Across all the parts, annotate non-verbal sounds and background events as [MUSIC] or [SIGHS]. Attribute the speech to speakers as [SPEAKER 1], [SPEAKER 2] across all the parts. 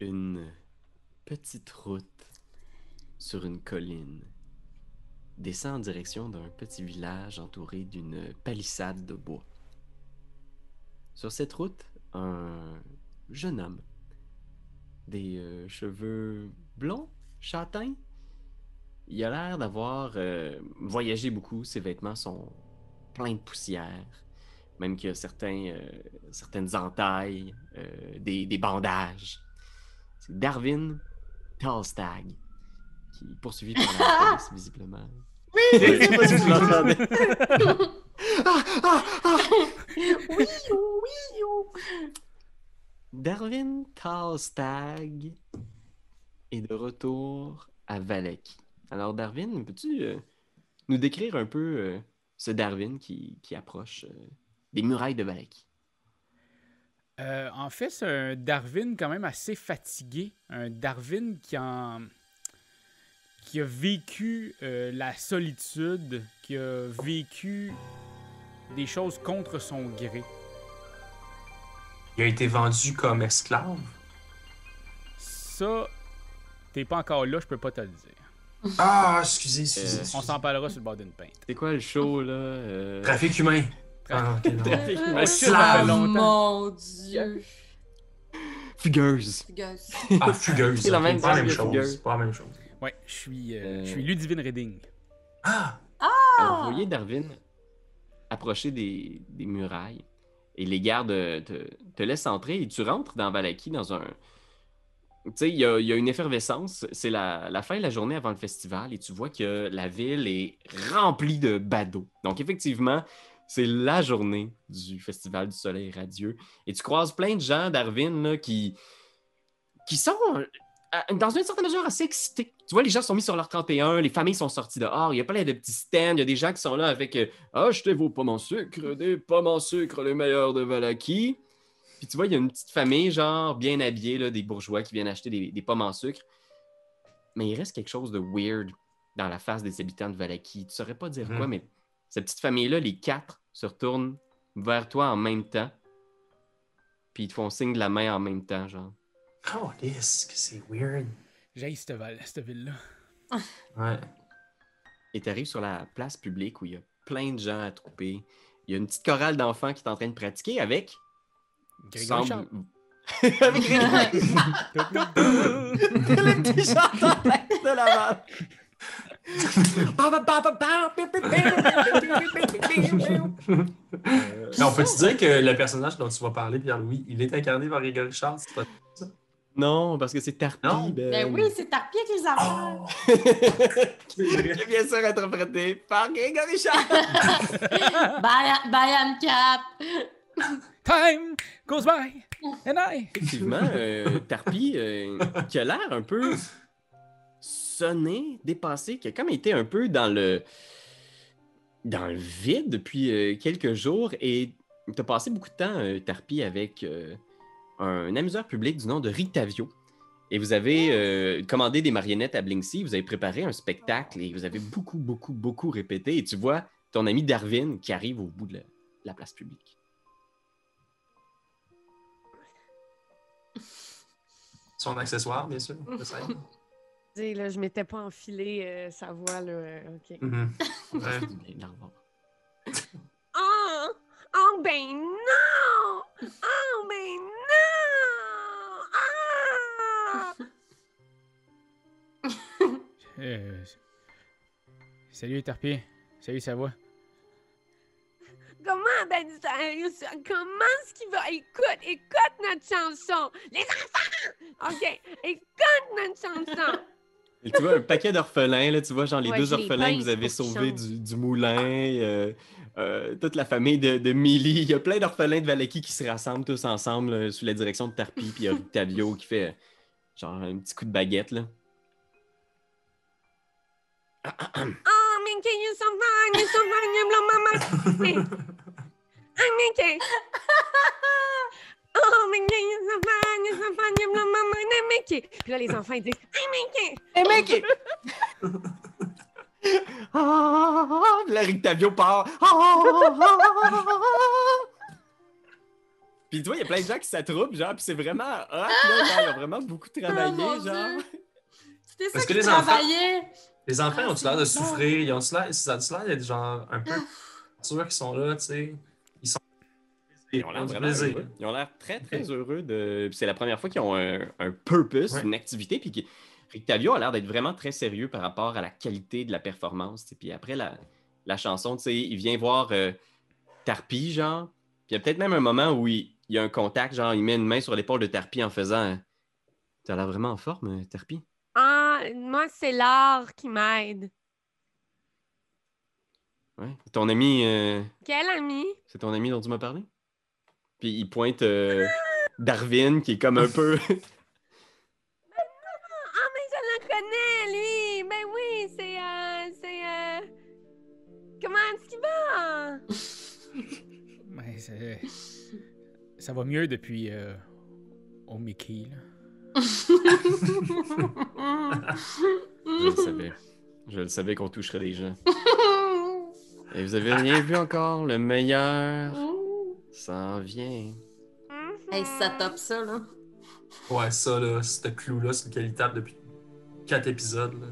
[SPEAKER 1] Une petite route sur une colline descend en direction d'un petit village entouré d'une palissade de bois. Sur cette route, un jeune homme, des euh, cheveux blonds, châtains. Il a l'air d'avoir euh, voyagé beaucoup, ses vêtements sont pleins de poussière, même qu'il y a certains, euh, certaines entailles, euh, des, des bandages. C'est Darwin Tallstag, qui est poursuivi par la police, visiblement.
[SPEAKER 2] Oui,
[SPEAKER 1] Je sais pas si vous l'entendez.
[SPEAKER 3] [LAUGHS]
[SPEAKER 1] [LAUGHS] Ah, ah, ah! oh,
[SPEAKER 2] oui, oui, oui.
[SPEAKER 1] Darwin Tallstag est de retour à Valaki. Alors, Darwin, peux-tu euh, nous décrire un peu euh, ce Darwin qui, qui approche euh, des murailles de Valaki?
[SPEAKER 4] Euh, en fait, c'est un Darwin quand même assez fatigué. Un Darwin qui, en- qui a vécu euh, la solitude, qui a vécu des choses contre son gré.
[SPEAKER 5] Il a été vendu comme esclave.
[SPEAKER 4] Ça, t'es pas encore là, je peux pas te le dire.
[SPEAKER 5] Ah, excusez,
[SPEAKER 1] Euh,
[SPEAKER 5] excusez.
[SPEAKER 4] On
[SPEAKER 5] excusez.
[SPEAKER 4] s'en parlera sur le bord d'une pinte.
[SPEAKER 1] C'est quoi le show, là? euh,
[SPEAKER 5] Trafic humain. Ah, ok, non.
[SPEAKER 1] Trafic
[SPEAKER 2] Euh,
[SPEAKER 1] humain.
[SPEAKER 5] Esclave.
[SPEAKER 2] Oh mon dieu.
[SPEAKER 1] Fugueuse.
[SPEAKER 2] Fugueuse.
[SPEAKER 5] Ah, fugueuse.
[SPEAKER 1] C'est la
[SPEAKER 5] ok,
[SPEAKER 1] même
[SPEAKER 5] pas la même
[SPEAKER 1] chose que
[SPEAKER 5] chose.
[SPEAKER 1] fugueuse.
[SPEAKER 5] Pas la même chose.
[SPEAKER 4] Ouais, je suis, euh,
[SPEAKER 1] Euh.
[SPEAKER 4] je suis Ludivine Redding.
[SPEAKER 5] Ah,
[SPEAKER 1] Alors, vous voyez Darwin approcher des, des murailles et les gardes euh, te, te laissent entrer et tu rentres dans Valaki dans un. Tu sais, il y a, il y a une effervescence. C'est la, la fin de la journée avant le festival et tu vois que la ville est remplie de badauds. Donc, effectivement, c'est la journée du Festival du Soleil Radieux. Et tu croises plein de gens, Darwin, là, qui, qui sont, euh, à- dans une certaine mesure, assez excités. Tu vois, les gens sont mis sur leur 31, les familles sont sorties dehors, il y a plein de petits stands, il y a des gens qui sont là avec euh, Achetez vos pommes en sucre, des pommes en sucre, le meilleur de Valaki. Puis tu vois, il y a une petite famille, genre, bien habillée, là, des bourgeois qui viennent acheter des, des pommes en sucre. Mais il reste quelque chose de weird dans la face des habitants de Valaki. Tu saurais pas dire
[SPEAKER 5] Mhm.
[SPEAKER 1] quoi, mais cette petite famille-là, les quatre, se retournent vers toi en même temps. Puis ils te font signe de la main en même temps, genre.
[SPEAKER 5] oh, que c'est weird.
[SPEAKER 4] J'ai cette, val- cette ville-là.
[SPEAKER 5] Ouais.
[SPEAKER 1] Et tu arrives sur la place publique où il y a plein de gens attroupés. Il y a une petite chorale d'enfants qui est en train de pratiquer avec.
[SPEAKER 4] Grégory
[SPEAKER 1] semble-
[SPEAKER 4] Charles.
[SPEAKER 1] avec Grégory le petit chanteur de la vanne.
[SPEAKER 5] Mais on peut-tu dire que le personnage dont tu vas parler, Pierre-Louis, il est incarné par Grégory Charles? c'est pas-
[SPEAKER 1] Non, parce que c'est Tarpi.
[SPEAKER 5] Non.
[SPEAKER 2] Ben oui, c'est tarpé avec les enfants.
[SPEAKER 5] Oh!
[SPEAKER 1] [LAUGHS] Qui est bien sûr interprété par Grégory Charles.
[SPEAKER 2] Bye, bye, Anne Cap.
[SPEAKER 4] Time goes by and I.
[SPEAKER 1] Effectivement, euh, Tarpi, euh, qui a l'air un peu sonné, dépassé, qui a comme été un peu dans le dans le vide depuis euh, quelques jours et tu as passé beaucoup de temps, euh, Tarpi, avec euh, un amuseur public du nom de Rictavio. Et vous avez euh, commandé des marionnettes à Blinksy, vous avez préparé un spectacle et vous avez beaucoup, beaucoup, beaucoup répété. Et tu vois ton ami Darwin qui arrive au bout de la- la place publique.
[SPEAKER 5] Son accessoire, bien sûr. le
[SPEAKER 2] [LAUGHS]
[SPEAKER 5] scène.
[SPEAKER 3] Je veux dire, là, je m'étais pas enfilé euh, sa voix, là. euh, OK.
[SPEAKER 1] Mm-hmm.
[SPEAKER 5] Mhm. Ouais.
[SPEAKER 1] Je viens de la revoir.
[SPEAKER 3] Oh! Oh, ben non! Oh, ben non! Ah!
[SPEAKER 4] Euh, Salut, Tarpier. Salut, ça va?
[SPEAKER 3] Comment, ben, ça- ça- comment est-ce qu'il va? Écoute, écoute notre chanson! Les enfants! OK, écoute notre chanson!
[SPEAKER 1] Et tu vois un paquet d'orphelins, là, tu vois, genre les
[SPEAKER 3] Ouais,
[SPEAKER 1] deux
[SPEAKER 3] je les
[SPEAKER 1] orphelins que
[SPEAKER 3] pince
[SPEAKER 1] vous avez
[SPEAKER 3] pour qu'ils
[SPEAKER 1] sauvés
[SPEAKER 3] chantent.
[SPEAKER 1] du, du moulin, euh, euh, toute la famille de, de Millie. Il y a plein d'orphelins de Valaki qui se rassemblent tous ensemble euh, sous la direction de Tarpi, puis il y a Octavio qui fait euh, genre un petit coup de baguette, là.
[SPEAKER 3] Oh, Minky, you so fine, you so fine, you blow my mind. Wait. I'm Minky. ah, Oh, Minky, you so fine, you so fine, you blow my mind. I'm Minky. Ah, Puis là, les enfants, ils disent, I'm Minky.
[SPEAKER 1] Ah, ah,
[SPEAKER 3] oh,
[SPEAKER 1] ah, puis là, Octavio part. Ah, ah, ah, ah, ah, ah, ah. Puis tu vois, il y a plein de gens qui s'attroupent, genre, puis c'est vraiment hot, là, genre, ils ont vraiment beaucoup
[SPEAKER 3] Ah,
[SPEAKER 1] travaillé,
[SPEAKER 2] mon Dieu.
[SPEAKER 1] genre.
[SPEAKER 2] C'était ça
[SPEAKER 5] Parce
[SPEAKER 2] qui
[SPEAKER 5] que les enfants-
[SPEAKER 2] travaillait.
[SPEAKER 5] Les enfants, ils ont-tu
[SPEAKER 2] Ah,
[SPEAKER 5] l'air de
[SPEAKER 2] c'est bon.
[SPEAKER 5] souffrir? Ils ont-tu l'air ça a-tu l'air d'être genre un peu
[SPEAKER 2] Ah.
[SPEAKER 5] sûrs qu'ils sont là, tu sais? Ils sont.
[SPEAKER 1] Ils ont l'air
[SPEAKER 5] du
[SPEAKER 1] vraiment
[SPEAKER 5] plaisir.
[SPEAKER 1] heureux. Ils ont l'air très, très heureux de. puis C'est la première fois qu'ils ont un, un purpose,
[SPEAKER 5] Ouais.
[SPEAKER 1] une activité, puis qui- Rictavio a l'air d'être vraiment très sérieux par rapport à la qualité de la performance. tu sais. Puis après la, la chanson, tu sais, il vient voir euh, Tarpi, genre. Puis il y a peut-être même un moment où il, il y a un contact, genre, il met une main sur l'épaule de Tarpi en faisant euh, T'as l'air vraiment en forme, euh, Tarpi.
[SPEAKER 3] Ah, moi, c'est l'art qui m'aide.
[SPEAKER 1] Ouais. Ton ami. euh,
[SPEAKER 3] Quel ami?
[SPEAKER 1] C'est ton ami dont tu m'as parlé? Puis il pointe euh, Darwin, qui est comme
[SPEAKER 5] [LAUGHS]
[SPEAKER 1] un peu.
[SPEAKER 3] Ah, mais je le connais, lui! Ben oui, c'est... euh, c'est... euh, Comment est-ce qu'il va?
[SPEAKER 4] Mais c'est- ça va mieux depuis euh, au Mickey. Là.
[SPEAKER 1] Je le savais. Je le savais qu'on toucherait les gens. Et vous avez rien vu encore? Le meilleur s'en vient.
[SPEAKER 2] Hey, ça top ça, là.
[SPEAKER 5] Ouais, ça, là, ce clou-là, c'est lequel il tape depuis quatre épisodes. là.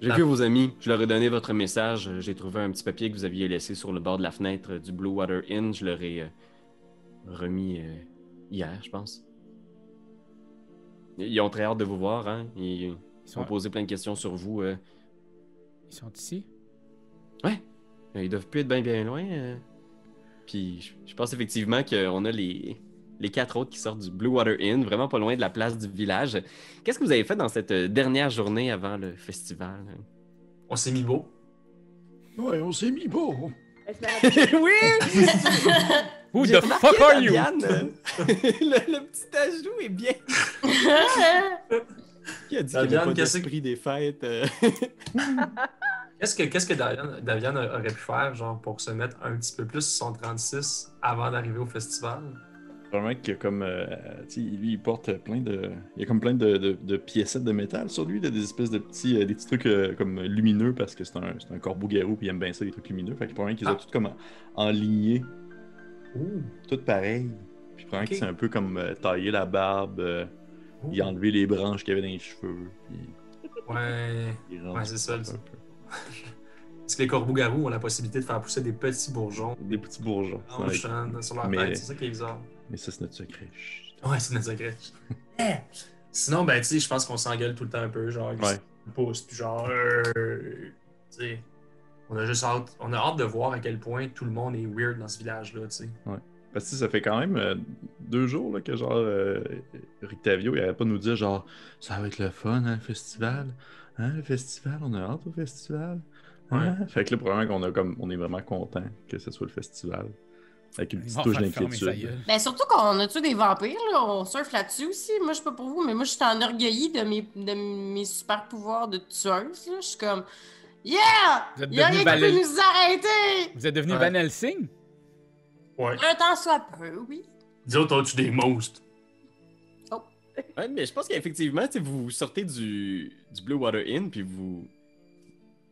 [SPEAKER 1] J'ai vu vos amis. Je leur ai donné votre message. Euh, J'ai trouvé un petit papier que vous aviez laissé sur le bord de la fenêtre euh, du Blue Water Inn. Je leur ai euh, remis euh, hier, je pense. Ils ont très hâte de vous voir. Hein? Ils
[SPEAKER 4] Ils,
[SPEAKER 1] ils ont
[SPEAKER 4] sont,
[SPEAKER 1] posé plein de questions sur vous. euh,
[SPEAKER 4] ils sont ici.
[SPEAKER 1] Euh, Ils doivent plus être bien bien loin. euh. Puis je- je pense effectivement qu'on a les, les quatre autres qui sortent du Blue Water Inn, vraiment pas loin de la place du village. Qu'est-ce que vous avez fait dans cette euh, dernière journée avant le festival? hein?
[SPEAKER 5] On s'est mis beau.
[SPEAKER 6] Ouais, on s'est mis beau.
[SPEAKER 1] oui!
[SPEAKER 4] Who the fuck are you? [LAUGHS]
[SPEAKER 1] le, petit ajout est bien. [LAUGHS] Qui a dit
[SPEAKER 5] Damian, qu'est-ce que-
[SPEAKER 1] des fêtes? euh?
[SPEAKER 5] [LAUGHS] Qu'est-ce que, qu'est-ce que Davian, Davian aurait pu faire, genre, pour se mettre un petit peu plus sur son 36 avant d'arriver au festival?
[SPEAKER 6] Probablement qu'il y a comme. euh, tu sais, lui, il porte plein de. Il y a comme plein de, de, de piécettes de métal sur lui, là, des espèces de petits, euh, des petits trucs euh, comme lumineux parce que c'est un, c'est un corbeau-garou puis il aime bien ça, les trucs lumineux. Fait que probablement qu'ils ont
[SPEAKER 5] Ah.
[SPEAKER 6] toutes comme en- enlignées,
[SPEAKER 5] Ouh!
[SPEAKER 6] toutes pareilles. Puis probablement
[SPEAKER 5] Ok.
[SPEAKER 6] qu'il s'est un peu comme euh, taillé la barbe, euh,
[SPEAKER 5] ouh.
[SPEAKER 6] il a enlevé les branches qu'il avait dans les cheveux. Puis
[SPEAKER 5] Ouais.
[SPEAKER 6] il rentre
[SPEAKER 5] Ouais, c'est ça,
[SPEAKER 6] un
[SPEAKER 5] le-
[SPEAKER 6] peu.
[SPEAKER 5] Parce que les corbeaux-garous ont la possibilité de faire pousser des petits bourgeons
[SPEAKER 6] Des petits bourgeons.
[SPEAKER 5] en
[SPEAKER 6] Ouais.
[SPEAKER 5] chaîne sur leur
[SPEAKER 6] Mais-
[SPEAKER 5] tête. C'est ça qui est
[SPEAKER 6] [LAUGHS]
[SPEAKER 5] bizarre.
[SPEAKER 6] Mais ça, c'est notre secret. Chut.
[SPEAKER 5] Ouais, c'est notre secret. Eh! Sinon, ben, tu sais, je pense qu'on s'engueule tout le temps un peu. Genre,
[SPEAKER 6] Ouais.
[SPEAKER 5] ils se poussent, puis genre, euh, tu sais. On a juste hâte, on a hâte de voir à quel point tout le monde est weird dans ce village-là, tu sais.
[SPEAKER 6] Parce que ça fait quand même euh, deux jours là, que genre euh, Rictavio, il arrête pas de nous dire genre ça va être le fun hein, le festival. Hein, le festival, on a hâte au festival. Hein? Fait que là, probablement qu'on a comme on est vraiment content que ce soit le festival. Avec une
[SPEAKER 4] Ils
[SPEAKER 6] petite
[SPEAKER 4] vont
[SPEAKER 6] touche
[SPEAKER 4] faire fermer sa
[SPEAKER 6] d'inquiétude.
[SPEAKER 4] gueule.
[SPEAKER 2] Ben surtout qu'on a-tu des vampires, là? On surfe là-dessus aussi. Moi, je sais pas pour vous, mais moi, je suis enorgueillie de mes, de mes super pouvoirs de tueuse, là. Je suis comme... Yeah!
[SPEAKER 4] Vous êtes
[SPEAKER 2] Y'a
[SPEAKER 4] devenu
[SPEAKER 2] rien qui peut
[SPEAKER 4] Valen-
[SPEAKER 2] nous arrêter!
[SPEAKER 4] Vous êtes devenu
[SPEAKER 5] Ouais.
[SPEAKER 4] Van Helsing?
[SPEAKER 5] Ouais.
[SPEAKER 2] Un temps soit peu, oui.
[SPEAKER 5] Dis autres, as-tu des mousts?
[SPEAKER 1] [LAUGHS] Ouais, mais je pense qu'effectivement, tu sais, vous sortez du, du Blue Water Inn, puis vous,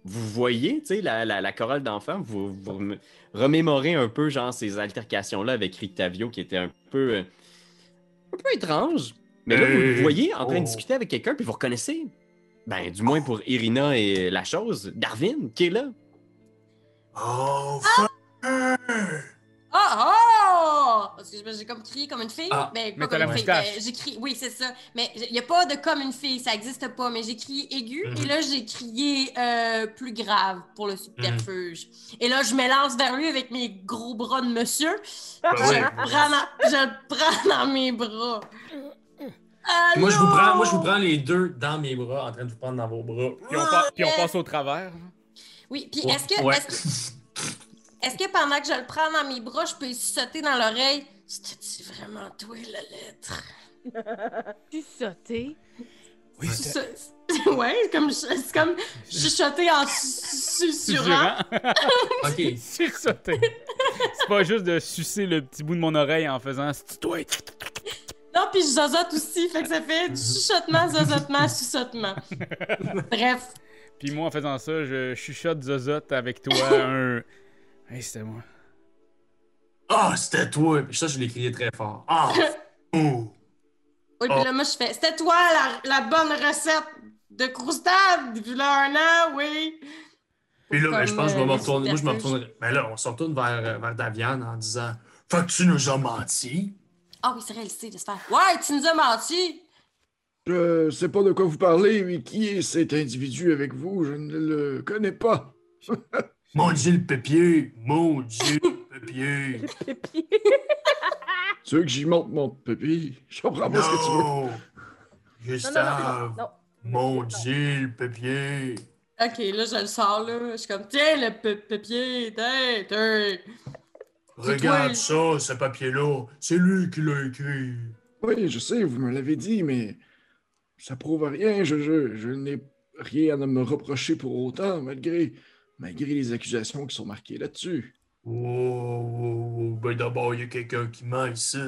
[SPEAKER 1] vous voyez tu sais, la, la, la chorale d'enfants, vous, vous remé- remémorez un peu genre ces altercations-là avec Rictavio qui était un peu, euh, un peu étrange. Mais là, vous le
[SPEAKER 5] Hey!
[SPEAKER 1] voyez en train de
[SPEAKER 5] Oh.
[SPEAKER 1] discuter avec quelqu'un, puis vous reconnaissez, ben, du moins pour Irina et la chose, Darwin, qui est là.
[SPEAKER 5] Oh, fuck!
[SPEAKER 2] Oh, oh! Excuse-moi, j'ai comme crié comme une fille.
[SPEAKER 5] Ah,
[SPEAKER 2] ben,
[SPEAKER 4] mais
[SPEAKER 2] pas
[SPEAKER 4] t'as
[SPEAKER 2] comme
[SPEAKER 4] la
[SPEAKER 2] une fille.
[SPEAKER 4] moustache.
[SPEAKER 2] ben, j'ai crié, oui, c'est ça. Mais il n'y a pas de comme une fille, ça n'existe pas. Mais j'ai crié aigu
[SPEAKER 5] Mhm.
[SPEAKER 2] et là, j'ai crié euh, plus grave pour le subterfuge.
[SPEAKER 5] Mhm.
[SPEAKER 2] Et là, je me lance vers lui avec mes gros bras de monsieur.
[SPEAKER 5] Ben
[SPEAKER 2] je,
[SPEAKER 5] ouais.
[SPEAKER 2] le prends dans, je le prends dans mes bras. Ah,
[SPEAKER 5] Moi je, vous
[SPEAKER 2] non!
[SPEAKER 5] prends, moi, je vous prends les deux dans mes bras, en train de vous prendre dans vos bras.
[SPEAKER 4] Puis on, pa- puis on passe au travers. hein.
[SPEAKER 2] Oui, puis est-ce que,
[SPEAKER 5] Ouais.
[SPEAKER 2] est-ce que- est-ce que pendant que je le prends dans mes bras, je peux lui sauter dans l'oreille? C'était-tu vraiment toi, la lettre?
[SPEAKER 3] Tu sauté?
[SPEAKER 4] Oui,
[SPEAKER 2] Ça- c'est- [LAUGHS] Ouais, comme je- c'est comme chuchoter en su- susurrant.
[SPEAKER 5] Ok.
[SPEAKER 4] Sursauter. C'est pas juste de sucer le petit bout de mon oreille en faisant c'est toi.
[SPEAKER 2] Non, puis je zozote aussi, fait que ça fait du chuchotement, zozotement, susotement. Bref,
[SPEAKER 4] Puis moi en faisant ça, je chuchote zozote avec toi un. Hey, c'était moi.
[SPEAKER 5] Ah, c'était toi! Puis ça, je l'ai crié très fort. Oh. Ah! ouh.
[SPEAKER 2] Oui, puis là, moi, je fais. C'était toi la, la bonne recette de croustade, depuis là un an, oui.
[SPEAKER 5] Puis là, ben, je pense que je vais me
[SPEAKER 2] Comme, euh,
[SPEAKER 5] retourner. Moi, je me
[SPEAKER 2] superfuge.
[SPEAKER 5] retournerai. Mais là, on se retourne vers, euh, vers Davian en disant Fait que tu nous as menti.
[SPEAKER 2] Ah oui, c'est vrai, il sait de se faire. Ouais, tu nous as menti.
[SPEAKER 7] [LAUGHS] Je sais pas de quoi vous parlez, mais qui est cet individu avec vous? Je ne le connais pas.
[SPEAKER 5] [LAUGHS] Mon Dieu, le pépier! Mon Dieu, le pépier!
[SPEAKER 7] Tu veux que j'y monte mon pépé? Je comprends pas ce que tu
[SPEAKER 5] Non!
[SPEAKER 7] veux.
[SPEAKER 8] Non, non, non,
[SPEAKER 5] Gustave!
[SPEAKER 8] non.
[SPEAKER 5] Mon Dieu, le pépier!
[SPEAKER 2] Ok, là, je le sors, là. Je suis comme, tiens, le pe- pépier, tiens, tiens.
[SPEAKER 5] Regarde
[SPEAKER 2] Dis-toi.
[SPEAKER 5] ça, ce papier-là. C'est lui qui l'a écrit.
[SPEAKER 7] Oui, je sais, vous me l'avez dit, mais ça prouve à rien. Je, je- je n'ai rien à me reprocher pour autant, malgré, malgré les accusations qui sont marquées là-dessus.
[SPEAKER 5] Oh, oh, oh, ben d'abord, il y a quelqu'un qui ment ici.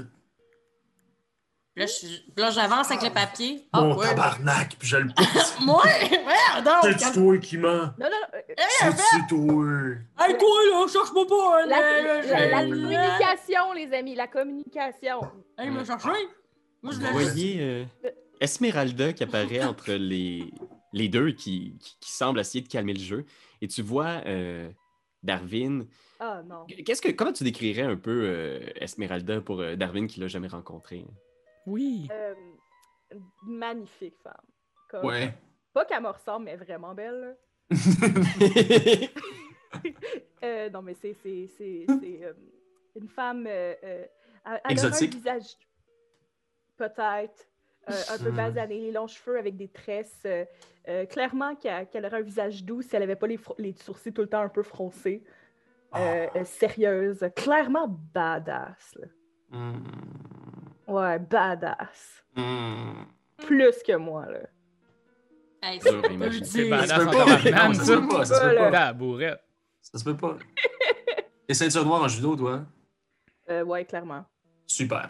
[SPEAKER 2] Là, je- là, j'avance avec le papier. Ah,
[SPEAKER 5] Mon
[SPEAKER 2] ouais.
[SPEAKER 5] tabarnak, puis je le pousse.
[SPEAKER 2] Moi, [LAUGHS] ouais, donc. Eh,
[SPEAKER 5] C'est toi qui ment.
[SPEAKER 8] Non, non, non, euh,
[SPEAKER 5] C'est toi.
[SPEAKER 2] ben- Hey, toi, là, cherche-moi pas, hein,
[SPEAKER 8] La,
[SPEAKER 2] là,
[SPEAKER 8] la-
[SPEAKER 2] j'ai-
[SPEAKER 8] la
[SPEAKER 5] Ah.
[SPEAKER 8] communication, les amis, la communication.
[SPEAKER 2] Hey, me chercher. Moi, je
[SPEAKER 1] Vous
[SPEAKER 2] l'ai juste.
[SPEAKER 1] voyez euh, Esmeralda qui apparaît entre les, les deux qui, qui, qui semble essayer de calmer le jeu. Et tu vois euh, Darwin.
[SPEAKER 8] Ah non.
[SPEAKER 1] Qu'est-ce que, comment tu décrirais un peu euh, Esmeralda pour euh, Darwin qui l'a jamais rencontré?
[SPEAKER 4] Oui.
[SPEAKER 8] Euh, magnifique femme. Comme-
[SPEAKER 5] Ouais.
[SPEAKER 8] Pas qu'elle me ressemble, mais vraiment belle. là.
[SPEAKER 5] [LAUGHS]
[SPEAKER 8] Euh, non, mais c'est c'est- c'est- c'est, euh, une femme. euh, euh, elle- elle aura
[SPEAKER 5] Exotique.
[SPEAKER 8] un visage peut-être euh, un peu
[SPEAKER 5] Hmm.
[SPEAKER 8] basané, les longs cheveux avec des tresses. euh, euh, clairement qu'elle qu'elle aurait un visage doux si elle n'avait pas les, fro- les sourcils tout le temps un peu froncés. Euh,
[SPEAKER 5] Ah.
[SPEAKER 8] euh, sérieuse. Clairement badass. là.
[SPEAKER 5] Hmm.
[SPEAKER 8] Ouais, badass.
[SPEAKER 5] Hmm.
[SPEAKER 8] Mm. Plus que moi, là.
[SPEAKER 2] Hey,
[SPEAKER 1] Dur à
[SPEAKER 2] c'est peu
[SPEAKER 1] imaginer.
[SPEAKER 4] C'est
[SPEAKER 2] dire.
[SPEAKER 4] badass en
[SPEAKER 5] peux pas.
[SPEAKER 4] tabarnane,
[SPEAKER 5] Non,
[SPEAKER 4] ça.
[SPEAKER 5] tu peux pas, ça se peut
[SPEAKER 8] Voilà.
[SPEAKER 5] pas.
[SPEAKER 4] Tabourette.
[SPEAKER 5] Ça se peut pas. Les ceintures noires en judo, toi. hein?
[SPEAKER 8] Euh, ouais, clairement.
[SPEAKER 5] Super.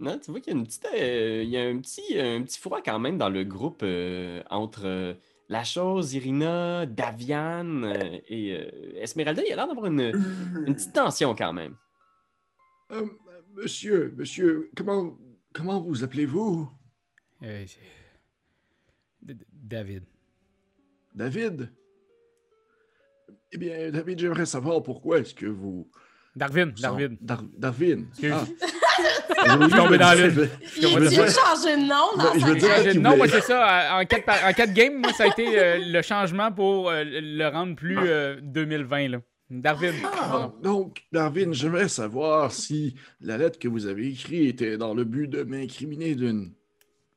[SPEAKER 1] Non, tu vois qu'il y a, une petite, euh, il y a un, petit, un petit froid quand même dans le groupe euh, entre euh, La Chose, Irina, Davian euh, et euh, Esmeralda. Il y a l'air d'avoir une, une petite tension quand même.
[SPEAKER 7] Euh, monsieur, monsieur, comment, comment vous appelez-vous?
[SPEAKER 4] Euh, c'est- D- D- David.
[SPEAKER 7] David? Eh bien, David, j'aimerais savoir pourquoi est-ce que vous...
[SPEAKER 4] Darwin, Darwin.
[SPEAKER 7] Dar- Darwin.
[SPEAKER 4] Excuse.
[SPEAKER 7] Ah.
[SPEAKER 2] [LAUGHS]
[SPEAKER 7] [LAUGHS] ben,
[SPEAKER 4] Je suis tombé dans l'une.
[SPEAKER 2] Il a
[SPEAKER 4] Je veux
[SPEAKER 2] dû
[SPEAKER 4] dire-
[SPEAKER 2] changer de nom dans
[SPEAKER 7] Je
[SPEAKER 2] sa
[SPEAKER 7] veux dire-
[SPEAKER 2] tête.
[SPEAKER 4] J'ai-
[SPEAKER 7] qui
[SPEAKER 4] Non,
[SPEAKER 7] voulait-
[SPEAKER 4] moi, c'est ça. En 4 en quatre games, moi, ça a été euh, le changement pour euh, le rendre plus euh, 2020. Là. Darwin.
[SPEAKER 7] Ah,
[SPEAKER 4] pardon.
[SPEAKER 7] donc, Darwin, j'aimerais savoir si la lettre que vous avez écrite était dans le but de m'incriminer d'une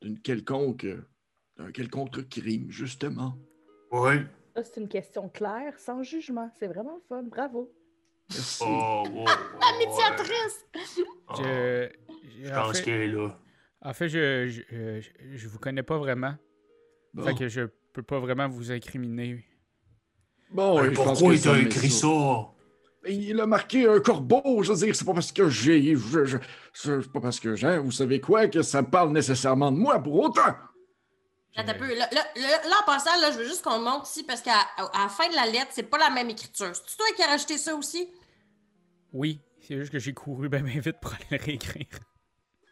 [SPEAKER 7] d'une quelconque d'un quelconque crime, justement.
[SPEAKER 5] Oui.
[SPEAKER 8] Ça, c'est une question claire, sans jugement. C'est vraiment le fun. Bravo.
[SPEAKER 7] Merci.
[SPEAKER 5] Oh, wow, Ah. wow,
[SPEAKER 2] Initiatrice.
[SPEAKER 5] wow.
[SPEAKER 4] Je,
[SPEAKER 5] Je
[SPEAKER 4] en
[SPEAKER 5] pense qu'il
[SPEAKER 4] fait,
[SPEAKER 5] est là.
[SPEAKER 4] en fait, je, je, euh, je- je vous connais pas vraiment.
[SPEAKER 7] Bon,
[SPEAKER 4] Fait que je peux pas vraiment vous incriminer. Euh,
[SPEAKER 7] Bon,
[SPEAKER 5] Mais
[SPEAKER 7] je pense
[SPEAKER 5] Euh, pourquoi
[SPEAKER 7] que
[SPEAKER 5] il
[SPEAKER 7] ça
[SPEAKER 5] t'a
[SPEAKER 7] me met
[SPEAKER 5] écrit ça?
[SPEAKER 7] Et Il a marqué un corbeau, je veux dire, c'est pas parce que j'ai... je- je- C'est pas parce que j'ai... Vous savez quoi? Que ça parle nécessairement de moi pour autant!
[SPEAKER 2] Attends un peu. Là, là, là, là, en passant, là, je veux juste qu'on le montre ici parce qu'à à la fin de la lettre, c'est pas la même écriture. C'est toi qui as rajouté ça aussi?
[SPEAKER 4] Oui, c'est juste que j'ai couru bien vite pour aller le réécrire.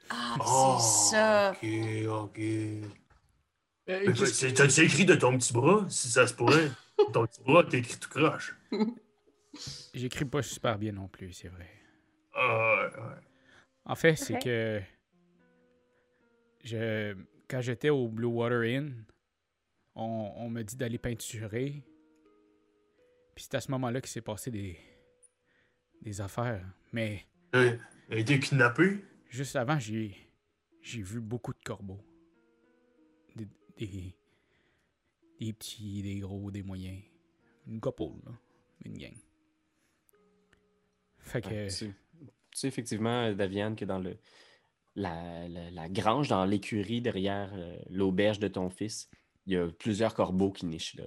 [SPEAKER 2] Ah,
[SPEAKER 5] Oh,
[SPEAKER 2] c'est ça.
[SPEAKER 5] Ok, ok.
[SPEAKER 7] Eh,
[SPEAKER 5] Mais
[SPEAKER 7] qu'est-ce-
[SPEAKER 5] c'est- T'as-tu écrit de ton petit bras? Si ça se pourrait.
[SPEAKER 2] [LAUGHS]
[SPEAKER 5] ton petit bras, t'as écrit tout croche.
[SPEAKER 4] J'écris pas super bien non plus, c'est vrai.
[SPEAKER 5] Ah, ouais, ouais.
[SPEAKER 4] En fait, c'est
[SPEAKER 8] Ok.
[SPEAKER 4] que je quand j'étais au Blue Water Inn, on, on me dit d'aller peinturer. Puis c'est à ce moment-là qu'il s'est passé des des affaires. Mais
[SPEAKER 5] Euh, Il a été kidnappé?
[SPEAKER 4] juste avant, j'ai j'ai vu beaucoup de corbeaux. Des des, des petits, des gros, des moyens. Une couple, là. Une gang. Fait que...
[SPEAKER 1] Ouais, Tu, tu sais effectivement, euh, Daviane, que dans le, la, la- la grange, dans l'écurie derrière euh, l'auberge de ton fils, il y a plusieurs corbeaux qui nichent là.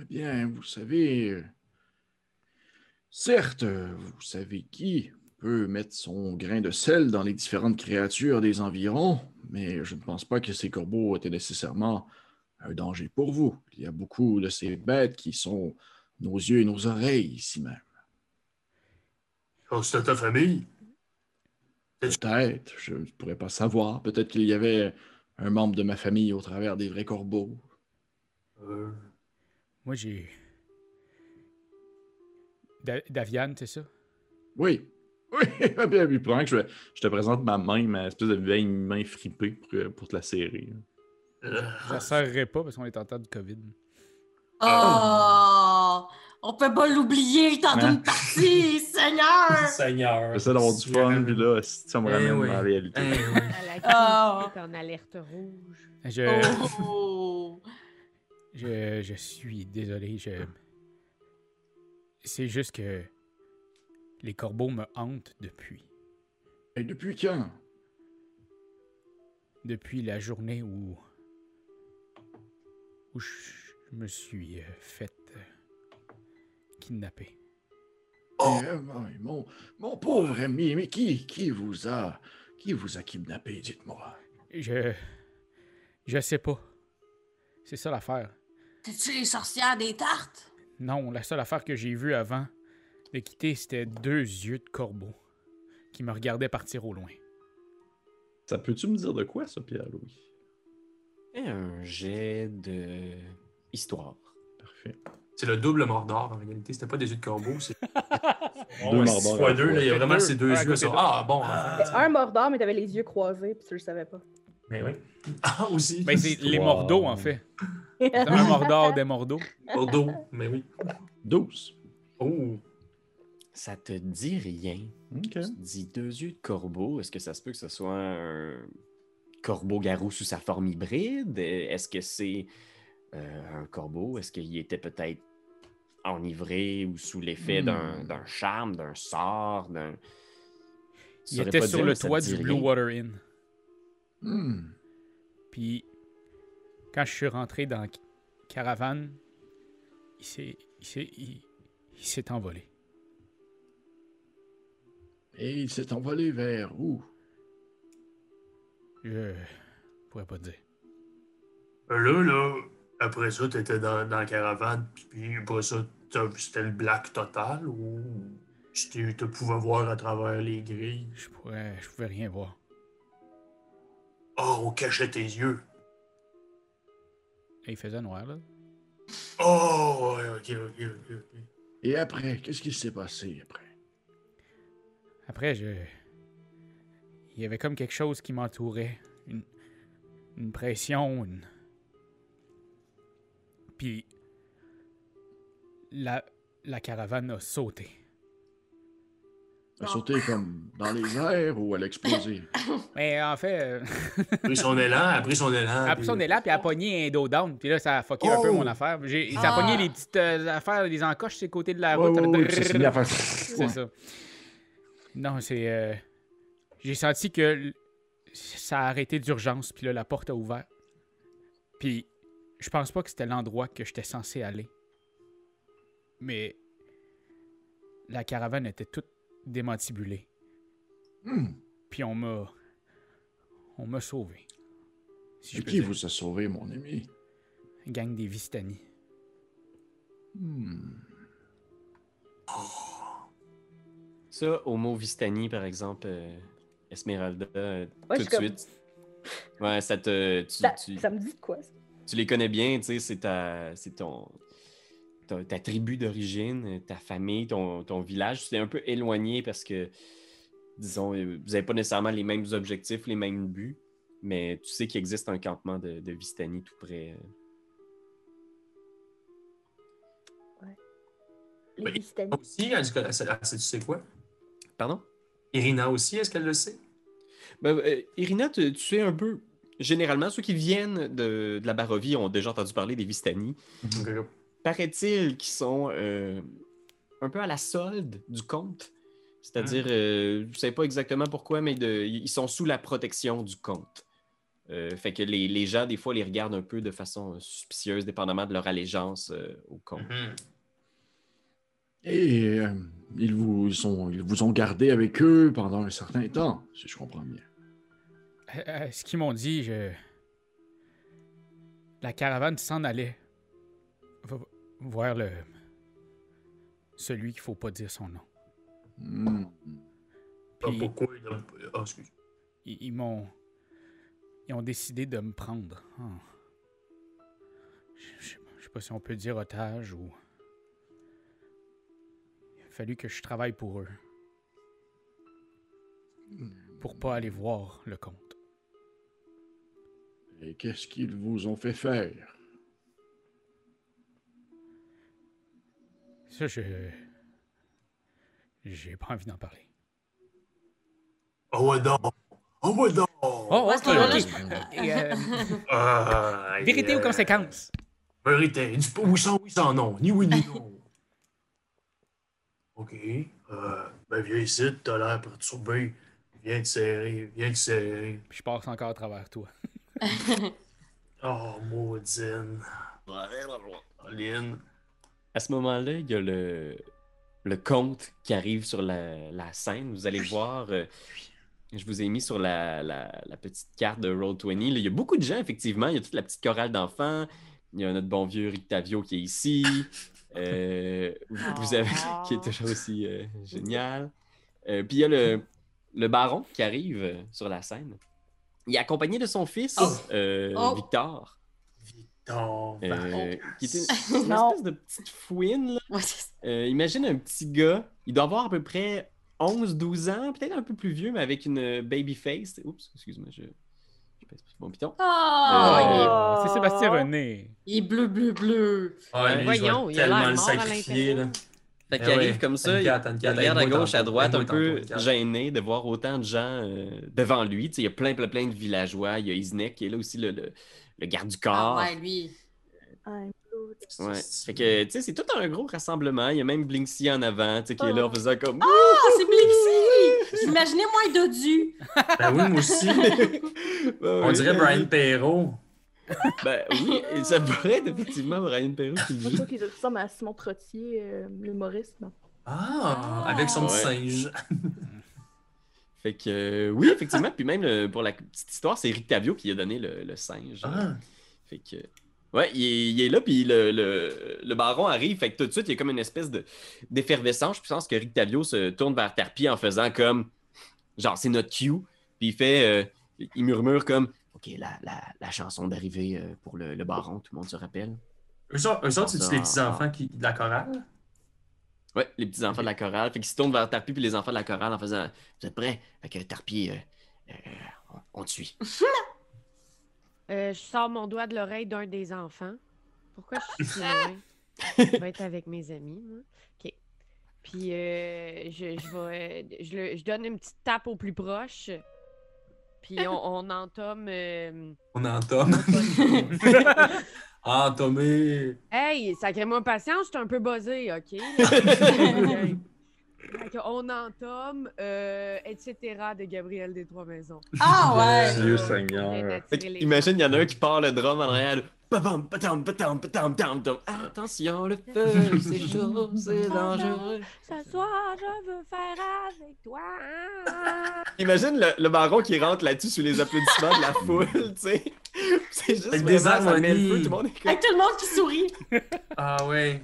[SPEAKER 7] Eh bien, vous savez, euh, certes, euh, vous savez qui peut mettre son grain de sel dans les différentes créatures des environs, mais je ne pense pas que ces corbeaux étaient nécessairement un danger pour vous. Il y a beaucoup de ces bêtes qui sont nos yeux et nos oreilles ici même.
[SPEAKER 5] Oh, c'est ta famille.
[SPEAKER 7] Peut-être, je ne pourrais pas savoir. Peut-être qu'il y avait un membre de ma famille au travers des vrais corbeaux.
[SPEAKER 5] Euh,
[SPEAKER 4] Moi, j'ai. Da- Daviane, c'est ça?
[SPEAKER 6] [LAUGHS]
[SPEAKER 7] Oui. Oui, puis, puis probablement que je, vais- je te présente ma main, ma espèce de vieille main fripée pour, pour te la serrer.
[SPEAKER 5] euh,
[SPEAKER 4] Je la serrerai pas parce qu'on est en temps de COVID.
[SPEAKER 2] Oh! On peut pas l'oublier le temps
[SPEAKER 7] Hein?
[SPEAKER 2] d'une partie, [LAUGHS] Seigneur!
[SPEAKER 5] Ah, Seigneur.
[SPEAKER 6] J'essaie d'avoir du fun, puis là, si ça me
[SPEAKER 5] Eh
[SPEAKER 6] ramène
[SPEAKER 5] oui.
[SPEAKER 6] dans la réalité.
[SPEAKER 5] Eh oui.
[SPEAKER 3] À la
[SPEAKER 2] Ah.
[SPEAKER 3] clinique est en alerte rouge.
[SPEAKER 4] Je,
[SPEAKER 2] Oh!
[SPEAKER 4] je, je suis désolé, je. C'est juste que. Les corbeaux me hantent depuis.
[SPEAKER 7] Et depuis quand?
[SPEAKER 4] Depuis la journée où. où je je me suis euh, faite. euh, kidnapper.
[SPEAKER 5] Oh.
[SPEAKER 7] Eh, mon- mon, mon pauvre ami, mais qui, qui vous a qui vous a kidnappé, dites-moi?
[SPEAKER 4] Je. Je sais pas. C'est ça l'affaire.
[SPEAKER 2] C'est-tu les sorcières des tartes?
[SPEAKER 4] Non, la seule affaire que j'ai vue avant de quitter, c'était deux yeux de corbeau qui me regardaient partir au loin.
[SPEAKER 6] Ça peut-tu me dire de quoi, ça, Pierre-Louis?
[SPEAKER 1] Fais un jet de histoire.
[SPEAKER 6] Parfait.
[SPEAKER 5] C'est le double mordor en réalité. C'était pas des yeux de corbeau.
[SPEAKER 4] [LAUGHS]
[SPEAKER 5] C'est
[SPEAKER 6] Deux
[SPEAKER 5] Ouais,
[SPEAKER 6] mordors
[SPEAKER 5] six
[SPEAKER 6] à
[SPEAKER 5] fois
[SPEAKER 6] la
[SPEAKER 5] deux.
[SPEAKER 6] fois.
[SPEAKER 5] là, Il y a vraiment
[SPEAKER 4] Deux.
[SPEAKER 5] ces deux
[SPEAKER 4] Un à
[SPEAKER 5] yeux.
[SPEAKER 4] côté
[SPEAKER 5] ça.
[SPEAKER 4] de l'autre.
[SPEAKER 5] Ah bon. enfin,
[SPEAKER 8] C'était un mordant, mais t'avais les yeux croisés, puis tu le savais pas.
[SPEAKER 5] Mais oui. Ah aussi.
[SPEAKER 4] Ben, c'est les
[SPEAKER 6] Wow.
[SPEAKER 4] Mordos, en
[SPEAKER 2] [LAUGHS]
[SPEAKER 4] fait. C'est un Mordor des Mordos.
[SPEAKER 5] Bordeaux. Mais ben oui.
[SPEAKER 6] 12.
[SPEAKER 5] Oh.
[SPEAKER 1] Ça te dit rien.
[SPEAKER 6] Ok.
[SPEAKER 1] Tu te dis deux yeux de corbeau. Est-ce que ça se peut que ce soit un corbeau-garou sous sa forme hybride? Euh, Est-ce que c'est euh, un corbeau? Est-ce qu'il était peut-être enivré ou sous l'effet
[SPEAKER 7] Hmm.
[SPEAKER 1] d'un- d'un charme, d'un sort, d'un. Tu
[SPEAKER 4] Il
[SPEAKER 1] saurais
[SPEAKER 4] était
[SPEAKER 1] pas
[SPEAKER 4] sur
[SPEAKER 1] dire,
[SPEAKER 4] le
[SPEAKER 1] ça te
[SPEAKER 4] toit
[SPEAKER 1] dit
[SPEAKER 4] du Blue
[SPEAKER 1] rien.
[SPEAKER 4] Water Inn.
[SPEAKER 7] Hmm.
[SPEAKER 4] Puis, quand je suis rentré dans la ca- caravane, il s'est. Il s'est. Il, il s'est envolé.
[SPEAKER 7] Et il s'est envolé vers où?
[SPEAKER 4] Je. pourrais pas te dire.
[SPEAKER 5] Euh, Là, là, après ça, t'étais dans, dans la caravane, puis après ça, t'as- c'était le black total ou tu t'es- tu pouvais voir à travers les grilles?
[SPEAKER 4] Je pourrais. Je pouvais rien voir.
[SPEAKER 5] Oh, on cachait tes yeux.
[SPEAKER 4] Et il faisait noir, là.
[SPEAKER 5] Oh, ouais, ok, ok, ok. ok.
[SPEAKER 7] Et après, qu'est-ce qui s'est passé après?
[SPEAKER 4] Après, je. Il y avait comme quelque chose qui m'entourait. Une... une pression, une. Puis. La. La caravane a sauté.
[SPEAKER 7] Elle a
[SPEAKER 2] Non.
[SPEAKER 7] sauté comme dans les airs ou elle a explosé?
[SPEAKER 4] Mais en fait, euh, [LAUGHS]
[SPEAKER 5] Elle a pris son élan, elle a pris son élan.
[SPEAKER 4] après ça, on est là, puis elle a pogné un dos down. Puis là, ça a fucké un peu
[SPEAKER 5] Oh!
[SPEAKER 4] mon affaire. J'ai, Ça a
[SPEAKER 2] Ah!
[SPEAKER 4] pogné les petites euh, affaires, les encoches sur les côtés de la
[SPEAKER 7] Ouais,
[SPEAKER 4] route.
[SPEAKER 7] ouais,
[SPEAKER 4] Ça fait
[SPEAKER 7] ouais, puis ça s'est mis à
[SPEAKER 4] [LAUGHS]
[SPEAKER 7] faire-
[SPEAKER 4] C'est ça. Non, c'est. euh, J'ai senti que l- ça a arrêté d'urgence, puis là, la porte a ouvert. Puis, je pense pas que c'était l'endroit que j'étais censé aller. [LAUGHS] Mais. La caravane était toute démantibulée.
[SPEAKER 7] Hmm.
[SPEAKER 4] Puis on m'a. On m'a sauvé. Si
[SPEAKER 7] Et
[SPEAKER 4] peux
[SPEAKER 7] qui
[SPEAKER 4] dire.
[SPEAKER 7] vous a sauvé, mon ami?
[SPEAKER 4] Gang des Vistani.
[SPEAKER 7] Hmm.
[SPEAKER 1] Ça, au mot Vistani, par exemple, euh, Esmeralda, euh, tout
[SPEAKER 8] Ouais, je suis
[SPEAKER 1] de
[SPEAKER 8] comme-
[SPEAKER 1] suite. Ouais, ça te. tu-
[SPEAKER 8] Ça,
[SPEAKER 1] tu-
[SPEAKER 8] Bah, ça me dit de quoi, ça?
[SPEAKER 1] tu les connais bien, tu sais, c'est ta, c'est ton, ta, ta tribu d'origine, ta famille, ton, ton village. Tu t'es un peu éloigné parce que, disons, euh, vous n'avez pas nécessairement les mêmes objectifs, les mêmes buts, mais tu sais qu'il existe un campement de, de Vistani tout près.
[SPEAKER 8] Les
[SPEAKER 5] Oui.
[SPEAKER 8] Vistani.
[SPEAKER 5] Ben, Aussi, hein, elle, elle, elle sait- tu sais quoi?
[SPEAKER 1] Pardon?
[SPEAKER 5] Irina aussi, est-ce qu'elle le sait?
[SPEAKER 1] Ben, euh, Irina, tu, tu sais un peu, généralement, ceux qui viennent de, de la Barovie ont déjà entendu parler des Vistani. paraît-il qu'ils sont euh, un peu à la solde du comte. C'est-à-dire, euh, je ne sais pas exactement pourquoi, mais de- ils sont sous la protection du comte. Euh, fait que les, les gens, des fois, les regardent un peu de façon euh, suspicieuse, dépendamment de leur allégeance euh, au comte.
[SPEAKER 5] Mhm.
[SPEAKER 7] Et euh, ils, vous sont, ils vous ont gardé avec eux pendant un certain temps, si je comprends bien.
[SPEAKER 4] Euh, euh, ce qu'ils m'ont dit, je... La caravane s'en allait. Va voir le... Celui qu'il faut pas dire son nom.
[SPEAKER 7] Hmm.
[SPEAKER 5] Pas
[SPEAKER 4] Puis-
[SPEAKER 5] pourquoi il a- Ah, excuse.
[SPEAKER 4] Ils, ils m'ont. Ils ont décidé de me prendre. en- Je- Je je sais pas si on peut dire otage ou. Il a fallu que je travaille pour eux. Pour pas aller voir le comte.
[SPEAKER 7] Et qu'est-ce qu'ils vous ont fait faire?
[SPEAKER 4] Ça, je. J'ai pas envie d'en parler.
[SPEAKER 5] Oh, ouais, donc! Oh, ouais, donc!
[SPEAKER 4] Oh,
[SPEAKER 2] Ouais,
[SPEAKER 4] ok,
[SPEAKER 2] c'est là,
[SPEAKER 4] ok.
[SPEAKER 2] je-
[SPEAKER 4] Euh,
[SPEAKER 1] [LAUGHS]
[SPEAKER 4] et, euh,
[SPEAKER 5] Ah, aïe,
[SPEAKER 4] vérité
[SPEAKER 5] aïe.
[SPEAKER 4] aux conséquences.
[SPEAKER 5] Vérité. Dis pas oui sans oui sans non. Ni
[SPEAKER 4] [LAUGHS]
[SPEAKER 5] oui ni non. OK. Euh, ben, viens ici, t'as l'air perturbé. Viens te serrer, viens te serrer.
[SPEAKER 4] Puis je passe encore à travers toi.
[SPEAKER 5] Oh, maudine. Lynn.
[SPEAKER 1] À ce moment-là, il y a le, le comte qui arrive sur la, la scène. Vous allez voir, euh, je vous ai mis sur la, la- la petite carte de Roll20. là, il y a beaucoup de gens, effectivement. Il y a toute la petite chorale d'enfants. Il y a notre bon vieux Rictavio qui est ici. Euh, vous avez, qui est toujours aussi euh, génial. Euh, puis il y a le, le baron qui arrive euh, sur la scène. Il est accompagné de son fils,
[SPEAKER 5] Oh.
[SPEAKER 1] euh,
[SPEAKER 2] Oh.
[SPEAKER 1] Victor.
[SPEAKER 5] Ton
[SPEAKER 1] Euh,
[SPEAKER 5] baron.
[SPEAKER 1] qui est
[SPEAKER 2] [LAUGHS]
[SPEAKER 1] une, une
[SPEAKER 8] Non.
[SPEAKER 1] espèce de petite fouine. là.
[SPEAKER 2] Ouais, c'est ça.
[SPEAKER 1] Euh, imagine un petit gars, il doit avoir à peu près 11-12 ans, peut-être un peu plus vieux, mais avec une baby face. Oups, excuse-moi, je, je pèse plus mon
[SPEAKER 3] Oh!
[SPEAKER 1] piton. Euh,
[SPEAKER 2] Ah,
[SPEAKER 8] Oh.
[SPEAKER 4] C'est Sébastien René.
[SPEAKER 2] il, est, il est bleu, bleu, bleu.
[SPEAKER 5] Ah, lui, je vais
[SPEAKER 3] Voyons, il a
[SPEAKER 5] tellement
[SPEAKER 3] l'air
[SPEAKER 5] le
[SPEAKER 3] mort à
[SPEAKER 5] sacrifier, là.
[SPEAKER 3] l'intérieur.
[SPEAKER 1] Fait qu'il
[SPEAKER 5] Eh
[SPEAKER 1] arrive
[SPEAKER 5] ouais,
[SPEAKER 1] comme ça, il,
[SPEAKER 5] Anne-Cat, Anne-Cat,
[SPEAKER 1] il regarde à
[SPEAKER 5] aide-moi
[SPEAKER 1] gauche, à
[SPEAKER 5] tantôt,
[SPEAKER 1] droite, un
[SPEAKER 5] aide-moi
[SPEAKER 1] peu
[SPEAKER 5] tantôt, Anne-Cat.
[SPEAKER 1] gêné de voir autant de gens euh, devant lui. Tu sais, il y a plein, plein, plein de villageois. Il y a Isnek qui est là aussi, le, le- le garde du
[SPEAKER 2] Ah,
[SPEAKER 1] corps.
[SPEAKER 2] ouais, lui.
[SPEAKER 8] I'm blue.
[SPEAKER 1] Ouais. Fait que, tu sais, c'est tout un gros rassemblement. Il y a même Blinksy en avant, tu sais, qui est là en faisant comme...
[SPEAKER 2] Ah, c'est Blixi! J'imaginais moins dodu.
[SPEAKER 5] Ben oui, moi
[SPEAKER 2] [LAUGHS]
[SPEAKER 5] aussi. On dirait Brian Perrault.
[SPEAKER 1] Ben oui, et ça pourrait être effectivement Brian Perraut qui le
[SPEAKER 8] Moi,
[SPEAKER 1] joue.
[SPEAKER 8] je trouve qu'ils ressemblent à Simon Trottier, euh, l'humoriste. non?
[SPEAKER 5] Ah, avec son petit
[SPEAKER 1] Ouais.
[SPEAKER 5] singe.
[SPEAKER 1] [LAUGHS] Fait que euh, oui, effectivement. Puis même euh, pour la petite histoire, c'est Rick Tavio qui a donné le, le singe.
[SPEAKER 5] Ah,
[SPEAKER 1] Fait que. Ouais, il est, il est là, puis le, le- le baron arrive. Fait que tout de suite, il y a comme une espèce de- d'effervescence. Je pense que Rick Tavio se tourne vers Tarpie en faisant comme. Genre, c'est notre cue. Puis il fait. euh, il murmure comme. Ok, la, la, la chanson d'arrivée euh, pour le, le baron, tout le monde se rappelle.
[SPEAKER 5] [LAUGHS] eux autres, eux autres, c'est-tu les petits-enfants qui, de la chorale?
[SPEAKER 1] Ouais, les petits enfants de la chorale. Fait qu'ils se tournent vers Tarpi puis les enfants de la chorale en faisant Vous êtes prêts? Fait que Tarpi, euh, euh, on, on te suit.
[SPEAKER 3] Euh, je sors mon doigt de l'oreille d'un des enfants. Pourquoi
[SPEAKER 5] [LAUGHS]
[SPEAKER 3] je suis si loin? Je vais être avec mes amis, moi. OK. Puis euh, je, je vais, euh, je, le- je donne une petite tape au plus proche. Puis on, on entame. euh,
[SPEAKER 1] [LAUGHS]
[SPEAKER 5] On entend. [LAUGHS] Ah, Tommy!
[SPEAKER 3] Hey, sacré-moi patience, je suis un peu buzzé, OK? on entame, euh, etc. de Gabriel des Trois Maisons.
[SPEAKER 2] [LAUGHS] Ah, ouais.
[SPEAKER 6] Dieu
[SPEAKER 3] Ça,
[SPEAKER 6] Seigneur.
[SPEAKER 3] on aide à
[SPEAKER 1] Fait
[SPEAKER 3] tirer les
[SPEAKER 1] imagine, il y en a un qui part le drum en arrière. Pam, patam, patam, patam, patam, patam. Attention, le
[SPEAKER 2] [LAUGHS]
[SPEAKER 1] feu, c'est chaud,
[SPEAKER 3] [LAUGHS]
[SPEAKER 1] c'est dangereux.
[SPEAKER 3] Ce soir, je veux faire avec toi. hein.
[SPEAKER 1] Imagine le, le baron qui rentre là-dessus sous les applaudissements de la foule, [LAUGHS] tu sais. C'est juste
[SPEAKER 5] Avec
[SPEAKER 1] vraiment,
[SPEAKER 5] des
[SPEAKER 1] ça met le
[SPEAKER 5] harmonies.
[SPEAKER 1] feu, tout le monde est comme-
[SPEAKER 2] Avec tout le monde qui sourit.
[SPEAKER 5] Ah ouais.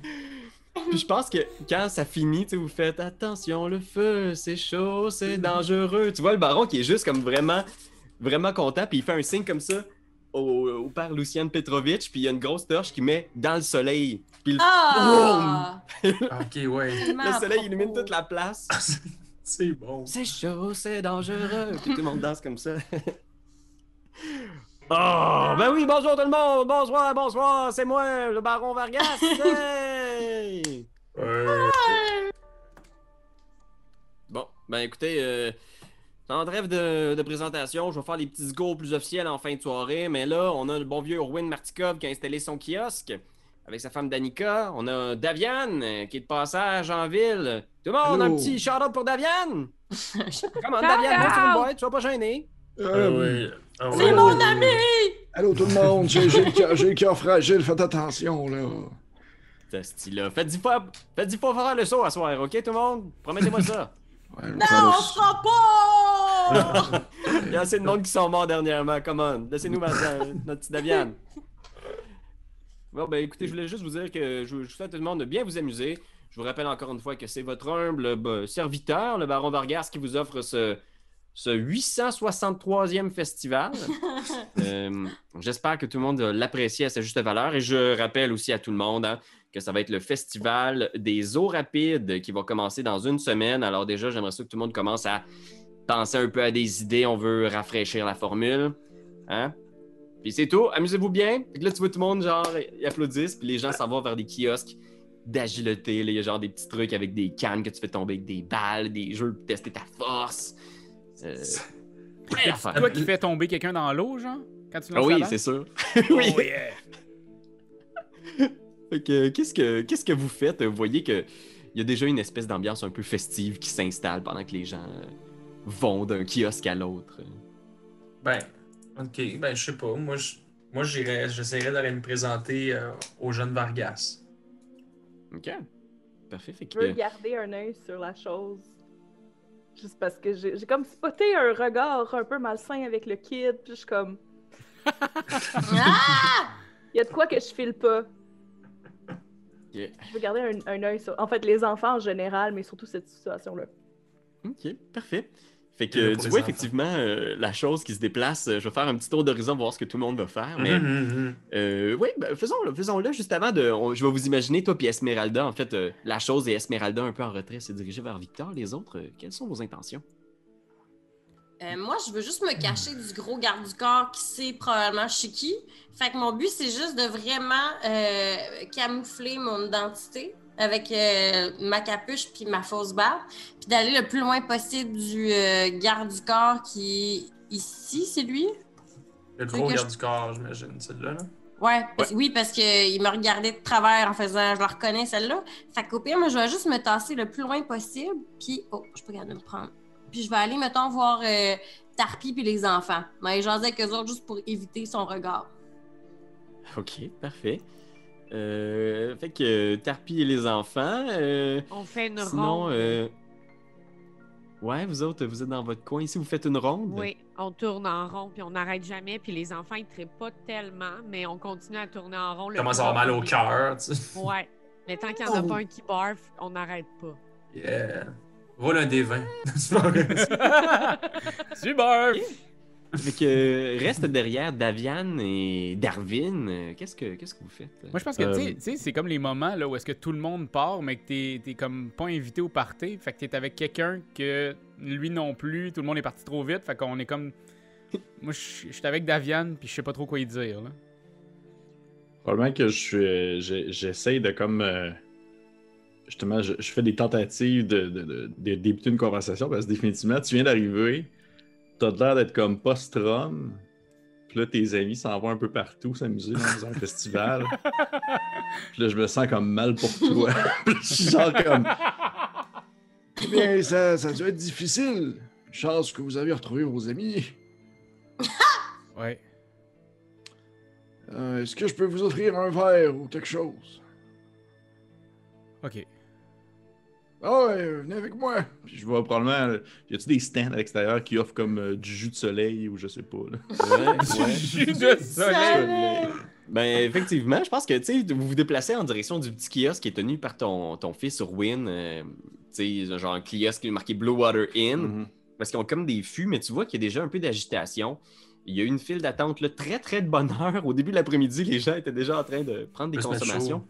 [SPEAKER 1] Puis je pense que quand ça finit, tu sais, vous faites attention, le feu, c'est chaud, c'est dangereux. Tu vois le baron qui est juste comme vraiment, vraiment content, puis il fait un signe comme ça au, au père Lucien Petrovitch, puis il y a une grosse torche qui met dans le soleil. Puis le,
[SPEAKER 2] Ah!
[SPEAKER 5] [LAUGHS] Ok, ouais.
[SPEAKER 1] le soleil illumine toute la place.
[SPEAKER 5] [LAUGHS] C'est bon.
[SPEAKER 1] C'est chaud, c'est dangereux. Puis tout le monde danse comme ça. [LAUGHS] Oh, ben oui, bonjour tout le monde, bonsoir, bonsoir, c'est moi, le baron [LAUGHS] Vargas. Hey!
[SPEAKER 5] Euh,
[SPEAKER 1] Bon, ben écoutez, euh, sans trêve de, de présentation, je vais faire les petits go plus officiels en fin de soirée, mais là, on a le bon vieux Erwin Martikov qui a installé son kiosque avec sa femme Danica. On a Daviane euh, qui est de passage en ville. Tout le monde, un
[SPEAKER 7] Hello.
[SPEAKER 1] petit shout-out pour
[SPEAKER 2] [LAUGHS]
[SPEAKER 1] Daviane! Comment,
[SPEAKER 3] Shout-out!
[SPEAKER 1] Daviane, va sur une boîte, sois pas gêné.
[SPEAKER 7] Euh,
[SPEAKER 5] ouais. Ah
[SPEAKER 2] C'est
[SPEAKER 5] ouais.
[SPEAKER 2] mon ami!
[SPEAKER 7] Allô tout le monde, j'ai j'ai le cœur- j'ai le cœur fragile, faites attention là.
[SPEAKER 1] Ce style-là. Faites dix fois, faites dix fois faire le saut à soir, ok tout le monde? Promettez-moi ça.
[SPEAKER 7] Ouais,
[SPEAKER 2] Non, on se fera
[SPEAKER 5] [LAUGHS]
[SPEAKER 2] pas!
[SPEAKER 1] Il y a assez de monde qui sont morts dernièrement. Come on, laissez-nous maintenant, notre petit Davian. Bon, ben écoutez, je voulais juste vous dire que je, je vous souhaite à tout le monde de bien vous amuser. Je vous rappelle encore une fois que c'est votre humble ben, serviteur, le baron Vargas, qui vous offre ce, ce 863e festival. Euh, J'espère que tout le monde l'apprécie à sa juste valeur. Et je rappelle aussi à tout le monde hein, que ça va être le festival des eaux rapides qui va commencer dans une semaine. Alors déjà, j'aimerais ça que tout le monde commence à penser un peu à des idées. On veut rafraîchir la formule. Hein? Puis c'est tout. Amusez-vous bien. Puis là, tu vois tout le monde, genre, ils applaudissent. Puis les gens s'en vont vers des kiosques d'agilité. là. Il y a genre des petits trucs avec des cannes que tu fais tomber avec des balles, des jeux pour tester ta force. Euh, plein d'affaires.
[SPEAKER 4] C'est toi qui fais tomber quelqu'un dans l'eau, genre? Quand tu
[SPEAKER 1] Ah
[SPEAKER 4] lances
[SPEAKER 1] oui,
[SPEAKER 4] la
[SPEAKER 1] c'est
[SPEAKER 4] balle? [LAUGHS]
[SPEAKER 1] sûr.
[SPEAKER 4] Oh,
[SPEAKER 1] oui.
[SPEAKER 4] yeah.
[SPEAKER 1] Fait que, qu'est-ce, que, qu'est-ce que vous faites? Vous voyez qu'il y a déjà une espèce d'ambiance un peu festive qui s'installe pendant que les gens euh, vont d'un kiosque à l'autre.
[SPEAKER 9] Ben, ok, ben je sais pas. Moi, je- moi j'irais, j'essaierais d'aller me présenter euh, aux jeunes Vargas.
[SPEAKER 1] OK. Parfait. Fait
[SPEAKER 8] Je
[SPEAKER 1] que,
[SPEAKER 8] veux garder un œil sur la chose. Juste parce que j'ai j'ai comme spoté un regard un peu malsain avec le kid, puis je suis
[SPEAKER 2] [LAUGHS]
[SPEAKER 8] comme. Ah! Il y a de quoi que je file pas. Je veux garder un, un œil sur. En fait, les enfants en général, mais surtout cette situation-là.
[SPEAKER 1] OK, parfait. Fait
[SPEAKER 9] Et là,
[SPEAKER 1] que
[SPEAKER 9] pour
[SPEAKER 1] tu
[SPEAKER 9] les
[SPEAKER 1] vois
[SPEAKER 9] enfants.
[SPEAKER 1] effectivement euh, la chose qui se déplace. euh, Je vais faire un petit tour d'horizon, voir ce que tout le monde va faire. Ah, Mais
[SPEAKER 9] Mhm, mhm,
[SPEAKER 4] [LAUGHS]
[SPEAKER 5] [LAUGHS]
[SPEAKER 9] mhm.
[SPEAKER 1] euh, oui, ben, faisons-le faisons-le juste avant de. on- je vais vous imaginer, toi puis Esmeralda. En fait, euh, la chose et Esmeralda un peu en retrait se diriger vers Victor. Les autres, euh, quelles sont vos intentions?
[SPEAKER 2] Euh, moi, je veux juste me cacher du gros garde du corps qui sait probablement chez qui. Fait que mon but, c'est juste de vraiment euh, camoufler mon identité avec euh, ma capuche puis ma fausse barbe, puis d'aller le plus loin possible du euh, garde du corps qui est ici, c'est lui?
[SPEAKER 9] Le
[SPEAKER 2] Fait
[SPEAKER 9] gros
[SPEAKER 2] que
[SPEAKER 9] garde
[SPEAKER 2] je-
[SPEAKER 9] du corps, j'imagine, celui-là. là.
[SPEAKER 2] Ouais, parce- oui, parce qu'il me regardait de travers en faisant je la reconnais celle-là. Fait qu'au pire, moi, je vais juste me tasser le plus loin possible, puis oh, je peux garder me prendre. Puis je vais aller, mettons, voir euh, Tarpi puis les enfants. Mais j'en avec eux autres juste pour éviter son regard.
[SPEAKER 1] [LAUGHS] OK, parfait. Euh, fait que euh, Tarpi et les enfants. euh,
[SPEAKER 3] On fait une
[SPEAKER 1] sinon,
[SPEAKER 3] ronde.
[SPEAKER 1] euh, ouais, vous autres, vous êtes dans votre coin ici, vous faites une ronde.
[SPEAKER 3] Oui, on tourne en rond, puis on n'arrête jamais, puis les enfants, ils trippent pas tellement, mais on continue à tourner en rond. le
[SPEAKER 9] Commence
[SPEAKER 3] plus
[SPEAKER 9] à avoir mal au
[SPEAKER 3] possible.
[SPEAKER 9] cœur, tu sais.
[SPEAKER 3] Ouais, mais tant qu'il y en a pas un qui barf, on n'arrête pas.
[SPEAKER 9] Yeah. Roule un des 20. C'est pas vrai.
[SPEAKER 4] Super!
[SPEAKER 1] Fait que euh, reste derrière Daviane et Darwin. euh, Qu'est-ce que qu'est-ce que vous faites euh?
[SPEAKER 4] Moi, je pense que,
[SPEAKER 6] Euh,
[SPEAKER 4] tu sais- tu sais, c'est comme les moments là, où est-ce que tout le monde part, mais que t'es, t'es comme pas invité au party. Fait que t'es avec quelqu'un que lui non plus, tout le monde est parti trop vite. Fait qu'on est comme. Moi, je je suis avec Daviane, puis je sais pas trop quoi y dire. Là.
[SPEAKER 6] Probablement que je suis, euh, j'ai- j'essaye de comme. euh, justement, je, je fais des tentatives de, de- de- de débuter une conversation parce que définitivement, tu viens d'arriver, t'as l'air d'être comme post-rum, puis là, tes amis s'en vont un peu partout s'amuser
[SPEAKER 1] [LAUGHS]
[SPEAKER 6] dans un festival. Puis là, je me sens comme mal pour
[SPEAKER 1] [LAUGHS]
[SPEAKER 6] toi. [LAUGHS] Puis je suis genre comme.
[SPEAKER 7] Eh bien, ça, ça doit être difficile. Chance que vous avez retrouvé vos amis.
[SPEAKER 4] Ouais.
[SPEAKER 7] Euh, Est-ce que je peux vous offrir un verre ou quelque chose?
[SPEAKER 4] Ok.
[SPEAKER 7] Ah ouais, venez avec moi.
[SPEAKER 6] Puis je vois probablement. Y a-tu des stands à l'extérieur qui offrent comme euh, du jus de soleil ou je sais pas, là?
[SPEAKER 4] [LAUGHS]
[SPEAKER 1] Ouais, ouais.
[SPEAKER 4] Jus de soleil.
[SPEAKER 1] Ben, effectivement, je pense que tu sais, vous vous déplacez en direction du petit kiosque qui est tenu par ton, ton fils Urwin. euh, tu sais, genre un kiosque qui est marqué Blue Water Inn.
[SPEAKER 6] Mm-hmm.
[SPEAKER 1] Parce qu'ils ont comme des fûts, mais tu vois qu'il y a déjà un peu d'agitation. Il y a eu une file d'attente là, très, très de bonne heure. Au début de l'après-midi, les gens étaient déjà en train de prendre des
[SPEAKER 9] Juste mettre
[SPEAKER 1] consommations.
[SPEAKER 9] chaud.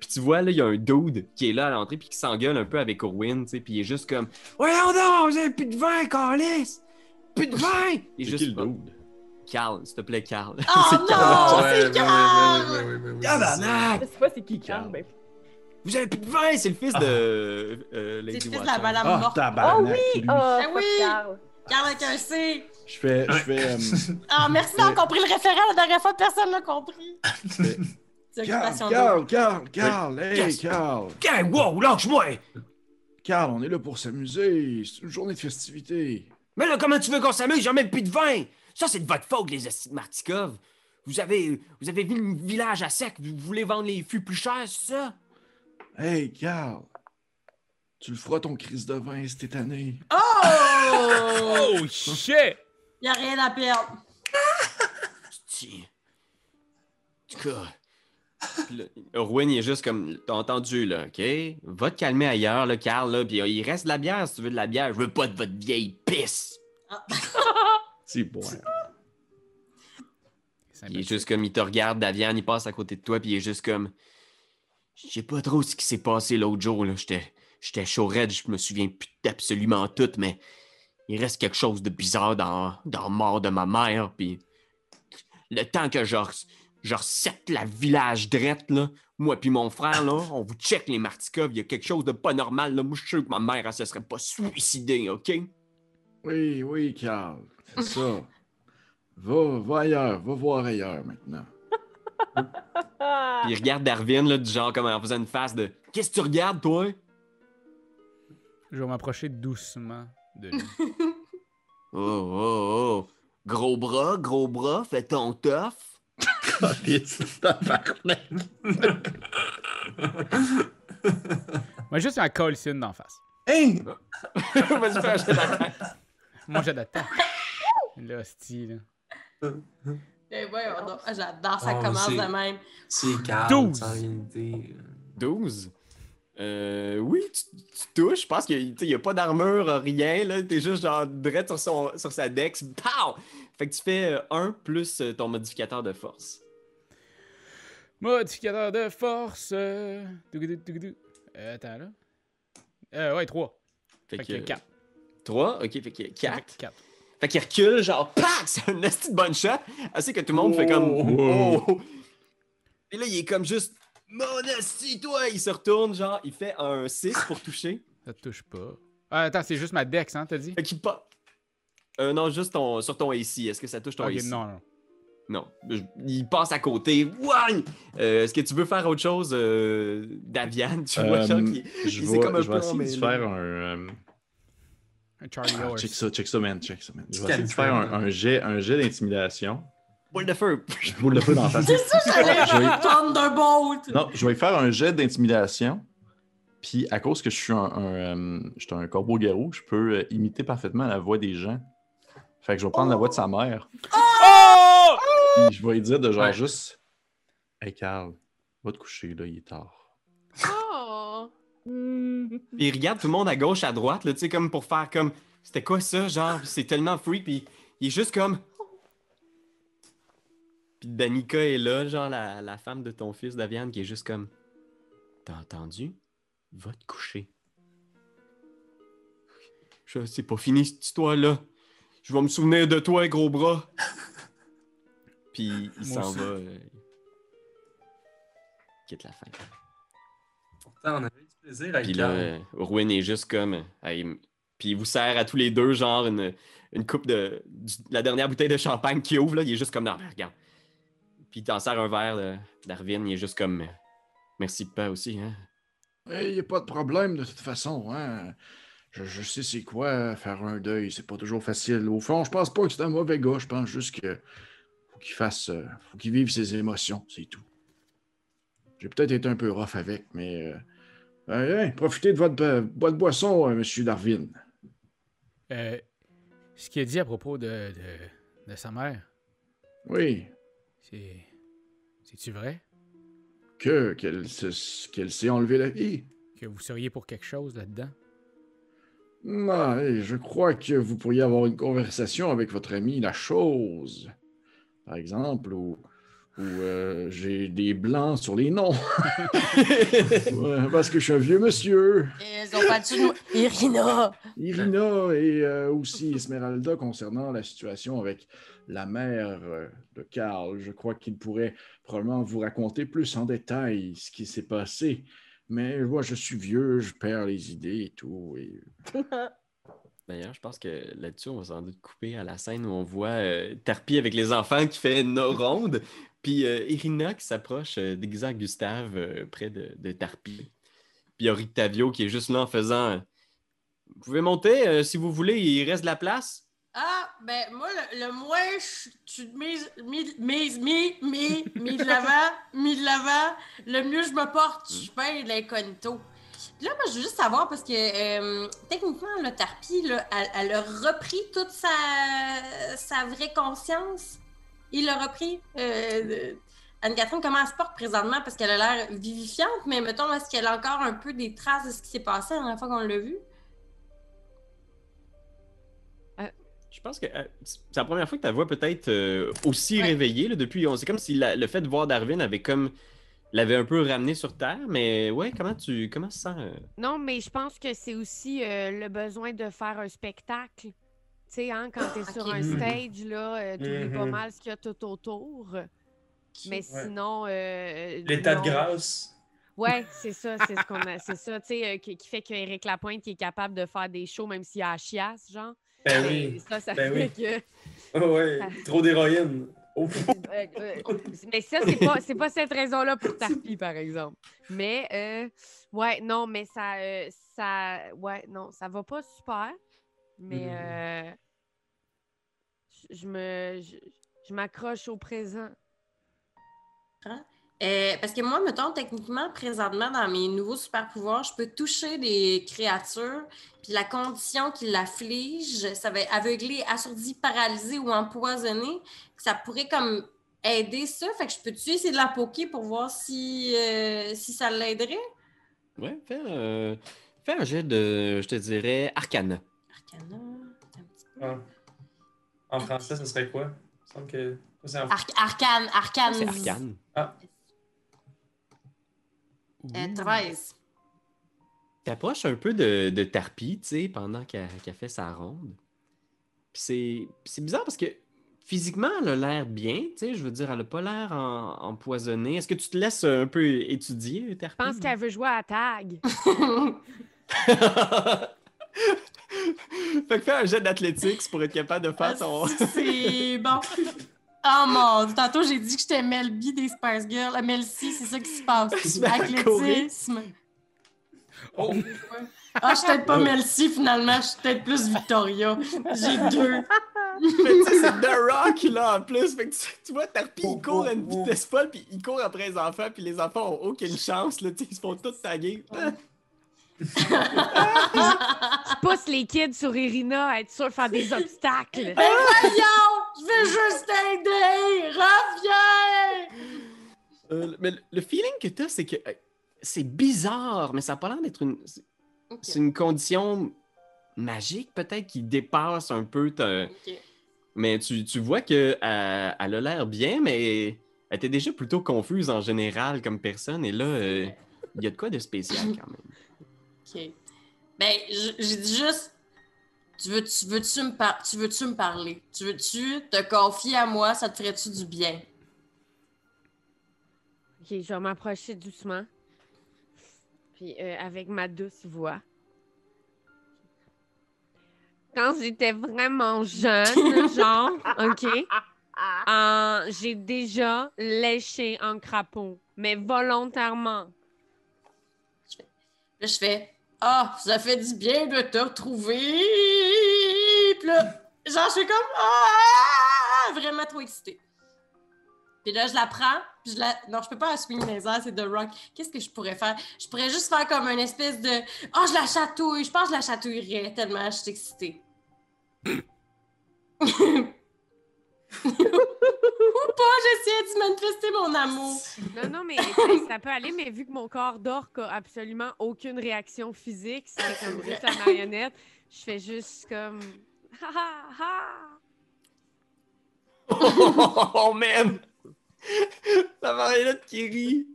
[SPEAKER 1] Puis tu vois, là, il y a un dude qui est là à l'entrée puis qui s'engueule un peu avec Orwin, tu sais, puis il est juste comme « Voyons donc, vous avez plus de vin, câlisse! Plus de vin! » Il est
[SPEAKER 6] C'est
[SPEAKER 1] juste
[SPEAKER 6] qui le
[SPEAKER 1] pas-
[SPEAKER 6] dude?
[SPEAKER 1] Carl, s'il te plaît, Carl.
[SPEAKER 2] Oh
[SPEAKER 1] [LAUGHS] C'est
[SPEAKER 2] non!
[SPEAKER 1] Carl.
[SPEAKER 2] c'est Carl! Ah, bah,
[SPEAKER 9] oui, oui, oui, oui, oui,
[SPEAKER 1] Tabarnak!
[SPEAKER 8] Je sais pas c'est qui
[SPEAKER 6] Carl.
[SPEAKER 8] Carl, mais
[SPEAKER 1] Vous avez plus de vin! C'est le fils de... euh,
[SPEAKER 2] C'est
[SPEAKER 1] Lady
[SPEAKER 2] le fils de la
[SPEAKER 1] Watson.
[SPEAKER 2] madame
[SPEAKER 6] Ah,
[SPEAKER 2] morte.
[SPEAKER 6] tabarnak! lui.
[SPEAKER 8] Ah,
[SPEAKER 2] Ben
[SPEAKER 8] fuck
[SPEAKER 2] oui!
[SPEAKER 8] Carl.
[SPEAKER 2] Carl avec un C.
[SPEAKER 6] Je fais. Je fais
[SPEAKER 5] [LAUGHS]
[SPEAKER 6] euh,
[SPEAKER 2] Ah, merci d'avoir compris le référent la dernière fois, personne l'a compris.
[SPEAKER 6] Mais-
[SPEAKER 2] C'est
[SPEAKER 7] Carl,
[SPEAKER 2] occupation
[SPEAKER 7] Carl, Carl, Carl, hey,
[SPEAKER 1] Yes.
[SPEAKER 7] Carl.
[SPEAKER 1] Hey, wow, lâche-moi!
[SPEAKER 7] Carl, on est là pour s'amuser. C'est une journée de festivité.
[SPEAKER 1] Mais là, comment tu veux qu'on s'amuse? J'en mets plus de vin! Ça, c'est de votre faute, les esti de Martikov. Vous avez, euh, vous avez vu le village à sec, vous voulez vendre les fûts plus chers, c'est ça?
[SPEAKER 7] Hey, Carl. Tu le feras ton crise de vin cette année.
[SPEAKER 2] Oh!
[SPEAKER 4] Oh shit!
[SPEAKER 2] [LAUGHS] Il a rien à perdre.
[SPEAKER 1] Sti. En tout cas, Puis là, Rouen, il est juste comme, t'as entendu, là, OK? Va te calmer ailleurs, là, Carl, là. Puis euh, il reste de la bière, si tu veux de la bière. Je veux pas de votre vieille pisse.
[SPEAKER 6] C'est bon.
[SPEAKER 1] Il est juste comme, il te regarde, Davian, il passe à côté de toi, puis il est juste comme, je sais pas trop ce qui s'est passé l'autre jour, là. J'étais, j'étais chaud raide, je me souviens plus d'absolument tout, mais il reste quelque chose de bizarre dans, dans la mort de ma mère, puis le temps que je, re- je recette la village drette, là, moi puis mon frère, là, on vous check les Martikov, il y a quelque chose de pas normal, là. Moi, je suis sûr que ma mère, elle se serait pas suicidée, OK?
[SPEAKER 7] Oui, oui, Carl. C'est ça. Va, va ailleurs, va voir ailleurs maintenant.
[SPEAKER 8] Ah!
[SPEAKER 1] Puis il regarde Darwin, là, du genre, comme en faisant une face de Qu'est-ce que tu regardes, toi?
[SPEAKER 4] Je vais m'approcher doucement de
[SPEAKER 1] [LAUGHS]
[SPEAKER 4] lui.
[SPEAKER 1] Oh, oh, oh. Gros bras, gros bras, fais ton tof.
[SPEAKER 4] Moi, juste un colson d'en face.
[SPEAKER 9] Hey!
[SPEAKER 1] [LAUGHS] Vas-y, fais un jet d'attaque.
[SPEAKER 4] Moi, j'attends. Là, style.
[SPEAKER 2] Eh, voyons donc. Ah, J'adore, ça
[SPEAKER 9] Oh,
[SPEAKER 2] commence
[SPEAKER 9] c'est-
[SPEAKER 2] de même.
[SPEAKER 9] [LAUGHS] C'est calme,
[SPEAKER 4] Douze.
[SPEAKER 9] sans réalité.
[SPEAKER 1] 12. Euh, oui, tu, tu touches. Je pense qu'il n'y a pas d'armure, rien. là. T'es juste genre direct sur, son- sur sa dex. Pow! Fait que tu fais 1 plus euh, ton modificateur de force.
[SPEAKER 4] Modificateur de force. euh, tougoudou, tougoudou. Euh, attends, là. Euh, ouais, 3.
[SPEAKER 1] Fait,
[SPEAKER 4] Fait que 4.
[SPEAKER 1] 3, ok, fait que 4. Fait qu'il recule, genre, pac! [LAUGHS] C'est un esti de bonne shot. Assez Ah, que tout le monde fait comme.
[SPEAKER 6] Oh!
[SPEAKER 1] Oh! Et là, il est comme juste. Mon esti, toi! Il se retourne, genre, il fait un 6 pour toucher.
[SPEAKER 4] [LAUGHS] Ça te touche pas. Ah, attends, c'est juste ma dex, hein, t'as dit?
[SPEAKER 1] Fait qu'il pas. Euh, non, juste ton, sur ton AC. Est-ce que ça touche ton
[SPEAKER 4] Ok,
[SPEAKER 1] AC?
[SPEAKER 4] non, non.
[SPEAKER 1] Non. Je- il passe à côté. Wang! Euh, Est-ce que tu veux faire autre chose, euh, Davian? [LAUGHS] Tu vois,
[SPEAKER 6] Euh,
[SPEAKER 1] genre, qui-
[SPEAKER 6] Je
[SPEAKER 1] Il
[SPEAKER 6] vais,
[SPEAKER 1] s'est comme un
[SPEAKER 6] je
[SPEAKER 1] peu
[SPEAKER 6] vais essayer de
[SPEAKER 1] emmêlé.
[SPEAKER 6] faire un. euh,
[SPEAKER 4] Un Charlie
[SPEAKER 6] ah,
[SPEAKER 4] Horse.
[SPEAKER 6] check ça, check ça, man, check ça, man. Je vais
[SPEAKER 9] Petit
[SPEAKER 6] essayer de faire un,
[SPEAKER 9] calcul.
[SPEAKER 6] un jet, un jet d'intimidation.
[SPEAKER 1] Boule de feu!
[SPEAKER 6] Je roule le feu dans la face.
[SPEAKER 2] Ah. J'allais
[SPEAKER 6] Je vais-
[SPEAKER 2] prendre d'un bolt.
[SPEAKER 6] Non, je vais faire un jet d'intimidation. Puis à cause que je suis un, un, euh, je suis un corbeau garou, je peux euh, imiter parfaitement la voix des gens. Fait que je vais prendre la voix de sa mère. Puis je vais lui dire de genre
[SPEAKER 9] Ouais.
[SPEAKER 6] juste Hey Carl, va te coucher là, il est tard.
[SPEAKER 3] Oh!
[SPEAKER 2] Hmm.
[SPEAKER 1] Puis il regarde tout le monde à gauche, à droite, là, tu sais, comme pour faire comme. C'était quoi ça, genre? C'est tellement freak, puis il est juste comme. Puis Danica est là, genre la, la femme de ton fils, Daviane, qui est juste comme. T'as entendu? Va te coucher. Je, c'est pas fini cette histoire-là. Je vais me souvenir de toi, gros bras. puis il
[SPEAKER 4] Moi
[SPEAKER 1] s'en
[SPEAKER 4] aussi.
[SPEAKER 1] va. euh, Quitte la fin.
[SPEAKER 9] Pourtant, on avait du plaisir avec
[SPEAKER 1] Puis là,
[SPEAKER 9] Carl.
[SPEAKER 1] euh, Rowan est juste comme. euh, hey, m- puis il vous sert à tous les deux, genre, une, une coupe de. du- la dernière bouteille de champagne qui ouvre, là, il est juste comme. Non, mais regarde. Puis il t'en sert un verre euh, d'Arvin, il est juste comme. euh, Merci, pas aussi, hein.
[SPEAKER 7] Il n'y a pas de problème de toute façon. Hein? Je, je sais c'est quoi faire un deuil. C'est pas toujours facile. Au fond, je pense pas que c'est un mauvais gars. Je pense juste que faut qu'il fasse, euh, faut qu'il vive ses émotions. C'est tout. J'ai peut-être été un peu rough avec, mais euh, ben, hein, profitez de votre euh, boîte boisson, euh, Monsieur Darwin.
[SPEAKER 4] Euh, ce qu'il a dit à propos de, de, de sa mère,
[SPEAKER 7] Oui,
[SPEAKER 4] c'est. C'est-tu vrai?
[SPEAKER 7] que qu'elle se- qu'elle s'est enlevée la vie.
[SPEAKER 4] Que vous seriez pour quelque chose là-dedans?
[SPEAKER 7] Ah, et je crois que vous pourriez avoir une conversation avec votre ami La Chose, par exemple, ou, ou, euh, j'ai des blancs sur les noms. Ouais, parce que je suis un vieux monsieur.
[SPEAKER 2] Et [LAUGHS] Ils ont pas de nous. Irina!
[SPEAKER 7] Irina et euh, aussi Esmeralda concernant la situation avec la mère euh, de Karl. Je crois qu'il pourrait probablement vous raconter plus en détail ce qui s'est passé. Mais moi, je suis vieux, je perds les idées et tout. Et
[SPEAKER 1] D'ailleurs, je pense que là-dessus, on va sans doute couper à la scène où on voit euh, Tarpi avec les enfants qui fait une ronde, puis euh, Irina qui s'approche euh, déguisée en Gustave euh, près de, de Tarpi. Puis il y a Rictavio qui est juste là en faisant euh, Vous pouvez monter euh, si vous voulez, il reste de la place.
[SPEAKER 2] Ah, ben moi, le, le moins, je- tu te mises, mis, mis, mis, mis, mis de l'avant, [LAUGHS] mis de l'avant, le mieux je me porte, je suis bien l'incognito. Puis là, moi, je veux juste savoir, parce que euh, techniquement, le Tarpi, là, elle, elle a repris toute sa, sa vraie conscience. Il a repris. euh, Anne-Catherine, comment elle se porte présentement? Parce qu'elle a l'air vivifiante, mais mettons, est-ce qu'elle a encore un peu des traces de ce qui s'est passé la dernière fois qu'on l'a vue?
[SPEAKER 1] Je pense que euh, c'est la première fois que tu la vois peut-être euh, aussi réveillée là, depuis. on- C'est comme si la- le fait de voir Darwin avait comme l'avait un peu ramené sur terre, mais ouais, comment tu comment tu sens euh,
[SPEAKER 3] Non, mais je pense que c'est aussi euh, le besoin de faire un spectacle. Tu sais, hein, quand t'es sur
[SPEAKER 2] Ah, Ok.
[SPEAKER 3] un
[SPEAKER 9] Mhm.
[SPEAKER 3] stage, là, euh, t'oublies pas
[SPEAKER 9] Mhm.
[SPEAKER 3] mal ce qu'il y a tout autour. Mais
[SPEAKER 9] Ouais.
[SPEAKER 3] sinon... euh,
[SPEAKER 9] L'état de
[SPEAKER 3] non.
[SPEAKER 9] grâce.
[SPEAKER 3] Ouais, c'est ça, c'est ce qu'on a.
[SPEAKER 9] [LAUGHS]
[SPEAKER 3] C'est ça, tu sais, euh, qui, qui fait qu'Éric Lapointe qui est capable de faire des shows même s'il y a la chiasse, genre.
[SPEAKER 9] Ben
[SPEAKER 3] Mais
[SPEAKER 9] oui.
[SPEAKER 3] Ça, ça
[SPEAKER 9] ben
[SPEAKER 3] fait
[SPEAKER 9] oui. Oh,
[SPEAKER 3] que. [LAUGHS] Ah.
[SPEAKER 9] ouais. Trop d'héroïne. Oh,
[SPEAKER 3] Euh, euh, mais ça, c'est pas, c'est pas cette raison-là pour Tarpy, par exemple. Mais, euh, ouais, non, mais ça, euh, ça, ouais, non, ça va pas super.
[SPEAKER 2] Mm-hmm.
[SPEAKER 3] Mais, euh, je- je me, je, je m'accroche au présent.
[SPEAKER 2] Euh, parce que moi, mettons, techniquement, présentement, dans mes nouveaux super-pouvoirs, je peux toucher des créatures, puis la condition qui l'afflige, ça va être aveuglé, assourdi, paralysé ou empoisonné. Ça pourrait comme aider ça. Fait que je peux-tu essayer de la poquer pour voir si, euh, si ça l'aiderait?
[SPEAKER 1] Ouais, fais, euh, fais un jet de je te dirais arcane.
[SPEAKER 2] Arcana, un petit peu.
[SPEAKER 9] En- Ah. En français, ça serait quoi? Il me semble que. ça, c'est en- Ah,
[SPEAKER 2] Ar- arcane, arcane.
[SPEAKER 1] C'est arcane.
[SPEAKER 2] Euh, 13.
[SPEAKER 1] T'approches un peu de, de Tarpy, tu sais, pendant qu'elle qu'elle fait sa ronde. Puis c'est- puis c'est bizarre parce que physiquement, elle a l'air bien, tu sais, je veux dire, elle a pas l'air en- empoisonnée. Est-ce que tu te laisses un peu étudier, Tarpy?
[SPEAKER 3] Je pense qu'elle veut jouer à tag.
[SPEAKER 1] [LAUGHS] fait que fais un jet d'athlétique pour être capable de faire ton. [LAUGHS]
[SPEAKER 2] C'est bon. Oh mon dieu, tantôt j'ai dit que j'étais Mel B des Spice Girls. Ah, Mel C, c'est ça qui se passe.
[SPEAKER 1] Tu te mets à
[SPEAKER 2] Athlétisme.
[SPEAKER 4] Oh.
[SPEAKER 2] Ah, je suis peut-être pas Mel C finalement, je suis peut-être plus Victoria. J'ai deux.
[SPEAKER 1] Mais tu sais, c'est The Rock, là, en plus. Fait que tu, tu vois, Tarpy, il court à une vitesse folle, puis il court après les enfants, puis les enfants ont aucune chance, là, tu sais, ils se font tous taguer. Ah,
[SPEAKER 3] Je pousse les kids sur Irina à être sûr de faire des obstacles.
[SPEAKER 2] Ben voyons, je vais juste t'aider. Reviens.
[SPEAKER 1] euh, mais le, le feeling que t'as, c'est que euh, c'est bizarre, mais ça n'a pas l'air d'être une. c'est- C'est une condition magique, peut-être, qui dépasse un peu ta- Mais tu, tu vois que euh, elle a l'air bien, mais elle était déjà plutôt confuse en général comme personne. Et là, euh, il y a de quoi de spécial quand même.
[SPEAKER 2] OK. Ben, j- j'ai dit juste, tu veux- tu veux-tu me, par- tu veux-tu me parler? Tu veux-tu te confier à moi? Ça te ferait-tu du bien?
[SPEAKER 3] Ok, je vais m'approcher doucement. Puis euh, avec ma douce voix. Quand j'étais vraiment
[SPEAKER 2] [LAUGHS]
[SPEAKER 3] jeune, genre, OK, euh, j'ai déjà léché un crapaud, mais volontairement.
[SPEAKER 2] Là, je fais Ah, ça fait du bien de te retrouver. Puis là, genre, je suis comme Ah, vraiment trop excitée. Puis là, je la prends. Puis je la... Non, je peux pas la swing dans les airs, c'est de rock. Qu'est-ce que je pourrais faire? Je pourrais juste faire comme une espèce de Ah, je la chatouille. Je pense que je la chatouillerais tellement je suis excitée. Ou pas, j'essayais de manifester mon amour.
[SPEAKER 3] Non, non,
[SPEAKER 2] [LAUGHS]
[SPEAKER 3] mais ça- ça peut aller, mais vu que mon corps d'orque a absolument aucune réaction physique, c'est comme juste la marionnette, je fais juste comme... [LAUGHS] Ha, ha, ha.
[SPEAKER 1] Oh, oh man! La marionnette qui rit.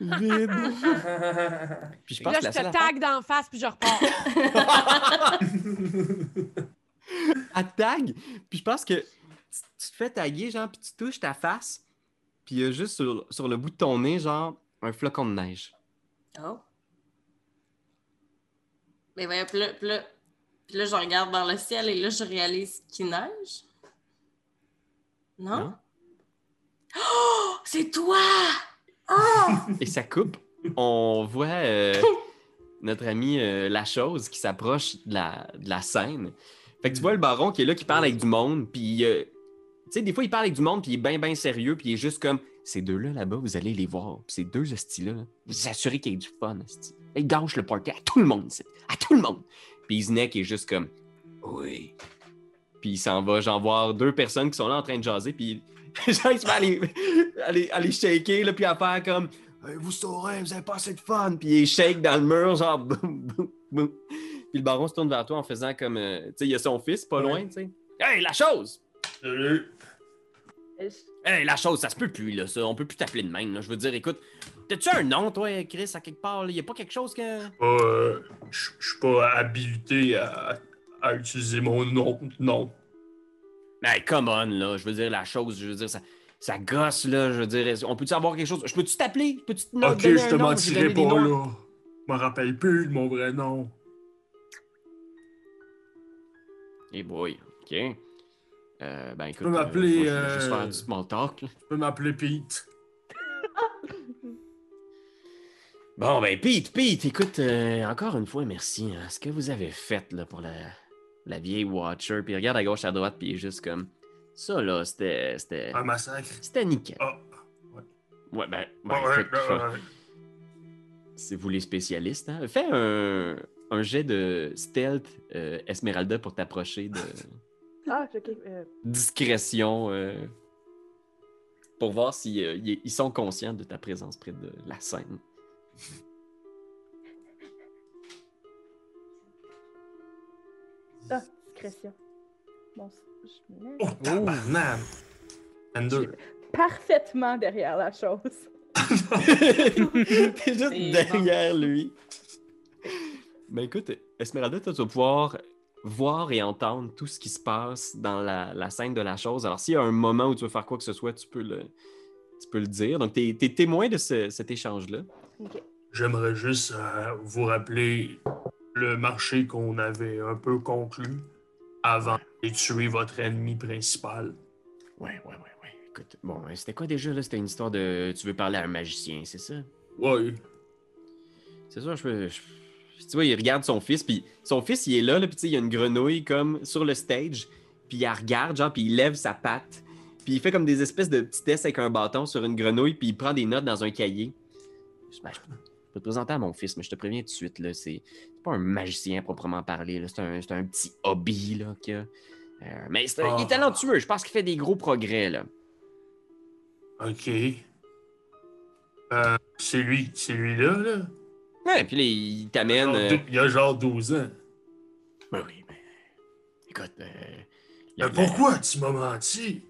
[SPEAKER 1] Vide. Puis je
[SPEAKER 3] Puis
[SPEAKER 1] pense
[SPEAKER 3] là,
[SPEAKER 1] que
[SPEAKER 3] je
[SPEAKER 1] la seule
[SPEAKER 3] te
[SPEAKER 1] affaire-
[SPEAKER 3] tag d'en face, puis je repars.
[SPEAKER 1] elle te tag. Puis je pense que tu tu te fais taguer, genre, puis tu touches ta face. Puis il y a juste sur, sur le bout de ton nez, genre, un flocon de neige.
[SPEAKER 2] Oh. Mais voyons, puis là, puis là, puis là, je regarde vers le ciel et là, je réalise qu'il neige. Non?
[SPEAKER 1] Non.
[SPEAKER 2] Oh! C'est toi! Ah!
[SPEAKER 1] Et ça coupe. On voit euh, notre ami euh, La Chose qui s'approche de la, de la scène. Fait que tu vois le baron qui est là, qui parle avec du monde, puis... euh, tu sais, des fois, il parle avec du monde, puis il est bien, bien sérieux, puis il est juste comme... Ces deux-là, là-bas, vous allez les voir. Puis ces deux hosties-là, là, vous assurez qu'il y ait du fun, hostie. Ils gâchent le party à tout le monde, ici. À tout le monde! Puis Isnek est juste comme... Oui. Puis [LAUGHS] il s'en va, j'en voir deux personnes qui sont là en train de jaser, puis Genre, il se met à les, à les- à les shaker, là, puis à faire comme Hey, Vous saurez, vous avez pas assez de fun. Puis il shake dans le mur, genre [LAUGHS] boum, boum, boum. Puis le baron se tourne vers toi en faisant comme. euh, tu sais, il y a son fils [LAUGHS] pas loin, tu sais. Hey, la chose
[SPEAKER 9] Euh,
[SPEAKER 8] Euh, je-
[SPEAKER 1] Hey, la chose, ça se peut plus, là, ça. On peut plus t'appeler de même, là. Je veux dire, écoute, t'as-tu un nom, toi, Chris, à quelque part, là? Y a pas quelque chose que.
[SPEAKER 5] Pas, euh, Je je suis pas habilité à, à utiliser mon nom. Non.
[SPEAKER 1] Ben, come on, là. Je veux dire, la chose, je veux dire, ça, ça gosse, là. Je veux dire, on peut-tu avoir quelque chose? Je peux-tu t'appeler? Je Peux-tu te no-
[SPEAKER 5] ok,
[SPEAKER 1] donner
[SPEAKER 5] je te
[SPEAKER 1] un nom? J'ai
[SPEAKER 5] mentirai
[SPEAKER 1] donné des
[SPEAKER 5] pas
[SPEAKER 1] noms.
[SPEAKER 5] là. Je me rappelle plus de mon vrai nom.
[SPEAKER 1] Eh boy, OK. Euh, ben, écoute,
[SPEAKER 5] peux m'appeler,
[SPEAKER 1] euh, moi, je vais juste
[SPEAKER 5] euh,
[SPEAKER 1] faire du small talk, là.
[SPEAKER 5] Tu peux m'appeler Pete.
[SPEAKER 1] [LAUGHS] Bon, ben, Pete, Pete, écoute, euh, encore une fois, merci. hein. Ce que vous avez fait, là, pour la, la vieille Watcher, puis il regarde à gauche, à droite, puis il est juste comme... Ça, là, c'était... C'était
[SPEAKER 5] Un massacre.
[SPEAKER 1] c'était nickel.
[SPEAKER 5] Ah.
[SPEAKER 1] Ouais, ben... ben,
[SPEAKER 5] Ouais, ouais,
[SPEAKER 1] fait que-
[SPEAKER 5] ouais, ouais.
[SPEAKER 1] C'est vous les spécialistes. Hein? Fais un, un jet de stealth euh, Esmeralda pour t'approcher de
[SPEAKER 5] [LAUGHS]
[SPEAKER 8] Ah, ok. euh,
[SPEAKER 1] discrétion euh, pour voir s'ils si, euh, ils- ils sont conscients de ta présence près de la scène.
[SPEAKER 8] ah, discrétion. Bon, je me mets
[SPEAKER 5] Oh, tabarnak! 22.
[SPEAKER 1] [LAUGHS]
[SPEAKER 8] parfaitement derrière la chose. [LAUGHS]
[SPEAKER 1] T'es juste
[SPEAKER 2] C'est
[SPEAKER 1] derrière lui. Ben écoute, Esmeralda, toi, tu vas pouvoir voir et entendre tout ce qui se passe dans la, la scène de la chose. Alors, s'il y a un moment où tu veux faire quoi que ce soit, tu peux le, tu peux le dire. Donc, t'es es témoin de ce- cet échange-là.
[SPEAKER 8] Ok.
[SPEAKER 5] J'aimerais juste euh, vous rappeler le marché qu'on avait un peu conclu avant de tuer votre ennemi principal.
[SPEAKER 1] Ouais, ouais, ouais, ouais. Écoute, bon, euh, c'était quoi déjà, là? C'était une histoire de... Tu veux parler à un magicien, c'est ça?
[SPEAKER 5] Ouais.
[SPEAKER 1] C'est ça, je peux... je- Puis Tu vois, il regarde son fils, puis son fils, il est là, là puis tu sais, il y a une grenouille, comme, sur le stage, puis il la regarde, genre, puis il lève sa patte, puis il fait comme des espèces de petits tests avec un bâton sur une grenouille, puis il prend des notes dans un cahier. Je, ben, je peux- je peux te présenter à mon fils, mais je te préviens tout de suite, là, c'est c'est pas un magicien à proprement parler, là, c'est un, c'est un petit hobby, là, que... euh, mais c'est un- il est
[SPEAKER 5] Ah.
[SPEAKER 1] talentueux, je pense qu'il fait des gros progrès, là.
[SPEAKER 5] OK. Euh, c'est lui, c'est lui-là, là?
[SPEAKER 1] Ouais, puis là, il
[SPEAKER 5] Genre
[SPEAKER 1] t'amène. euh,
[SPEAKER 5] dou- Il a genre 12 ans.
[SPEAKER 1] Ben oui, mais. Écoute. euh, la-
[SPEAKER 5] Mais pourquoi tu m'as menti?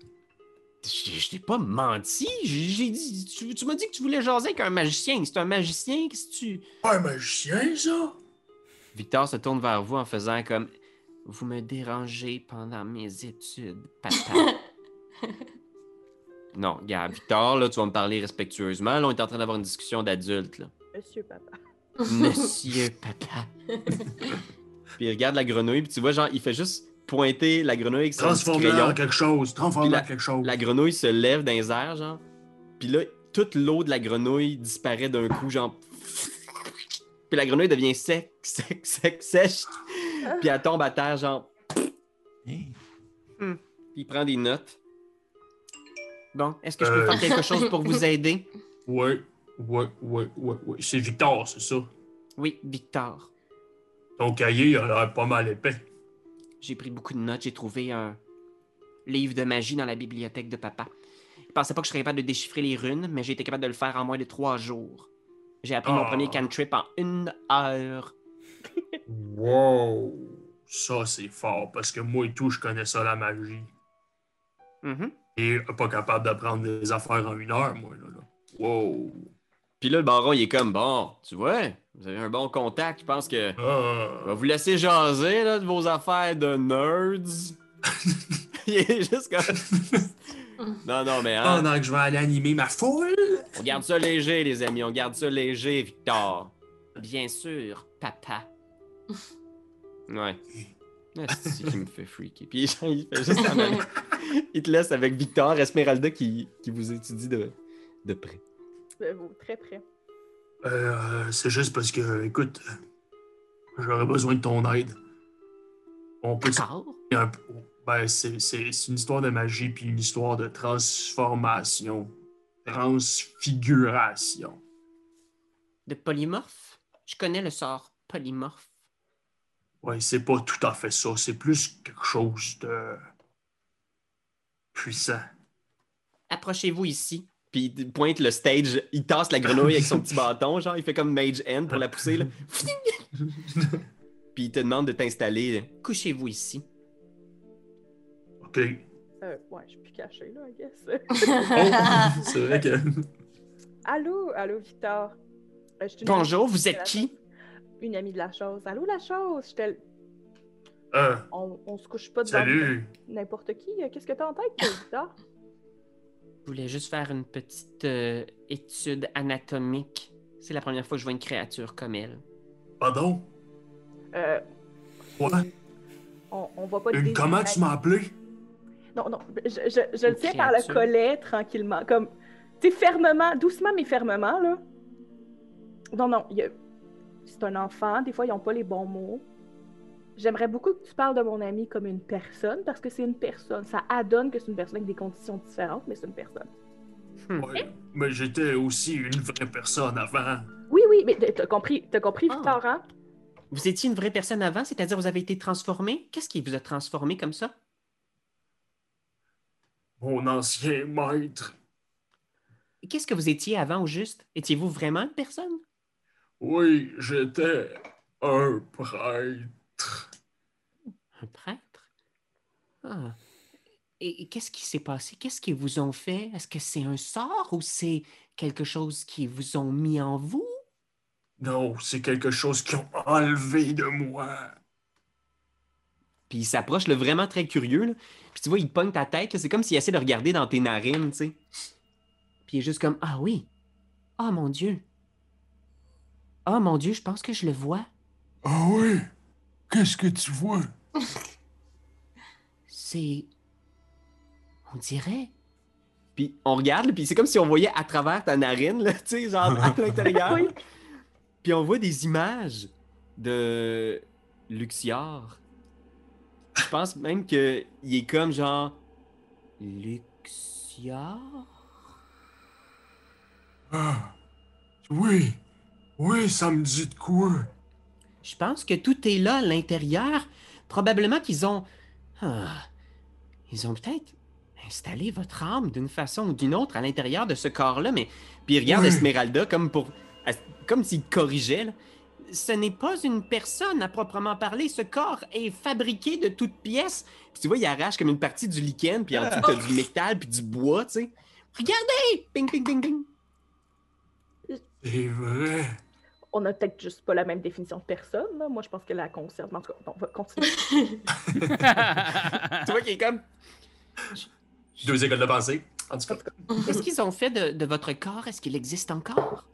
[SPEAKER 1] la- Je je t'ai pas menti. J'ai j'ai dit. Tu, tu m'as dit que tu voulais jaser avec un magicien. C'est un magicien. Qu'est-ce que tu.
[SPEAKER 5] Pas un magicien, ça?
[SPEAKER 1] Victor se tourne vers vous en faisant comme. Vous me dérangez pendant mes études, papa. non, gars, Victor, là, tu vas me parler respectueusement. Là, on est en train d'avoir une discussion d'adulte, là.
[SPEAKER 8] Monsieur papa. [LAUGHS]
[SPEAKER 1] Monsieur papa. puis il regarde la grenouille, puis tu vois, genre, il fait juste pointer la grenouille avec son petit
[SPEAKER 5] Transforme-le
[SPEAKER 1] crayon.
[SPEAKER 5] en quelque chose.
[SPEAKER 1] Puis
[SPEAKER 5] Transforme-le en quelque chose.
[SPEAKER 1] La grenouille se lève dans les airs, genre. Puis là, toute l'eau de la grenouille disparaît d'un coup, genre. Puis la grenouille devient sec, sec, sec, sèche. Puis elle tombe à terre, genre. Hmm. Puis il prend des notes. Bon, est-ce que je peux
[SPEAKER 5] Euh.
[SPEAKER 1] faire quelque chose pour vous aider?
[SPEAKER 5] Ouais, ouais, ouais, ouais, ouais. C'est Victor, c'est ça?
[SPEAKER 1] Oui, Victor.
[SPEAKER 5] Ton cahier, il a l'air pas mal épais.
[SPEAKER 1] J'ai pris beaucoup de notes. J'ai trouvé un livre de magie dans la bibliothèque de papa. Je pensais pas que je serais capable de déchiffrer les runes, mais j'ai été capable de le faire en moins de trois jours. J'ai appris mon
[SPEAKER 5] Ah.
[SPEAKER 1] premier cantrip en une heure.
[SPEAKER 5] Wow! Ça, c'est fort, parce que moi et tout, je connais ça, la magie.
[SPEAKER 1] Mhm.
[SPEAKER 5] Et euh, pas capable d'apprendre des affaires en une heure, moi, là. là. Wow!
[SPEAKER 1] Puis là, le baron, il est comme bon, tu vois, vous avez un bon contact. Je pense que je vais
[SPEAKER 5] Ah.
[SPEAKER 1] Euh, vous laisser jaser là, de vos affaires de
[SPEAKER 5] [LAUGHS]
[SPEAKER 1] nerds. il est juste comme. non, non, mais hein,
[SPEAKER 5] Pendant que je vais aller animer ma foule!
[SPEAKER 1] on garde ça léger, les amis. On garde ça léger, Victor. Bien sûr, papa.
[SPEAKER 5] [LAUGHS]
[SPEAKER 1] Ouais. Ah, C'est qui me fait freaker. Puis genre, il fait [LAUGHS] juste en aller. Il te laisse avec Victor Esmeralda qui, qui vous étudie de, de près.
[SPEAKER 8] Je vous- Très près.
[SPEAKER 5] Euh, c'est juste parce que, écoute, j'aurais besoin de ton aide. On peut
[SPEAKER 1] D'accord.
[SPEAKER 5] un peu- Ben, c'est, c'est- c'est une histoire de magie puis une histoire de transformation. Transfiguration.
[SPEAKER 1] De polymorphe? Je connais le sort polymorphe.
[SPEAKER 5] Ouais, c'est pas tout à fait ça. C'est plus quelque chose de puissant.
[SPEAKER 1] approchez-vous ici. Puis il pointe le stage, il tasse la grenouille avec son petit bâton, genre, il fait comme Mage End pour la pousser,
[SPEAKER 5] [LAUGHS]
[SPEAKER 1] là. Puis il te demande de t'installer. Couchez-vous ici.
[SPEAKER 5] OK.
[SPEAKER 8] Euh, ouais, je suis plus cachée, là, I guess.
[SPEAKER 5] [LAUGHS]
[SPEAKER 9] Oh, c'est vrai que.
[SPEAKER 8] Oh. allô, allô, Victor. Euh, je suis
[SPEAKER 1] [LAUGHS]
[SPEAKER 8] une-
[SPEAKER 1] Bonjour, vous êtes qui?
[SPEAKER 8] Une amie de la chose. Allô, la chose. Je te-
[SPEAKER 5] Euh,
[SPEAKER 8] On, on se couche pas devant
[SPEAKER 5] salut.
[SPEAKER 8] n'importe qui. Euh, Qu'est-ce que t'as en tête, toi, Victor?
[SPEAKER 1] Je voulais juste faire une petite euh, étude anatomique. C'est la première fois que je vois une créature comme elle.
[SPEAKER 5] Pardon?
[SPEAKER 8] Euh,
[SPEAKER 5] Quoi?
[SPEAKER 8] on, on va pas te
[SPEAKER 5] Une,
[SPEAKER 8] désigner.
[SPEAKER 5] comment tu m'as appelé?
[SPEAKER 8] Non, non, je, je, je le
[SPEAKER 1] Une
[SPEAKER 8] tiens par le
[SPEAKER 1] créature.
[SPEAKER 8] collet tranquillement, comme, tu sais, fermement, doucement mais fermement, là. Non, non, il y a- c'est un enfant, des fois, ils n'ont pas les bons mots. J'aimerais beaucoup que tu parles de mon ami comme une personne, parce que c'est une personne. Ça adonne que c'est une personne avec des conditions différentes, mais c'est une personne.
[SPEAKER 1] Hmm.
[SPEAKER 5] Ouais, mais j'étais aussi une vraie personne avant.
[SPEAKER 8] Oui, oui, mais t- t'as compris, t'as compris,
[SPEAKER 1] Ah.
[SPEAKER 8] Victor, hein?
[SPEAKER 1] Vous étiez une vraie personne avant, c'est-à-dire vous avez été transformé? Qu'est-ce qui vous a transformé comme ça?
[SPEAKER 5] Mon ancien maître.
[SPEAKER 1] Qu'est-ce que vous étiez avant au juste? Étiez-vous vraiment une personne?
[SPEAKER 5] Oui, j'étais un prêtre.
[SPEAKER 1] Un prêtre? Ah. Et et qu'est-ce qui s'est passé? Qu'est-ce qu'ils vous ont fait? Est-ce que c'est un sort ou c'est quelque chose qu'ils vous ont mis en vous?
[SPEAKER 5] Non, c'est quelque chose qu'ils ont enlevé de moi.
[SPEAKER 1] Puis il s'approche, le vraiment très curieux. Là. Puis tu vois, il pogne ta tête. là. C'est comme s'il essaie de regarder dans tes narines, tu sais. Puis il est juste comme Ah oui. Ah mon Dieu. Ah mon Dieu, je pense que je le vois.
[SPEAKER 5] Ah oui? Qu'est-ce que tu vois?
[SPEAKER 1] [LAUGHS] C'est. On dirait. Puis on regarde, puis c'est comme si on voyait à travers ta narine, là, tu sais, genre
[SPEAKER 5] [LAUGHS]
[SPEAKER 1] à l'intérieur.
[SPEAKER 8] Oui.
[SPEAKER 1] Puis on voit des images de Luxior. Je pense même que il est comme genre Luxior.
[SPEAKER 5] Ah, oui. Oui, ça me dit de quoi?
[SPEAKER 1] Je pense que tout est là à l'intérieur. Probablement qu'ils ont. Ah. ils ont peut-être installé votre âme d'une façon ou d'une autre à l'intérieur de ce corps-là, mais. Puis il regarde
[SPEAKER 5] Oui.
[SPEAKER 1] Esmeralda comme pour. as- comme s'il corrigeait. là. Ce n'est pas une personne à proprement parler. Ce corps est fabriqué de toutes pièces. Puis tu vois, il arrache comme une partie du lichen, puis en dessous, t'as du métal, puis du bois, tu sais. Regardez! Ping, ping, ping, ping.
[SPEAKER 5] C'est vrai.
[SPEAKER 8] On n'a peut-être juste pas la même définition de personne, là. Moi, je pense que la concerne. En tout cas, on va
[SPEAKER 1] [LAUGHS]
[SPEAKER 8] continuer.
[SPEAKER 1] Tu vois qu'il est comme.
[SPEAKER 9] Deux écoles de pensée. En tout cas,
[SPEAKER 1] Qu'est-ce qu'ils ont fait de- de votre corps? Est-ce qu'il existe encore?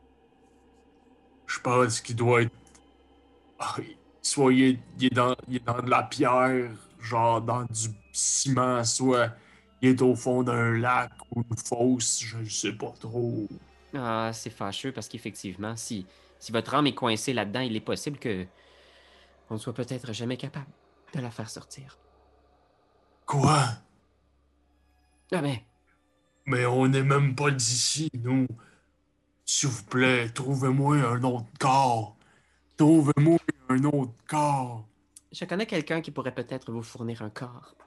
[SPEAKER 5] Je pense qu'il doit être. Ah, soit il est, il est dans, il est dans de la pierre, genre dans du ciment, soit il est au fond d'un lac ou une fosse, je ne sais pas trop.
[SPEAKER 1] Ah, c'est fâcheux parce qu'effectivement, si, si votre âme est coincée là-dedans, il est possible que on ne soit peut-être jamais capable de la faire sortir.
[SPEAKER 5] Quoi?
[SPEAKER 1] Ah ben,
[SPEAKER 5] Mais on n'est même pas d'ici, nous. S'il vous plaît, trouvez-moi un autre corps. Trouvez-moi un autre corps.
[SPEAKER 1] je connais quelqu'un qui pourrait peut-être vous fournir un corps.
[SPEAKER 8] [LAUGHS]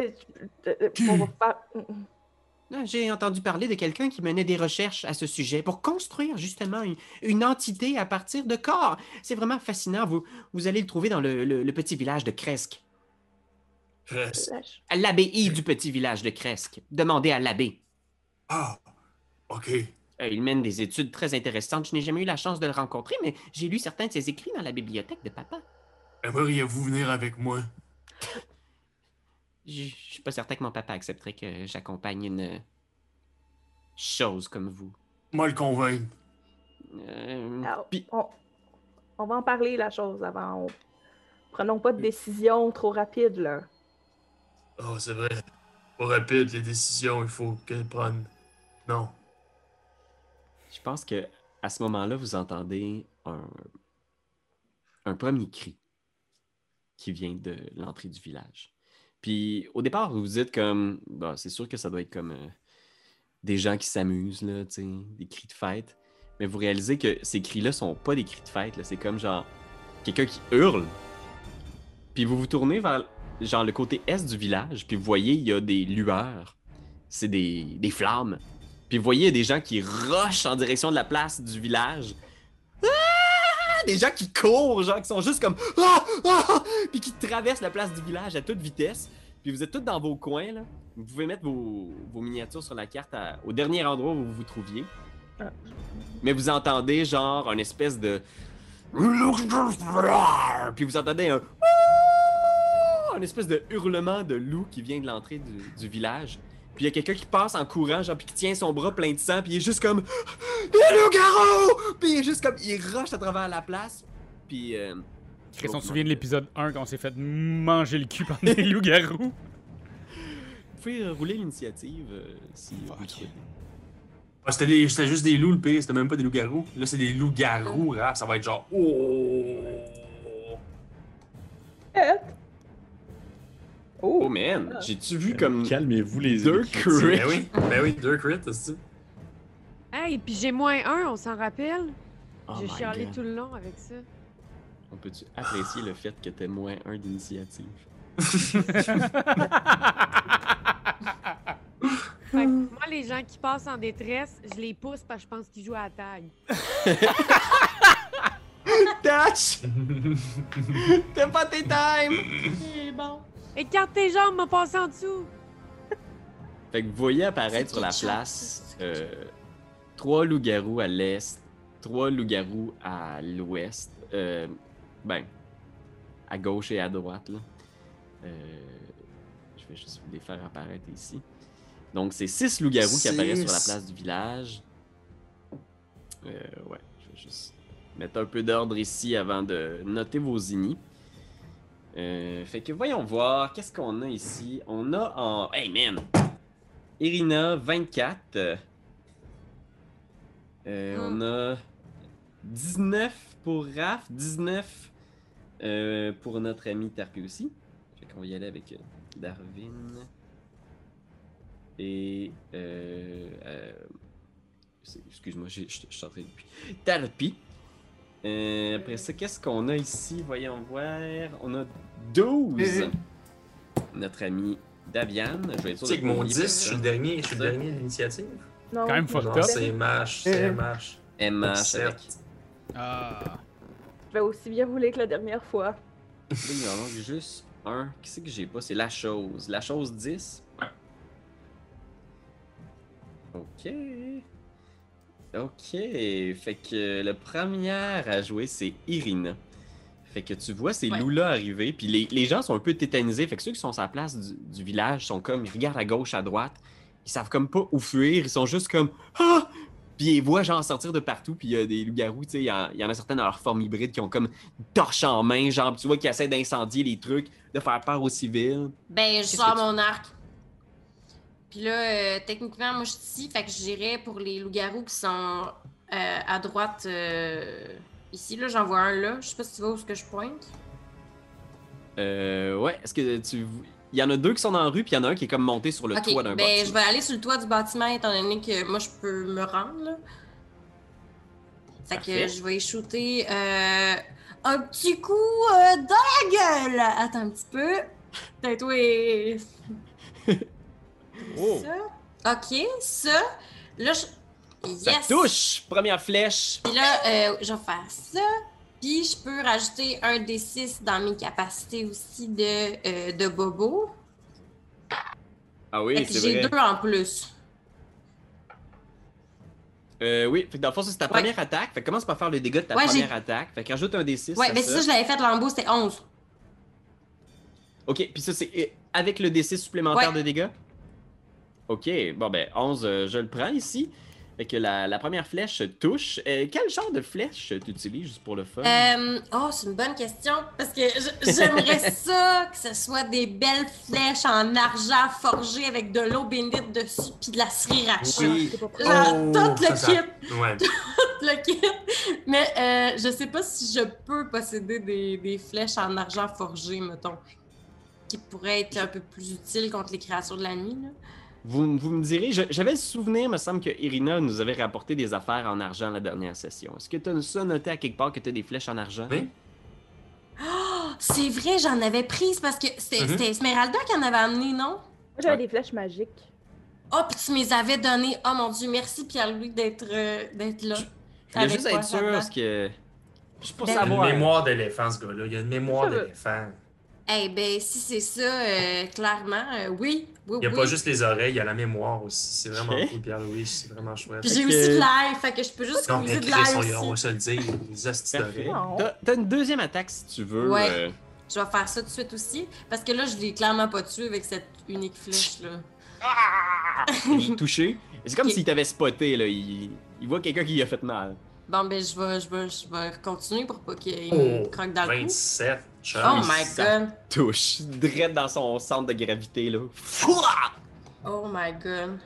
[SPEAKER 8] Euh, euh, euh, on va faire... mm,
[SPEAKER 1] Ah, J'ai entendu parler de quelqu'un qui menait des recherches à ce sujet pour construire justement une, une entité à partir de corps. C'est vraiment fascinant. Vous, vous allez le trouver dans le, le- le petit village de Cresque,
[SPEAKER 5] Reste.
[SPEAKER 8] La ch-
[SPEAKER 1] à l'abbaye du petit village de Cresque. Demandez à l'abbé.
[SPEAKER 5] Ah, ok.
[SPEAKER 1] Euh, il mène des études très intéressantes. Je n'ai jamais eu la chance de le rencontrer, mais j'ai lu certains de ses écrits dans la bibliothèque de papa.
[SPEAKER 5] Aimeriez-vous venir avec moi?
[SPEAKER 1] Je je suis pas certain que mon papa accepterait que j'accompagne une chose comme vous.
[SPEAKER 5] Moi le convaincre.
[SPEAKER 1] Euh,
[SPEAKER 8] Alors,
[SPEAKER 1] puis-
[SPEAKER 8] mm, on, on va en parler, la chose, avant. On- Prenons pas de décision trop rapide, là.
[SPEAKER 5] Oh, c'est vrai. Pas rapide, les décisions, il faut qu'elles prennent. Non.
[SPEAKER 1] je pense que à ce moment-là, vous entendez un, un premier cri qui vient de l'entrée du village. Puis au départ, vous vous dites comme, Bah, c'est sûr que ça doit être comme euh, des gens qui s'amusent, là, tu sais, des cris de fête. Mais vous réalisez que ces cris-là sont pas des cris de fête, là. c'est comme genre quelqu'un qui hurle. Puis vous vous tournez vers genre le côté est du village, puis vous voyez il y a des lueurs c'est des, des flammes. Puis vous voyez, il y a des gens qui rushent en direction de la place du village. Ah! Des gens qui courent, genre qui sont juste comme ah! Ah! puis qui traversent la place du village à toute vitesse. Puis vous êtes tous dans vos coins là. Vous pouvez mettre vos, vos miniatures sur la carte à- au dernier endroit où vous vous trouviez. Mais vous entendez genre une espèce de puis vous entendez un [LAUGHS] un espèce de hurlement de loup qui vient de l'entrée du, du village. Puis il y a quelqu'un qui passe en courant, genre, puis qui tient son bras plein de sang, puis il est juste comme Hello, Garo! Puis il est juste comme. Il rush à travers la place, puis. euh,
[SPEAKER 4] Chris, on se souvient de l'épisode 1 quand on s'est fait manger le cul par des loups-garous.
[SPEAKER 1] Vous pouvez euh, rouler l'initiative euh, si vous le souhaitez.
[SPEAKER 5] Ah, c'était, des- c'était juste des loups, le pire. C'était même pas des loups-garous. Là, c'est des loups-garous,
[SPEAKER 9] hein,
[SPEAKER 5] rap. Ça va être genre. Oh!
[SPEAKER 1] Oh
[SPEAKER 8] Eh, Oh,
[SPEAKER 1] man, j'ai-tu vu comme
[SPEAKER 6] Euh, Calmez-vous les
[SPEAKER 1] deux
[SPEAKER 6] écrits.
[SPEAKER 1] crits?
[SPEAKER 9] Ben oui, ben oui, deux crits, c'est
[SPEAKER 3] Hey, puis j'ai moins un, on s'en rappelle?
[SPEAKER 1] Oh
[SPEAKER 3] J'ai
[SPEAKER 1] my
[SPEAKER 3] chialé
[SPEAKER 1] God.
[SPEAKER 3] tout le long avec ça.
[SPEAKER 1] On peut-tu apprécier le fait que t'aies moins un d'initiative?
[SPEAKER 3] Fait que moi, les gens qui passent en détresse, je les pousse parce que je pense qu'ils jouent à la taille.
[SPEAKER 1] Touch! T'as pas tes times!
[SPEAKER 2] C'est bon.
[SPEAKER 3] Écarte tes jambes, m'a passé en dessous!
[SPEAKER 1] Fait que vous voyez apparaître
[SPEAKER 2] C'est
[SPEAKER 1] sur la
[SPEAKER 2] ketchup,
[SPEAKER 1] place
[SPEAKER 2] c'est
[SPEAKER 1] euh, trois loups-garous à l'est, trois loups-garous à l'ouest, euh, ben, à gauche et à droite. Là. Euh, je vais juste vous les faire apparaître ici. Donc, c'est six loups-garous qui apparaissent sur la
[SPEAKER 9] Six.
[SPEAKER 1] place du village. Euh, ouais, je vais juste mettre un peu d'ordre ici avant de noter vos inis. Euh, fait que voyons voir, qu'est-ce qu'on a ici? On a en. Hey man! Irina 24. Euh, euh,
[SPEAKER 2] Hmm.
[SPEAKER 1] On a 19 pour Raph, 19 euh, pour notre ami Tarpi aussi. Fait qu'on va y aller avec euh, Darwin. Et. Euh, euh, c'est- Excuse-moi, j'ai- je je suis en train de. Tarpi. Euh, après ça, qu'est-ce qu'on a ici? Voyons voir. On a
[SPEAKER 9] Eh,
[SPEAKER 1] 12. Notre ami Davian. Je vais être sûr
[SPEAKER 9] Tu sais
[SPEAKER 1] de
[SPEAKER 9] eh. que mon
[SPEAKER 1] oublier
[SPEAKER 9] 10, je suis le
[SPEAKER 1] personne.
[SPEAKER 9] dernier, je suis le dernier à l'initiative.
[SPEAKER 8] Non,
[SPEAKER 4] Quand même
[SPEAKER 8] je-
[SPEAKER 4] fucked
[SPEAKER 9] Non,
[SPEAKER 4] up.
[SPEAKER 9] c'est marche,
[SPEAKER 1] Eh.
[SPEAKER 9] c'est marche.
[SPEAKER 1] MH
[SPEAKER 9] Sept.
[SPEAKER 1] avec.
[SPEAKER 4] Ah.
[SPEAKER 8] Je vais aussi bien rouler que la dernière fois.
[SPEAKER 1] Là, il en manque juste un. Qu'est-ce que j'ai pas? C'est la chose. La chose 10. Ok. Ok. Fait que le premier à jouer, c'est Irina. Fait que tu vois ces
[SPEAKER 2] Ouais.
[SPEAKER 1] loups-là arriver, puis les, les gens sont un peu tétanisés. Fait que ceux qui sont à la place du, du village sont comme, ils regardent à gauche, à droite. Ils savent comme pas où fuir. Ils sont juste comme, ah! Puis ils voient genre sortir de partout, puis il y a des loups-garous, tu sais, il y, en- il y en a certains dans leur forme hybride qui ont comme une torche en main, genre, puis tu vois, qui essaient d'incendier les trucs, de faire peur aux civils.
[SPEAKER 2] Ben, je
[SPEAKER 1] Qu'est-ce
[SPEAKER 2] sors
[SPEAKER 1] que tu-
[SPEAKER 2] mon arc. Puis là, euh, techniquement, moi, je suis ici, fait que j'irais pour les loups-garous qui sont euh, à droite. euh, ici, là, j'en vois un là. Je sais pas si tu vois où ce que je pointe.
[SPEAKER 1] Euh, ouais, est-ce que tu. Il y en a deux qui sont dans la rue, puis il y en a un qui est comme monté sur le
[SPEAKER 2] ok,
[SPEAKER 1] toit d'un
[SPEAKER 2] ben, je
[SPEAKER 1] bâtiment.
[SPEAKER 2] vais aller sur le toit du bâtiment étant donné que moi, je peux me rendre, là. Fait
[SPEAKER 1] Parfait.
[SPEAKER 2] que je vais shooter euh, un petit coup euh, dans la gueule. Attends un petit peu. Tatoué.
[SPEAKER 1] Oh.
[SPEAKER 2] Ça. Ok, ça. Là, je.
[SPEAKER 1] Ça
[SPEAKER 2] Yes!
[SPEAKER 1] touche! Première flèche!
[SPEAKER 2] Puis là, euh, je vais faire ça. Puis je peux rajouter un des 6 dans mes capacités aussi de, euh, de bobo.
[SPEAKER 1] Ah
[SPEAKER 2] Fait
[SPEAKER 1] oui,
[SPEAKER 2] que
[SPEAKER 1] c'est
[SPEAKER 2] j'ai
[SPEAKER 1] vrai.
[SPEAKER 2] deux en plus.
[SPEAKER 1] Euh, oui, fait que dans le fond, ça, c'est ta
[SPEAKER 2] Ouais.
[SPEAKER 1] première attaque. Fait que commence par faire le dégât de ta
[SPEAKER 2] Ouais, j'ai-
[SPEAKER 1] première attaque. Fait que rajoute un D6.
[SPEAKER 2] Ouais,
[SPEAKER 1] à
[SPEAKER 2] mais c'est ça, je l'avais fait l'embout, c'était 11.
[SPEAKER 1] Ok, puis ça, c'est euh, avec le D6 supplémentaire
[SPEAKER 2] Ouais.
[SPEAKER 1] de dégâts? Ok, bon ben 11, euh, je le prends ici. Fait que la, la première flèche touche. Euh, quel genre de flèche tu utilises juste pour le fun?
[SPEAKER 2] Euh, oh, c'est une bonne question parce que j- j'aimerais ça que ce soit des belles flèches en argent forgé avec de l'eau bénite dessus puis de la sriracha.
[SPEAKER 9] Oui.
[SPEAKER 8] C'est pas pris.
[SPEAKER 2] Genre,
[SPEAKER 9] Oh,
[SPEAKER 2] tout le
[SPEAKER 9] ça, ça-
[SPEAKER 2] kit,
[SPEAKER 9] Ouais.
[SPEAKER 2] le kit. Mais euh, je sais pas si je peux posséder des, des flèches en argent forgé, mettons, qui pourraient être un peu plus utiles contre les créatures de la nuit. Là.
[SPEAKER 1] Vous, vous me direz, je- j'avais le souvenir, me semble que Irina nous avait rapporté des affaires en argent la dernière session. Est-ce que tu as ça noté à quelque part que tu as des flèches en argent?
[SPEAKER 9] Oui.
[SPEAKER 2] Oh, c'est vrai, j'en avais prise parce que c'était
[SPEAKER 9] Mhm.
[SPEAKER 2] c'était Esmeralda qui en avait amené, non?
[SPEAKER 8] Moi, j'avais des flèches magiques.
[SPEAKER 2] Ah, puis tu me les avais donné. Oh mon Dieu, merci Pierre-Louis d'être euh, d'être là.
[SPEAKER 1] Je voulais
[SPEAKER 2] Avec
[SPEAKER 1] juste
[SPEAKER 2] toi,
[SPEAKER 1] être sûr
[SPEAKER 2] là-dedans.
[SPEAKER 1] parce que. Je suis pas
[SPEAKER 2] Ben-
[SPEAKER 9] Il y a une
[SPEAKER 1] savoir.
[SPEAKER 9] mémoire d'éléphant, ce gars-là. Il y a une mémoire
[SPEAKER 8] Ça va.
[SPEAKER 9] d'éléphant.
[SPEAKER 2] Eh ben, si c'est ça, euh, clairement, euh, oui, oui,
[SPEAKER 9] Il n'y a
[SPEAKER 2] oui.
[SPEAKER 9] pas juste les oreilles, il y a la mémoire aussi. C'est vraiment
[SPEAKER 1] Ok.
[SPEAKER 9] cool, Pierre-Louis. C'est vraiment chouette.
[SPEAKER 2] Puis j'ai
[SPEAKER 1] Fait
[SPEAKER 2] aussi
[SPEAKER 1] que-
[SPEAKER 2] de l'air, fait que je peux juste
[SPEAKER 9] Non, mais
[SPEAKER 2] squeezer de
[SPEAKER 9] Chris,
[SPEAKER 2] l'air
[SPEAKER 9] on, on va
[SPEAKER 2] aussi.
[SPEAKER 9] se le dire. Les hosties
[SPEAKER 1] Parfait.
[SPEAKER 9] d'oreilles.
[SPEAKER 8] Non.
[SPEAKER 1] T'as- T'as une deuxième attaque si tu veux.
[SPEAKER 2] Ouais.
[SPEAKER 1] euh,
[SPEAKER 2] Je vais faire ça tout de suite aussi, parce que là, je l'ai clairement pas tué avec cette unique flèche, là.
[SPEAKER 1] [LAUGHS] il est touché. Et C'est comme
[SPEAKER 2] Ah. Ok.
[SPEAKER 1] s'il t'avait spoté, là. Il, il voit quelqu'un qui lui a fait mal.
[SPEAKER 2] Bon, ben, je vais, je vais, je vais continuer pour pas qu'il me
[SPEAKER 9] Oh,
[SPEAKER 2] croque dans le cou.
[SPEAKER 9] 27. Charles.
[SPEAKER 2] Oh my
[SPEAKER 1] ça.
[SPEAKER 2] god.
[SPEAKER 1] Touche. Direct dans son centre de gravité, là. Fouah!
[SPEAKER 2] Oh my god.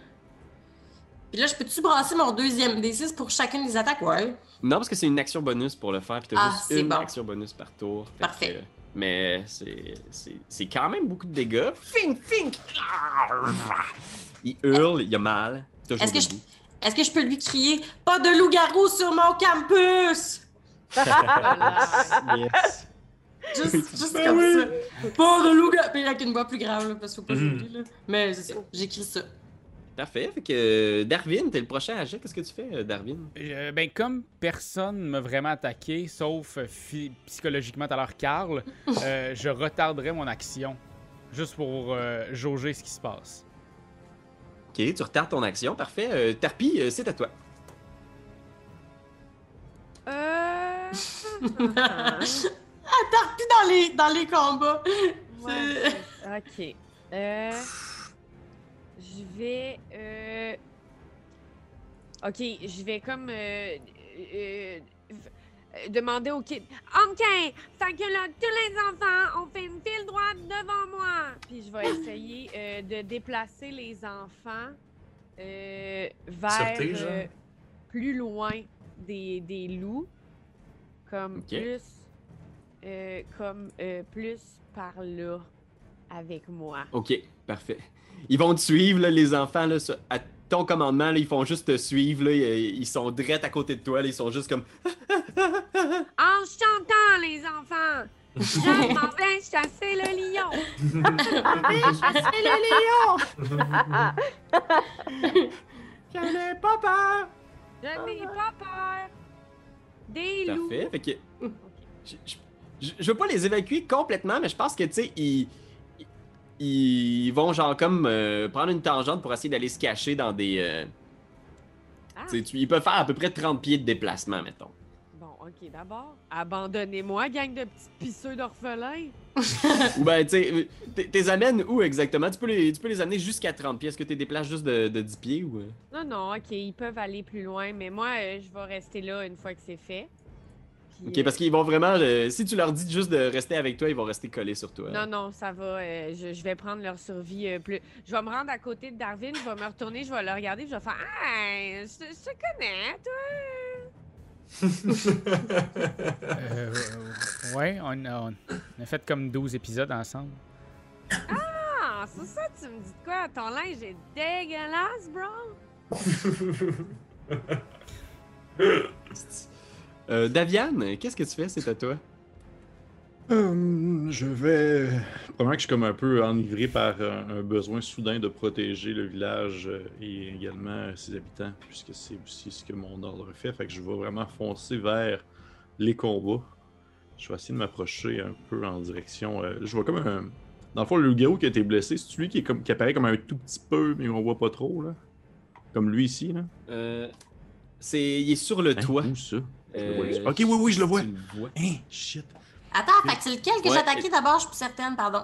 [SPEAKER 2] Puis là, je peux-tu brasser mon deuxième D6 pour chacune des attaques? Ouais.
[SPEAKER 1] Non, parce que c'est une action bonus pour le faire, puis t'as
[SPEAKER 2] Ah,
[SPEAKER 1] juste
[SPEAKER 2] c'est
[SPEAKER 1] une
[SPEAKER 2] bon.
[SPEAKER 1] action bonus par tour. Fait
[SPEAKER 2] Parfait.
[SPEAKER 1] que- mais c'est- c'est c'est quand même beaucoup de dégâts. Fink, fink! Ah! Il hurle, il a mal. Toujours
[SPEAKER 2] Est-ce que je-
[SPEAKER 1] debout.
[SPEAKER 2] Est-ce que je peux lui crier « Pas de loup-garou sur mon campus! [LAUGHS]
[SPEAKER 1] Yes. »
[SPEAKER 2] Juste, juste
[SPEAKER 1] Ben
[SPEAKER 2] comme
[SPEAKER 1] oui.
[SPEAKER 2] ça. « Pas de loup-garou! » Puis avec une voix plus grave, là, parce qu'il faut pas que je
[SPEAKER 9] Mhm.
[SPEAKER 2] l'oublie, là. Mais c'est ça, j'écris ça.
[SPEAKER 1] Parfait. Fait que euh, Darwin, t'es le prochain à jet. Qu'est-ce que tu fais, euh, Darwin?
[SPEAKER 4] Euh, ben, comme personne m'a vraiment attaqué, sauf euh, phy- psychologiquement tout à l'heure Carl, euh, je retarderai mon action juste pour euh, jauger ce qui se passe.
[SPEAKER 1] Ok, tu retardes ton action. Parfait. Euh, Tarpi, euh, c'est à toi.
[SPEAKER 2] [LAUGHS]
[SPEAKER 3] Euh...
[SPEAKER 2] Puis dans les, dans les combats.
[SPEAKER 3] Ouais, c'est- ok. Euh, je vais. euh, Ok, je vais comme. euh, euh, euh, demander au kid. Ok, fait que là, tous les enfants, on fait une file droite devant moi. Puis je vais essayer euh, de déplacer les enfants euh, vers.
[SPEAKER 9] Sûreté, genre?
[SPEAKER 3] euh, plus loin des, des loups. Comme
[SPEAKER 1] Ok.
[SPEAKER 3] plus. euh, comme euh, plus par là avec moi.
[SPEAKER 1] Ok, parfait. Ils vont te suivre, là, les enfants, là, sur- à ton commandement. là, ils font juste te suivre. là, euh, ils, ils sont drettes à côté de toi. là, ils sont juste comme.
[SPEAKER 3] En chantant, les enfants! Je m'en vais chasser le lion! Chasser le
[SPEAKER 1] J'en ai pas peur!
[SPEAKER 3] lion! Je n'ai pas peur! Des loups!
[SPEAKER 1] Parfait. Fait que. Je, je- je- je veux pas les évacuer complètement, mais je pense que, tu sais, ils. Ils ils vont, genre, comme euh, prendre une tangente pour essayer d'aller se cacher dans des. euh,
[SPEAKER 3] Ah.
[SPEAKER 1] tu sais, tu- ils peuvent faire à peu près 30 pieds de déplacement, mettons. [LAUGHS]
[SPEAKER 3] Bon, ok, d'abord, abandonnez-moi, gang de petits pisseux d'orphelins!
[SPEAKER 1] Ou ben, tu sais, euh, t'es- t'es amènes où exactement? Tu peux les, tu peux les amener jusqu'à 30 pieds. Est-ce que tu les déplaces juste de, de 10 pieds ou. euh?
[SPEAKER 3] Non, non, ok, ils peuvent aller plus loin, mais moi, euh, je vais rester là une fois que c'est fait. Puis,
[SPEAKER 1] Ok, parce
[SPEAKER 3] euh,
[SPEAKER 1] qu'ils vont vraiment. euh, si tu leur dis juste de rester avec toi, ils vont rester collés sur toi.
[SPEAKER 3] Non, non, ça va. euh, je, je vais prendre leur survie euh, plus. Je vais me rendre à côté de Darwin, je vais me retourner, je vais le regarder, je vais faire Ah, je, je te connais, toi!
[SPEAKER 4] Euh, euh, ouais, on a, on a fait comme 12 épisodes ensemble.
[SPEAKER 3] Ah, c'est ça, tu me dis de quoi? Ton linge est dégueulasse, bro!
[SPEAKER 1] Euh, Daviane, qu'est-ce que tu fais? C'est à toi.
[SPEAKER 6] Hum, je vais. Probablement que je suis comme un peu enivré par un, un besoin soudain de protéger le village euh, et également euh, ses habitants, puisque c'est aussi ce que mon ordre fait. Fait que je vais vraiment foncer vers les combats. Je vais essayer de m'approcher un peu en direction. euh, je vois comme un. Dans le fond, le loup-garou qui a été blessé, c'est lui qui, est comme, qui apparaît comme un tout petit peu, mais on voit pas trop, là. Comme lui ici, là.
[SPEAKER 1] Euh, c'est, il est sur le
[SPEAKER 6] Hein,
[SPEAKER 1] toit.
[SPEAKER 6] où ça? Je le
[SPEAKER 1] Euh,
[SPEAKER 6] vois ici. ok, oui, oui, je le vois.
[SPEAKER 1] Tu le vois.
[SPEAKER 6] Hein, shit.
[SPEAKER 2] Attends, fait que c'est lequel que
[SPEAKER 1] Ouais.
[SPEAKER 2] j'ai attaqué d'abord? Je suis plus certaine, pardon.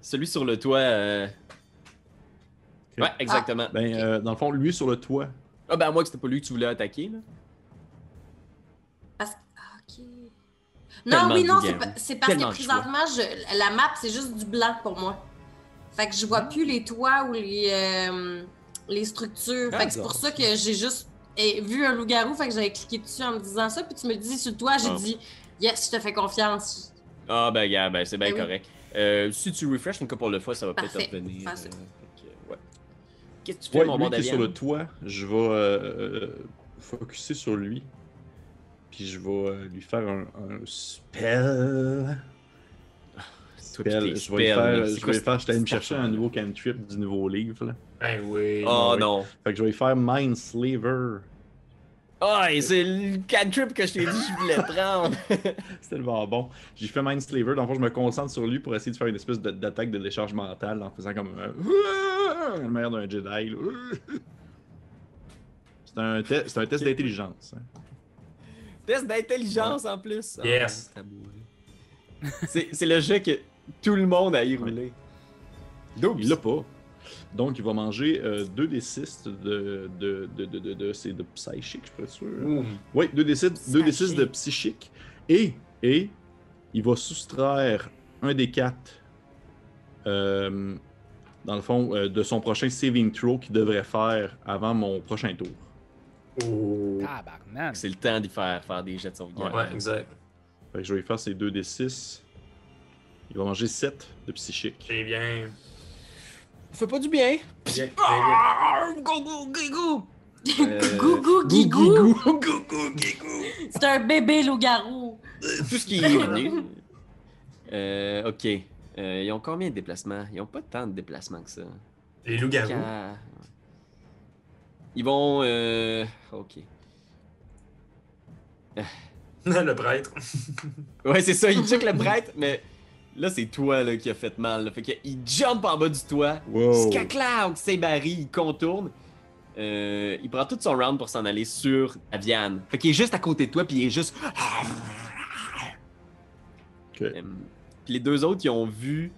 [SPEAKER 1] Celui sur le toit. euh,
[SPEAKER 6] Ok.
[SPEAKER 1] Ouais, exactement. Ah.
[SPEAKER 6] Ben,
[SPEAKER 2] Ok.
[SPEAKER 6] euh, dans le fond, lui sur le toit,
[SPEAKER 1] ben, moi, que c'était pas lui que tu voulais attaquer, là.
[SPEAKER 2] Parce que. ah, ok.
[SPEAKER 1] Tellement
[SPEAKER 2] Non, oui, non,
[SPEAKER 1] de
[SPEAKER 2] c'est
[SPEAKER 1] loups-garous.
[SPEAKER 2] pa- c'est parce
[SPEAKER 1] Tellement
[SPEAKER 2] que
[SPEAKER 1] de choix.
[SPEAKER 2] présentement, je- la map, c'est juste du blanc pour moi. Fait que je vois plus les toits ou les, euh, les structures. Fait que c'est pour ça que j'ai juste eh, vu un loup-garou, fait que j'avais cliqué dessus en me disant ça. Puis tu me dis sur toi, j'ai
[SPEAKER 1] Ah.
[SPEAKER 2] dit, yes, je te fais confiance.
[SPEAKER 1] Ah, ben, gars, ben, c'est bien
[SPEAKER 2] Ben oui.
[SPEAKER 1] correct. Euh, si tu refresh une couple de fois, ça va peut-être
[SPEAKER 2] Parfait.
[SPEAKER 1] revenir.
[SPEAKER 2] Enfin, c'est-
[SPEAKER 1] fait que, ouais. Qu'est-ce que tu fais,
[SPEAKER 6] Ouais,
[SPEAKER 1] mon
[SPEAKER 6] lui
[SPEAKER 1] bon
[SPEAKER 6] qui est
[SPEAKER 1] Daviane?
[SPEAKER 6] sur le toit, je vais euh, euh, focuser sur lui. Puis je vais euh, lui faire un, un spell.
[SPEAKER 1] puis tes
[SPEAKER 6] spells. Je vais y
[SPEAKER 1] spells, là,
[SPEAKER 6] faire,
[SPEAKER 1] c'est
[SPEAKER 6] je
[SPEAKER 1] quoi
[SPEAKER 6] vais y
[SPEAKER 1] cette-
[SPEAKER 6] faire, j'étais allé me
[SPEAKER 1] cette
[SPEAKER 6] chercher un nouveau cantrip du nouveau livre. Là.
[SPEAKER 9] Ben oui.
[SPEAKER 1] Oh
[SPEAKER 6] oui.
[SPEAKER 1] non.
[SPEAKER 6] Fait que je vais y faire Mindslaver.
[SPEAKER 1] Ah, et c'est le cantrip que je t'ai dit, je voulais prendre.
[SPEAKER 6] [LAUGHS] C'est tellement bon. J'ai fait Mindslaver. Dans le fond, je me concentre sur lui pour essayer de faire une espèce de- d'attaque de décharge mentale en faisant comme. un- Le meilleur d'un Jedi. là. C'est un, te- c'est un test d'intelligence. hein.
[SPEAKER 1] Test d'intelligence en plus. Ah,
[SPEAKER 9] Yes.
[SPEAKER 1] tabouret. C'est c'est le jeu que tout le monde a y roulé.
[SPEAKER 6] Il l'a pas. Donc, il va manger 2 des 6 de, de, de, de, de, de- c'est de psychique, je suis pas sûr. Oui, 2 des 6 de psychique. Et, et il va soustraire un des 4, dans le fond, euh, de son prochain saving throw qu'il devrait faire avant mon prochain tour.
[SPEAKER 9] Oh.
[SPEAKER 4] Tabarnak.
[SPEAKER 1] C'est le temps d'y faire, faire des jets de sauvegarde.
[SPEAKER 9] Ouais, exact.
[SPEAKER 6] Fait que je vais lui faire ces 2 des 6. Il va manger 7 de psychique.
[SPEAKER 9] C'est bien.
[SPEAKER 1] Fais pas du bien.
[SPEAKER 9] Bien, bien,
[SPEAKER 1] Ah, go, go, go, go. Euh,
[SPEAKER 2] Gougou, guigou.
[SPEAKER 1] gougou.
[SPEAKER 2] C'est un bébé loup-garou.
[SPEAKER 1] Tout ce qui est
[SPEAKER 2] [LAUGHS]
[SPEAKER 1] venu. Euh, ok. Euh, ils ont combien de déplacements? Ils ont pas tant de déplacements que ça.
[SPEAKER 9] Les loups-garous.
[SPEAKER 1] Qu'à- euh, Ils vont. euh, Ok.
[SPEAKER 9] [LAUGHS] le prêtre.
[SPEAKER 1] [LAUGHS] Ouais, c'est ça, il check le prêtre, mais là, c'est toi là, qui a fait mal. là. Fait qu'il jump en bas du toit.
[SPEAKER 6] Wow!
[SPEAKER 1] Skakloud s'ébarrie, il contourne. Euh, il prend tout son round pour s'en aller sur Aviane. Fait qu'il est juste à côté de toi, puis il est juste. Euh, puis les deux autres, ils ont vu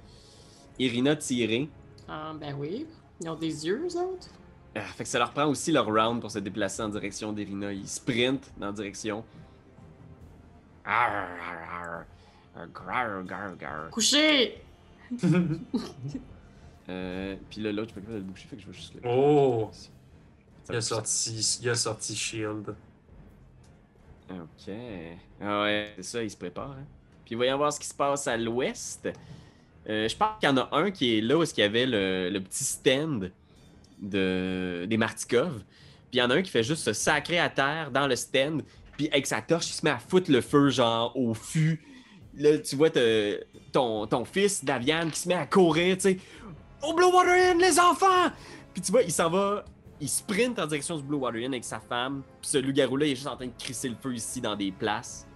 [SPEAKER 1] Irina tirer.
[SPEAKER 2] Ah, ben oui. Ils ont des yeux, eux autres.
[SPEAKER 1] Euh, fait que ça leur prend aussi leur round pour se déplacer en direction d'Irina. Ils sprintent dans la direction. Arr, arr, arr. Arr, grar, grar, grar.
[SPEAKER 2] Couché.
[SPEAKER 1] Euh, puis là, l'autre, je peux pas le boucher, fait que je vais juste le.
[SPEAKER 9] Oh.
[SPEAKER 1] Ça
[SPEAKER 9] Il a
[SPEAKER 1] me-
[SPEAKER 9] sorti, il a sorti Shield.
[SPEAKER 1] Ok. Ah ouais, c'est ça, il se prépare. hein. Puis voyons voir ce qui se passe à l'ouest. Euh, je pense qu'il y en a un qui est là où est-ce qu'il y avait le, le petit stand de, des Martikov. Puis il y en a un qui fait juste se sacrer à terre dans le stand. Puis avec sa torche, il se met à foutre le feu, genre au fût. Là, tu vois te- ton, ton fils, Daviane, qui se met à courir, tu sais. Au Blue Water Inn, les enfants! Puis tu vois, il s'en va il sprint en direction du Blue Water Inn avec sa femme. Puis ce loup-garou-là, il est juste en train de crisser le feu ici dans des places.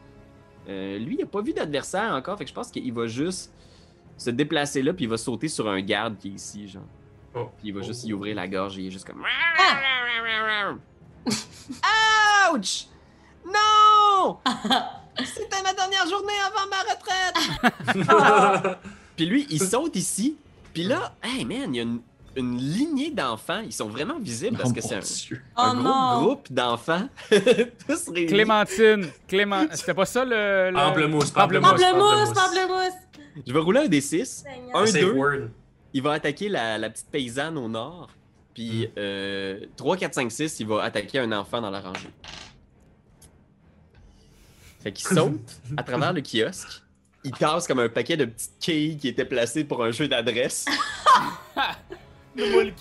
[SPEAKER 1] Euh, lui, il a pas vu d'adversaire encore, fait que je pense qu'il va juste se déplacer là, puis il va sauter sur un garde qui est ici, genre.
[SPEAKER 9] Oh.
[SPEAKER 1] Puis il va
[SPEAKER 9] Oh.
[SPEAKER 1] juste y ouvrir la gorge et il est juste comme.
[SPEAKER 3] Ah! [LAUGHS]
[SPEAKER 1] Ouch! Non! C'était ma dernière journée avant ma retraite! [LAUGHS] Puis lui, il saute ici. Puis là, hey man, il y a une, une lignée d'enfants. Ils sont vraiment visibles parce
[SPEAKER 6] Oh
[SPEAKER 1] que
[SPEAKER 6] mon
[SPEAKER 1] c'est un,
[SPEAKER 6] Dieu.
[SPEAKER 2] Oh
[SPEAKER 1] un gros
[SPEAKER 2] non.
[SPEAKER 1] groupe d'enfants. [LAUGHS] Tous réunis.
[SPEAKER 4] Clémentine. Clément... C'était pas ça le. le-
[SPEAKER 9] Pamplemousse,
[SPEAKER 4] Pamplemousse,
[SPEAKER 2] Pamplemousse, pamplemousse.
[SPEAKER 1] Je vais rouler un des 6.
[SPEAKER 2] Seigneur.
[SPEAKER 1] Un,
[SPEAKER 9] Save
[SPEAKER 1] deux.
[SPEAKER 9] word.
[SPEAKER 1] Il va attaquer la, la petite paysanne au nord.
[SPEAKER 9] Hmm.
[SPEAKER 1] Puis euh, 3, 4, 5, 6, il va attaquer un enfant dans la rangée. Fait
[SPEAKER 9] [LAUGHS]
[SPEAKER 1] qu'il saute à travers le kiosque. Il casse comme un paquet de petites quilles qui étaient placées pour un jeu d'adresse. Il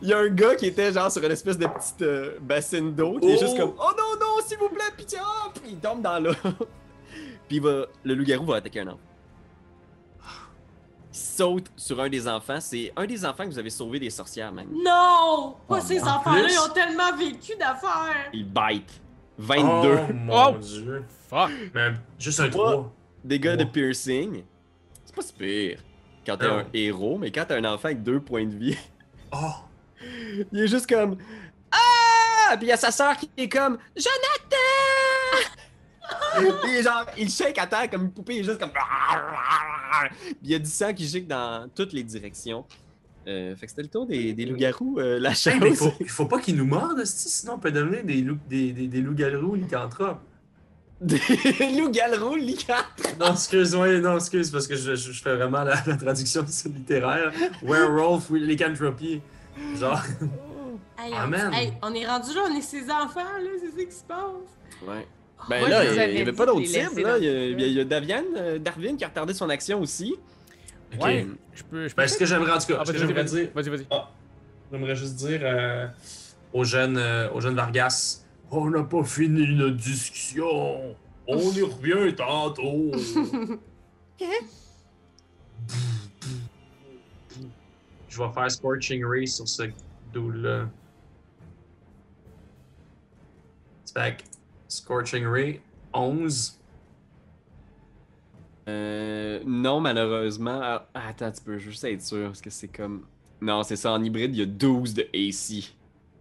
[SPEAKER 1] y a un gars qui était genre sur une espèce de petite euh, bassine d'eau qui est
[SPEAKER 9] Oh!
[SPEAKER 1] juste comme Oh non, non, s'il vous plaît, pitié, hop! Il tombe dans l'eau. [LAUGHS] Puis il va, le loup-garou va attaquer un enfant. Il saute sur un des enfants. C'est un des enfants que vous avez sauvé des sorcières, même.
[SPEAKER 2] Non!
[SPEAKER 6] Oh,
[SPEAKER 2] Pas ces
[SPEAKER 6] en
[SPEAKER 2] enfants-là,
[SPEAKER 9] Ah, plus-
[SPEAKER 2] ils ont tellement vécu d'affaires.
[SPEAKER 1] Il bite. 22 [LAUGHS]
[SPEAKER 9] Oh mon
[SPEAKER 4] Oh.
[SPEAKER 9] dieu.
[SPEAKER 4] Fuck.
[SPEAKER 9] Mais juste un
[SPEAKER 1] Trois.
[SPEAKER 9] 3.
[SPEAKER 1] dégâts de
[SPEAKER 9] Wow.
[SPEAKER 1] piercing. C'est pas si pire quand t'es
[SPEAKER 9] Non.
[SPEAKER 1] un héros, mais quand t'es un enfant avec deux points de vie,
[SPEAKER 9] Oh.
[SPEAKER 1] il est juste comme Ah! Puis il y a sa sœur qui est comme
[SPEAKER 9] [LAUGHS]
[SPEAKER 1] Jonathan! Puis il est genre, il shake à terre comme une poupée, il est juste comme. Puis il y a du sang qui gicle dans toutes les directions. Euh, fait que c'était le tour des, des loups-garous, euh, la
[SPEAKER 9] Hey, Eh, mais
[SPEAKER 1] chose. [LAUGHS]
[SPEAKER 9] faut, il faut pas qu'ils nous mordent, esti, sinon on peut devenir des loups, des, des, des loups galerous lycanthropes.
[SPEAKER 1] [LAUGHS] Des loups-garous, lycan-
[SPEAKER 9] Non, excuse, moi non, excuse, parce que je, je, je fais vraiment la, la traduction [LAUGHS] littéraire. Werewolf, oui, lycanthropie. Genre,
[SPEAKER 2] [LAUGHS] Hey,
[SPEAKER 9] Ah,
[SPEAKER 2] on,
[SPEAKER 9] man.
[SPEAKER 2] hey, on est rendu là, on est ses enfants, là, c'est ça qui se passe.
[SPEAKER 1] Ouais. Ben
[SPEAKER 9] Oh,
[SPEAKER 3] Moi,
[SPEAKER 1] là,
[SPEAKER 3] je vous
[SPEAKER 1] il
[SPEAKER 3] avais
[SPEAKER 1] n'y avait
[SPEAKER 3] dit
[SPEAKER 1] pas
[SPEAKER 3] de
[SPEAKER 1] d'autre
[SPEAKER 3] les
[SPEAKER 1] cible.
[SPEAKER 3] laisser
[SPEAKER 1] Là.
[SPEAKER 3] dans
[SPEAKER 1] Il y a,
[SPEAKER 3] le
[SPEAKER 1] il y a- il y a Davian, euh, Darwin qui a retardé son action aussi.
[SPEAKER 9] ok.
[SPEAKER 4] Ouais. Je peux. Je peux
[SPEAKER 9] Ben, ce que j'aimerais, en tout cas,
[SPEAKER 4] Ah,
[SPEAKER 9] ce que
[SPEAKER 4] vas-y,
[SPEAKER 9] j'aimerais
[SPEAKER 4] vas-y,
[SPEAKER 9] dire, Ah,
[SPEAKER 4] vas-y, vas-y.
[SPEAKER 9] j'aimerais juste dire euh, aux jeunes, euh, aux jeunes Vargas, on n'a pas fini notre discussion. On y revient tantôt. Je vais faire Scorching Ray sur ce dude-là. Fait que Scorching Ray, 11.
[SPEAKER 1] Euh, non, malheureusement. Ah, Attends, tu peux juste être sûr, parce que c'est comme. Non, c'est ça, en hybride, il y a 12 de AC.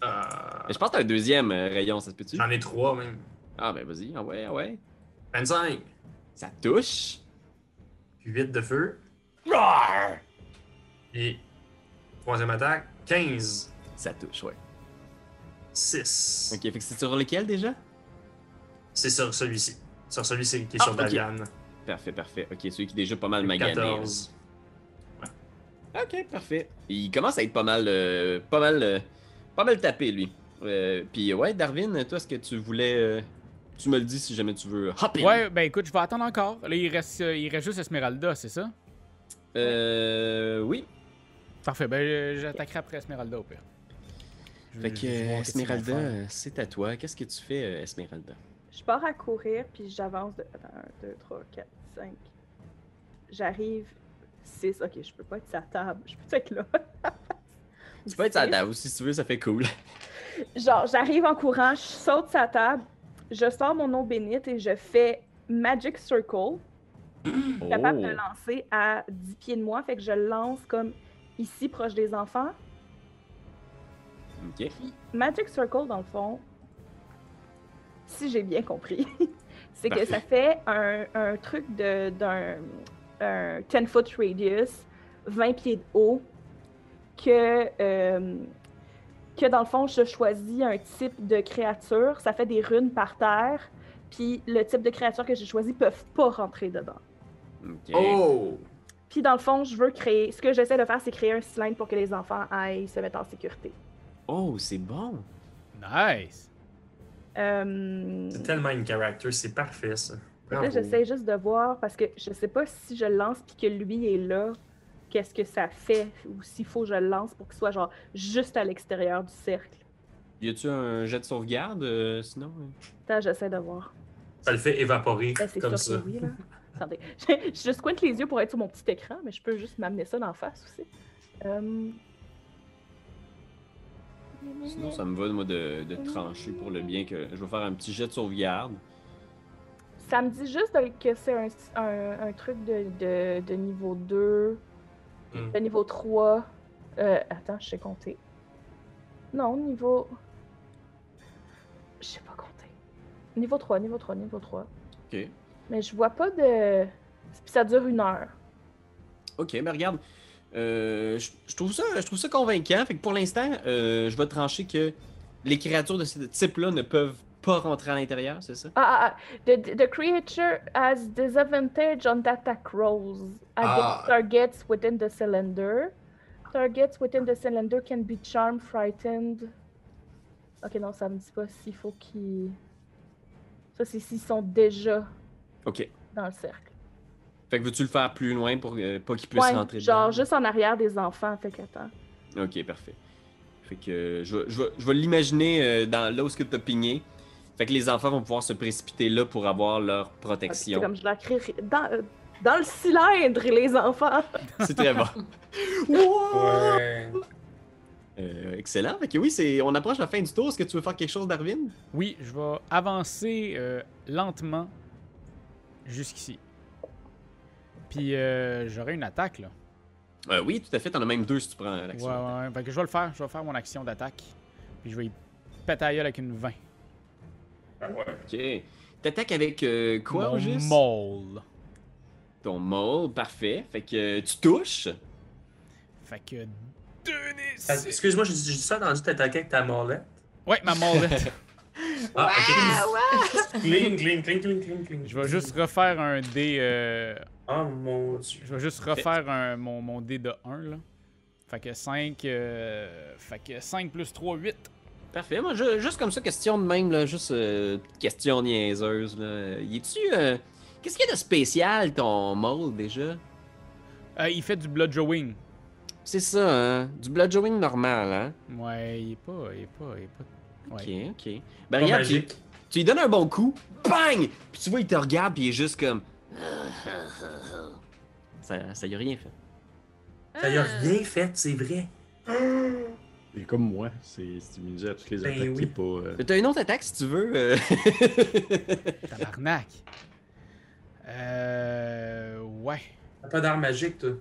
[SPEAKER 9] Euh,
[SPEAKER 1] Mais je pense que t'as un deuxième euh, rayon, ça se peut-tu?
[SPEAKER 9] J'en ai 3 même.
[SPEAKER 1] Ah, ben vas-y, ah ouais, ah ouais.
[SPEAKER 9] 25.
[SPEAKER 1] Ça touche.
[SPEAKER 9] Puis 8 de feu. Et troisième attaque, 15.
[SPEAKER 1] Ça touche, ouais.
[SPEAKER 9] 6.
[SPEAKER 1] Ok, fait que c'est sur lequel déjà?
[SPEAKER 9] C'est sur celui-ci. Sur celui-ci qui est
[SPEAKER 1] Ah,
[SPEAKER 9] sur
[SPEAKER 1] ok.
[SPEAKER 9] Davian.
[SPEAKER 1] Parfait, parfait. Ok, celui qui est déjà pas mal magané. hein. là.
[SPEAKER 9] 14.
[SPEAKER 1] Ok, parfait. Il commence à être pas mal, euh, pas mal, euh, pas mal tapé lui. Euh, Puis ouais, Darwin, toi, est-ce que tu voulais, euh, tu me le dis si jamais tu veux. Hop in.
[SPEAKER 4] Ouais, ben écoute, je vais attendre encore. Là, il reste, euh, il reste juste Esmeralda, c'est ça?
[SPEAKER 1] Euh, oui.
[SPEAKER 4] Parfait, ben euh, j'attaquerai après Esmeralda au pire. Je-
[SPEAKER 1] Fait
[SPEAKER 4] je
[SPEAKER 1] que
[SPEAKER 4] vais
[SPEAKER 1] euh,
[SPEAKER 4] voir qu'est-ce qu'ils vont
[SPEAKER 1] Esmeralda,
[SPEAKER 4] faire.
[SPEAKER 1] euh, c'est à toi. Qu'est-ce que tu fais, euh, Esmeralda
[SPEAKER 8] Je pars à courir, puis j'avance de. 1, 2, 3, 4, 5. J'arrive. 6. Ok, je peux pas être sur la table. Je peux être là. [LAUGHS]
[SPEAKER 1] Tu peux être à la table aussi, si tu veux, ça fait cool. [LAUGHS]
[SPEAKER 8] Genre, j'arrive en courant, je saute sa table, je sors mon eau bénite et je fais Magic Circle, capable de
[SPEAKER 1] Oh.
[SPEAKER 8] lancer à 10 pieds de moi. Fait que je le lance comme ici, proche des enfants.
[SPEAKER 1] Ok.
[SPEAKER 8] Magic Circle, dans le fond, si j'ai bien compris, [LAUGHS] c'est que
[SPEAKER 1] Parfait.
[SPEAKER 8] ça fait un, un truc de- d'un un 10 foot radius, 20 pieds de haut, que, euh, que dans le fond, je choisis un type de créature, ça fait des runes par terre, puis le type de créature que j'ai choisi ne peuvent pas rentrer dedans.
[SPEAKER 1] Ok.
[SPEAKER 9] Oh!
[SPEAKER 8] Puis dans le fond, je veux créer, ce que j'essaie de faire, c'est créer un cylindre pour que les enfants aillent se mettre en sécurité.
[SPEAKER 1] Oh, c'est bon.
[SPEAKER 4] Nice!
[SPEAKER 8] Euh,
[SPEAKER 9] C'est tellement une character, c'est parfait ça.
[SPEAKER 8] Là,
[SPEAKER 9] Bravo.
[SPEAKER 8] j'essaie juste de voir parce que je sais pas si je le lance puis que lui est là, qu'est-ce que ça fait ou s'il faut que je le lance pour qu'il soit genre juste à l'extérieur du cercle.
[SPEAKER 1] Y a-tu un jet de sauvegarde euh, sinon euh?
[SPEAKER 8] Attends, j'essaie de voir.
[SPEAKER 9] Ça le fait évaporer
[SPEAKER 8] Ben, c'est sûr
[SPEAKER 9] comme
[SPEAKER 8] que
[SPEAKER 9] ça.
[SPEAKER 8] oui, là. [LAUGHS] Attendez. Je, je squinte les yeux pour être sur mon petit écran, mais je peux juste m'amener ça d'en face aussi. Euh,
[SPEAKER 1] Sinon, ça me va moi de, de trancher pour le bien que je vais faire un petit jet de sauvegarde.
[SPEAKER 8] Ça me dit juste de- que c'est un, un- un truc de, de- de niveau 2,
[SPEAKER 9] Hmm.
[SPEAKER 8] de niveau 3. Euh, attends, je sais compter. Non, niveau. Je sais pas compter. Niveau 3, niveau 3, niveau 3.
[SPEAKER 1] Ok.
[SPEAKER 8] Mais je vois pas de. Puis ça dure une heure.
[SPEAKER 1] Ok, mais regarde, euh, je, je trouve ça, je trouve ça convaincant. Fait que pour l'instant, euh, je vais trancher que les créatures de ce type-là ne peuvent pas rentrer à l'intérieur, c'est ça?
[SPEAKER 8] Ah, ah, ah. The, the creature has disadvantage on the attack rolls against
[SPEAKER 9] Ah.
[SPEAKER 8] targets within the cylinder. Targets within the cylinder can be charmed, frightened. Ok, non, ça me dit pas s'il faut qu'ils. Ça, c'est s'ils sont déjà
[SPEAKER 1] Ok.
[SPEAKER 8] dans le cercle.
[SPEAKER 1] Fait que veux-tu le faire plus loin pour euh, pas qu'ils puissent
[SPEAKER 8] Ouais,
[SPEAKER 1] rentrer
[SPEAKER 8] genre
[SPEAKER 1] dedans?
[SPEAKER 8] juste en arrière des enfants, fait qu'attends.
[SPEAKER 1] Ok, parfait. Fait que euh, je, vais- je vais- je vais l'imaginer euh, dans là où ce que t'as pigné. Fait que les enfants vont pouvoir se précipiter là pour avoir leur
[SPEAKER 8] Ah, C'est
[SPEAKER 1] protection.
[SPEAKER 8] comme je leur crie dans, euh, dans le cylindre, les enfants!
[SPEAKER 1] C'est très bon.
[SPEAKER 8] [LAUGHS]
[SPEAKER 9] Ouais.
[SPEAKER 1] Euh, excellent. Fait que oui, c'est, on approche la fin du tour. Est-ce que tu veux faire quelque chose, Darwin?
[SPEAKER 4] Oui, je vais avancer euh, lentement jusqu'ici. Puis euh, j'aurai une attaque là.
[SPEAKER 1] Euh, oui, tout à fait. T'en as même deux si tu prends
[SPEAKER 4] Ouais,
[SPEAKER 1] l'action.
[SPEAKER 4] ouais, ouais. Fait que je vais le faire, je vais faire mon action d'attaque. Puis je vais y péter la gueule avec une 20.
[SPEAKER 1] Ok. T'attaques avec euh, quoi
[SPEAKER 4] mon
[SPEAKER 1] au juste?
[SPEAKER 4] maul.
[SPEAKER 1] Ton maul, parfait. Fait que euh, tu touches.
[SPEAKER 4] Fait que 2 des
[SPEAKER 9] Ah,
[SPEAKER 4] six.
[SPEAKER 9] Excuse-moi, j'ai j'ai juste entendu t'attaquer avec ta molette.
[SPEAKER 4] Ouais, ma
[SPEAKER 1] [LAUGHS]
[SPEAKER 4] maulette.
[SPEAKER 9] Ah, ok. Cling, cling, cling, cling, cling, cling.
[SPEAKER 4] je vais juste refaire un dé. euh,
[SPEAKER 9] Oh mon dieu.
[SPEAKER 4] Je vais juste refaire un- mon, mon dé de 1 là. Fait que 5. Fait que 5 plus 3, 8.
[SPEAKER 1] Parfait. Moi, ju- juste comme ça, question de même, là, juste euh, question niaiseuse. Là. Y tu Qu'est-ce qu'il y a de spécial, ton maul, déjà?
[SPEAKER 4] Euh, il fait du bludgeoning.
[SPEAKER 1] C'est ça, hein? Du bludgeoning normal, hein?
[SPEAKER 4] Ouais, il est pas. Il est pas. Il est pas. Ouais.
[SPEAKER 1] Ok, ok. Ben,
[SPEAKER 9] Pas
[SPEAKER 1] regarde, tu,
[SPEAKER 9] magique.
[SPEAKER 1] tu lui donnes un bon coup, bang! Puis tu vois, il te regarde, puis il est juste comme... [LAUGHS] Ça, ça y a rien fait.
[SPEAKER 9] Ça y a rien fait, c'est vrai.
[SPEAKER 6] Et comme moi, c'est c'est immunisé à toutes les
[SPEAKER 9] Ben
[SPEAKER 6] attaques.
[SPEAKER 9] oui.
[SPEAKER 6] C'est pas. euh,
[SPEAKER 1] T'as une autre attaque si tu veux. euh.
[SPEAKER 4] [LAUGHS] Tabarnak. Euh. Ouais.
[SPEAKER 9] T'as pas d'art magique, toi.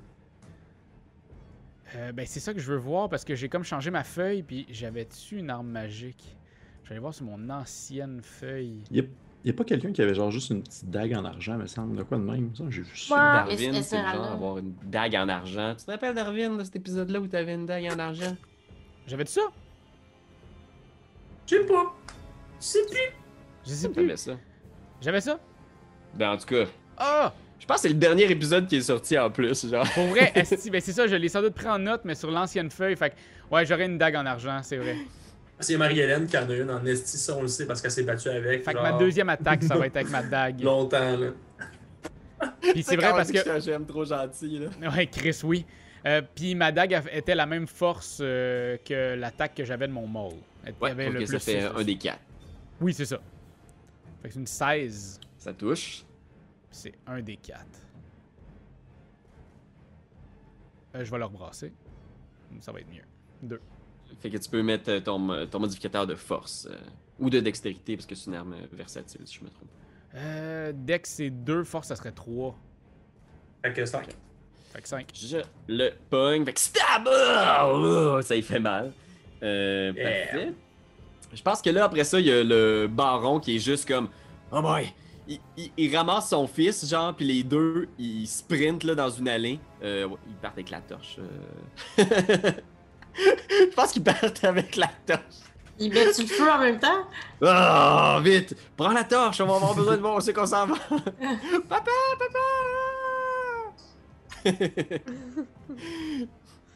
[SPEAKER 4] Euh, ben, c'est ça que je veux voir parce que j'ai comme changé ma feuille, puis j'avais dessus une arme magique. Je vais aller voir sur mon ancienne feuille.
[SPEAKER 6] Y a, y a pas quelqu'un qui avait genre juste une petite dague en argent, me semble, de quoi de même, ça, j'ai vu ça.
[SPEAKER 2] Ah,
[SPEAKER 1] Darwin,
[SPEAKER 2] es-
[SPEAKER 1] c'est le genre
[SPEAKER 2] Esmeralda.
[SPEAKER 1] avoir une dague en argent. Tu te rappelles, Darwin, de cet épisode-là où t'avais une dague en argent?
[SPEAKER 4] J'avais de ça?
[SPEAKER 9] Je sais pas. Je sais plus.
[SPEAKER 4] Je sais plus.
[SPEAKER 1] T'avais ça.
[SPEAKER 4] J'avais ça?
[SPEAKER 1] Ben, en tout cas,
[SPEAKER 4] Ah!
[SPEAKER 1] je pense que c'est le dernier épisode qui est sorti en plus, genre.
[SPEAKER 4] Pour
[SPEAKER 1] [LAUGHS]
[SPEAKER 4] vrai, esti, ben c'est ça, je l'ai sans doute pris en note, mais sur l'ancienne feuille. Fait que, ouais, j'aurais une dague en argent, c'est vrai.
[SPEAKER 9] C'est Marie-Hélène qui en a une en esti, ça on le sait parce qu'elle s'est battue avec.
[SPEAKER 4] Fait que
[SPEAKER 9] genre,
[SPEAKER 4] ma deuxième attaque, ça va être
[SPEAKER 1] [LAUGHS]
[SPEAKER 4] avec ma dague.
[SPEAKER 9] Longtemps, là.
[SPEAKER 4] Puis c'est vrai parce que.
[SPEAKER 1] J'aime trop gentil, là.
[SPEAKER 4] Ouais, Chris, oui. Euh, puis ma dague a- était la même force euh, que l'attaque que j'avais de mon maul. Elle
[SPEAKER 1] Ouais,
[SPEAKER 4] avait
[SPEAKER 1] faut
[SPEAKER 4] le
[SPEAKER 1] que ça
[SPEAKER 4] plus
[SPEAKER 1] fait
[SPEAKER 4] six,
[SPEAKER 1] un
[SPEAKER 4] là.
[SPEAKER 1] des quatre.
[SPEAKER 4] Oui, c'est ça. Fait que c'est une 16,
[SPEAKER 1] Ça touche.
[SPEAKER 4] puis c'est un des 4. Euh, je vais leur brasser. Ça va être mieux.
[SPEAKER 1] Fait que tu peux mettre euh, ton, euh, ton modificateur de force euh, ou de dextérité parce que c'est une arme euh, versatile, si je me trompe.
[SPEAKER 4] Euh, dès que c'est 2, force, ça serait 3.
[SPEAKER 9] Fait que c'est
[SPEAKER 4] Fait que 5.
[SPEAKER 1] Je le pogne. Fait que stab! Ah! Ah! Ça y fait mal. Euh,
[SPEAKER 9] Yeah.
[SPEAKER 1] Parfait. Je pense que là, après ça, il y a le baron qui est juste comme Oh boy! Il, il- il ramasse son fils, genre, puis les deux, ils sprintent là, dans une allée. Euh, ouais, ils partent avec la torche. euh. Je pense qu'ils partent avec la torche.
[SPEAKER 2] Il met le feu en même temps?
[SPEAKER 1] Ah, vite! Prends la torche, on va avoir besoin de voir où c'est qu'on s'en va! papa, papa! puis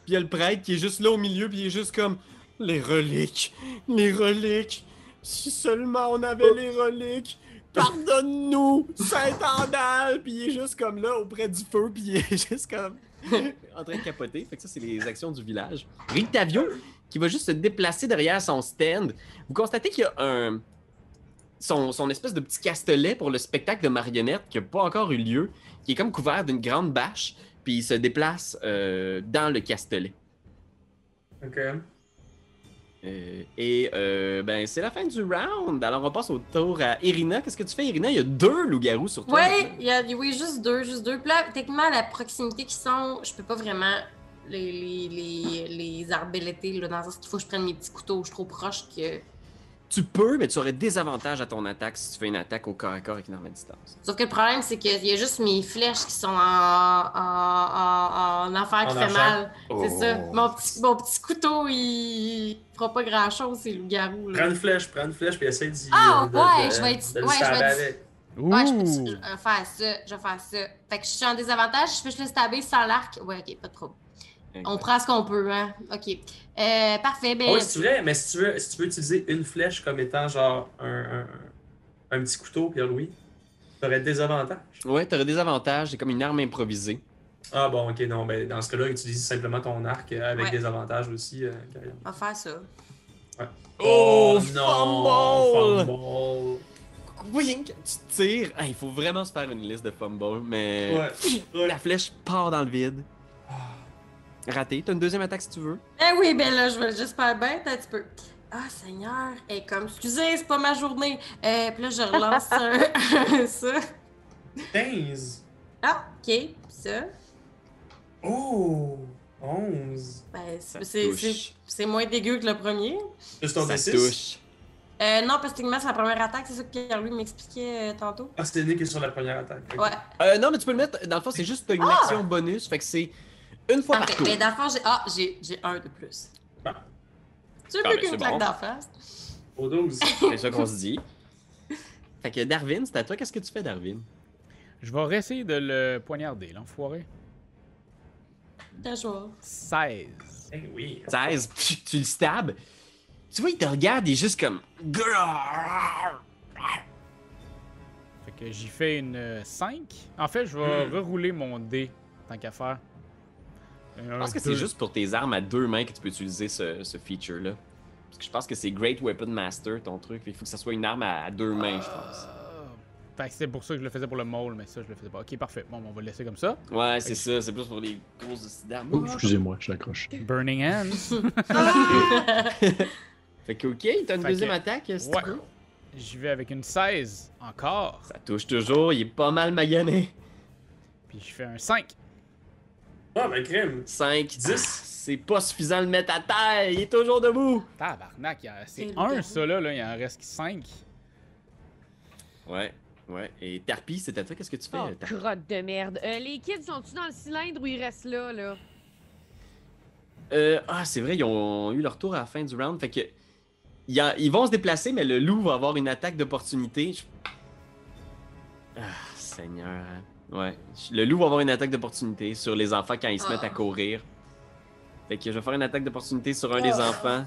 [SPEAKER 1] il y a le prêtre qui est juste là au milieu, puis il est juste comme Les reliques! Les reliques! Si seulement on avait
[SPEAKER 9] Oh.
[SPEAKER 1] les reliques! Pardonne-nous, Saint-Andal! Puis il est juste comme là auprès du feu, puis il est [LAUGHS] juste comme en train de capoter. Fait que ça, c'est les actions du village. Rictavio qui va juste se déplacer derrière son stand vous constatez qu'il y a un. Son, son espèce de petit castelet pour le spectacle de marionnettes qui n'a pas encore eu lieu, qui est comme couvert d'une grande bâche, puis il se déplace euh, dans le castelet.
[SPEAKER 9] Ok.
[SPEAKER 1] Euh, et euh, ben, c'est la fin du round. Alors on passe au tour à Irina. Qu'est-ce que tu fais, Irina Il y a deux loups-garous sur toi.
[SPEAKER 2] Ouais, il y a, oui, juste deux, juste deux. Puis là, techniquement, à la proximité qu'ils sont, je peux pas vraiment les, les, les, les arbelleter, là, dans le sens qu'il faut que je prenne mes petits couteaux, je suis trop proche que...
[SPEAKER 1] Tu peux, mais tu aurais des avantages à ton attaque si tu fais une attaque au corps à corps avec une arme à distance.
[SPEAKER 2] Sauf que le problème, c'est qu'il y a juste mes flèches qui sont en, en, en, en affaire qui
[SPEAKER 9] En
[SPEAKER 2] fait
[SPEAKER 9] argent.
[SPEAKER 2] mal. C'est
[SPEAKER 6] Oh.
[SPEAKER 2] ça. Mon petit, mon petit couteau, il fera pas grand-chose, c'est loup-garou. là.
[SPEAKER 9] Prends une flèche, prends une flèche, puis essaie d'y.
[SPEAKER 2] Ah,
[SPEAKER 9] euh, de-
[SPEAKER 2] ouais,
[SPEAKER 9] de-
[SPEAKER 2] je vais être-
[SPEAKER 9] de le
[SPEAKER 2] ouais, je vais
[SPEAKER 9] stabber
[SPEAKER 2] être-
[SPEAKER 9] avec.
[SPEAKER 2] Ouais, je peux
[SPEAKER 4] Ouh!
[SPEAKER 2] je vais Euh, faire ça, je vais faire ça. Fait que je suis en désavantage, je peux juste le stabber sans l'arc. Ouais, ok, pas de trouble. On prend ce qu'on peut, hein. Ok. Euh, parfait, ben.
[SPEAKER 9] Ah oui, si tu veux, mais si tu veux, si tu veux utiliser une flèche comme étant genre un, un, un petit couteau, Pierre-Louis, t'aurais des avantages.
[SPEAKER 1] Ouais, tu aurais des avantages. C'est comme une arme improvisée.
[SPEAKER 9] Ah bon, ok, non, ben dans ce cas-là, utilise simplement ton arc euh, avec
[SPEAKER 2] Ouais.
[SPEAKER 9] des avantages aussi. euh, Karine.
[SPEAKER 2] On va faire ça.
[SPEAKER 1] Oh,
[SPEAKER 9] non,
[SPEAKER 1] fumble!
[SPEAKER 9] fumble!
[SPEAKER 1] Boing! tu tires. Ah, il faut vraiment se faire une liste de fumble, mais
[SPEAKER 9] Ouais.
[SPEAKER 1] la flèche part dans le vide. Raté. T'as une deuxième attaque si tu veux.
[SPEAKER 2] Eh oui, ben là, je vais juste faire bête un petit peu. Ah, Seigneur, et comme, excusez, c'est pas ma journée. Euh, puis là, je
[SPEAKER 1] [LAUGHS]
[SPEAKER 2] relance un- ça.
[SPEAKER 9] 15!
[SPEAKER 2] Ah, ok, ça.
[SPEAKER 9] Oh! 11!
[SPEAKER 2] Ben,
[SPEAKER 1] Ça
[SPEAKER 2] c'est- c'est-
[SPEAKER 1] touche.
[SPEAKER 2] c'est c'est moins dégueu que le premier.
[SPEAKER 9] Juste ton
[SPEAKER 1] Ça
[SPEAKER 9] D6?
[SPEAKER 1] touche.
[SPEAKER 2] Euh, non, parce que techniquement, c'est la première attaque, c'est ça que Pierre-Louis m'expliquait euh, tantôt.
[SPEAKER 9] Ah, c'était né que sur la première attaque. ok.
[SPEAKER 2] Ouais.
[SPEAKER 1] Euh, non, mais tu peux le mettre. Dans le fond, c'est juste une action bonus. Fait que c'est une fois
[SPEAKER 2] Parfait.
[SPEAKER 1] par tour.
[SPEAKER 2] Mais d'enfant, j'ai. Ah, j'ai j'ai un de plus.
[SPEAKER 9] Bon.
[SPEAKER 2] Tu veux
[SPEAKER 1] Ah, ben,
[SPEAKER 2] plus qu'une
[SPEAKER 1] c'est
[SPEAKER 2] claque
[SPEAKER 1] bon.
[SPEAKER 2] d'en face?
[SPEAKER 9] Au 12.
[SPEAKER 1] [LAUGHS] C'est ça qu'on se dit. Fait que Darwin, c'est à toi. Qu'est-ce que tu fais, Darwin?
[SPEAKER 4] Je vais essayer de le poignarder, l'enfoiré.
[SPEAKER 2] T'as joué.
[SPEAKER 4] 16.
[SPEAKER 9] Eh oui.
[SPEAKER 1] 16, pff, tu le stabs. Tu vois, il te regarde, il est juste comme.
[SPEAKER 4] Fait que j'y fais une euh, 5. En fait, je vais
[SPEAKER 9] Hmm.
[SPEAKER 4] rerouler mon dé, tant qu'à faire. Euh,
[SPEAKER 1] Je pense que c'est juste pour tes armes à deux mains que tu peux utiliser ce, ce feature-là.
[SPEAKER 4] Ah.
[SPEAKER 1] Parce que je pense que c'est Great Weapon Master, ton truc. Il faut que ça soit une arme à, à deux mains, je pense.
[SPEAKER 4] Fait que c'est pour ça que je le faisais pour le mole, mais ça, je le faisais pas. Ok, parfait. Bon, on va le laisser comme ça.
[SPEAKER 1] Ouais, c'est ça. C'est plus pour les grosses d'armes.
[SPEAKER 6] Oh, excusez-moi, je l'accroche.
[SPEAKER 4] Burning Hands.
[SPEAKER 1] Fait que, ok, t'as une
[SPEAKER 4] Fait
[SPEAKER 1] deuxième
[SPEAKER 4] que-
[SPEAKER 1] attaque, c'est
[SPEAKER 4] ouais. J'y vais avec une 16 encore.
[SPEAKER 1] Ça touche toujours, il est pas mal magané.
[SPEAKER 4] Puis je fais un 5.
[SPEAKER 9] Ah,
[SPEAKER 4] Hmm.
[SPEAKER 9] ben, crème.
[SPEAKER 1] 5, 10.
[SPEAKER 9] Ah.
[SPEAKER 1] c'est pas suffisant de le mettre à terre, il est toujours debout.
[SPEAKER 4] Tabarnak, il en- c'est
[SPEAKER 2] Quel
[SPEAKER 4] un
[SPEAKER 2] gars.
[SPEAKER 9] Oh
[SPEAKER 4] ça là, là, il en reste 5.
[SPEAKER 1] Ouais, ouais. Et Tarpi, c'est à toi, qu'est-ce que tu fais,
[SPEAKER 3] Oh,
[SPEAKER 1] euh, Tarpi?
[SPEAKER 3] crotte de merde. Euh, les kids sont-tu dans le cylindre ou ils restent là, là?
[SPEAKER 1] Euh, ah, c'est vrai, ils ont eu leur tour à la fin du round. Fait que. il y a- ils vont se déplacer, mais le loup va avoir une attaque d'opportunité. Je- Ah, Seigneur. hein. Ouais. Le loup va avoir une attaque d'opportunité sur les enfants quand ils se
[SPEAKER 2] Ah.
[SPEAKER 1] mettent à courir. Fait que je vais faire une attaque d'opportunité sur un des
[SPEAKER 2] Ah.
[SPEAKER 1] enfants.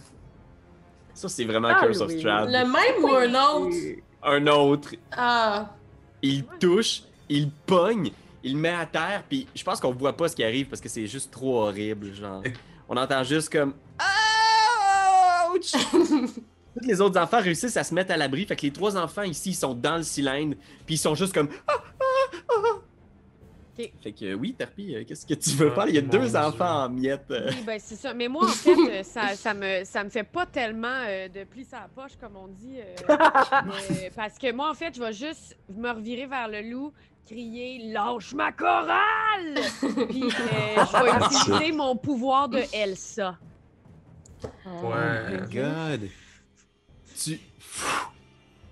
[SPEAKER 1] Ça, c'est vraiment
[SPEAKER 8] Ah,
[SPEAKER 1] Curse of
[SPEAKER 8] oui.
[SPEAKER 1] Strahd.
[SPEAKER 2] Le même ou un autre?
[SPEAKER 1] Un autre,
[SPEAKER 2] Ah,
[SPEAKER 1] il touche, il pogne, il met à terre, puis je pense qu'on voit pas ce qui arrive parce que c'est juste trop horrible, genre. On entend juste comme Ouch! Tous les autres enfants réussissent à se mettre à l'abri, fait que les trois enfants ici ils sont dans le cylindre, puis ils sont juste comme Ah, ah, ah.
[SPEAKER 3] Ok.
[SPEAKER 1] Fait que euh, oui, Tarpi, euh, qu'est-ce que tu veux
[SPEAKER 9] Ah,
[SPEAKER 1] faire? Il y a
[SPEAKER 9] mon
[SPEAKER 1] deux
[SPEAKER 9] Dieu.
[SPEAKER 1] enfants en miettes. euh.
[SPEAKER 3] Oui, ben c'est ça. Mais moi, en fait, euh, ça, ça, me, ça me fait pas tellement euh, de plis à la poche, comme on dit. euh, euh, parce que moi, en fait, je vais juste me revirer vers le loup, crier « Lâche ma chorale! » Puis euh, je vais utiliser mon pouvoir de Elsa. ben,
[SPEAKER 9] Ouais.
[SPEAKER 1] Oh God! Tu.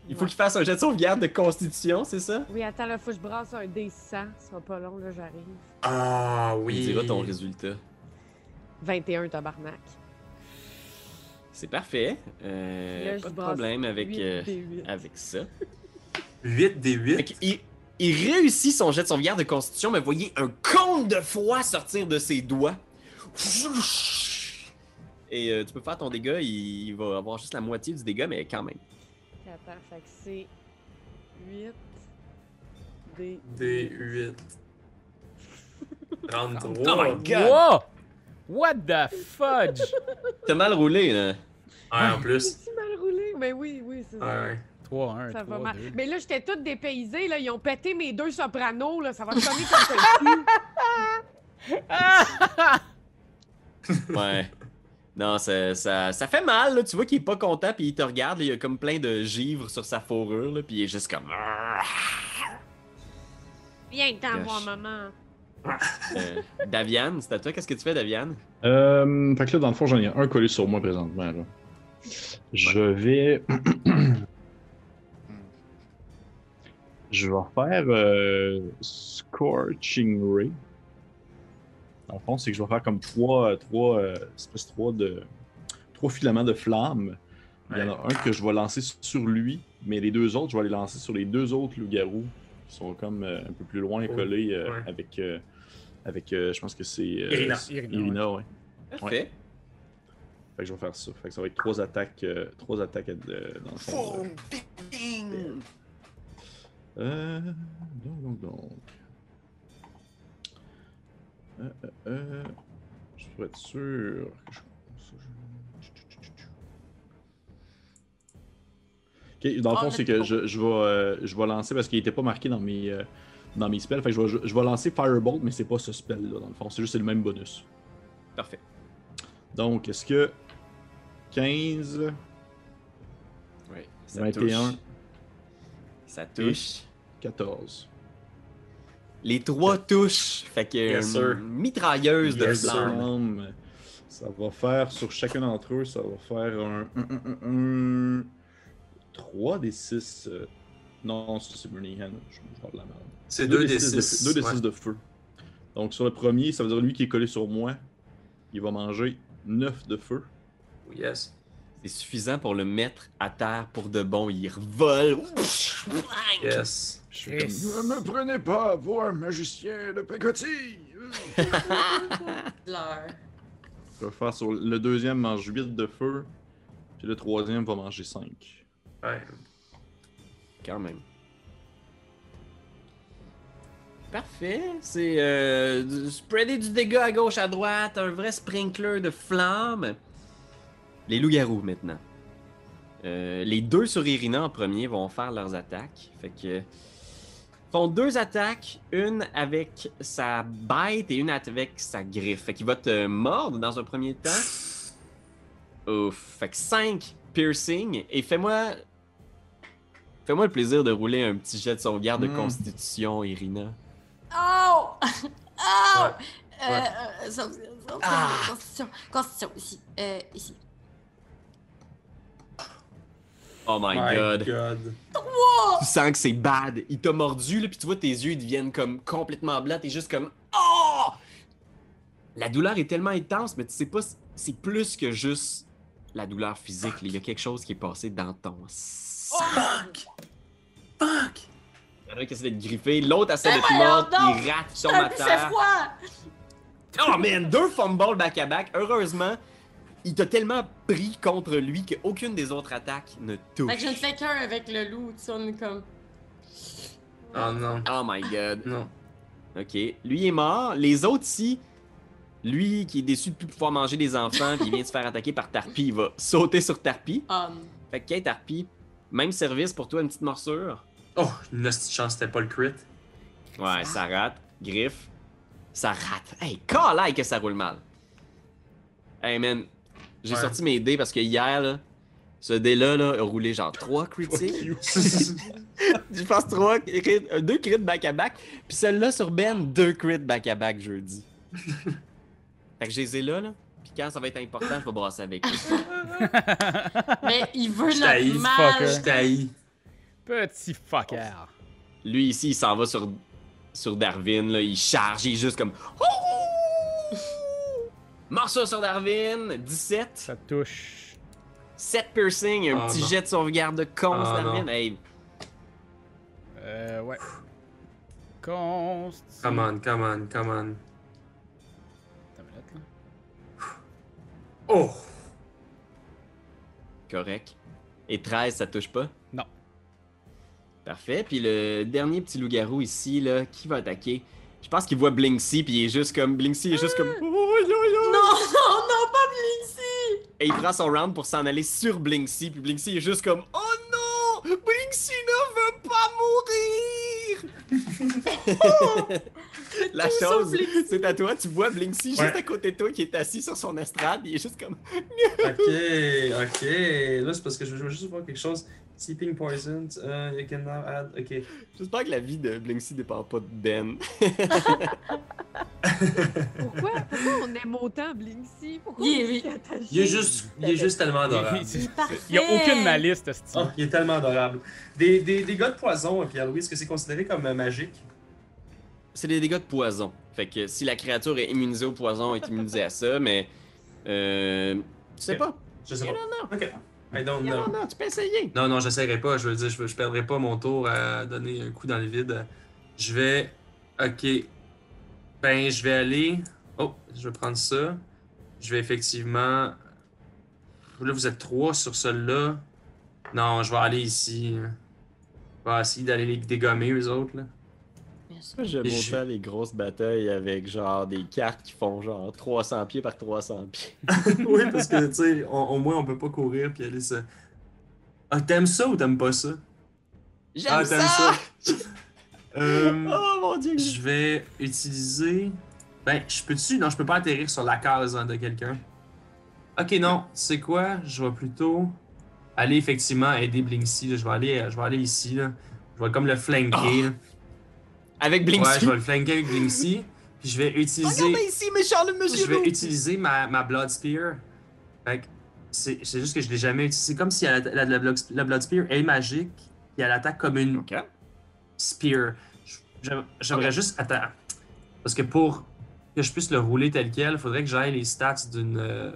[SPEAKER 1] Il faut qu'il fasse un jet de sauvegarde de constitution, c'est ça?
[SPEAKER 3] Oui, attends, là, faut que je brasse un D100. Ça sera pas long, là, j'arrive.
[SPEAKER 9] Ah, oui.
[SPEAKER 1] Il dira ton résultat.
[SPEAKER 3] 21, tabarnak.
[SPEAKER 1] C'est parfait. Euh,
[SPEAKER 3] Là, je
[SPEAKER 1] pas de
[SPEAKER 3] brasse
[SPEAKER 1] problème avec,
[SPEAKER 3] 8
[SPEAKER 1] euh,
[SPEAKER 3] D8.
[SPEAKER 1] avec ça.
[SPEAKER 9] 8 des
[SPEAKER 1] Fait
[SPEAKER 9] 8.
[SPEAKER 1] que il, il réussit son jet de sauvegarde de constitution, mais voyez un cône de froid sortir de ses doigts. Et euh, tu peux faire ton dégât, il, il va avoir juste la moitié du dégât, mais quand même.
[SPEAKER 3] Attends, fait que c'est 8 D.
[SPEAKER 9] Des 8. 33.
[SPEAKER 1] Oh my God.
[SPEAKER 4] Wow! What the fudge?
[SPEAKER 1] T'as mal roulé, là.
[SPEAKER 9] Ouais, en
[SPEAKER 3] [LAUGHS]
[SPEAKER 9] plus.
[SPEAKER 3] J'ai mal roulé. Mais oui, oui, c'est
[SPEAKER 9] Ouais,
[SPEAKER 3] ça.
[SPEAKER 9] ouais.
[SPEAKER 4] 3, 1,
[SPEAKER 3] Ça
[SPEAKER 4] 3,
[SPEAKER 3] va mal.
[SPEAKER 4] 2.
[SPEAKER 3] Mais là, j'étais toute dépaysée, là. Ils ont pété mes deux sopranos, là. Ça va sonner comme ça.
[SPEAKER 2] [LAUGHS]
[SPEAKER 1] Ouais. Non, ça, ça, ça fait mal, là. Tu vois qu'il est pas content, puis il te regarde, là, il y a comme plein de givre sur sa fourrure, là, puis il est juste comme.
[SPEAKER 3] Viens t'en
[SPEAKER 1] Gosh.
[SPEAKER 3] voir, maman.
[SPEAKER 1] Euh, Daviane, c'est à toi, qu'est-ce que tu fais, Daviane?
[SPEAKER 6] Euh, fait que là, dans le fond, j'en ai un collé sur moi présentement. Là. Je vais. [CLEARS THROAT] Je vais faire euh, Scorching Ray. Dans le fond, c'est que je vais faire comme trois, trois, euh, espèce trois de, trois filaments de flammes. Il y en a un que je vais lancer sur lui, mais les deux autres, je vais les lancer sur les deux autres loups-garous qui sont comme euh, un peu plus loin
[SPEAKER 9] Oh,
[SPEAKER 6] collés euh,
[SPEAKER 9] ouais.
[SPEAKER 6] avec, euh, avec euh, je pense que c'est euh,
[SPEAKER 9] Irina.
[SPEAKER 4] Irina,
[SPEAKER 6] Irina, ouais.
[SPEAKER 1] Parfait.
[SPEAKER 6] Fait que je vais faire ça. Fait que ça va être trois attaques, euh, trois attaques euh, dans le fond. là. Euh, donc, donc, donc. Euh, euh, euh, je pourrais être sûr que je... ça, je- Ok, dans le
[SPEAKER 2] Ah,
[SPEAKER 6] fond,
[SPEAKER 2] mais
[SPEAKER 6] c'est
[SPEAKER 2] c'est
[SPEAKER 6] que
[SPEAKER 2] bon.
[SPEAKER 6] je, je vais, euh, je vais lancer parce qu'il n'était pas marqué dans mes, euh, dans mes spells. Fait que je vais, je, je vais lancer Firebolt, mais c'est pas ce spell-là, dans le fond. C'est juste le même bonus.
[SPEAKER 1] Parfait.
[SPEAKER 6] Donc, est-ce que 15,
[SPEAKER 1] Ouais, ça
[SPEAKER 6] 21.
[SPEAKER 1] touche. Ça touche.
[SPEAKER 6] 14.
[SPEAKER 1] Les trois touches. Fait que
[SPEAKER 9] Yes,
[SPEAKER 1] euh,
[SPEAKER 9] sir.
[SPEAKER 1] mitrailleuse de
[SPEAKER 9] Yes, sir.
[SPEAKER 1] flammes.
[SPEAKER 6] Ensemble, Ça va faire, sur chacun d'entre eux, ça va faire un, 3 des 6. Non, ça c'est Burning Hand. Je je parle de la merde.
[SPEAKER 9] C'est
[SPEAKER 6] 2
[SPEAKER 9] 2
[SPEAKER 6] des
[SPEAKER 9] des
[SPEAKER 6] 6
[SPEAKER 9] 6.
[SPEAKER 6] de, feu. Donc sur le premier, ça veut dire lui qui est collé sur moi, il va manger 9 de feu.
[SPEAKER 9] Oh, Yes.
[SPEAKER 1] C'est suffisant pour le mettre à terre pour de bon. Il revole.
[SPEAKER 9] Yes.
[SPEAKER 6] Je suis
[SPEAKER 4] Chris.
[SPEAKER 7] Ne me prenez pas pour un magicien de pacotille!
[SPEAKER 2] l'heure.
[SPEAKER 6] comme- je vais faire sur le deuxième mange 8 de feu, puis le troisième va manger 5.
[SPEAKER 9] Ouais.
[SPEAKER 1] Quand
[SPEAKER 6] [LAUGHS]
[SPEAKER 1] même. Parfait. C'est euh, du- spreader du dégât à gauche, à droite. Un vrai sprinkler de flammes. Les loups-garous maintenant. Euh, les deux sur Irina en premier vont faire leurs attaques. Fait que. font deux attaques, une avec sa bite et une avec sa griffe. Fait qu'il va te mordre dans un premier temps. Ouf, fait que 5 piercing et fais-moi fais-moi le plaisir de rouler un petit jet de sauvegarde de
[SPEAKER 7] Hmm.
[SPEAKER 1] constitution, Irina.
[SPEAKER 2] Oh! Oh! Euh,
[SPEAKER 1] Ouais.
[SPEAKER 2] euh, sauf- sauf-
[SPEAKER 1] Ah!
[SPEAKER 2] Constitution, constitution, ici, euh, ici.
[SPEAKER 1] Oh my, god. Tu sens que c'est bad. Il t'a mordu, là, puis tu vois tes yeux, ils deviennent comme complètement blancs. T'es juste comme Oh! La douleur est tellement intense, mais tu sais pas, c- c'est plus que juste la douleur physique. là. Il y a quelque chose qui est passé dans ton sang.
[SPEAKER 9] Fuck! Fuck!
[SPEAKER 1] Il y en a un qui essaie de te griffer, l'autre essaie de te
[SPEAKER 2] Eh,
[SPEAKER 1] mordre,
[SPEAKER 2] voyons
[SPEAKER 1] il rate, il tombe
[SPEAKER 2] Un
[SPEAKER 1] à
[SPEAKER 2] but, c'est
[SPEAKER 1] terre.
[SPEAKER 2] froid!
[SPEAKER 1] Oh man, deux fumbles back-à-back. Heureusement, il t'a tellement pris contre lui qu'aucune des autres attaques ne touche.
[SPEAKER 2] Fait que je ne fais qu'un avec le loup, tu sais, on est comme.
[SPEAKER 9] Oh non,
[SPEAKER 1] Oh my god.
[SPEAKER 9] non.
[SPEAKER 1] Ok. Lui est mort. Les autres, si. Lui qui est déçu de plus pouvoir manger des enfants, puis il vient de se faire attaquer par Tarpy, il va sauter sur Tarpy.
[SPEAKER 2] Um,
[SPEAKER 1] Fait que, hey, Tarpy, même service pour toi, une petite morsure.
[SPEAKER 9] Oh, une petite chance, c'était pas le crit.
[SPEAKER 1] Ouais, ça rate. Griffe. Ça rate. Hey, calaille que ça roule mal. Hey man, j'ai
[SPEAKER 9] Ouais.
[SPEAKER 1] sorti mes dés parce que hier, là, ce dé-là là, a roulé genre 3 critiques. [LAUGHS] Je pense 3 crits, 2 crits back-à-back. Puis celle-là sur Ben, 2 crits back-à-back jeudi. fait que je les ai là, là. Puis quand ça va être important, je vais brasser avec
[SPEAKER 4] [LAUGHS]
[SPEAKER 1] eux.
[SPEAKER 2] mais il veut
[SPEAKER 9] Je t'haïs,
[SPEAKER 2] notre mal.
[SPEAKER 4] fucker.
[SPEAKER 9] Je t'haïs.
[SPEAKER 4] Petit fucker.
[SPEAKER 1] Lui ici, il s'en va sur, sur Darwin, là. Il charge, il est juste comme. Morceau sur Darwin, 17.
[SPEAKER 4] Ça touche.
[SPEAKER 1] 7 piercing, un
[SPEAKER 9] Ah,
[SPEAKER 1] petit
[SPEAKER 9] non.
[SPEAKER 1] jet de sauvegarde de con,
[SPEAKER 9] Ah,
[SPEAKER 1] Darwin. Hey,
[SPEAKER 4] Euh, ouais. Const.
[SPEAKER 9] Come on, come on, come on.
[SPEAKER 4] Attends une minute, là.
[SPEAKER 9] Oh!
[SPEAKER 1] correct. Et 13, ça touche pas?
[SPEAKER 4] Non.
[SPEAKER 1] Parfait. Puis le dernier petit loup-garou ici, là, qui va attaquer? Je pense qu'il voit Blinksy, puis il est juste comme. Blinksy est juste comme.
[SPEAKER 9] Ah!
[SPEAKER 1] Oh, yo, yo.
[SPEAKER 2] Non, [LAUGHS] non, non, pas Blinksy!
[SPEAKER 1] Et il prend son round pour s'en aller sur Blinksy, puis Blinksy est juste comme Oh non! Blinksy ne veut pas mourir! La
[SPEAKER 2] Tout sauf
[SPEAKER 1] chose,
[SPEAKER 2] Blinksy.
[SPEAKER 1] c'est à toi, tu vois Blinksy juste
[SPEAKER 9] Ouais.
[SPEAKER 1] à côté de toi qui est assis sur son estrade, il est juste comme
[SPEAKER 9] Ok, ok. Là, c'est parce que je veux juste voir quelque chose. Sleeping poison, euh, you can now add. Ok.
[SPEAKER 1] J'espère que la vie de Blinksy dépend pas de Ben. [LAUGHS]
[SPEAKER 3] Pourquoi, pourquoi on aime autant Blinksy? Pourquoi
[SPEAKER 2] Il est-
[SPEAKER 3] on est si attaché?
[SPEAKER 9] Il est juste, il est juste tellement adorable.
[SPEAKER 4] Il
[SPEAKER 2] Parfait!
[SPEAKER 4] y a aucune malice, ce style.
[SPEAKER 9] Oh, il est tellement adorable. Des, des, des gars de poison, euh, Pierre-Louis, est-ce que c'est considéré comme euh, magique?
[SPEAKER 1] [LAUGHS] C'est des dégâts de poison. Fait que si la créature est immunisée au poison, elle est immunisée à ça, mais. Euh. Tu sais
[SPEAKER 9] Ok.
[SPEAKER 1] pas.
[SPEAKER 9] Je sais
[SPEAKER 1] Non, non,
[SPEAKER 9] pas. Ok. I don't
[SPEAKER 1] non, non,
[SPEAKER 9] know.
[SPEAKER 1] non, tu peux essayer.
[SPEAKER 9] Non, non, j'essaierai pas. Je veux dire, je, je perdrai pas mon tour à donner un coup dans le vide. Je vais. Ok. Ben, je vais aller. Oh, je vais prendre ça. Je vais effectivement. Là, vous êtes trois sur celle-là. Non, je vais aller ici. Je vais essayer d'aller les dégommer, eux autres. Là.
[SPEAKER 1] J'aime
[SPEAKER 9] Et je-
[SPEAKER 1] autant les grosses batailles avec genre des cartes qui font genre 300 pieds par 300 pieds.
[SPEAKER 9] [LAUGHS] oui, parce que, tu sais, on- au moins, on peut pas courir puis aller se. Ah, t'aimes ça ou t'aimes pas ça?
[SPEAKER 1] J'aime
[SPEAKER 9] ah,
[SPEAKER 1] ça!
[SPEAKER 9] t'aimes
[SPEAKER 1] [LAUGHS]
[SPEAKER 9] Euh,
[SPEAKER 1] Oh mon dieu!
[SPEAKER 9] je vais utiliser. Ben, je peux-tu? Non, je peux pas atterrir sur la case hein, de quelqu'un. Ok, non. C'est quoi? Je vais plutôt aller effectivement aider Blinksy. là. Je vais aller, euh, je vais aller ici. Là. Je vais comme le flanquer. là.
[SPEAKER 1] Oh! Avec
[SPEAKER 9] Ouais,
[SPEAKER 1] Blinksy.
[SPEAKER 9] je vais le flanquer avec Blinksy. Puis je vais utiliser.
[SPEAKER 1] Regardez ici, méchant le monsieur
[SPEAKER 9] Je vais
[SPEAKER 1] loup.
[SPEAKER 9] utiliser ma, ma Blood Spear. Fait que c'est c'est juste que je l'ai jamais utilisé. C'est comme si elle- la, la Blood- la Blood Spear est magique et elle attaque comme une
[SPEAKER 1] Ok.
[SPEAKER 9] Spear. Je- j'aim- J'aimerais juste. Attends. Parce que pour que je puisse le rouler tel quel, il faudrait que j'aille les stats d'une. euh,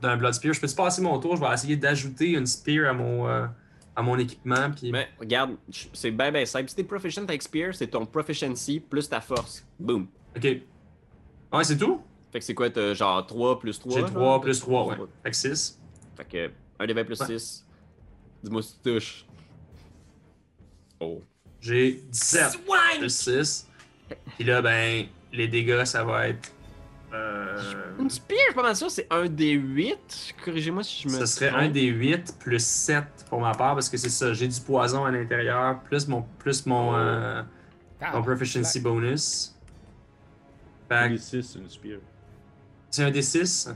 [SPEAKER 9] d'un Blood Spear. Je peux passer mon tour, je vais essayer d'ajouter une Spear à mon, euh, à mon équipement. Puis...
[SPEAKER 1] Mais regarde, je- c'est bien ben simple. Si t'es proficient avec Spear, c'est ton proficiency plus ta force. Boom.
[SPEAKER 9] Ok. Ouais, c'est tout?
[SPEAKER 1] Fait que c'est quoi, t'as genre 3 plus 3?
[SPEAKER 9] J'ai 3 plus 3, ouais. Fait que 6.
[SPEAKER 1] Fait que 1 des 20 plus
[SPEAKER 9] Ouais.
[SPEAKER 1] 6. Dis-moi si tu touches. Oh.
[SPEAKER 9] J'ai 17 plus 6. Puis là, ben, les dégâts, ça va être. Euh,
[SPEAKER 1] Une Spear, je suis pas mal sûr, c'est 1 des 8. Corrigez-moi si je me.
[SPEAKER 9] ce serait
[SPEAKER 1] trompe.
[SPEAKER 9] un des 8 plus 7 pour ma part, parce que c'est ça, j'ai du poison à l'intérieur, plus mon, plus mon, euh,
[SPEAKER 4] Ah,
[SPEAKER 9] Mon proficiency bonus. Fait que
[SPEAKER 6] 6, c'est une spear. Mm.
[SPEAKER 9] c'est un D6.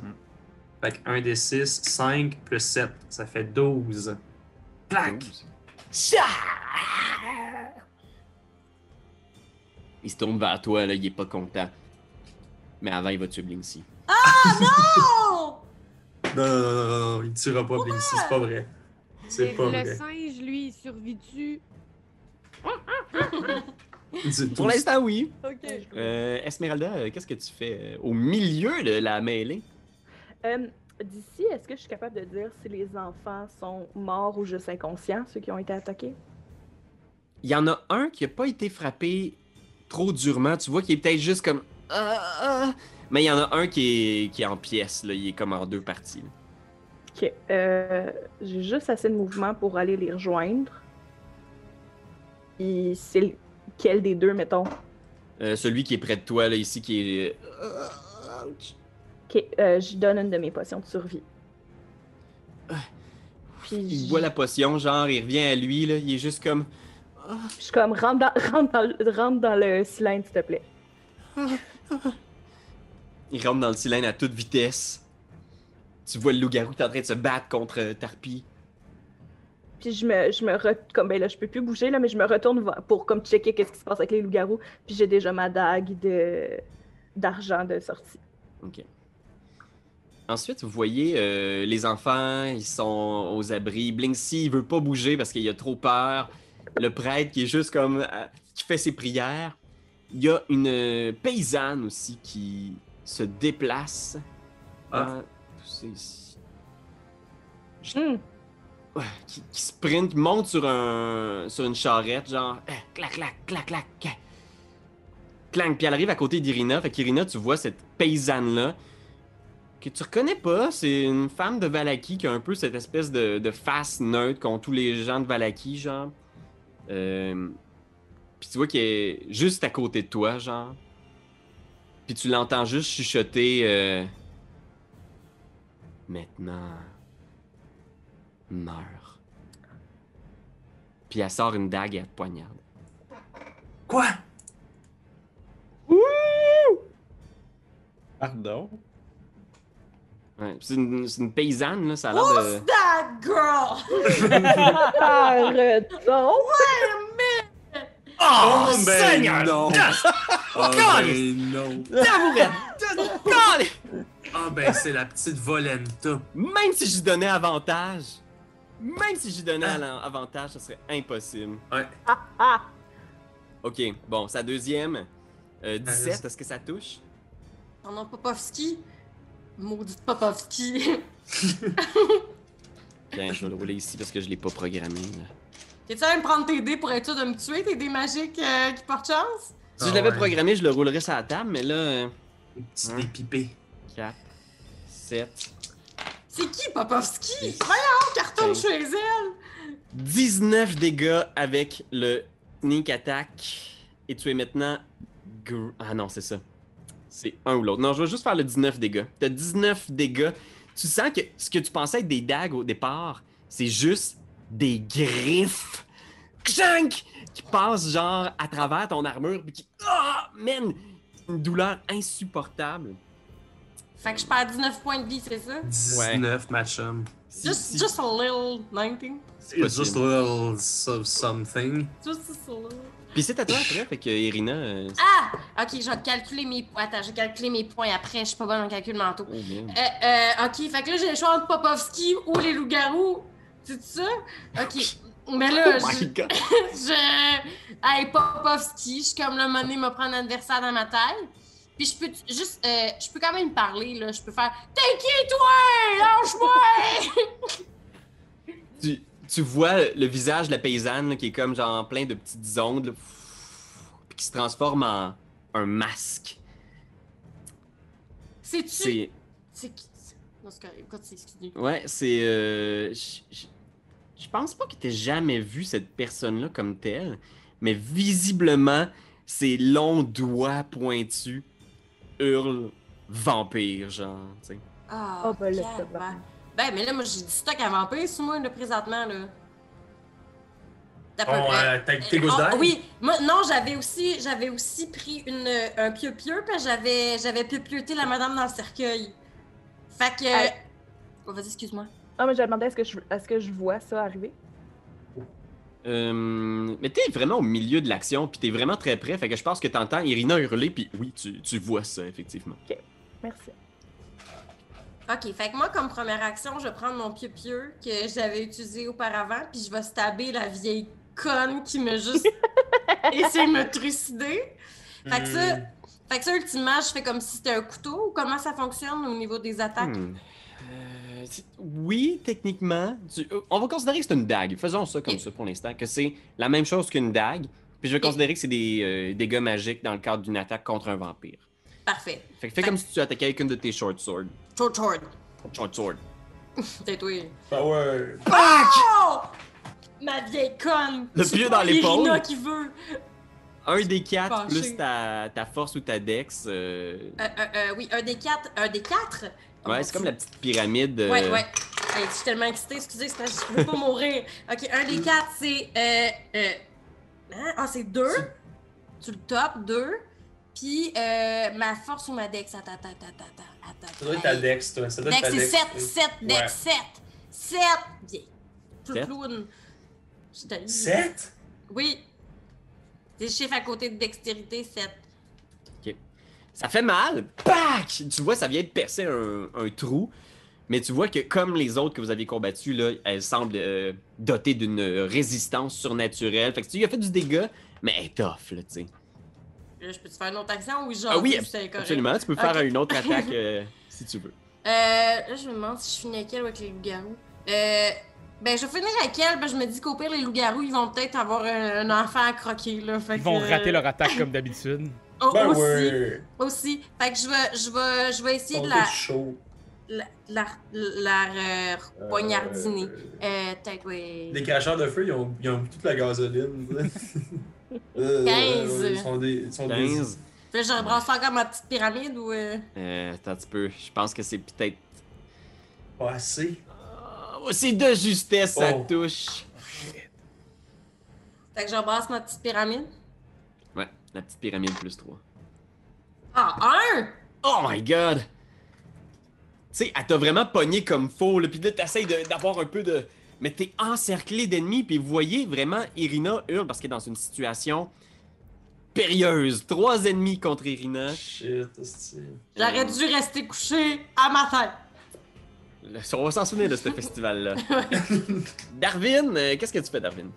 [SPEAKER 9] Fait que 1 D6, 5 plus 7, ça fait 12. Plac!
[SPEAKER 6] Ah,
[SPEAKER 1] Il se tourne vers toi, là, il est pas content. Mais avant, il va tuer Blinksy.
[SPEAKER 2] Ah, Oh!
[SPEAKER 9] Non, non, non, non, non, il tuera pas Blinksy, c'est pas vrai. C'est
[SPEAKER 3] Et
[SPEAKER 9] pas
[SPEAKER 3] le
[SPEAKER 9] vrai.
[SPEAKER 3] singe, lui, il survit-tu?
[SPEAKER 9] Du-
[SPEAKER 1] Pour l'instant, oui.
[SPEAKER 8] Ok.
[SPEAKER 1] Euh, Esmeralda, euh, qu'est-ce que tu fais euh, au milieu de la mêlée?
[SPEAKER 8] Euh, D'ici, est-ce que je suis capable de dire si les enfants sont morts ou juste inconscients, ceux qui ont été attaqués?
[SPEAKER 1] Il y en a un qui a pas été frappé trop durement. Tu vois qu'il est peut-être juste comme. Ah, ah. Mais il y en a un qui est, qui est en pièces, là. il est comme en deux parties. là.
[SPEAKER 8] Ok. Euh, J'ai juste assez de mouvement pour aller les rejoindre. Et c'est le- quel des deux, mettons?
[SPEAKER 1] Euh, celui qui est près de toi, là, ici, qui est. euh,
[SPEAKER 8] Ok, euh, je donne une de mes potions de survie. Puis
[SPEAKER 1] Il
[SPEAKER 8] je-
[SPEAKER 1] boit la potion, genre, il revient à lui, là, il est juste comme.
[SPEAKER 8] je suis comme, rentre dans, [LAUGHS] rentre dans le- rentre dans le cylindre, s'il te plaît.
[SPEAKER 1] Il rentre dans le cylindre à toute vitesse. Tu vois le loup-garou qui est en train de se battre contre euh, Tarpi.
[SPEAKER 8] Puis je me, je me re- comme ben là, je peux plus bouger là, mais je me retourne vo- pour comme checker qu'est-ce qui se passe avec les loups-garous. Puis j'ai déjà ma dague de d'argent de
[SPEAKER 2] [LAUGHS]
[SPEAKER 8] sortie.
[SPEAKER 1] Ensuite, vous voyez euh, les enfants, ils sont aux abris. Blinksy, il veut pas bouger parce qu'il a trop peur. Le prêtre qui est juste comme. euh, qui fait ses prières. Il y a une euh, paysanne aussi qui se déplace.
[SPEAKER 9] Ah.
[SPEAKER 1] Ah, poussez ici.
[SPEAKER 8] Hmm.
[SPEAKER 1] Ouais, qui, qui sprint, qui monte sur un sur une charrette, genre eh, [LAUGHS] clac, clac, clac, clac, clac. Clang, puis elle arrive à côté d'Irina. Fait qu'Irina, tu vois cette paysanne-là, que tu reconnais pas, c'est une femme de Valaki qui a un peu cette espèce de, de face neutre qu'ont tous les gens de Valaki, genre. Euh, puis tu vois qu'elle est juste à côté de toi, genre. Puis tu l'entends juste chuchoter. euh, Maintenant meurt. Puis elle sort une dague et elle te poignarde.
[SPEAKER 9] Quoi?
[SPEAKER 6] Pardon?
[SPEAKER 1] Ouais, puis C'est une, c'est une paysanne, là, ça a l'air
[SPEAKER 2] Who's
[SPEAKER 1] de.
[SPEAKER 2] that girl?
[SPEAKER 1] [LAUGHS]
[SPEAKER 8] Pardon. Ah,
[SPEAKER 9] Oh, ben non! [LAUGHS] Oh, ben non!
[SPEAKER 1] Tabourette! Calais!
[SPEAKER 9] Ah ben c'est la petite Volenta.
[SPEAKER 1] Même si j'y donnais avantage, même si j'y donnais allant- avantage, ça serait impossible.
[SPEAKER 9] Ouais.
[SPEAKER 8] Ah.
[SPEAKER 1] Ok, bon, sa deuxième, euh, 17,
[SPEAKER 9] Ah, juste-
[SPEAKER 1] est-ce que ça touche?
[SPEAKER 2] Oh non, Popovski. Maudite Popovski. [LAUGHS]
[SPEAKER 1] Tiens, je vais le rouler ici parce que je l'ai pas programmé. là.
[SPEAKER 9] Ah,
[SPEAKER 2] T'es-tu allé me prendre tes dés pour être sûr de me tuer, tes dés magiques euh, qui portent chance?
[SPEAKER 1] Si
[SPEAKER 9] Ah
[SPEAKER 1] je l'avais
[SPEAKER 9] ouais.
[SPEAKER 1] programmé, je le roulerais sur la table, mais là. euh,
[SPEAKER 9] Le petit
[SPEAKER 1] Hein?
[SPEAKER 9] dépipé.
[SPEAKER 1] 4, 7,
[SPEAKER 2] C'est qui
[SPEAKER 9] Ah,
[SPEAKER 2] Popovski?
[SPEAKER 1] Dix.
[SPEAKER 2] Voyons, carton
[SPEAKER 1] Cinq.
[SPEAKER 2] chez elle.
[SPEAKER 1] 19 dégâts avec le sneak attack. Et tu es maintenant. gr- Ah non, c'est ça. C'est un ou l'autre. Non, je vais juste faire le 19 dégâts. T'as 19 dégâts. Tu sens que ce que tu pensais être des dagues au départ, c'est juste des griffes. Kchank! Qui passent genre à travers ton armure. Puis qui. Ah! man! Une douleur insupportable.
[SPEAKER 2] Fait que je perds 19 points de vie, c'est ça?
[SPEAKER 9] 19 match-up.
[SPEAKER 1] Si-
[SPEAKER 2] Just,
[SPEAKER 1] si-
[SPEAKER 2] just a little 19.
[SPEAKER 1] c'est
[SPEAKER 9] It's just a
[SPEAKER 1] possible.
[SPEAKER 9] little so- something.
[SPEAKER 2] Just a little.
[SPEAKER 1] Puis c'est à toi après, fait que Irina. euh,
[SPEAKER 2] Ah! Ok, je vais calculer mes points. Attends, j'ai calculé mes points après. Je suis pas bonne en calcul mentaux.
[SPEAKER 1] oh, man.
[SPEAKER 2] Euh, euh, ok, fait que là, j'ai le choix entre Popovski ou les loups-garous. C'est ça? Ok. Mais là,
[SPEAKER 1] Oh
[SPEAKER 2] [LAUGHS] je,
[SPEAKER 1] my god!
[SPEAKER 2] je. Hey, Popovski, je suis comme le money me prendre un adversaire dans ma taille. Puis je peux t- juste. euh, je peux quand même parler, là. Je peux faire. T'es qui, toi? Lâche-moi!
[SPEAKER 1] tu, tu vois le visage de la paysanne là, qui est comme genre plein de petites ondes là, pff, puis qui se transforme en un masque.
[SPEAKER 2] C'est-tu.
[SPEAKER 1] C'est
[SPEAKER 2] C'est qui? c'est- Non, c'est correct. Écoute, c'est excusé.
[SPEAKER 1] ouais, c'est euh, je- je je pense pas que t'aies jamais vu cette personne là comme telle, mais visiblement ses longs doigts pointus hurlent vampire genre, tu sais.
[SPEAKER 2] Ah,
[SPEAKER 8] Ah, ben là,
[SPEAKER 2] calme,
[SPEAKER 8] c'est bon.
[SPEAKER 2] hein. Ben, mais là, moi, j'ai du stock à vampire sous moi, là, présentement, là. T'as peu-
[SPEAKER 9] Bon,
[SPEAKER 2] euh,
[SPEAKER 9] euh, t'as tes gousses
[SPEAKER 2] ah,
[SPEAKER 9] d'ail?
[SPEAKER 2] oui, moi, non, j'avais aussi, j'avais aussi pris une, euh, un pieu-pieu, parce que j'avais, j'avais pieu-pieuté la madame dans le cercueil. Fait que.
[SPEAKER 8] Aïe.
[SPEAKER 2] Oh, vas-y, excuse-moi.
[SPEAKER 8] Ah, mais je demandais est-ce que, je... est-ce que je vois ça arriver?
[SPEAKER 1] Euh, mais t'es vraiment au milieu de l'action, puis t'es vraiment très près. Fait que je pense que t'entends Irina hurler, puis oui, tu, tu vois ça, effectivement.
[SPEAKER 8] Merci.
[SPEAKER 2] Ok, fait que moi, comme première action, je vais prendre mon pieu-pieu que j'avais utilisé auparavant, puis je vais stabber la vieille conne qui me juste essaie de me trucider. Fait que ça,
[SPEAKER 9] Hmm.
[SPEAKER 2] fait que ça, ultimement, je fais comme si c'était un couteau ou comment ça fonctionne au niveau des attaques?
[SPEAKER 1] Hmm. Euh, c'est- oui, techniquement. tu- euh, On va considérer que c'est une dague. Faisons ça comme
[SPEAKER 2] Ok.
[SPEAKER 1] ça pour l'instant, que c'est la même chose qu'une dague. Puis je vais
[SPEAKER 2] Ok.
[SPEAKER 1] considérer que c'est des euh, dégâts magiques dans le cadre d'une attaque contre un vampire.
[SPEAKER 2] Parfait. [LAUGHS]
[SPEAKER 1] Fait que fais comme si tu attaquais avec une de tes short swords.
[SPEAKER 2] Short short.
[SPEAKER 1] Short sword.
[SPEAKER 2] Peut-être oui.
[SPEAKER 9] Power.
[SPEAKER 2] Oh! Ma vieille conne!
[SPEAKER 1] Le
[SPEAKER 2] C'est
[SPEAKER 1] pieu
[SPEAKER 2] pas
[SPEAKER 1] dans l'épaule.
[SPEAKER 2] Irina qui veut!
[SPEAKER 1] Un des quatre
[SPEAKER 2] Penché.
[SPEAKER 1] plus ta, ta force ou ta dex. euh,
[SPEAKER 2] Euh, euh, euh, oui, un des quatre. Un des quatre? Oh,
[SPEAKER 1] Ouais,
[SPEAKER 2] mon
[SPEAKER 1] c'est comme
[SPEAKER 2] Dieu.
[SPEAKER 1] la petite pyramide. euh,
[SPEAKER 2] Ouais, ouais. Hey, je suis tellement excitée, excusez, c'est parce que je veux pas mourir. Ok, un
[SPEAKER 1] Mm.
[SPEAKER 2] des quatre, c'est. Euh, euh, hein? Ah, c'est deux. Tu le top, deux. Puis euh, ma force ou ma dex. Attends, attends, attends, attends, attends.
[SPEAKER 9] Ça doit être ta Dex, toi. Ça doit être
[SPEAKER 2] Dex,
[SPEAKER 9] ta
[SPEAKER 2] c'est
[SPEAKER 9] Dex.
[SPEAKER 2] 7, 7,
[SPEAKER 9] Ouais.
[SPEAKER 2] dex, 7. 7. Bien.
[SPEAKER 1] Sept?
[SPEAKER 2] Plouploune. Je t'ai-
[SPEAKER 9] 7?
[SPEAKER 2] Oui. C'est le chiffre à côté de dextérité, 7.
[SPEAKER 1] Ça fait mal. Pac! Tu vois, ça vient de percer un, un trou. Mais tu vois que, comme les autres que vous aviez combattus, là, elle semble euh, dotée d'une résistance surnaturelle. Fait que tu lui as fait du dégât, mais elle est tough, là, tu sais.
[SPEAKER 2] Là, Euh, je peux te faire une autre action ou genre
[SPEAKER 1] Ah oui,
[SPEAKER 2] ou c'est correct?
[SPEAKER 1] absolument. Tu peux
[SPEAKER 2] Ok.
[SPEAKER 1] faire une
[SPEAKER 2] [LAUGHS]
[SPEAKER 1] autre attaque euh, si tu veux.
[SPEAKER 2] Euh, là, je me demande si je finis avec elle ou avec les loups-garous. Euh, ben, je vais finir avec elle, ben, je me dis qu'au pire, les loups-garous, ils vont peut-être avoir un, un enfant à croquer, là. Fait
[SPEAKER 4] Ils vont
[SPEAKER 2] que-
[SPEAKER 4] rater leur attaque
[SPEAKER 2] [LAUGHS]
[SPEAKER 4] comme d'habitude.
[SPEAKER 2] Oh,
[SPEAKER 9] Ben
[SPEAKER 2] aussi,
[SPEAKER 9] ouais.
[SPEAKER 2] aussi. Fait que je vais, je vais, je vais essayer
[SPEAKER 9] On
[SPEAKER 2] de
[SPEAKER 9] est
[SPEAKER 2] la,
[SPEAKER 9] chaud.
[SPEAKER 2] la, la, la, euh, poignardiner. Euh, peut-être, oui.
[SPEAKER 9] Les cracheurs de feu, ils ont, ils ont toute la gasoline. [LAUGHS] Euh,
[SPEAKER 2] 15.
[SPEAKER 9] Ils sont des. Ils sont des-
[SPEAKER 1] 15.
[SPEAKER 2] Puis là, je rebrasse encore ma petite pyramide ou... euh,
[SPEAKER 1] Euh, attends un petit peu. Je pense que c'est peut-être.
[SPEAKER 9] Pas assez.
[SPEAKER 1] Oh, c'est de justesse, ça
[SPEAKER 9] Oh.
[SPEAKER 1] touche.
[SPEAKER 2] Fait que j'embrasse ma petite pyramide.
[SPEAKER 1] Ouais, la petite pyramide plus 3.
[SPEAKER 2] Ah, un!
[SPEAKER 1] Oh my god! Tu sais, elle t'a vraiment pogné comme faux, là. Puis là, t'essayes de- d'avoir un peu de. Mais t'es encerclé d'ennemis, puis vous voyez vraiment Irina hurle parce qu'elle est dans une situation périlleuse. Trois ennemis contre Irina.
[SPEAKER 9] Shit, hostie. Euh.
[SPEAKER 2] J'aurais dû rester couché à ma tête.
[SPEAKER 1] Le- On va s'en souvenir
[SPEAKER 2] [LAUGHS]
[SPEAKER 1] de ce festival-là. Darwin, euh, qu'est-ce que tu fais, Darwin?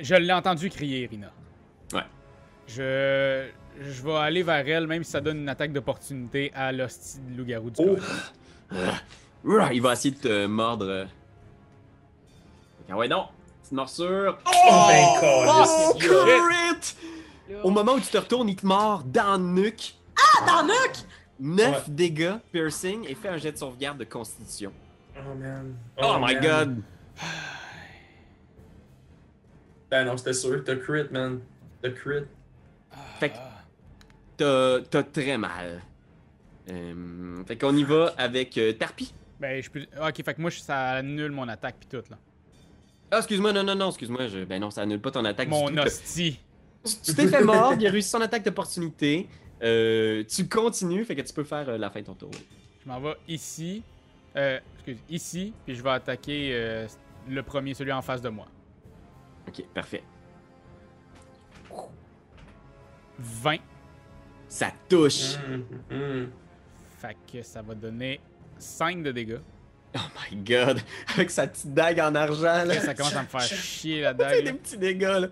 [SPEAKER 4] Je l'ai entendu crier, Irina.
[SPEAKER 1] Ouais.
[SPEAKER 4] Je... Je vais aller vers elle, même si ça donne une attaque d'opportunité à l'hostie de loup-garou du
[SPEAKER 9] Oh!
[SPEAKER 4] coin.
[SPEAKER 1] Ouah, Il va essayer de te mordre. euh. Ah ouais, non! Petite morsure. Oh,
[SPEAKER 9] ben,
[SPEAKER 1] oh,
[SPEAKER 9] câlisse.
[SPEAKER 1] crit! Au moment où tu te retournes, il te mord dans le nuque.
[SPEAKER 2] Ah, dans le
[SPEAKER 1] 9 dégâts piercing et fait un jet de sauvegarde de constitution.
[SPEAKER 9] Oh man.
[SPEAKER 1] Oh, my
[SPEAKER 9] man.
[SPEAKER 1] god!
[SPEAKER 9] Ben non, c'était sûr. T'as crit, man. T'as crit.
[SPEAKER 1] Fait que t'as, t'as très mal. Euh, fait qu'on y va avec euh, Tarpi.
[SPEAKER 4] Ben, je peux... ah, Ok, fait que moi, je- ça annule mon attaque pis tout, là.
[SPEAKER 1] Ah, excuse-moi, non, non, non, excuse-moi. Je... Ben non, ça annule pas ton attaque. du
[SPEAKER 4] Mon
[SPEAKER 1] tout.
[SPEAKER 4] hostie.
[SPEAKER 1] Tu t'es fait mort, il a réussi son attaque d'opportunité. Euh, tu continues, fait que tu peux faire euh, la fin de ton tour. oui.
[SPEAKER 4] Je m'en vais ici. Euh, excuse, ici, puis je vais attaquer euh, le premier, celui en face de moi.
[SPEAKER 1] Ok, parfait.
[SPEAKER 4] 20.
[SPEAKER 1] Ça touche.
[SPEAKER 9] Mm, mm, mm.
[SPEAKER 4] Fait que ça va donner 5 de dégâts.
[SPEAKER 1] Oh my god! [LAUGHS] Avec sa petite dague en argent, là.
[SPEAKER 4] Là, ça commence à
[SPEAKER 1] [LAUGHS]
[SPEAKER 4] me faire chier la
[SPEAKER 1] C'est des
[SPEAKER 4] dague.
[SPEAKER 1] petits dégâts, là.
[SPEAKER 4] là.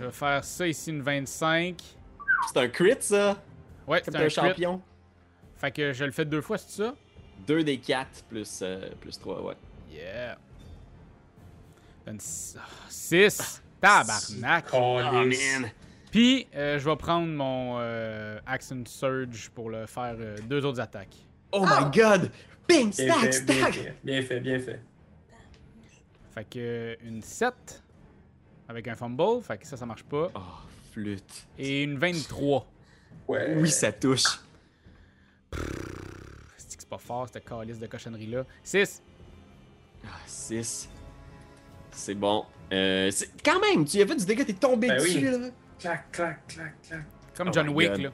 [SPEAKER 4] Je vais faire ça ici, une 25.
[SPEAKER 1] C'est un crit, ça.
[SPEAKER 4] Ouais,
[SPEAKER 1] Comme
[SPEAKER 4] c'est
[SPEAKER 1] t'es
[SPEAKER 4] un
[SPEAKER 1] un
[SPEAKER 4] champion.
[SPEAKER 1] champion.
[SPEAKER 4] Fait que je le fais deux fois, c'est ça?
[SPEAKER 1] 2 des 4 plus, euh, plus 3, ouais.
[SPEAKER 4] Yeah. Donne 6. ah, Tabarnak.
[SPEAKER 1] Oh,
[SPEAKER 9] Câlisse.
[SPEAKER 4] Puis, euh, je vais prendre mon euh, Action Surge pour le faire euh, deux autres attaques.
[SPEAKER 1] Oh my god! Bing,
[SPEAKER 9] Bien
[SPEAKER 1] stack,
[SPEAKER 9] fait, bien
[SPEAKER 1] stack!
[SPEAKER 9] fait, bien fait, bien fait.
[SPEAKER 4] Fait que euh, une 7 avec un fumble, fait que ça, ça marche pas.
[SPEAKER 1] Oh, flûte.
[SPEAKER 4] Et une 23.
[SPEAKER 9] Ah. Ouais.
[SPEAKER 1] Oui, ça touche.
[SPEAKER 4] C'est que c'est pas fort, cette calice de cochonnerie-là. 6.
[SPEAKER 1] 6. Ah, C'est bon. Euh, c'est- [LAUGHS] quand même, tu y as fait du dégât, t'es tombé
[SPEAKER 9] Ben
[SPEAKER 1] dessus.
[SPEAKER 9] oui.
[SPEAKER 1] là.
[SPEAKER 9] Clac, clac, clac, clac.
[SPEAKER 4] Comme
[SPEAKER 6] Oh
[SPEAKER 4] John
[SPEAKER 6] my
[SPEAKER 4] Wick,
[SPEAKER 6] God.
[SPEAKER 4] là.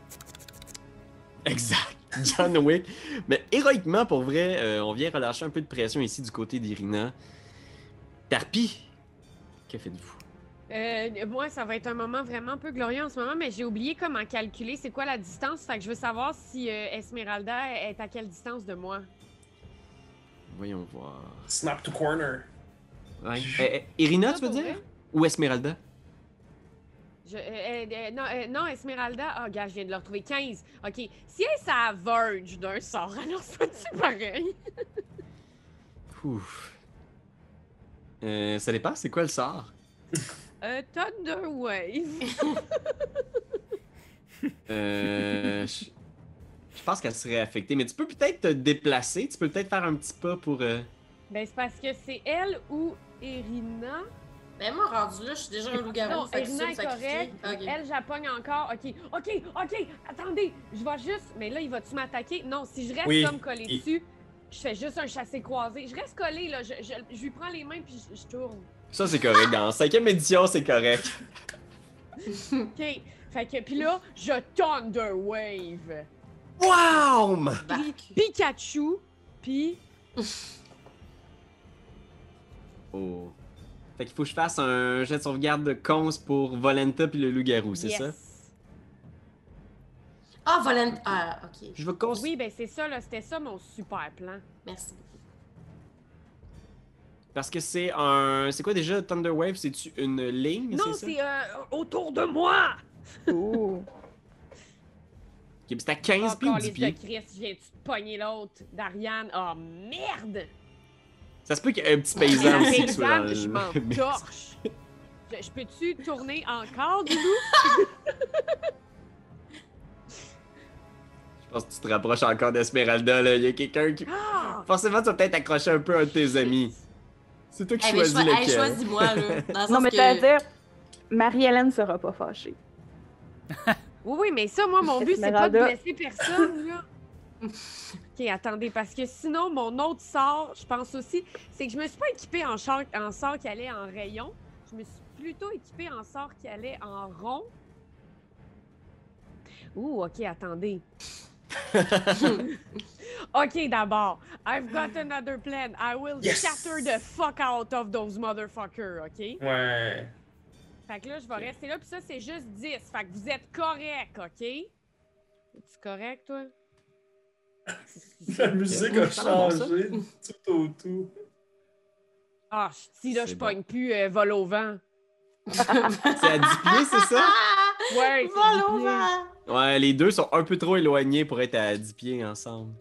[SPEAKER 1] Exact. John Wick. Mais héroïquement, pour vrai, euh, on vient relâcher un peu de pression ici du côté d'Irina. Tarpi, que faites-vous?
[SPEAKER 3] Euh, moi, ça va être un moment vraiment peu glorieux en ce moment, mais j'ai oublié comment calculer c'est quoi la distance. Fait que je veux savoir si euh, Esmeralda est à quelle distance de moi.
[SPEAKER 1] Voyons voir.
[SPEAKER 9] Snap to corner.
[SPEAKER 1] Ouais. Euh, euh, Irina,
[SPEAKER 3] Ah,
[SPEAKER 1] tu veux
[SPEAKER 3] pour
[SPEAKER 1] dire?
[SPEAKER 3] vrai?
[SPEAKER 1] Ou Esmeralda?
[SPEAKER 3] Je- euh, euh, euh, non, euh, non, Esmeralda. Ah, gars, je viens de le retrouver. 15. OK. Si elle, ça verge d'un sort, [LAUGHS] alors c'est pareil.
[SPEAKER 1] Ouf. Euh, ça dépend, c'est quoi le sort?
[SPEAKER 3] Euh, Thunder Wave. [LAUGHS]
[SPEAKER 9] [LAUGHS]
[SPEAKER 1] Euh, je je pense qu'elle serait affectée, mais tu peux peut-être te déplacer, tu peux peut-être faire un petit pas pour... euh,
[SPEAKER 3] ben, c'est parce que c'est elle ou Irina.
[SPEAKER 2] Ben moi, rendu là, je suis déjà un loup-garou.
[SPEAKER 3] Non,
[SPEAKER 2] fait que
[SPEAKER 3] Irina
[SPEAKER 2] ça me
[SPEAKER 3] est
[SPEAKER 2] sacrifie.
[SPEAKER 3] correcte.
[SPEAKER 2] Ok.
[SPEAKER 3] Elle, j'appogne encore. OK. OK. OK. Attendez. Je vais juste. Mais là, il va-tu m'attaquer? Non, si je reste
[SPEAKER 9] Oui.
[SPEAKER 3] comme collé
[SPEAKER 9] Il-
[SPEAKER 3] dessus, je fais juste un chassé-croisé. Je reste collé, là. Je, je- je lui prends les mains puis je, je
[SPEAKER 2] [LAUGHS]
[SPEAKER 3] tourne.
[SPEAKER 1] Ça, c'est correct. Dans la cinquième édition, c'est correct.
[SPEAKER 3] OK. Fait que, puis là, je Thunder Wave.
[SPEAKER 1] Wow!
[SPEAKER 2] Bark.
[SPEAKER 3] Pikachu,
[SPEAKER 2] [LAUGHS]
[SPEAKER 3] puis
[SPEAKER 1] Oh. Fait qu'il faut que je fasse un jet de sauvegarde de cons pour Volenta puis le loup-garou, c'est
[SPEAKER 3] Yes.
[SPEAKER 1] ça?
[SPEAKER 2] Ah, Volent... Ah, ok.
[SPEAKER 1] Je veux cons.
[SPEAKER 3] Oui, ben c'est ça, là. C'était ça mon super plan.
[SPEAKER 2] Merci beaucoup.
[SPEAKER 1] Parce que c'est un. C'est quoi déjà Thunder Wave? C'est-tu une ligne?
[SPEAKER 3] non,
[SPEAKER 1] Eh, c'est ça?
[SPEAKER 3] c'est euh, autour de moi!
[SPEAKER 1] [LAUGHS]
[SPEAKER 8] Ouh.
[SPEAKER 1] Ok, c'est à 15 pieds ou
[SPEAKER 3] Encore
[SPEAKER 1] 10
[SPEAKER 3] les
[SPEAKER 1] pieds.
[SPEAKER 3] oh, de Chris, viens-tu de pogner l'autre? Dariane, oh merde!
[SPEAKER 1] Ça se peut qu'il y ait un petit
[SPEAKER 3] La
[SPEAKER 1] paysan aussi qui soit dans
[SPEAKER 3] paysanne,
[SPEAKER 1] le- [LAUGHS]
[SPEAKER 3] je m'en
[SPEAKER 1] Mais-
[SPEAKER 3] torche! Je, je peux-tu tourner encore, du coup?
[SPEAKER 2] [LAUGHS]
[SPEAKER 1] Je pense que tu te rapproches encore d'Esmeralda, là. Il y a quelqu'un qui.
[SPEAKER 3] Ah!
[SPEAKER 1] Forcément, tu vas peut-être accrocher un peu un de tes amis. C'est toi qui
[SPEAKER 2] Hey, mais
[SPEAKER 1] choisis
[SPEAKER 2] choi- hey,
[SPEAKER 1] lequel.
[SPEAKER 2] choisis-moi, là. Dans le
[SPEAKER 8] [LAUGHS] Non,
[SPEAKER 2] sens
[SPEAKER 8] mais
[SPEAKER 2] que-
[SPEAKER 8] t'as à dire, Marie-Hélène sera pas fâchée.
[SPEAKER 3] Oui, oui, mais ça, moi, mon but, c'est pas de
[SPEAKER 8] Esmeralda.
[SPEAKER 3] blesser personne, là. OK, attendez, parce que sinon, mon autre sort, je pense aussi, c'est que je me suis pas équipée en, char- en sort qui allait en rayon. Je me suis plutôt équipée en sort qui allait en rond. Ouh, OK, attendez. OK, d'abord. I've got another plan. I will
[SPEAKER 9] Yes!
[SPEAKER 3] shatter the fuck out of those motherfuckers, OK?
[SPEAKER 9] Ouais.
[SPEAKER 3] Fait que là, je vais rester là, puis ça, c'est juste 10. Fait que vous êtes correct, OK? Es-tu correct, toi?
[SPEAKER 9] La musique a changé du tout au tout.
[SPEAKER 3] Ah, je- si là,
[SPEAKER 1] C'est
[SPEAKER 3] je
[SPEAKER 1] bon.
[SPEAKER 3] pogne plus euh, vol au vent.
[SPEAKER 1] C'est à 10 pieds, c'est ça?
[SPEAKER 2] Ah!
[SPEAKER 3] [LAUGHS] Ouais, c'est
[SPEAKER 2] Vol au
[SPEAKER 3] bien.
[SPEAKER 2] vent!
[SPEAKER 1] Ouais, les deux sont un peu trop éloignés pour être à 10 pieds ensemble.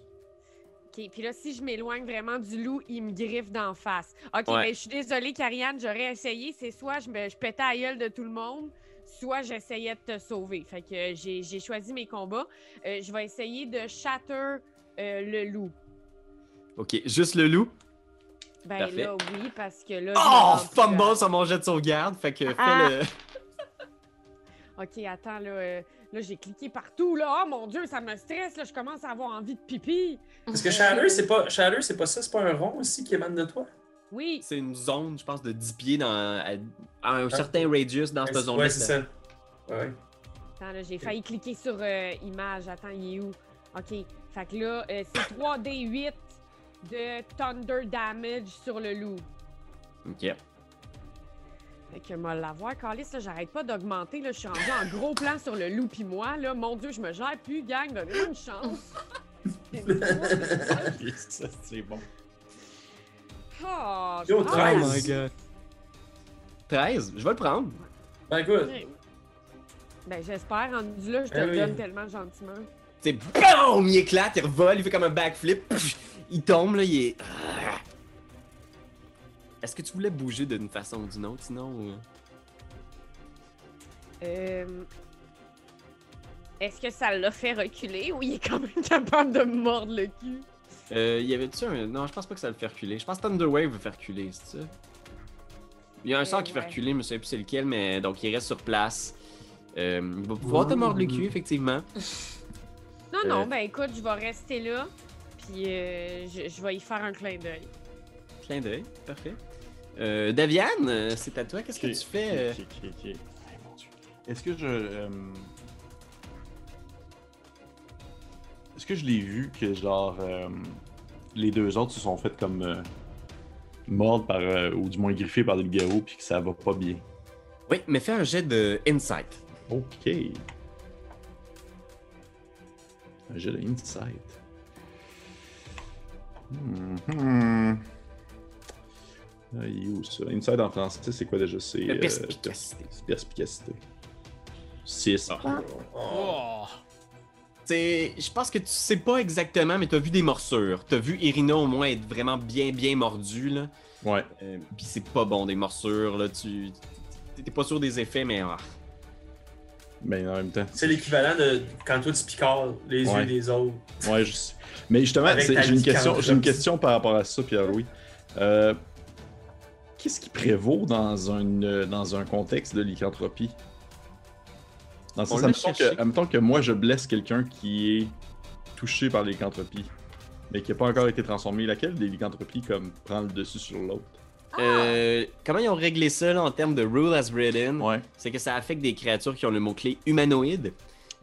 [SPEAKER 3] OK, puis là, si je m'éloigne vraiment du loup, il me griffe d'en face. OK,
[SPEAKER 1] Ouais.
[SPEAKER 3] mais je suis désolée, Karianne, j'aurais essayé. C'est soit je, me, je pétais à gueule de tout le monde, soit j'essayais de te sauver. Fait que euh, j'ai j'ai choisi mes combats. Euh, je vais essayer de shatter euh, le loup.
[SPEAKER 1] Ok, juste le loup.
[SPEAKER 3] Ben
[SPEAKER 1] Parfait.
[SPEAKER 3] là, oui, parce que là...
[SPEAKER 1] Oh,
[SPEAKER 3] je me rends plus à-
[SPEAKER 1] fumble sur mon jet de sauvegarde. Fait que Euh, fais
[SPEAKER 3] Ah.
[SPEAKER 1] le.
[SPEAKER 3] [LAUGHS] OK, attends, là, euh, là j'ai cliqué partout, là. Oh mon Dieu, ça me stresse, là. Je commence à avoir envie de pipi.
[SPEAKER 9] Parce que Shatter, c'est pas, Shatter, c'est pas ça, c'est pas un rond aussi qui émane de toi?
[SPEAKER 3] Oui,
[SPEAKER 1] C'est une zone, je pense, de 10 pieds dans à- à un certain radius dans cette zone-là.
[SPEAKER 9] Ah. Ouais, c'est ça. Ouais.
[SPEAKER 3] attends, là, j'ai failli cliquer sur euh, image. Attends, il est où? OK, fait que là, euh, c'est 3D8 de Thunder Damage sur le loup.
[SPEAKER 1] Ok.
[SPEAKER 3] Fait que moi, l'avoir, Calis, là, j'arrête pas d'augmenter, là. Je suis rendu en gros plan sur le loup pis moi, là. Mon Dieu, je me gère plus, gang. Donnez-moi une chance.
[SPEAKER 6] ça, c'est bon.
[SPEAKER 3] Oh,
[SPEAKER 9] Yo,
[SPEAKER 3] je-
[SPEAKER 9] 13.
[SPEAKER 3] Ah,
[SPEAKER 1] 13, je vais le prendre.
[SPEAKER 9] Ben écoute,
[SPEAKER 3] ouais. Ben, j'espère, rendu là, je te
[SPEAKER 9] Ben
[SPEAKER 3] le
[SPEAKER 9] oui.
[SPEAKER 3] donne tellement gentiment.
[SPEAKER 1] C'est BOUM! Il éclate, il revole, il fait comme un backflip. Pff, il tombe, là, il est. Est-ce que tu voulais bouger d'une façon ou d'une autre, sinon ou-
[SPEAKER 3] Euh, Est-ce que ça l'a fait reculer ou il est quand même [LAUGHS] capable de me mordre le cul?
[SPEAKER 1] Euh, y avait-tu un. Non, je pense pas que ça le fait reculer. Je pense que Thunder Wave le fait reculer, c'est ça? Il y a un
[SPEAKER 3] Euh,
[SPEAKER 1] sort qui fait
[SPEAKER 3] ouais.
[SPEAKER 1] reculer, je me souviens plus c'est lequel, mais donc il reste sur place. Euh, il va pouvoir te mordre le cul, effectivement.
[SPEAKER 3] Non,
[SPEAKER 1] Euh.
[SPEAKER 3] [LAUGHS] non, ben écoute, je vais rester là, puis euh, je, je vais y faire un clin d'œil.
[SPEAKER 1] Clin d'œil, parfait. Euh, Daviane, euh, c'est à toi. Qu'est-ce que
[SPEAKER 6] Ok.
[SPEAKER 1] tu fais? euh?
[SPEAKER 6] Ok, ok, ok. Hey, mon Dieu. Est-ce que je. euh, Est-ce que je l'ai vu que, genre, euh, les deux autres se sont fait comme. euh, mordre par. euh, ou du moins griffés par des loups-garous, puis que ça va pas bien?
[SPEAKER 1] Oui, mais fais un jet de insight.
[SPEAKER 6] Ok. Un jeu de insight. Hmm, hmm. Ah, il est où ça? Insight en français, c'est quoi déjà? C'est.
[SPEAKER 1] La
[SPEAKER 6] euh,
[SPEAKER 1] perspicacité.
[SPEAKER 6] pers- perspicacité.
[SPEAKER 1] Ah.
[SPEAKER 6] 6.
[SPEAKER 3] Ah.
[SPEAKER 4] Oh!
[SPEAKER 1] C'est- Je pense que tu sais pas exactement, mais t'as vu des morsures. T'as vu Irina au moins être vraiment bien, bien mordue, là.
[SPEAKER 6] Ouais.
[SPEAKER 1] Euh, Puis c'est pas bon, des morsures, là. Tu t'étais pas sûr des effets, mais ah,
[SPEAKER 6] Mais Ben, en même temps.
[SPEAKER 9] C'est l'équivalent de quand toi tu picores les
[SPEAKER 6] Ouais.
[SPEAKER 9] yeux des autres.
[SPEAKER 6] Ouais, je sais. Mais justement,
[SPEAKER 9] Avec
[SPEAKER 6] c'est-
[SPEAKER 9] ta
[SPEAKER 6] j'ai une
[SPEAKER 9] petite
[SPEAKER 6] question,
[SPEAKER 9] carotte.
[SPEAKER 6] j'ai une question par rapport à ça, Pierre-Louis. Euh, Qu'est-ce qui prévaut dans un, euh, dans un contexte de lycanthropie? Dans le
[SPEAKER 1] On
[SPEAKER 6] sens,
[SPEAKER 1] l'a
[SPEAKER 6] admettons
[SPEAKER 1] cherché.
[SPEAKER 6] que, admettons que moi, je blesse quelqu'un qui est touché par lycanthropie, mais qui n'a pas encore été transformé. Laquelle des lycanthropies comme, prend le dessus sur l'autre?
[SPEAKER 1] Euh, comment ils ont réglé ça là, en termes de rule as written?
[SPEAKER 6] Ouais.
[SPEAKER 1] C'est que ça affecte des créatures qui ont le mot-clé humanoïde.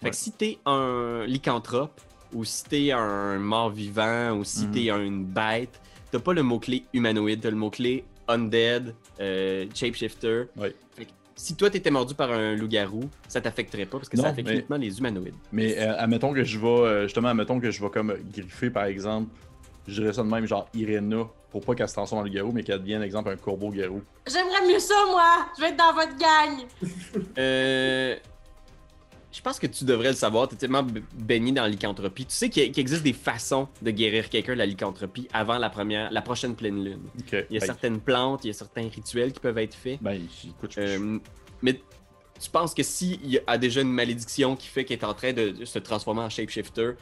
[SPEAKER 1] Fait
[SPEAKER 6] Ouais.
[SPEAKER 1] que si t'es un lycanthrope, ou si t'es un mort-vivant, ou si
[SPEAKER 6] Mhm.
[SPEAKER 1] t'es une bête, t'as pas le mot-clé humanoïde, t'as le mot-clé undead, euh, shapeshifter.
[SPEAKER 6] Ouais.
[SPEAKER 1] Fait que si toi t'étais mordu par un loup-garou, ça t'affecterait pas parce que ça
[SPEAKER 6] Non,
[SPEAKER 1] affecte
[SPEAKER 6] mais-
[SPEAKER 1] uniquement les humanoïdes.
[SPEAKER 6] Mais euh, admettons que je vais, euh, justement, admettons que je vais comme griffer, par exemple, je dirais ça de même, genre Irena, pour pas qu'elle se transforme en loup-garou, mais qu'elle devienne, exemple, un corbeau-garou.
[SPEAKER 2] J'aimerais mieux ça, moi. Je vais être dans votre gang.
[SPEAKER 1] Euh, Je pense que tu devrais le savoir, t'es tellement b- baigné dans la lycanthropie. Tu sais qu'il qu'il existe des façons de guérir quelqu'un de la lycanthropie avant la, première, la prochaine pleine lune.
[SPEAKER 6] Ok.
[SPEAKER 1] Il y a
[SPEAKER 6] Ben,
[SPEAKER 1] certaines plantes, il y a certains rituels qui peuvent être faits.
[SPEAKER 6] Ben, écoute, je, je-
[SPEAKER 1] Euh, mais tu penses que s'il y a déjà une malédiction qui fait qu'elle est en train de se transformer en shapeshifter,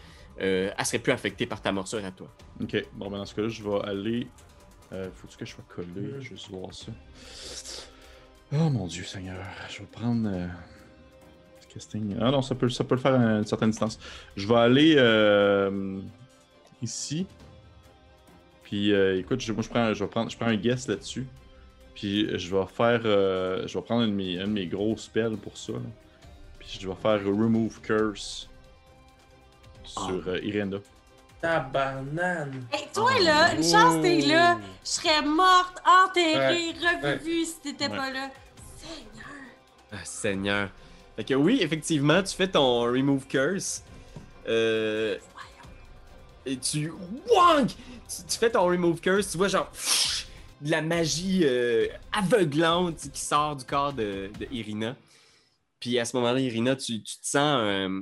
[SPEAKER 1] euh, elle serait plus affectée par ta morsure à toi.
[SPEAKER 6] Ok, bon, ben dans ce cas-là, je vais aller. Euh, Faut-tu que je sois collé Je vais juste voir ça. Oh mon dieu, Seigneur. Je vais prendre. euh, Casting. Ah non, ça peut, ça peut le faire à une certaine distance. Je vais aller euh, ici. Puis euh, écoute, je, moi je prends, je, vais prendre, je prends un guess là-dessus. Puis je vais faire. euh, je vais prendre un de, mes, un de mes gros spells pour ça. là. Puis je vais faire Remove Curse sur euh, Irenda.
[SPEAKER 9] Ta banane.
[SPEAKER 2] Et toi, là, une chance, t'es là. Je serais morte, enterrée, revivue si t'étais
[SPEAKER 6] Ouais.
[SPEAKER 2] pas là. Seigneur.
[SPEAKER 1] Ah, Seigneur. Fait que oui, effectivement, tu fais ton remove curse. Euh, et tu. Wang! Tu, tu fais ton remove curse, tu vois genre. pfff, de la magie euh, aveuglante qui sort du corps de, de Irina. Puis à ce moment-là, Irina, tu, tu te sens euh,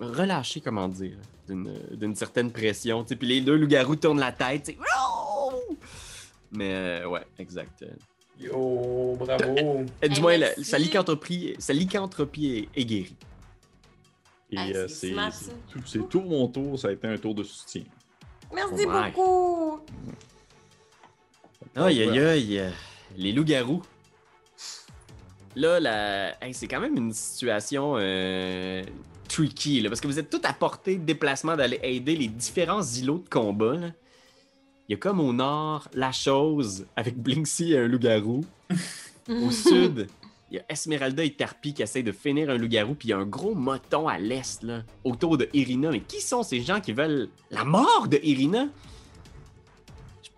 [SPEAKER 1] relâchée, comment dire, d'une d'une certaine pression. tu sais. Puis les deux loups-garous tournent la tête. tu sais. Mais euh, ouais, exact.
[SPEAKER 9] Yo, bravo.
[SPEAKER 1] Euh, Du
[SPEAKER 2] Eh,
[SPEAKER 1] moins,
[SPEAKER 2] merci.
[SPEAKER 1] la- sa lycanthropie, sa lycanthropie est, est guérie.
[SPEAKER 6] Et
[SPEAKER 2] Ah,
[SPEAKER 6] euh,
[SPEAKER 2] c'est
[SPEAKER 6] c'est
[SPEAKER 2] smart,
[SPEAKER 6] c'est
[SPEAKER 2] ça.
[SPEAKER 6] tout, c'est tout mon tour, ça a été un tour de soutien.
[SPEAKER 2] Merci
[SPEAKER 1] Oh my.
[SPEAKER 2] beaucoup.
[SPEAKER 1] Aïe, aïe, aïe. euh, Les loups-garous. Là, la... hey, c'est quand même une situation euh, tricky, là, parce que vous êtes tout à portée de déplacement d'aller aider les différents îlots de combat. là. Il y a comme au nord la chose avec Blinksy et un loup-garou. [LAUGHS] Au sud, il y a Esmeralda et Tarpi qui essayent de finir un loup-garou, puis il y a un gros moton à l'est, là, autour de Irina. Mais qui sont ces gens qui veulent la mort de Irina? Je-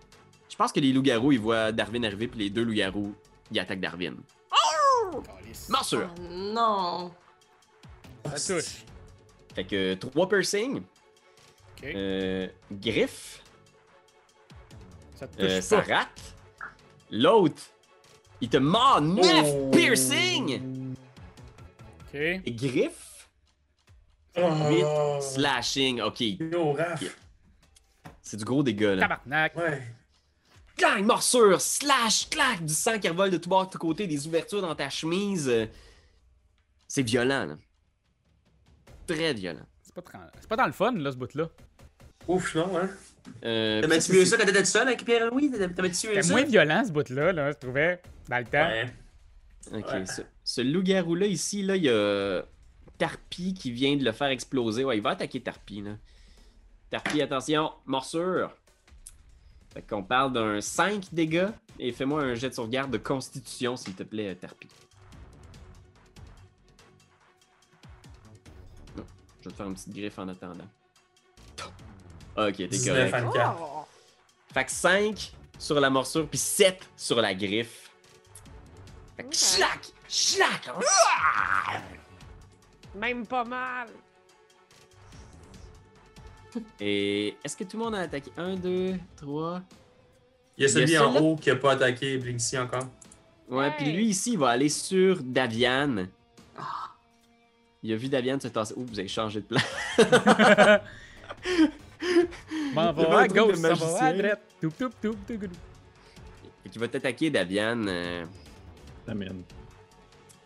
[SPEAKER 1] Je pense que les loups-garous, ils voient Darwin arriver, puis les deux loups-garous, ils attaquent Darwin. Morsure!
[SPEAKER 2] Ah, non.
[SPEAKER 4] Ça touche.
[SPEAKER 1] Fait que trois piercings,
[SPEAKER 4] Ok.
[SPEAKER 1] euh, griffes,
[SPEAKER 4] [LAUGHS] ça te touche
[SPEAKER 1] euh, ça
[SPEAKER 4] pas.
[SPEAKER 1] rate. L'autre, il te mord neuf
[SPEAKER 4] Oh.
[SPEAKER 1] piercings!
[SPEAKER 4] Ok.
[SPEAKER 1] Et griffes, huit
[SPEAKER 9] Oh.
[SPEAKER 1] slashing. Ok,
[SPEAKER 9] Yo, Raph.
[SPEAKER 1] c'est du gros dégât, là.
[SPEAKER 4] Tabarnak.
[SPEAKER 9] Ouais.
[SPEAKER 1] Clang, morsure, slash, clac, du sang qui revole de tous bords, de tous côtés, des ouvertures dans ta chemise. euh, C'est violent, là. Très violent.
[SPEAKER 4] C'est pas, tra- c'est pas dans le fun, là, ce bout-là.
[SPEAKER 9] Ouf, non, hein.
[SPEAKER 1] Euh, puis
[SPEAKER 9] T'aimais-tu
[SPEAKER 1] ça,
[SPEAKER 9] mieux
[SPEAKER 1] c'est-
[SPEAKER 9] ça quand t'étais seul avec Pierre-Louis? T'aimais-tu mieux
[SPEAKER 4] C'était
[SPEAKER 9] ça?
[SPEAKER 4] moins violent, ce bout-là, là, je trouvais, dans le temps.
[SPEAKER 9] Ouais.
[SPEAKER 1] Ok,
[SPEAKER 9] Ouais.
[SPEAKER 1] ce, ce loup-garou-là, ici, là, il y a Tarpi qui vient de le faire exploser. Ouais, il va attaquer Tarpi, là. Tarpi, attention, morsure. Fait qu'on parle d'un 5 dégâts et fais-moi un jet de sauvegarde de constitution, s'il te plaît, Tarpi. Non, je vais te faire une petite griffe en attendant. Ok, t'es
[SPEAKER 9] 19
[SPEAKER 1] correct.
[SPEAKER 9] à 4.
[SPEAKER 1] Fait que 5 sur la morsure, puis 7 sur la griffe. Fait que
[SPEAKER 3] Ok.
[SPEAKER 1] chlac, chlac,
[SPEAKER 9] hein?
[SPEAKER 3] Même pas mal.
[SPEAKER 1] Et est-ce que tout le monde a attaqué 1, 2, 3
[SPEAKER 9] Il y a celui
[SPEAKER 1] Il y a
[SPEAKER 9] en
[SPEAKER 1] celui-là.
[SPEAKER 9] haut qui n'a pas attaqué Blinksy encore.
[SPEAKER 1] Ouais,
[SPEAKER 3] Hey!
[SPEAKER 1] puis lui ici, il va aller sur Davian. Il a vu Davian se tasser. Ouh, vous avez changé de plan.
[SPEAKER 4] M'en
[SPEAKER 6] Il y avait
[SPEAKER 4] va
[SPEAKER 6] un
[SPEAKER 4] à
[SPEAKER 6] truc de
[SPEAKER 4] gauche, ça va à
[SPEAKER 6] magicien.
[SPEAKER 4] droite. Toup, toup, toup, toup, toup.
[SPEAKER 1] Fait qu'il va t'attaquer, Davian. euh,
[SPEAKER 6] Amen.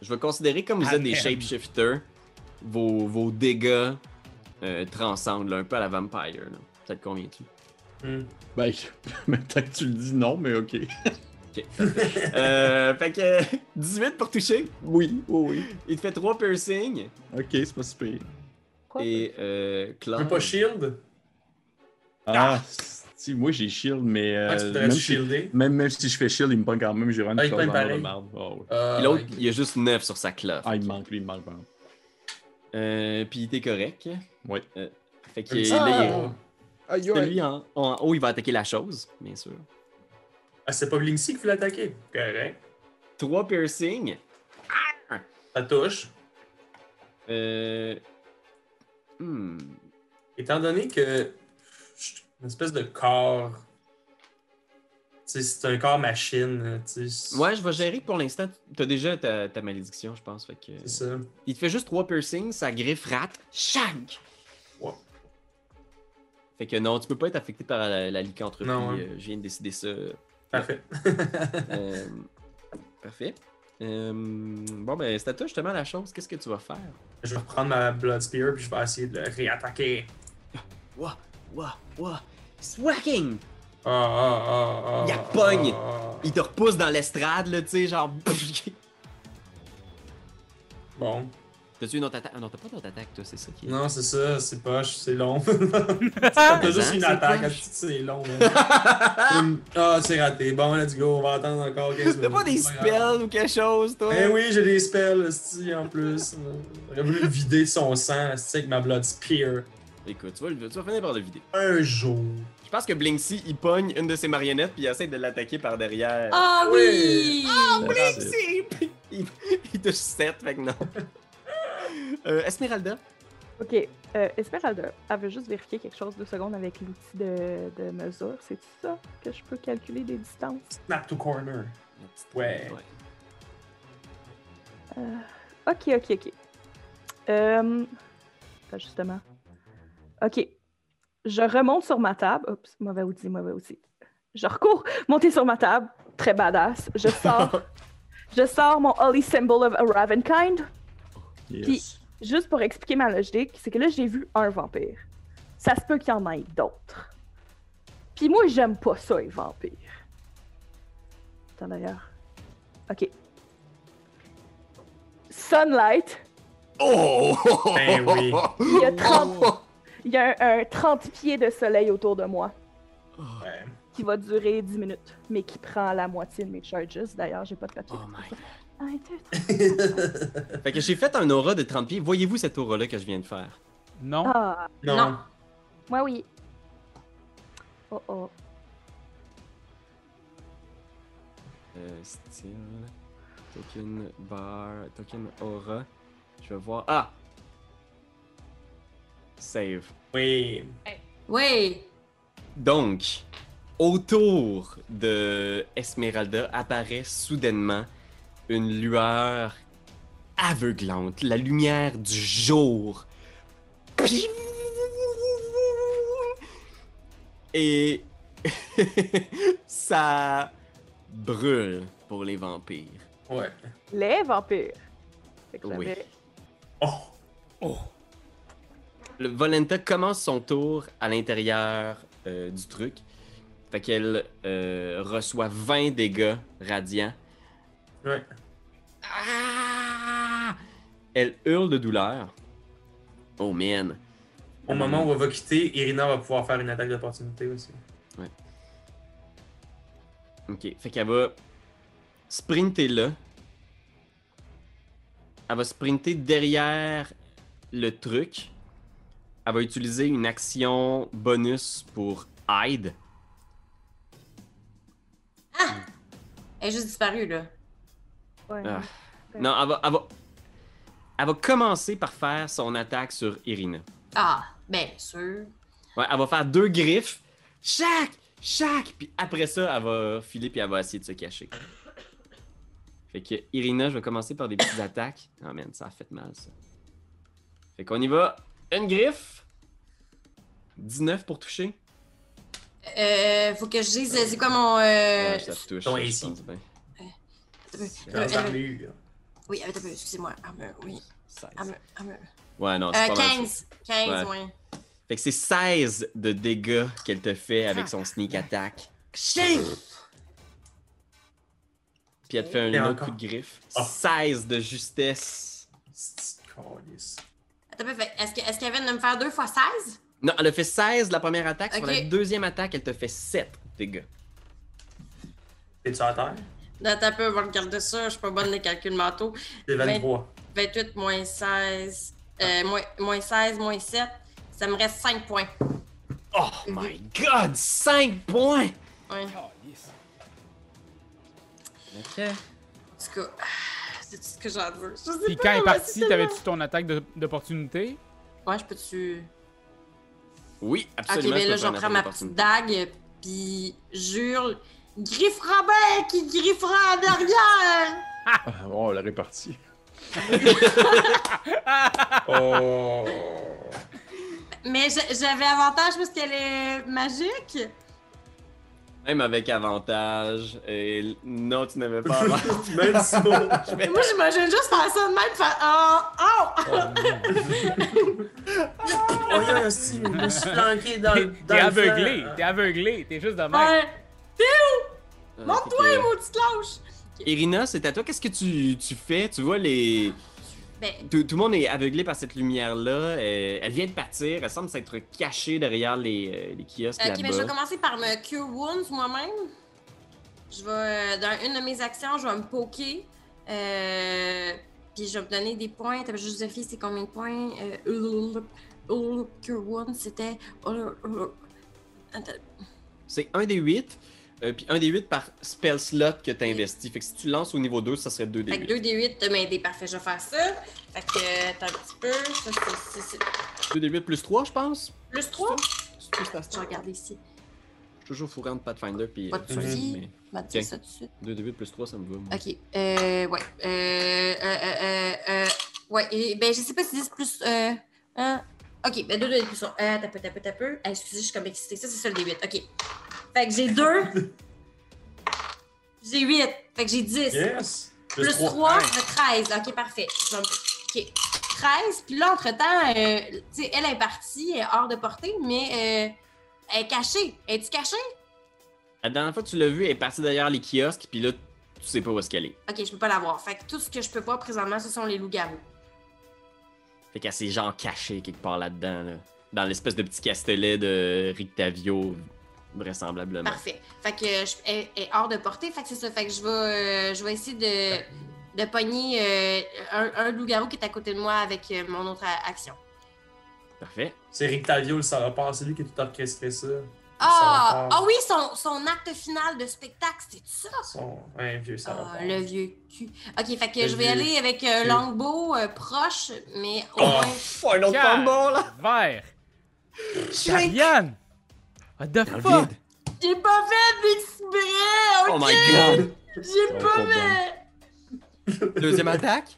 [SPEAKER 1] je vais considérer comme vous êtes des
[SPEAKER 4] Amen.
[SPEAKER 1] shapeshifters, vos, vos dégâts euh, transcendent là, un peu à la vampire. Là. Peut-être combien tu
[SPEAKER 9] Hmm.
[SPEAKER 6] Ben, [LAUGHS] maintenant que tu le dis, non, mais ok. [LAUGHS]
[SPEAKER 1] euh, Fait que 18 pour toucher.
[SPEAKER 6] Oui, oui, oui.
[SPEAKER 1] Il te fait 3 piercings.
[SPEAKER 6] Ok, c'est pas super.
[SPEAKER 8] Quoi?
[SPEAKER 1] Et euh,
[SPEAKER 9] Tu veux
[SPEAKER 1] Claude.
[SPEAKER 9] pas shield?
[SPEAKER 6] Ah, si, moi j'ai shield, mais. euh,
[SPEAKER 9] Ah, tu voudrais
[SPEAKER 6] même,
[SPEAKER 9] te
[SPEAKER 6] si,
[SPEAKER 9] shielder?
[SPEAKER 6] même, même si je fais shield, il me pogne quand même, j'ai vraiment
[SPEAKER 9] Ah,
[SPEAKER 6] une
[SPEAKER 9] il
[SPEAKER 6] clause
[SPEAKER 9] pogne
[SPEAKER 6] en de
[SPEAKER 9] pareil.
[SPEAKER 6] merde. Ah, ouais.
[SPEAKER 9] Ah,
[SPEAKER 1] Puis l'autre,
[SPEAKER 9] ok.
[SPEAKER 1] il y a juste 9 sur sa cloche.
[SPEAKER 6] Ah, il me manque, lui, il me manque, par exemple.
[SPEAKER 1] Euh, puis il était correct.
[SPEAKER 6] Ouais.
[SPEAKER 1] Euh, fait que
[SPEAKER 9] Un petit
[SPEAKER 1] là, il est-
[SPEAKER 9] peu.
[SPEAKER 7] Aïe,
[SPEAKER 1] Parce que
[SPEAKER 7] aïe.
[SPEAKER 1] lui, en, en haut, il va attaquer la chose, bien sûr.
[SPEAKER 9] Ah, c'est pas Blinksy qui voulait attaquer. Correct.
[SPEAKER 1] Trois piercings. Ah!
[SPEAKER 9] Ça touche.
[SPEAKER 1] Euh... hmm.
[SPEAKER 9] Étant donné que je suis une espèce de corps. Tu sais, c'est un corps machine. euh, tu sais,
[SPEAKER 1] Ouais, je vais gérer que pour l'instant. T'as déjà ta, ta malédiction, je pense. Fait que...
[SPEAKER 9] C'est ça.
[SPEAKER 1] Il te fait juste trois piercings, sa griffe rate. Shank!
[SPEAKER 9] Ouais.
[SPEAKER 1] Fait que non, tu peux pas être affecté par la, la lycanthropie.
[SPEAKER 9] Non, ouais.
[SPEAKER 1] euh, je viens de décider ça.
[SPEAKER 9] Parfait. [LAUGHS]
[SPEAKER 1] Euh, Parfait. Euh, Bon, ben, c'est à toi justement la chose. Qu'est-ce que tu vas faire?
[SPEAKER 9] je vais reprendre ma Blood Spear puis je vais essayer de le réattaquer.
[SPEAKER 1] Wouah, wouah, wouah. Swacking!
[SPEAKER 9] Ah, ah, ah, ah,
[SPEAKER 1] Il
[SPEAKER 9] ah,
[SPEAKER 1] repogne.
[SPEAKER 9] ah, ah.
[SPEAKER 1] Il te repousse dans l'estrade, là, tu sais, genre. [LAUGHS] T'as-tu
[SPEAKER 9] Bon.
[SPEAKER 1] une autre attaque? Ah non, t'as pas d'autre attaque, toi, c'est ça qui est.
[SPEAKER 9] Non, c'est ça, c'est poche, c'est long. [LAUGHS] T'as juste
[SPEAKER 1] hein,
[SPEAKER 9] une
[SPEAKER 1] c'est
[SPEAKER 9] attaque,
[SPEAKER 1] poche.
[SPEAKER 9] c'est long. man. Ah, c'est raté. Bon, let's go, on va attendre encore 15 minutes.
[SPEAKER 1] T'as pas des
[SPEAKER 9] C'est grave.
[SPEAKER 1] spells ou quelque chose, toi?
[SPEAKER 9] Oh Eh oui, j'ai des spells, sti, en plus. J'aurais voulu le vider de son sang, sti, avec ma Blood Spear.
[SPEAKER 1] Écoute, tu vas, le- tu vas finir par le vider.
[SPEAKER 9] Un jour.
[SPEAKER 1] Je pense que Blinksy, il pogne une de ses marionnettes, puis il essaie de l'attaquer par derrière.
[SPEAKER 2] Ah oui! Ah,
[SPEAKER 9] Ah,
[SPEAKER 6] Blinksy!
[SPEAKER 1] Puis il, il touche 7, fait que non. [LAUGHS] Euh, Esmeralda,
[SPEAKER 8] Ok, euh, Esmeralda, elle veut juste vérifier quelque chose deux secondes avec l'outil de, de mesure. C'est ça que je peux calculer des distances?
[SPEAKER 9] Snap to corner.
[SPEAKER 1] la petite-
[SPEAKER 9] Ouais.
[SPEAKER 8] Ok, ok, ok. Euh, ben, justement. Ok, je remonte sur ma table. Oups, mauvais outil, mauvais outil. Je recours, monter sur ma table, très badass. Je sors, je sors mon Holy Symbol of a Ravenkind.
[SPEAKER 6] Yes.
[SPEAKER 8] Juste pour expliquer ma logique, c'est que là, j'ai vu un vampire. Ça se peut qu'il y en ait d'autres. Puis moi, j'aime pas ça, les vampires. Attends d'ailleurs. Ok. Sunlight,
[SPEAKER 1] Oh!
[SPEAKER 9] Ben oui.
[SPEAKER 8] il y a 30, il y a un, un 30 pieds de soleil autour de moi
[SPEAKER 9] Ouais.
[SPEAKER 8] qui va durer 10 minutes, mais qui prend la moitié de mes charges. D'ailleurs, j'ai pas de papier.
[SPEAKER 1] Oh my god.
[SPEAKER 8] Un, deux, trois.
[SPEAKER 1] Fait que j'ai fait un aura de 30 pieds. Voyez-vous cette aura-là que je viens de faire?
[SPEAKER 4] Non.
[SPEAKER 8] Ah,
[SPEAKER 9] non.
[SPEAKER 2] Non.
[SPEAKER 8] moi oui. Oh oh.
[SPEAKER 1] Euh, style. Token bar. Token aura. Je vais voir. Ah! Save.
[SPEAKER 9] Oui.
[SPEAKER 2] Oui!
[SPEAKER 1] Donc, autour de Esmeralda apparaît soudainement une lueur aveuglante, la lumière du jour. Et [LAUGHS] ça brûle pour les vampires.
[SPEAKER 9] Ouais.
[SPEAKER 8] Les vampires. Fait que
[SPEAKER 1] Oui.
[SPEAKER 8] j'avais-
[SPEAKER 9] Oh.
[SPEAKER 1] Le Volenta commence son tour à l'intérieur euh, du truc. Fait qu'elle euh, reçoit 20 dégâts radiants.
[SPEAKER 9] Ouais.
[SPEAKER 1] Ah! Elle hurle de douleur. Oh man.
[SPEAKER 9] Au moment où on va quitter, Irina va pouvoir faire une attaque d'opportunité aussi.
[SPEAKER 1] Ok, fait qu'elle va sprinter là. Elle va sprinter derrière le truc. Elle va utiliser une action bonus pour hide.
[SPEAKER 2] Elle est juste disparue, là. Ben
[SPEAKER 8] Ouais.
[SPEAKER 1] Ah. Non, elle va, elle va- elle va commencer par faire son attaque sur Irina.
[SPEAKER 2] Ah, bien sûr.
[SPEAKER 1] Ouais, elle va faire deux griffes, chaque, chaque, puis après ça, elle va filer puis elle va essayer de se cacher. Fait que Irina, je vais commencer par des petites attaques. Ah man, ça a fait mal ça. Fait qu'on y va. Une griffe. 19 pour toucher.
[SPEAKER 2] Euh, faut que je dise, c'est quoi mon. euh,
[SPEAKER 1] Ouais, ça touche.
[SPEAKER 9] ton
[SPEAKER 1] ça, je
[SPEAKER 9] AC.
[SPEAKER 1] pense bien.
[SPEAKER 2] attends un peu,
[SPEAKER 9] Dans
[SPEAKER 2] euh, euh,
[SPEAKER 9] l'armure.
[SPEAKER 2] oui, attends un peu, excusez-moi. Armure, oui. Ah,
[SPEAKER 1] 16.
[SPEAKER 2] Armure, armure.
[SPEAKER 1] Ouais, non, c'est
[SPEAKER 2] Euh,
[SPEAKER 1] pas mal ça.
[SPEAKER 2] 15. 15, ouais.
[SPEAKER 1] Fait que c'est 16 de dégâts qu'elle te fait avec son sneak attack. Chien! Puis elle te fait
[SPEAKER 9] Et
[SPEAKER 1] un autre
[SPEAKER 9] encore.
[SPEAKER 1] coup de griffe.
[SPEAKER 9] Ah.
[SPEAKER 1] 16 de justesse.
[SPEAKER 9] C'est- Calisse.
[SPEAKER 2] Attends un peu, fait- est-ce que- est-ce qu'elle vient de me faire 2 fois 16?
[SPEAKER 1] Non, elle a fait 16 la première attaque. Sur
[SPEAKER 2] Ok.
[SPEAKER 1] la deuxième attaque, elle te fait 7 dégâts.
[SPEAKER 9] T'es-tu à terre?
[SPEAKER 2] Attends un peu, on va regarder ça, je suis pas bonne les calculs mentaux.
[SPEAKER 9] T'es
[SPEAKER 2] Ben-
[SPEAKER 9] 23.
[SPEAKER 2] 28 moins 16,
[SPEAKER 1] Ah.
[SPEAKER 2] euh, moins, moins 16, moins 7, ça me reste 5 points.
[SPEAKER 1] Oh my god! 5 points!
[SPEAKER 2] Ouais. En
[SPEAKER 4] Calisse.
[SPEAKER 1] Ok.
[SPEAKER 2] tout cas, [SIGHS] c'est tout ce que j'en veux. Je sais
[SPEAKER 4] Puis
[SPEAKER 2] pas,
[SPEAKER 4] quand elle est
[SPEAKER 2] moi,
[SPEAKER 4] partie,
[SPEAKER 2] c'est tellement-
[SPEAKER 4] t'avais-tu ton attaque de- d'opportunité?
[SPEAKER 2] Ouais, je peux-tu.
[SPEAKER 1] Oui,
[SPEAKER 2] Ok,
[SPEAKER 1] absolument.
[SPEAKER 2] ben là,
[SPEAKER 1] tu peux
[SPEAKER 2] je
[SPEAKER 1] faire une
[SPEAKER 2] reprends
[SPEAKER 1] attaque
[SPEAKER 2] ma petite
[SPEAKER 1] d'opportunité.
[SPEAKER 2] dague, puis jure. Griffe Robin qui griffera en arrière!
[SPEAKER 6] Ah, oh, la répartie. oh.
[SPEAKER 2] Mais j'a- j'avais avantage parce qu'elle est magique.
[SPEAKER 1] Même avec avantage. Et... Non, tu n'avais
[SPEAKER 9] [LAUGHS]
[SPEAKER 1] pas avantage.
[SPEAKER 9] Même
[SPEAKER 2] [LAUGHS]
[SPEAKER 9] si
[SPEAKER 2] Et moi, j'imagine juste faire ça de même, faire Ah! ah!
[SPEAKER 9] Oh là, hostie, je me suis planqué dans le.
[SPEAKER 4] T'es
[SPEAKER 9] dans
[SPEAKER 4] t'es
[SPEAKER 9] le
[SPEAKER 4] aveuglé,
[SPEAKER 9] flanc.
[SPEAKER 4] t'es aveuglé, t'es juste de même.
[SPEAKER 2] [LAUGHS] Ouais! Montre-toi,
[SPEAKER 1] Fait que-
[SPEAKER 2] mon petit lâche!
[SPEAKER 1] Irina, c'est à toi. Qu'est-ce que tu, tu fais? Tu vois les.
[SPEAKER 2] Ben,
[SPEAKER 1] Tout, tout le monde est aveuglé par cette lumière-là. Euh, elle vient de partir. Elle semble s'être cachée derrière les, euh, les kiosques
[SPEAKER 2] ok, mais je vais
[SPEAKER 1] là-bas.
[SPEAKER 2] commencer par me cure wounds moi-même. Je vais, euh, dans une de mes actions, je vais me poker. Euh, puis je vais me donner des points. T'as juste vérifier c'est combien de points. Euh, euh, euh, cure wounds, c'était. euh, euh, attends.
[SPEAKER 1] C'est un des 8. puis un des 8 par spell slot que tu investi. Fait que si tu lances au niveau 2, ça serait 2 des
[SPEAKER 2] Fait que
[SPEAKER 1] 8.
[SPEAKER 2] 2 des 8 de m'aider. Parfait, je vais faire ça. Fait que, euh, attends un petit peu. Ça, c'est- c'est c'est-
[SPEAKER 1] 2 des 8 plus 3, je pense.
[SPEAKER 2] plus 3.
[SPEAKER 1] C'est plus ta
[SPEAKER 2] Je vais
[SPEAKER 1] stat.
[SPEAKER 2] regarder
[SPEAKER 1] Je
[SPEAKER 2] ici.
[SPEAKER 1] suis toujours fourrant de Pathfinder. Puis, euh,
[SPEAKER 2] Pas de soucis.
[SPEAKER 1] mais
[SPEAKER 2] Je vais te dire
[SPEAKER 1] Tiens.
[SPEAKER 2] ça tout de suite.
[SPEAKER 1] 2 des 8 plus 3, ça me va. moi.
[SPEAKER 2] Ok. Euh, ouais. Euh, euh, euh, euh, euh, ouais. Et, ben, je sais pas si 10 plus. Euh, hein. Ok, ben 2 de plus. un. Euh, t'as peu, t'as peu, t'as peu. Ah, excusez, je suis comme excitée. Ça, c'est ça le D8. Ok. Fait que j'ai 2. j'ai 8. Fait que j'ai 10.
[SPEAKER 9] Yes!
[SPEAKER 2] plus 3, ça fait 13. Ok, parfait. Je vais me- Ok. 13. Puis là, entre-temps, euh, tu sais, elle est partie, elle est hors de portée, mais euh, elle est cachée. Es-tu cachée?
[SPEAKER 1] La dernière fois que tu l'as vue, elle est partie derrière les kiosques. Puis là, tu sais pas où est-ce qu'elle est.
[SPEAKER 2] Ok, je peux pas l'avoir. Fait que tout ce que je peux pas présentement, ce sont les loups-garous.
[SPEAKER 1] Fait qu'elle s'est genre cachée quelque part là-dedans. là. Dans l'espèce de petit castellet de Rictavio, vraisemblablement.
[SPEAKER 2] Parfait. Fait que euh, je, elle- elle est hors de portée. Fait que c'est ça. Fait que je vais, euh, je vais essayer de, de pogner euh, un, un loup-garou qui est à côté de moi avec euh, mon autre a- action.
[SPEAKER 1] Parfait.
[SPEAKER 9] C'est Rictavio le salopard, c'est lui qui a tout orchestré ça.
[SPEAKER 2] Ah!
[SPEAKER 9] Ça va.
[SPEAKER 2] Ah oui, son, son acte final de spectacle, c'est ça?
[SPEAKER 9] Son... Un vieux salopard.
[SPEAKER 2] Ah, le vieux cul. Ok, fait que
[SPEAKER 9] Le
[SPEAKER 2] je vais
[SPEAKER 9] vieux
[SPEAKER 2] aller avec un
[SPEAKER 9] cul.
[SPEAKER 2] longbow euh, proche, mais au
[SPEAKER 9] Oh,
[SPEAKER 2] moins.
[SPEAKER 1] un autre
[SPEAKER 4] Quatre.
[SPEAKER 1] combo, là!
[SPEAKER 4] Vert. Darian! What the
[SPEAKER 1] Dans le
[SPEAKER 4] fuck?
[SPEAKER 1] vide.
[SPEAKER 2] J'ai pas fait d'exprès!
[SPEAKER 1] Oh
[SPEAKER 2] ok?
[SPEAKER 1] my god!
[SPEAKER 2] J'ai
[SPEAKER 6] Oh,
[SPEAKER 2] pas
[SPEAKER 6] pas
[SPEAKER 2] fait!
[SPEAKER 1] Deuxième attaque?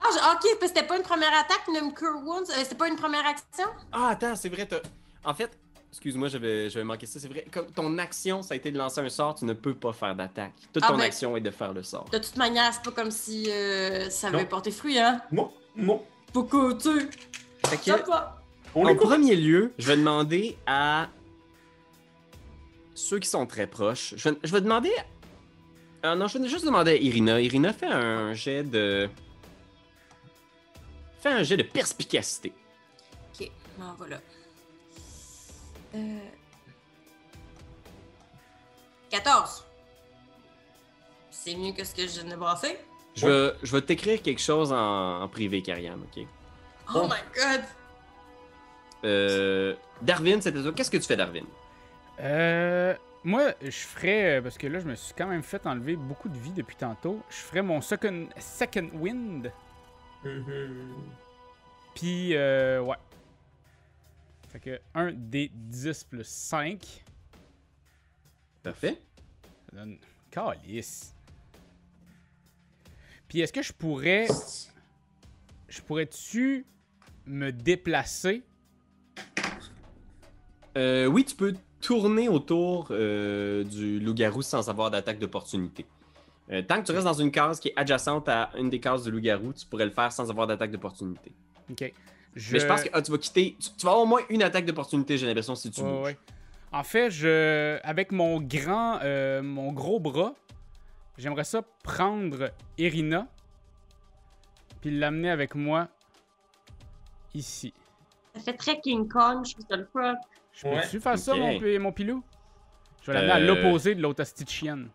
[SPEAKER 2] Ah, j'ai- ok, parce que c'était pas une première attaque, Num Cure Wounds. euh, c'était pas une première action?
[SPEAKER 1] Ah, attends, c'est vrai, t'as. En fait, excuse-moi, j'avais j'avais manqué ça, c'est vrai. Comme ton action, ça a été de lancer un sort, tu ne peux pas faire d'attaque. Toute
[SPEAKER 2] Ah
[SPEAKER 1] ton
[SPEAKER 2] ben.
[SPEAKER 1] action est de faire le sort.
[SPEAKER 2] De toute manière, c'est pas comme si euh, ça avait
[SPEAKER 9] Non.
[SPEAKER 2] porté fruit, hein?
[SPEAKER 9] Moi, moi,
[SPEAKER 2] Beaucoup, tu
[SPEAKER 1] Fait que,
[SPEAKER 2] sais. pas.
[SPEAKER 9] on
[SPEAKER 1] en
[SPEAKER 9] est quoi?
[SPEAKER 1] premier lieu, je vais demander à ceux qui sont très proches. Je vais, je vais demander. Ah non, je vais juste demander à Irina. Irina fait un jet de. Fait un jet de perspicacité.
[SPEAKER 2] Ok, m'en voilà. Euh... 14. C'est mieux que ce que je viens de brasser.
[SPEAKER 1] Je vais, je vais t'écrire quelque chose en, en privé, Kariam, ok?
[SPEAKER 2] Oh my god!
[SPEAKER 1] Euh, Darwin, c'était toi. Qu'est-ce que tu fais, Darwin?
[SPEAKER 4] Euh, moi, je ferais, euh, parce que là, je me suis quand même fait enlever beaucoup de vie depuis tantôt, je ferais mon second, second wind, puis euh, ouais. Fait que 1 des 10 plus 5,
[SPEAKER 1] Parfait.
[SPEAKER 4] ça donne calice. Puis est-ce que je pourrais, je pourrais-tu me déplacer?
[SPEAKER 1] Euh, oui, tu peux tourner autour euh, du loup-garou sans avoir d'attaque d'opportunité. Euh, tant que tu restes dans une case qui est adjacente à une des cases du loup-garou, tu pourrais le faire sans avoir d'attaque d'opportunité.
[SPEAKER 4] Ok.
[SPEAKER 1] Mais je pense que ah, tu vas quitter. Tu, tu vas avoir au moins une attaque d'opportunité, j'ai l'impression, si tu
[SPEAKER 4] Ouais,
[SPEAKER 1] bouges.
[SPEAKER 4] ouais. En fait, je, avec mon grand, euh, mon gros bras, j'aimerais ça prendre Irina puis l'amener avec moi ici.
[SPEAKER 2] Ça fait très King Kong, je trouve ça le fun.
[SPEAKER 4] Je
[SPEAKER 9] Ouais,
[SPEAKER 4] peux-tu faire ça,
[SPEAKER 1] ok.
[SPEAKER 4] mon, pi- mon pilou? Je vais l'amener à
[SPEAKER 1] Euh.
[SPEAKER 4] l'opposé de l'autre hostie de chienne.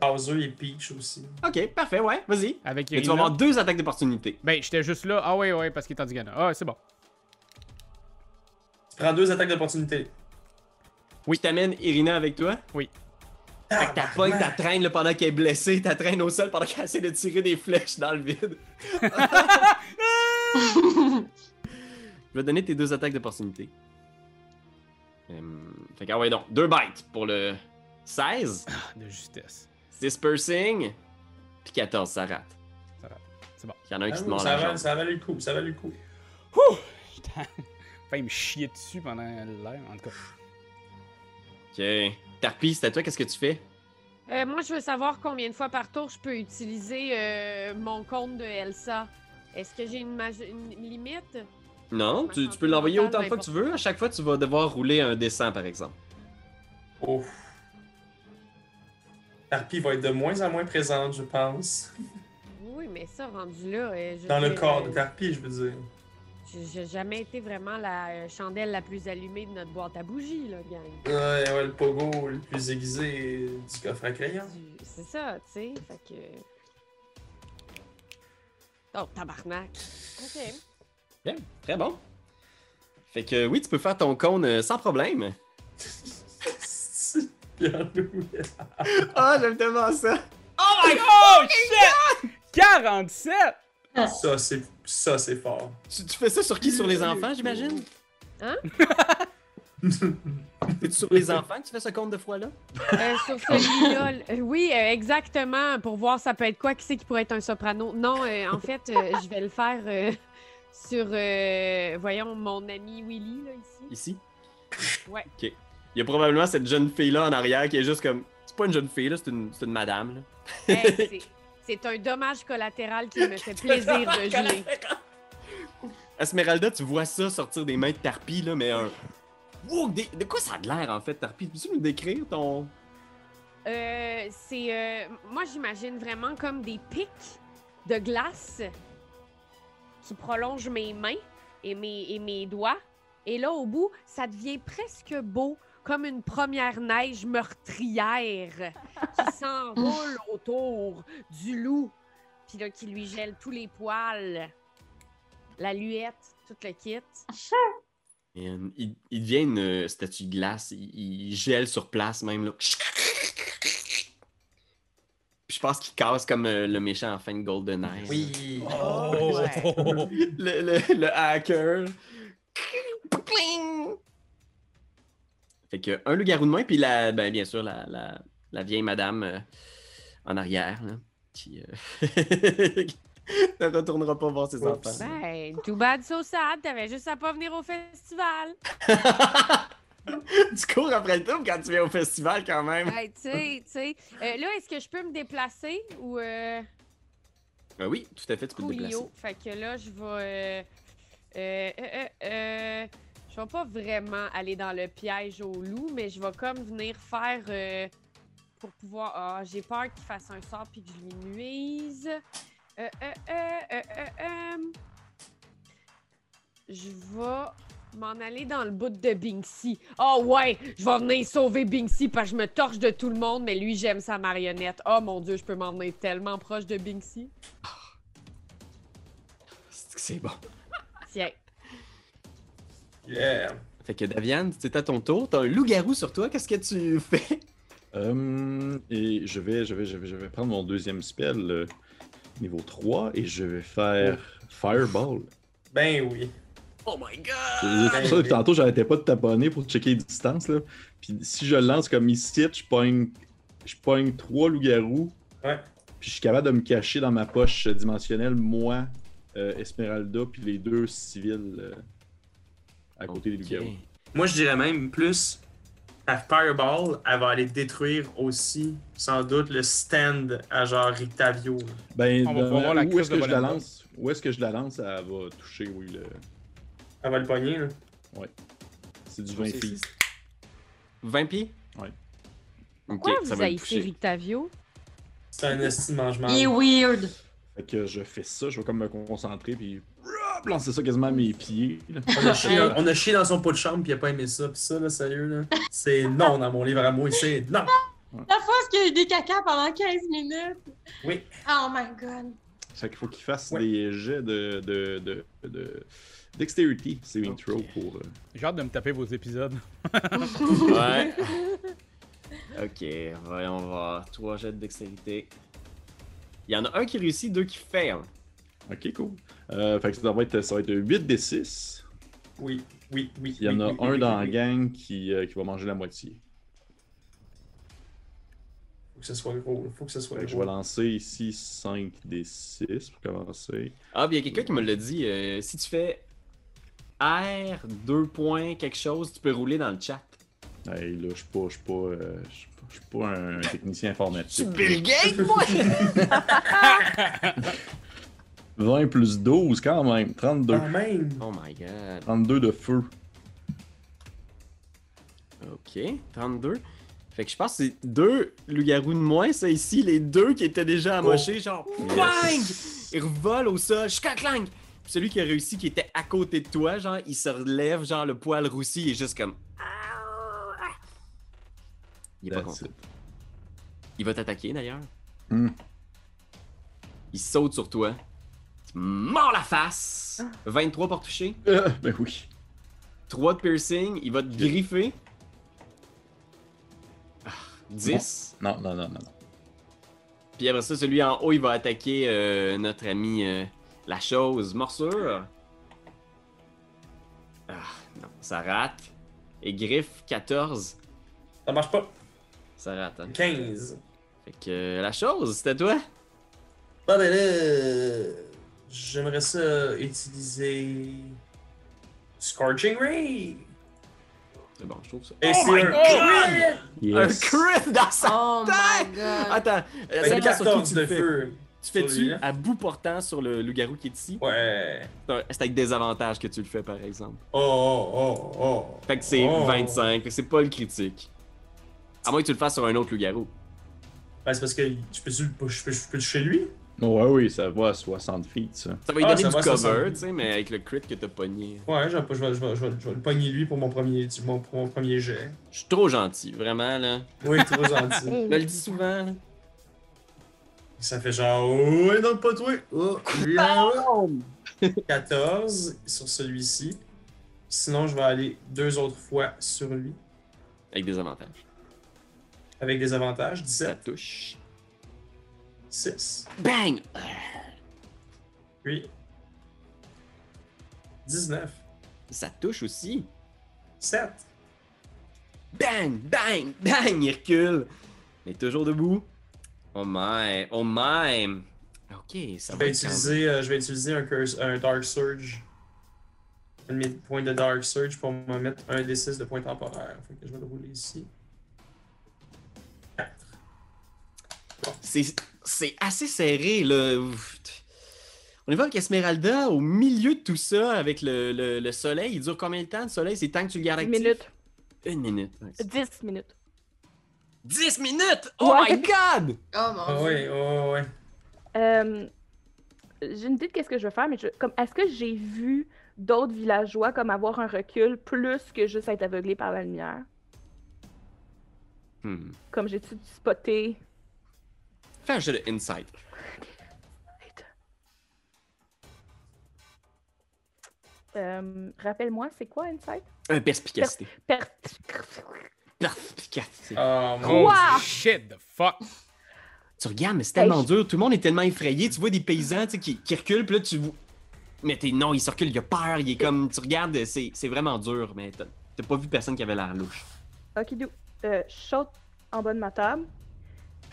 [SPEAKER 9] Bowser et Peach aussi.
[SPEAKER 1] Ok, parfait, ouais, vas-y.
[SPEAKER 4] Avec
[SPEAKER 1] Mais tu
[SPEAKER 4] Irina.
[SPEAKER 1] vas avoir deux attaques d'opportunité.
[SPEAKER 4] Ben, j'étais juste là. Ah ouais, ouais, parce qu'il est en Ghana. Ah, c'est bon.
[SPEAKER 9] Tu prends deux attaques d'opportunité.
[SPEAKER 1] Oui. Tu t'amènes Irina avec toi.
[SPEAKER 4] Oui.
[SPEAKER 1] Fait que t'appognes, t'as traîne là, pendant qu'elle est blessée, t'as traîne au sol pendant qu'elle essaie de tirer des flèches dans le
[SPEAKER 4] [LAUGHS]
[SPEAKER 1] vide. Je vais te donner tes deux attaques d'opportunité. Euh, fait que, ah ouais, donc, deux bites pour le 16,
[SPEAKER 4] Ah, De justesse.
[SPEAKER 1] 6 piercing, puis 14, ça rate.
[SPEAKER 4] Ça rate, c'est bon.
[SPEAKER 1] Il y en a un
[SPEAKER 9] Ah
[SPEAKER 1] qui te
[SPEAKER 9] oui,
[SPEAKER 1] mord
[SPEAKER 9] ça,
[SPEAKER 1] la
[SPEAKER 9] valait,
[SPEAKER 1] jambe.
[SPEAKER 9] ça valait le coup, ça valait le coup.
[SPEAKER 4] [LAUGHS] Enfin, il me chier dessus pendant l'air, en tout cas.
[SPEAKER 1] Ok. Tarpi, c'est à toi, qu'est-ce que tu fais?
[SPEAKER 3] Euh, moi, je veux savoir combien de fois par tour je peux utiliser euh, mon compte de Elsa. Est-ce que j'ai une, maj- une limite?
[SPEAKER 1] Non, tu, tu peux l'envoyer autant de fois que tu veux. À chaque fois, tu vas devoir rouler un dessin, par exemple.
[SPEAKER 9] Ouf. Harpy va être de moins en moins présente, je pense.
[SPEAKER 3] Oui, mais ça, rendu là. euh, je
[SPEAKER 9] Dans le
[SPEAKER 3] dirais,
[SPEAKER 9] corps de
[SPEAKER 3] euh,
[SPEAKER 9] Harpy, je veux dire.
[SPEAKER 3] J'ai j'ai jamais été vraiment la euh, chandelle la plus allumée de notre boîte à bougies, là, gang.
[SPEAKER 9] Ouais, ouais, le pogo le plus aiguisé du coffre à crayon.
[SPEAKER 3] Du- C'est ça, tu sais. Fait que. Oh, tabarnak. Ok.
[SPEAKER 1] Très bon. Fait que oui, tu peux faire ton cône euh, sans problème.
[SPEAKER 9] C'est bien loué.
[SPEAKER 1] Ah, j'aime tellement ça.
[SPEAKER 4] Oh my god! shit! 47!
[SPEAKER 9] Ça, c'est ça, c'est fort.
[SPEAKER 1] Tu, tu fais ça sur qui? Sur les enfants, j'imagine?
[SPEAKER 3] Hein?
[SPEAKER 1] C'est sur les enfants que tu fais ce compte de fois-là?
[SPEAKER 3] Euh, sur celui-là, l- euh, oui, euh, exactement, pour voir ça peut être quoi, qui c'est qui pourrait être un soprano. Non, euh, en fait, euh, je vais le faire euh, sur, euh, voyons, mon ami Willy, là, ici.
[SPEAKER 1] [LAUGHS] Ici?
[SPEAKER 3] Ouais.
[SPEAKER 1] OK. Il y a probablement cette jeune fille-là en arrière qui est juste comme... C'est pas une jeune fille, là, c'est une, c'est une madame, là.
[SPEAKER 3] Hey, c'est- c'est un dommage collatéral qui me fait plaisir de jouer.
[SPEAKER 1] Esmeralda, tu vois ça sortir des mains de Tarpi, là, mais un... Wow, des- de quoi ça a de l'air, en fait, Tarpi? Peux-tu nous décrire ton...
[SPEAKER 3] Euh, c'est, euh, moi, j'imagine vraiment comme des pics de glace qui prolongent mes mains et mes, et mes doigts. Et là, au bout, ça devient presque beau, comme une première neige meurtrière qui s'enroule autour du loup, puis là, qui lui gèle tous les poils, la luette, tout le kit.
[SPEAKER 1] Man, il, il devient une euh, statue de glace, il, il gèle sur place même. Là. Puis je pense qu'il casse comme euh, le méchant en fin de GoldenEye.
[SPEAKER 9] Oui.
[SPEAKER 3] Oh,
[SPEAKER 1] [LAUGHS] Le, le- le hacker. Cling. Fait que un loup-garou de moins, puis la, ben, bien sûr la, la- la vieille madame euh, en arrière là, qui euh, [LAUGHS] ne retournera pas voir ses
[SPEAKER 9] Oups.
[SPEAKER 1] enfants. [LAUGHS]
[SPEAKER 3] Ben, too bad, so sad. T'avais juste à pas venir au festival.
[SPEAKER 1] tu cours après le tome quand tu viens au festival quand même.
[SPEAKER 3] Hey, tu sais, tu sais. Euh, là, est-ce que je peux me déplacer ou euh,
[SPEAKER 1] Ben oui, tout à fait, tu peux te déplacer.
[SPEAKER 3] coolio? Fait que là, je vais. euh, euh, euh, euh, euh, je vais pas vraiment aller dans le piège au loup, mais je vais comme venir faire. euh, pour pouvoir. Ah, j'ai peur qu'il fasse un sort puis que je lui nuise. Euh, euh, euh, euh, euh, euh. Je vais m'en aller dans le bout de Binksy. Oh ouais, je vais venir sauver Binksy parce que je me torche de tout le monde, mais lui, j'aime sa marionnette. Oh mon dieu, je peux m'en venir tellement proche de Binksy.
[SPEAKER 1] C'est c'est bon.
[SPEAKER 3] Tiens.
[SPEAKER 9] Yeah.
[SPEAKER 1] Fait que Daviane, c'est à ton tour. T'as un loup-garou sur toi. Qu'est-ce que tu fais?
[SPEAKER 6] Hum, et je vais, je, vais, je, vais, je vais prendre mon deuxième spell, euh, niveau 3, et je vais faire Fireball.
[SPEAKER 9] Ben oui.
[SPEAKER 1] Oh my god!
[SPEAKER 6] C'est pour ça que tantôt, j'arrêtais pas de t'abonner pour checker les distances. Là. Puis si je le lance comme ici, je pogne, je pogne trois loups-garous.
[SPEAKER 9] Ouais.
[SPEAKER 6] Puis je suis capable de me cacher dans ma poche dimensionnelle, moi, euh, Esmeralda, puis les deux civils euh, à côté des loups-garous.
[SPEAKER 9] Moi, je dirais même plus, la Fireball, elle va aller détruire aussi, sans doute, le stand à genre Rictavio. là.
[SPEAKER 6] Ben,
[SPEAKER 4] On va
[SPEAKER 6] dans-
[SPEAKER 4] pouvoir voir la
[SPEAKER 6] où
[SPEAKER 4] crise
[SPEAKER 6] est-ce
[SPEAKER 4] de
[SPEAKER 6] que je la
[SPEAKER 4] bonhomme.
[SPEAKER 6] lance? Où est-ce que je la lance? Elle va toucher, oui, le...
[SPEAKER 9] Elle va le pogner. là.
[SPEAKER 6] C'est du 20 pieds.
[SPEAKER 1] 20 pieds?
[SPEAKER 6] Ouais.
[SPEAKER 1] Ok,
[SPEAKER 3] Pourquoi
[SPEAKER 1] ça
[SPEAKER 3] vous
[SPEAKER 1] va le
[SPEAKER 3] haïssez
[SPEAKER 1] toucher.
[SPEAKER 3] Rictavio?
[SPEAKER 9] C'est un esti de mangement.
[SPEAKER 3] Eh
[SPEAKER 2] Il est weird.
[SPEAKER 6] Fait que je fais ça, je vais comme me concentrer, puis hop, lancer ça quasiment à mes pieds. là. [LAUGHS]
[SPEAKER 9] On a, chié, on a chié dans son pot de chambre, puis il a pas aimé ça. Puis ça, là, sérieux, là. C'est non dans mon livre à moi, c'est non.
[SPEAKER 2] La fois qu'il y a eu des caca pendant 15 minutes.
[SPEAKER 9] Oui.
[SPEAKER 2] Oh my god.
[SPEAKER 6] Fait qu'il faut qu'il fasse
[SPEAKER 9] Ouais.
[SPEAKER 6] des jets de, de, de, de dextérité, c'est une
[SPEAKER 4] Ok.
[SPEAKER 6] throw pour. euh,
[SPEAKER 4] J'ai hâte de me taper vos épisodes.
[SPEAKER 1] Ouais. [LAUGHS] ok, voyons voir. Trois jets de dextérité. Il y en a un qui réussit, deux qui fail.
[SPEAKER 6] Ok, cool. Euh, fait que ça va être, ça va être 8 des 6.
[SPEAKER 9] Oui, oui, oui.
[SPEAKER 6] Il y en
[SPEAKER 9] oui,
[SPEAKER 6] a
[SPEAKER 9] oui,
[SPEAKER 6] un
[SPEAKER 9] oui,
[SPEAKER 6] dans la
[SPEAKER 9] oui, oui.
[SPEAKER 6] gang qui, euh, qui va manger la moitié.
[SPEAKER 9] Faut que ce soit gros, faut que ce soit
[SPEAKER 6] Fait que je
[SPEAKER 9] gros.
[SPEAKER 6] vais lancer ici 5 des 6 pour commencer.
[SPEAKER 1] Ah, puis il y a quelqu'un qui me l'a dit. euh, si tu fais R, deux points, quelque chose, tu peux rouler dans le chat.
[SPEAKER 6] Hey, là, je suis pas, je suis pas, euh, je suis pas- je suis pas un technicien informatique.
[SPEAKER 1] Gates,
[SPEAKER 6] [LAUGHS]
[SPEAKER 1] moi!
[SPEAKER 6] 20 plus 12 quand même, 32.
[SPEAKER 9] Quand même.
[SPEAKER 1] oh my god.
[SPEAKER 6] 32 de feu.
[SPEAKER 1] Ok, 32. Fait que je pense que c'est deux loups-garous de moins, ça ici, les deux qui étaient déjà amochés, genre, bang! Ils revolent au sol, chkaklang! Puis celui qui a réussi, qui était à côté de toi, genre, il se relève, genre, le poil roussi, il est juste comme. Il est pas
[SPEAKER 6] That's
[SPEAKER 1] content.
[SPEAKER 6] it.
[SPEAKER 1] Il va t'attaquer d'ailleurs.
[SPEAKER 6] Hmm.
[SPEAKER 1] Il saute sur toi. Tu mords la face! 23 pour toucher,
[SPEAKER 6] Euh, Ah. ben oui.
[SPEAKER 1] 3 de piercing, il va te griffer. Ah, 10.
[SPEAKER 6] Non, non, non, non. non.
[SPEAKER 1] Puis après ça, celui en haut, il va attaquer euh, notre ami euh, la chose morsure. Ah, non, ça rate. Et griffe 14,
[SPEAKER 9] Ça marche pas.
[SPEAKER 1] ça rate. hein.
[SPEAKER 9] 15.
[SPEAKER 1] Fait que euh, la chose, c'était toi.
[SPEAKER 9] Bon, ben là, j'aimerais ça utiliser. Scorching Ray.
[SPEAKER 1] C'est bon, je trouve ça.
[SPEAKER 9] Et c'est un crit!
[SPEAKER 6] Yes.
[SPEAKER 1] Un crit dans sa
[SPEAKER 2] Oh my
[SPEAKER 1] tête!
[SPEAKER 2] god.
[SPEAKER 1] Attends, euh,
[SPEAKER 9] Fait
[SPEAKER 1] ça dépend sur
[SPEAKER 9] que
[SPEAKER 1] qui
[SPEAKER 9] 14
[SPEAKER 1] tu
[SPEAKER 9] de
[SPEAKER 1] le fais.
[SPEAKER 9] feu.
[SPEAKER 1] Tu fais-tu
[SPEAKER 9] Sur lui, hein?
[SPEAKER 1] à bout portant sur le loup-garou qui est ici?
[SPEAKER 9] Ouais.
[SPEAKER 1] C'est un- C'est avec des avantages que tu le fais, par exemple.
[SPEAKER 9] Oh, oh, oh, oh.
[SPEAKER 1] Fait que c'est
[SPEAKER 9] Oh.
[SPEAKER 1] 25, fait que c'est pas le critique. À moins que tu le fasses sur un autre loup-garou.
[SPEAKER 9] Ben, c'est parce que je peux, je peux, je peux, je peux toucher lui.
[SPEAKER 6] Ouais, oui, ça va à 60 feet, ça.
[SPEAKER 1] Ça va lui
[SPEAKER 9] Ah,
[SPEAKER 1] donner
[SPEAKER 9] ça
[SPEAKER 1] du
[SPEAKER 9] va, ça
[SPEAKER 1] cover,
[SPEAKER 9] sent-
[SPEAKER 1] tu sais, mais avec le crit que t'as pogné.
[SPEAKER 9] Ouais, je vais, je, vais, je, vais, je, vais, je vais le pogner lui pour mon premier, mon, pour mon premier jet.
[SPEAKER 1] Je suis trop gentil, vraiment, là.
[SPEAKER 9] Oui, trop
[SPEAKER 1] [LAUGHS]
[SPEAKER 9] gentil.
[SPEAKER 1] Je me le dis souvent, là.
[SPEAKER 9] Ça fait genre, oh, et non, pas toi. Oh, là, là. [LAUGHS] 14 sur celui-ci. Sinon, je vais aller deux autres fois sur lui
[SPEAKER 1] Avec des avantages.
[SPEAKER 9] avec des avantages.
[SPEAKER 1] Ça
[SPEAKER 9] 17,
[SPEAKER 1] touche.
[SPEAKER 9] 6,
[SPEAKER 1] Bang! Euh.
[SPEAKER 9] 8, 19,
[SPEAKER 1] Ça touche aussi.
[SPEAKER 9] 7.
[SPEAKER 1] Bang! Bang! Bang! Il recule. Mais toujours debout. Oh my! Oh my! Ok, ça
[SPEAKER 9] Je
[SPEAKER 1] va être
[SPEAKER 9] vais
[SPEAKER 1] quand même-
[SPEAKER 9] utiliser, euh, je vais utiliser un, curse, un Dark Surge. Un de mes points de Dark Surge pour me mettre un des 6 de points temporaires. Fait que je vais le rouler ici.
[SPEAKER 1] C'est- C'est assez serré, là. Ouf. On est voir qu'Esmeralda, au milieu de tout ça, avec le, le- le soleil, il dure combien de temps le soleil? C'est le temps que tu le gardes
[SPEAKER 8] 10
[SPEAKER 1] actif?
[SPEAKER 8] minutes.
[SPEAKER 1] Une minute. ouais.
[SPEAKER 8] 10 minutes.
[SPEAKER 1] 10 minutes! Oh
[SPEAKER 8] Ouais.
[SPEAKER 1] my god!
[SPEAKER 2] Oh mon
[SPEAKER 9] Ah
[SPEAKER 2] dieu.
[SPEAKER 9] ouais, ouais, ouais.
[SPEAKER 8] Euh, j'ai une idée de qu'est-ce que je veux faire, mais je- comme est-ce que j'ai vu d'autres villageois comme avoir un recul plus que juste être aveuglé par la lumière?
[SPEAKER 1] Hmm.
[SPEAKER 8] Comme j'ai-tu spoté?
[SPEAKER 1] Fais un jeu de insight.
[SPEAKER 8] Euh, Rappelle-moi, c'est quoi Insight?
[SPEAKER 1] Un perspicacité.
[SPEAKER 8] Per-
[SPEAKER 1] Perspicacité.
[SPEAKER 9] Oh mon
[SPEAKER 8] Quoi?
[SPEAKER 4] Shit the fuck!
[SPEAKER 1] Tu regardes, mais c'est tellement dur. Tout le monde est tellement effrayé. Tu vois des paysans tu sais, qui, qui reculent, puis là, tu. Mais t'es non, il se recule, il a peur, il est comme. Tu regardes, c'est c'est vraiment dur, mais t'as t'as pas vu personne qui avait l'air louche.
[SPEAKER 8] Okidou, euh, je saute en bas de ma table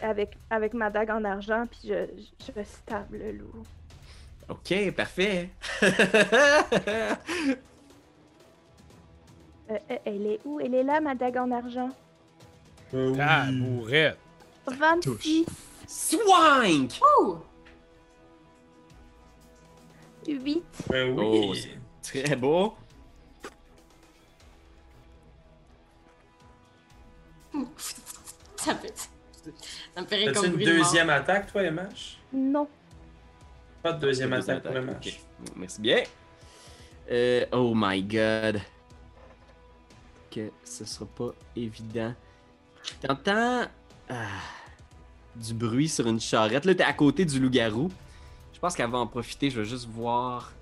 [SPEAKER 8] avec, avec ma dague en argent, puis je, je, je stab le loup.
[SPEAKER 1] Ok, parfait.
[SPEAKER 8] Euh, euh, elle est où? Elle est là, ma dague en argent.
[SPEAKER 4] Tabourette!
[SPEAKER 8] 26,
[SPEAKER 1] Swank!
[SPEAKER 2] Ouh!
[SPEAKER 8] 8.
[SPEAKER 9] Ben oui.
[SPEAKER 1] Oh, c'est très beau.
[SPEAKER 2] Ça me fait, ça me fait rire
[SPEAKER 9] T'as-tu
[SPEAKER 2] comme
[SPEAKER 9] une
[SPEAKER 2] bruit de mort.
[SPEAKER 9] deuxième attaque, toi, MH?
[SPEAKER 8] Non.
[SPEAKER 9] Pas de deuxième attaque pour
[SPEAKER 1] Ah, Deuxième
[SPEAKER 9] MH.
[SPEAKER 1] attaque, ok. Merci bien. Euh, oh my god. Que ce sera pas évident. T'entends ah, du bruit sur une charrette. Là, t'es à côté du loup-garou. Je pense qu'elle va en profiter. Je veux juste voir.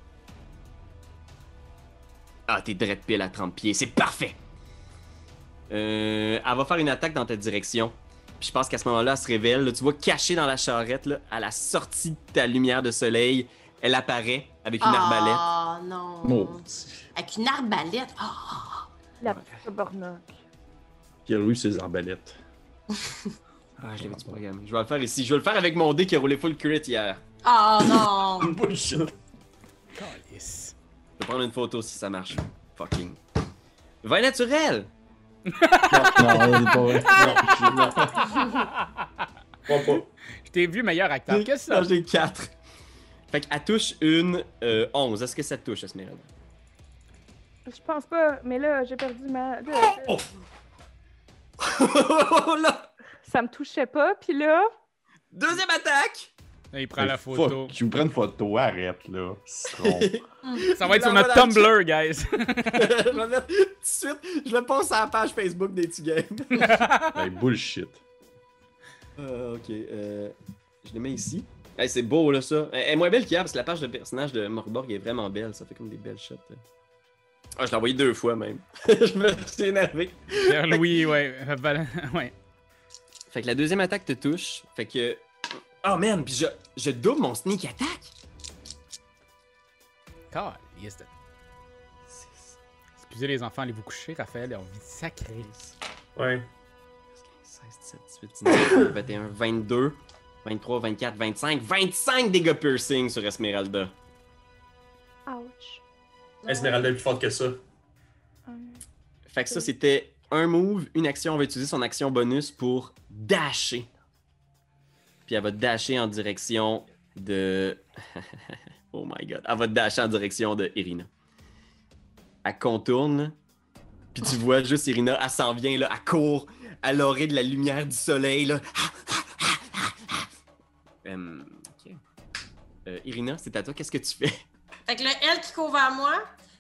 [SPEAKER 1] Ah, t'es de pile à 30 pieds. C'est parfait. Euh, elle va faire une attaque dans ta direction. Puis je pense qu'à ce moment-là, elle se révèle. Là, tu vois cachée dans la charrette, là, à la sortie de ta lumière de soleil, elle apparaît avec une arbalète.
[SPEAKER 2] Ah non. Avec une arbalète. Ah!
[SPEAKER 8] La petite tabarnak.
[SPEAKER 6] Qui roule ses arbalètes.
[SPEAKER 1] Ah, je l'avais du programme. Je vais le faire ici. Je vais le faire avec mon dé qui a roulé full crit hier.
[SPEAKER 2] Ah
[SPEAKER 4] Oh.
[SPEAKER 2] non.
[SPEAKER 4] Calice.
[SPEAKER 1] Je vais prendre une photo si ça marche. Fucking. Vin naturel!
[SPEAKER 6] non, c'est
[SPEAKER 4] [LAUGHS]
[SPEAKER 6] pas vrai.
[SPEAKER 9] Pas, pas.
[SPEAKER 4] Je t'ai vu meilleur acteur. Qu'est-ce que ça?
[SPEAKER 1] Non, j'ai 4. Fait qu'elle touche une euh, 11. Est-ce que ça te touche, Esmeralda?
[SPEAKER 8] Je pense pas, mais là, j'ai perdu ma. là,
[SPEAKER 1] Oh! [LAUGHS] Oh là!
[SPEAKER 8] Ça me touchait pas, puis là.
[SPEAKER 1] Deuxième attaque!
[SPEAKER 4] Là, il prend la
[SPEAKER 6] Hey,
[SPEAKER 4] photo.
[SPEAKER 6] Fuck, tu prends une photo, arrête
[SPEAKER 9] [LAUGHS]
[SPEAKER 6] là. Con.
[SPEAKER 4] Ça va être sur
[SPEAKER 1] Il en
[SPEAKER 4] notre
[SPEAKER 1] va dans le
[SPEAKER 4] Tumblr, guys.
[SPEAKER 1] [LAUGHS] je vais mettre tout de suite, je le pose à la page Facebook des Tugames.
[SPEAKER 4] [LAUGHS]
[SPEAKER 6] hey, Ben, bullshit.
[SPEAKER 1] Euh, ok, euh, je le mets ici. Hey, c'est beau là ça. Elle est moins belle qu'hier parce que la page de personnage de Morborg est vraiment belle. Ça fait comme des belles shots. là. Ah, je l'ai envoyé deux fois même. [LAUGHS] je me suis énervé.
[SPEAKER 4] Pierre Louis, ouais. euh, Val- [LAUGHS] ouais.
[SPEAKER 1] Fait que la deuxième attaque te touche. Fait que. Oh man, puis je, je double mon sneak attack.
[SPEAKER 4] Calice de- Excusez les enfants, allez vous coucher, Raphaël. On vit sacré.
[SPEAKER 9] Ouais.
[SPEAKER 1] 16, 17, 18, 19, 21, 22, 23, 24, 25, 25 dégâts piercing sur Esmeralda.
[SPEAKER 8] Ouch.
[SPEAKER 9] Esmeralda est plus forte que ça.
[SPEAKER 8] Hum.
[SPEAKER 1] Euh, Fait que ça, c'était un move, une action. On va utiliser son action bonus pour dasher. Puis elle va dasher en direction de. [LAUGHS] oh my god. Elle va dasher en direction de Irina. Elle contourne. Puis tu vois juste Irina, elle s'en vient, là, elle court à l'orée de la lumière du soleil, là. Hum, ok. Euh, Irina, c'est à toi, qu'est-ce que tu fais?
[SPEAKER 2] Fait que là, elle qui couvre à moi.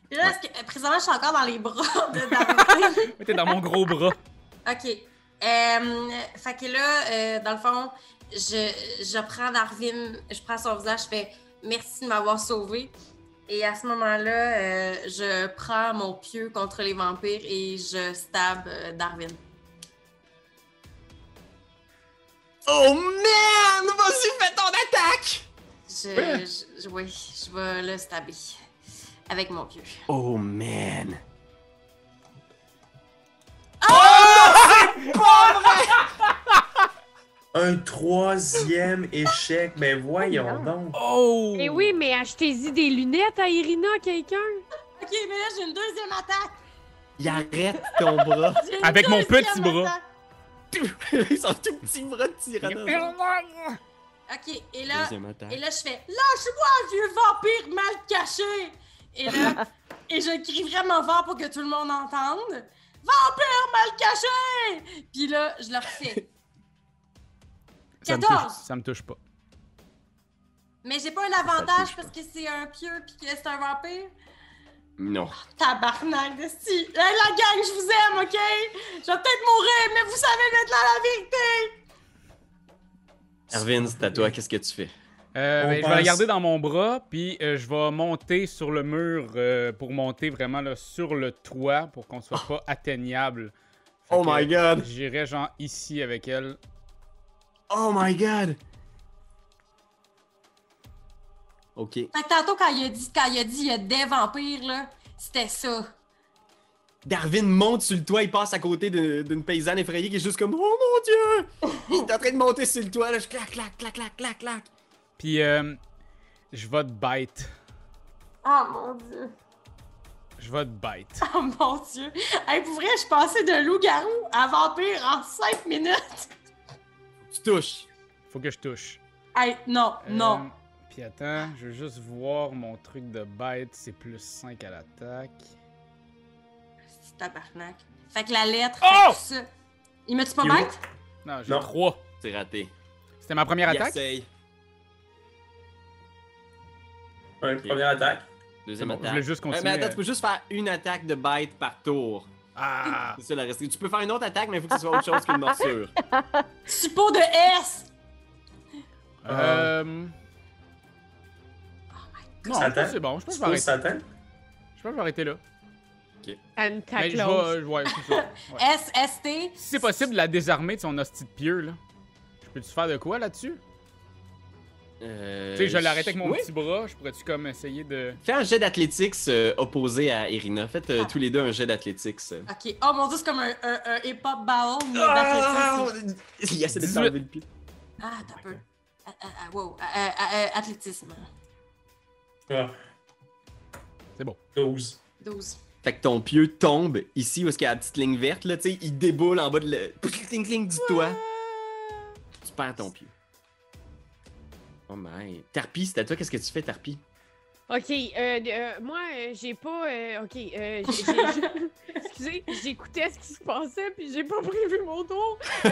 [SPEAKER 2] Puis là, est-ce que- euh, présentement, je suis encore dans les bras de Darwin.
[SPEAKER 4] Ouais, T'es dans mon gros bras.
[SPEAKER 2] OK. Euh, fait que là, euh, dans le fond, je, je prends Darwin, je prends son visage, je fais merci de m'avoir sauvé. Et à ce moment-là, euh, je prends mon pieu contre les vampires et je stab euh, Darwin.
[SPEAKER 1] Oh man! Vas-y, fais ton attaque!
[SPEAKER 2] Je, je- oui, je vais le stabber avec mon pieu.
[SPEAKER 1] Oh man! Ah,
[SPEAKER 9] Un troisième échec, mais voyons donc.
[SPEAKER 4] Oh!
[SPEAKER 3] Mais Eh oui, mais achetez-y des lunettes à Irina, quelqu'un.
[SPEAKER 2] OK, mais là, j'ai une deuxième attaque.
[SPEAKER 1] Il arrête ton bras.
[SPEAKER 2] [LAUGHS] J'ai une
[SPEAKER 4] Avec mon
[SPEAKER 2] deuxième
[SPEAKER 4] petit bras.
[SPEAKER 2] attaque.
[SPEAKER 1] Son tout petit bras de tyrannosaure.
[SPEAKER 2] OK, et là,
[SPEAKER 1] Deuxième
[SPEAKER 2] Et
[SPEAKER 1] attaque.
[SPEAKER 2] là, je fais Lâche-moi, vieux vampire mal caché! Et [LAUGHS] là, et je crie vraiment fort pour que tout le monde entende Vampire mal caché! Puis là, je leur fais
[SPEAKER 4] Ça me,
[SPEAKER 2] 14.
[SPEAKER 4] touche, ça me touche pas.
[SPEAKER 2] Mais j'ai pas un avantage parce que c'est un pieu puis que c'est un vampire.
[SPEAKER 1] Non.
[SPEAKER 2] Tabarnak de style. Hey, la gang, je vous aime, OK? Je vais peut-être mourir, mais vous savez maintenant la vérité. Ah.
[SPEAKER 1] Darwin, c'est à toi, qu'est-ce que tu fais?
[SPEAKER 4] Euh,
[SPEAKER 5] On
[SPEAKER 4] ben, Je vais
[SPEAKER 5] passe-
[SPEAKER 4] la garder dans mon bras, puis euh, je vais monter sur le mur euh, pour monter vraiment là, sur le toit pour qu'on soit
[SPEAKER 1] [LAUGHS]
[SPEAKER 4] pas atteignable. Fait
[SPEAKER 1] Oh
[SPEAKER 4] que
[SPEAKER 1] my god!
[SPEAKER 4] J'irai genre ici avec elle.
[SPEAKER 1] Oh my god! Ok.
[SPEAKER 2] Fait que tantôt, quand il a dit, quand il a dit, il y a des vampires, là, c'était ça. [LAUGHS]
[SPEAKER 1] Darwin monte sur le toit, il passe à côté de- d'une paysanne effrayée qui est juste comme Oh mon dieu!
[SPEAKER 2] [LAUGHS]
[SPEAKER 1] Il est en train de monter sur le toit, là, je clac, clac, clac, clac, clac, clac.
[SPEAKER 4] Puis euh, je vais te bite.
[SPEAKER 2] Oh mon dieu.
[SPEAKER 4] Je vais te bite.
[SPEAKER 2] Oh mon dieu. Hey, pour vrai, je passais de loup-garou à vampire en 5 minutes. [LAUGHS]
[SPEAKER 1] Tu touches.
[SPEAKER 4] Faut que je touche.
[SPEAKER 2] Hey, non,
[SPEAKER 4] Euh,
[SPEAKER 2] non.
[SPEAKER 4] Puis attends, je veux juste voir mon truc de bite. C'est plus 5 à l'attaque.
[SPEAKER 2] C'est tabarnak. Fait que la lettre,
[SPEAKER 4] Oh!
[SPEAKER 2] fait que ça. Il m'a-tu pas
[SPEAKER 1] Il est où?
[SPEAKER 2] bête?
[SPEAKER 4] Non, j'ai
[SPEAKER 9] Non.
[SPEAKER 4] 3.
[SPEAKER 1] C'est raté.
[SPEAKER 4] C'était ma première
[SPEAKER 1] Il
[SPEAKER 4] attaque?
[SPEAKER 1] essaye.
[SPEAKER 9] Ouais,
[SPEAKER 1] Ok.
[SPEAKER 9] Première attaque.
[SPEAKER 4] C'est
[SPEAKER 1] Deuxième
[SPEAKER 4] bon, je
[SPEAKER 1] attaque.
[SPEAKER 4] voulais juste
[SPEAKER 1] Ouais,
[SPEAKER 4] continuer.
[SPEAKER 1] mais attends,
[SPEAKER 4] euh,
[SPEAKER 1] tu peux juste faire une attaque de bite par tour.
[SPEAKER 4] Ah!
[SPEAKER 1] C'est ça la restriction. Tu peux faire une autre attaque, mais il faut que ce soit autre chose qu'une morsure.
[SPEAKER 2] Suppôt de S!
[SPEAKER 4] Euh... Non,
[SPEAKER 9] Ça
[SPEAKER 4] je pense que
[SPEAKER 9] attend?
[SPEAKER 4] c'est bon. Je pense que je vais
[SPEAKER 9] Suppose
[SPEAKER 4] arrêter.
[SPEAKER 9] Satan.
[SPEAKER 4] Je pense que je vais arrêter là.
[SPEAKER 3] Anne ta
[SPEAKER 4] Mais je
[SPEAKER 3] close.
[SPEAKER 4] vais- ouais, c'est ça. Ouais.
[SPEAKER 2] S, S, T.
[SPEAKER 4] Si c'est possible de la désarmer de son hostie de pieux, là. Je peux-tu faire de quoi là-dessus?
[SPEAKER 1] Euh,
[SPEAKER 4] tu sais, je l'arrête avec mon
[SPEAKER 1] oui.
[SPEAKER 4] petit bras. Je pourrais-tu comme essayer de.
[SPEAKER 1] Fais un jet d'athlétiques euh, opposé à Irina. Faites euh, tous les deux un jet d'athlétiques. euh.
[SPEAKER 2] Ok. Oh mon dieu, c'est comme un, un- un hip-hop battle. mais
[SPEAKER 1] Ah!
[SPEAKER 2] d'athlétisme.
[SPEAKER 1] [LAUGHS] Il essaie de
[SPEAKER 4] 18.
[SPEAKER 1] t'enlever le pied.
[SPEAKER 2] Ah, t'as peu. Ah, ah, ah, wow. Ah, ah, ah, ah, athlétisme.
[SPEAKER 9] Ah.
[SPEAKER 4] C'est bon.
[SPEAKER 9] 12.
[SPEAKER 2] 12.
[SPEAKER 1] Fait que ton pieu tombe ici où est-ce qu'il y a la petite ligne verte, là, tu sais, il déboule en bas de le... [LAUGHS] cling, cling du toit. Tu perds ton pieu. Oh my. Tarpi, c'est à toi, qu'est-ce que tu fais, Tarpi?
[SPEAKER 3] Ok, euh, euh, moi, euh, j'ai pas. euh, ok, euh, j'ai- j'ai- excusez, j'écoutais ce qui se passait, puis j'ai pas prévu mon tour. Euh,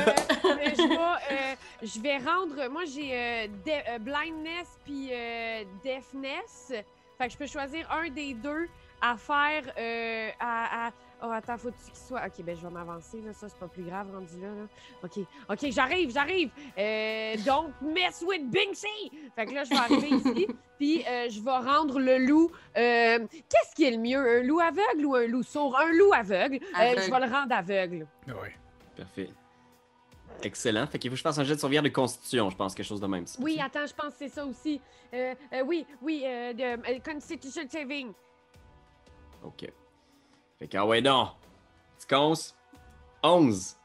[SPEAKER 3] mais je vais, euh, je vais rendre. Moi, j'ai euh, de- euh, blindness puis euh, deafness. Fait que je peux choisir un des deux à faire. euh, à, à- Oh, attends, faut-tu qu'il soit. Ok, ben, je vais m'avancer, là. Ça, c'est pas plus grave rendu là. là. Ok, ok, j'arrive, j'arrive. Euh, don't mess with Bingsy! Fait que là, je vais arriver ici. Puis euh, je vais rendre le loup. euh, Qu'est-ce qui est le mieux, un loup aveugle ou un loup sourd? Un loup aveugle. Euh,
[SPEAKER 2] Aveugle.
[SPEAKER 3] je vais le rendre aveugle.
[SPEAKER 1] [LAUGHS]
[SPEAKER 4] Ouais.
[SPEAKER 1] Parfait. Excellent. Fait qu'il faut que je fasse un jet de sauvegarde de constitution, je pense, quelque chose de même. c'est
[SPEAKER 3] Oui,
[SPEAKER 1] possible.
[SPEAKER 3] attends, je pense que c'est ça aussi. Euh, euh, oui, oui, euh, de, euh, Constitution Saving.
[SPEAKER 1] Ok. Fait que, ah ouais, non. Tu cons? 11.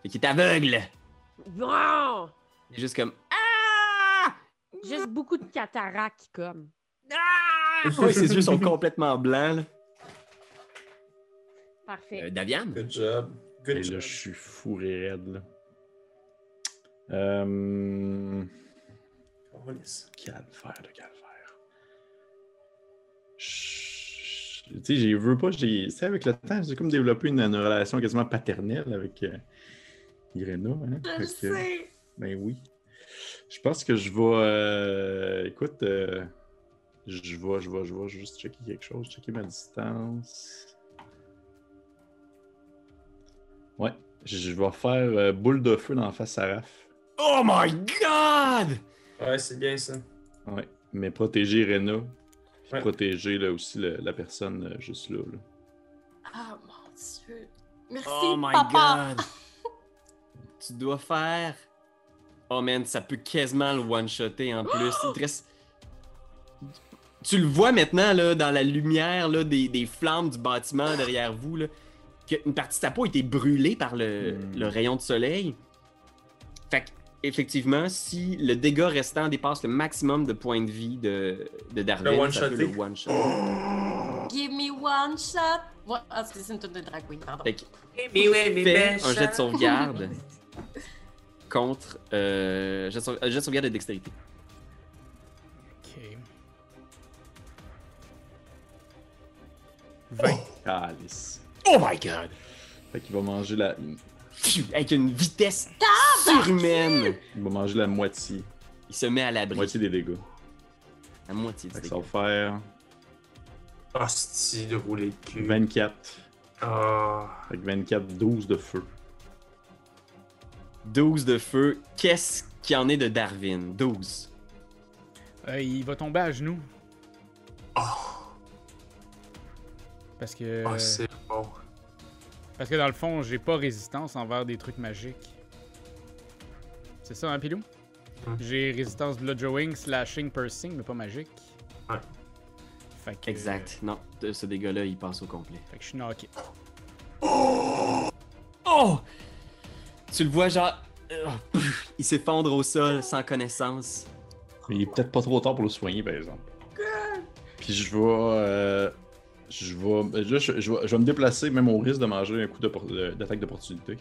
[SPEAKER 1] Fait qu'il est aveugle.
[SPEAKER 3] Bon!
[SPEAKER 1] Il est juste comme. Ah!
[SPEAKER 3] Juste beaucoup de cataractes, comme.
[SPEAKER 1] Ah! Ouais, ses yeux sont complètement blancs, là.
[SPEAKER 3] Parfait.
[SPEAKER 1] Euh, Davian?
[SPEAKER 9] Good job. Good
[SPEAKER 6] Et là,
[SPEAKER 9] job.
[SPEAKER 6] je suis fourré raide, là. Euh...
[SPEAKER 9] Oh, yes.
[SPEAKER 6] Calvaire de calvaire. Je- Tu sais, je veux pas, j'ai... Tu sais, avec le temps, j'ai comme développé une, une relation quasiment paternelle avec euh, Irena, hein.
[SPEAKER 2] Je le
[SPEAKER 6] Fait que-
[SPEAKER 2] sais.
[SPEAKER 6] Ben oui. Je pense que je vais. euh, écoute, euh, je vais, je vais, je vais juste checker quelque chose, checker ma distance. Ouais, je vais faire euh, boule de feu dans la face à Raph.
[SPEAKER 1] Oh my god!
[SPEAKER 9] Ouais, c'est bien ça.
[SPEAKER 6] Ouais, mais protéger Rena. Puis
[SPEAKER 9] Ouais.
[SPEAKER 6] protéger là, aussi le- la personne euh, juste là. là.
[SPEAKER 2] Ah mon dieu. Merci,
[SPEAKER 1] Oh my
[SPEAKER 2] papa.
[SPEAKER 1] god! [LAUGHS] tu dois faire. Oh man, ça peut quasiment le one-shotter en plus. Il te reste- Tu le vois maintenant là, dans la lumière là, des, des flammes du bâtiment derrière vous. Là, que une partie de sa peau a été brûlée par le,
[SPEAKER 6] Hmm.
[SPEAKER 1] le rayon de soleil. Fait que, effectivement, si le dégât restant dépasse le maximum de points de vie de, de Darwin,
[SPEAKER 9] Le
[SPEAKER 1] ça peut le
[SPEAKER 9] one-shotter.
[SPEAKER 1] one-shot.
[SPEAKER 2] Give me one shot. Ouais, Ah, c'est une toute de drag queen, pardon.
[SPEAKER 1] Fait que
[SPEAKER 9] Mais ouais,
[SPEAKER 1] fais un jet de sauvegarde contre euh, jet de sauve- un jet de sauvegarde de dextérité.
[SPEAKER 4] Ok. 20.
[SPEAKER 6] Calice.
[SPEAKER 1] Oh my god!
[SPEAKER 6] Fait qu'il va manger la.
[SPEAKER 1] Avec une vitesse surhumaine!
[SPEAKER 6] Il va manger la moitié.
[SPEAKER 1] Il se met à l'abri.
[SPEAKER 6] Moitié des dégâts.
[SPEAKER 1] À moitié du
[SPEAKER 6] Fait que
[SPEAKER 1] dégât.
[SPEAKER 6] ça va faire
[SPEAKER 9] Ah, Hostie de rouler de cul.
[SPEAKER 6] 24.
[SPEAKER 9] Ah.
[SPEAKER 6] Fait que 24, 12 de feu.
[SPEAKER 1] 12 de feu. Qu'est-ce qu'il en est de Darwin? 12.
[SPEAKER 4] Euh, il va tomber à genoux.
[SPEAKER 9] Oh,
[SPEAKER 4] Parce que,
[SPEAKER 9] oh, c'est bon.
[SPEAKER 4] parce que dans le fond, j'ai pas résistance envers des trucs magiques. C'est ça, hein, Pilou?
[SPEAKER 9] Mhm.
[SPEAKER 4] J'ai résistance bloodjawing, slashing, piercing, mais pas magique.
[SPEAKER 9] Ouais.
[SPEAKER 4] Fait que,
[SPEAKER 1] Exact. Non, de- ce dégât-là, il passe au complet.
[SPEAKER 4] fait que je suis knocké.
[SPEAKER 1] Oh! Tu le vois, genre. euh, pff, Il s'effondre au sol sans connaissance.
[SPEAKER 6] Mais il est peut-être pas trop tard pour le soigner, par exemple. Puis je vais. euh, je vais. ben là, je, je vais, je vais me déplacer, même au risque de manger un coup d'appor- de- d'attaque d'opportunité.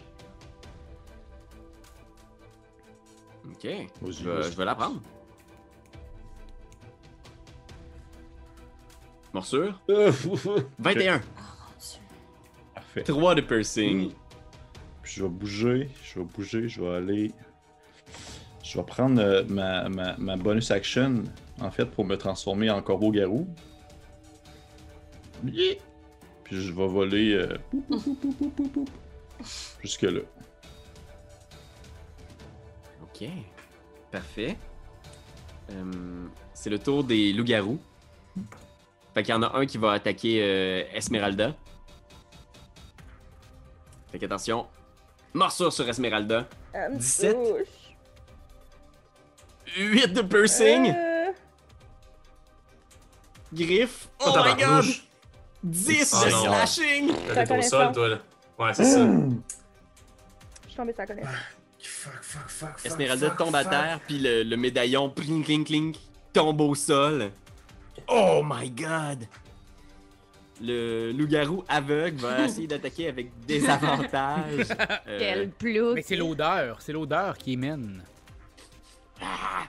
[SPEAKER 1] Ok.
[SPEAKER 6] Vas-y,
[SPEAKER 1] Je vais,
[SPEAKER 6] vas-y.
[SPEAKER 1] je vais la prendre. Morsure.
[SPEAKER 9] [LAUGHS]
[SPEAKER 1] 21.
[SPEAKER 6] Parfait. Mm.
[SPEAKER 1] 3 de piercing.
[SPEAKER 6] Puis je vais bouger, je vais bouger, je vais aller. Je vais prendre euh, ma, ma- ma bonus action, en fait, pour me transformer en corbeau-garou. Yeah! Puis je vais voler. euh, pou, pou, pou, pou, pou, pou, pou. Jusque-là.
[SPEAKER 1] Ok. Parfait. Euh, c'est le tour des loups-garous. Fait qu'il y en a un qui va attaquer euh, Esmeralda. Fait qu'attention. Morsure sur Esmeralda. 17. 8 de piercing. Griffe. Euh. Oh,
[SPEAKER 9] Oh,
[SPEAKER 1] my god.
[SPEAKER 9] tabarnouche.
[SPEAKER 1] 10
[SPEAKER 9] Ah
[SPEAKER 1] de
[SPEAKER 9] non.
[SPEAKER 1] slashing.
[SPEAKER 9] T'as été au
[SPEAKER 8] connaissance.
[SPEAKER 9] sol, toi, là. Ouais, c'est ça.
[SPEAKER 8] Je suis tombée sans connaissance.
[SPEAKER 5] Fuck, fuck, fuck,
[SPEAKER 1] [CLEARS THROAT]
[SPEAKER 5] fuck,
[SPEAKER 1] Esmeralda
[SPEAKER 5] fuck,
[SPEAKER 1] tombe à
[SPEAKER 5] fuck.
[SPEAKER 1] terre, puis le, le médaillon, pling, cling, cling, tombe au sol. Oh my god! Le loup-garou
[SPEAKER 4] [LAUGHS]
[SPEAKER 1] aveugle [LAUGHS] va essayer d'attaquer avec
[SPEAKER 2] [LAUGHS]
[SPEAKER 1] des avantages. Euh,
[SPEAKER 3] Quel plouc.
[SPEAKER 4] Mais c'est l'odeur, c'est l'odeur qui émène. Ah!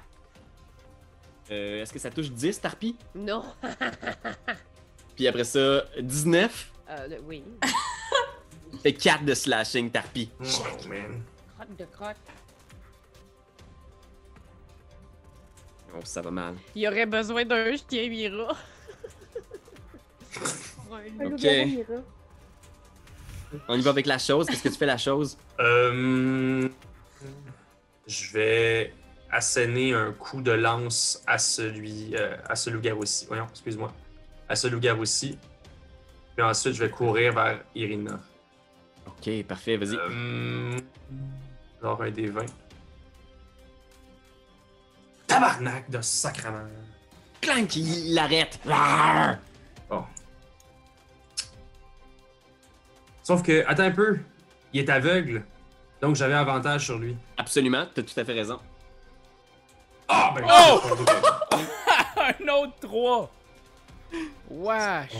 [SPEAKER 1] euh, Est-ce que ça touche 10, Tarpi?
[SPEAKER 3] Non. [LAUGHS]
[SPEAKER 1] Puis après ça, 19.
[SPEAKER 3] Euh, oui.
[SPEAKER 1] Fait 4 de slashing, Tarpi.
[SPEAKER 9] Oh, man.
[SPEAKER 3] Crotte de crotte.
[SPEAKER 1] Oh, ça va mal.
[SPEAKER 3] Il y aurait besoin d'un chien Mira. Pour [LAUGHS] un loup.
[SPEAKER 8] Un
[SPEAKER 1] Ok.
[SPEAKER 8] loup-garou ira.
[SPEAKER 1] On y va avec la chose. Qu'est-ce que tu fais, la chose?
[SPEAKER 9] Euh, je vais asséner un coup de lance à celui, euh, à ce loup-garou aussi. Voyons, excuse-moi. À ce loup-garou aussi. Puis ensuite, je vais courir vers Irina.
[SPEAKER 1] Ok, parfait, vas-y.
[SPEAKER 9] Euh, genre un des 20. Tabarnak de sacrement.
[SPEAKER 1] Clank, il l'arrête. Arrgh!
[SPEAKER 9] Sauf que, attends un peu, il est aveugle. Donc j'avais avantage sur lui.
[SPEAKER 1] Absolument, t'as tout à fait raison.
[SPEAKER 9] Ah, ben,
[SPEAKER 4] Oh! [LAUGHS] Un autre 3! Wesh!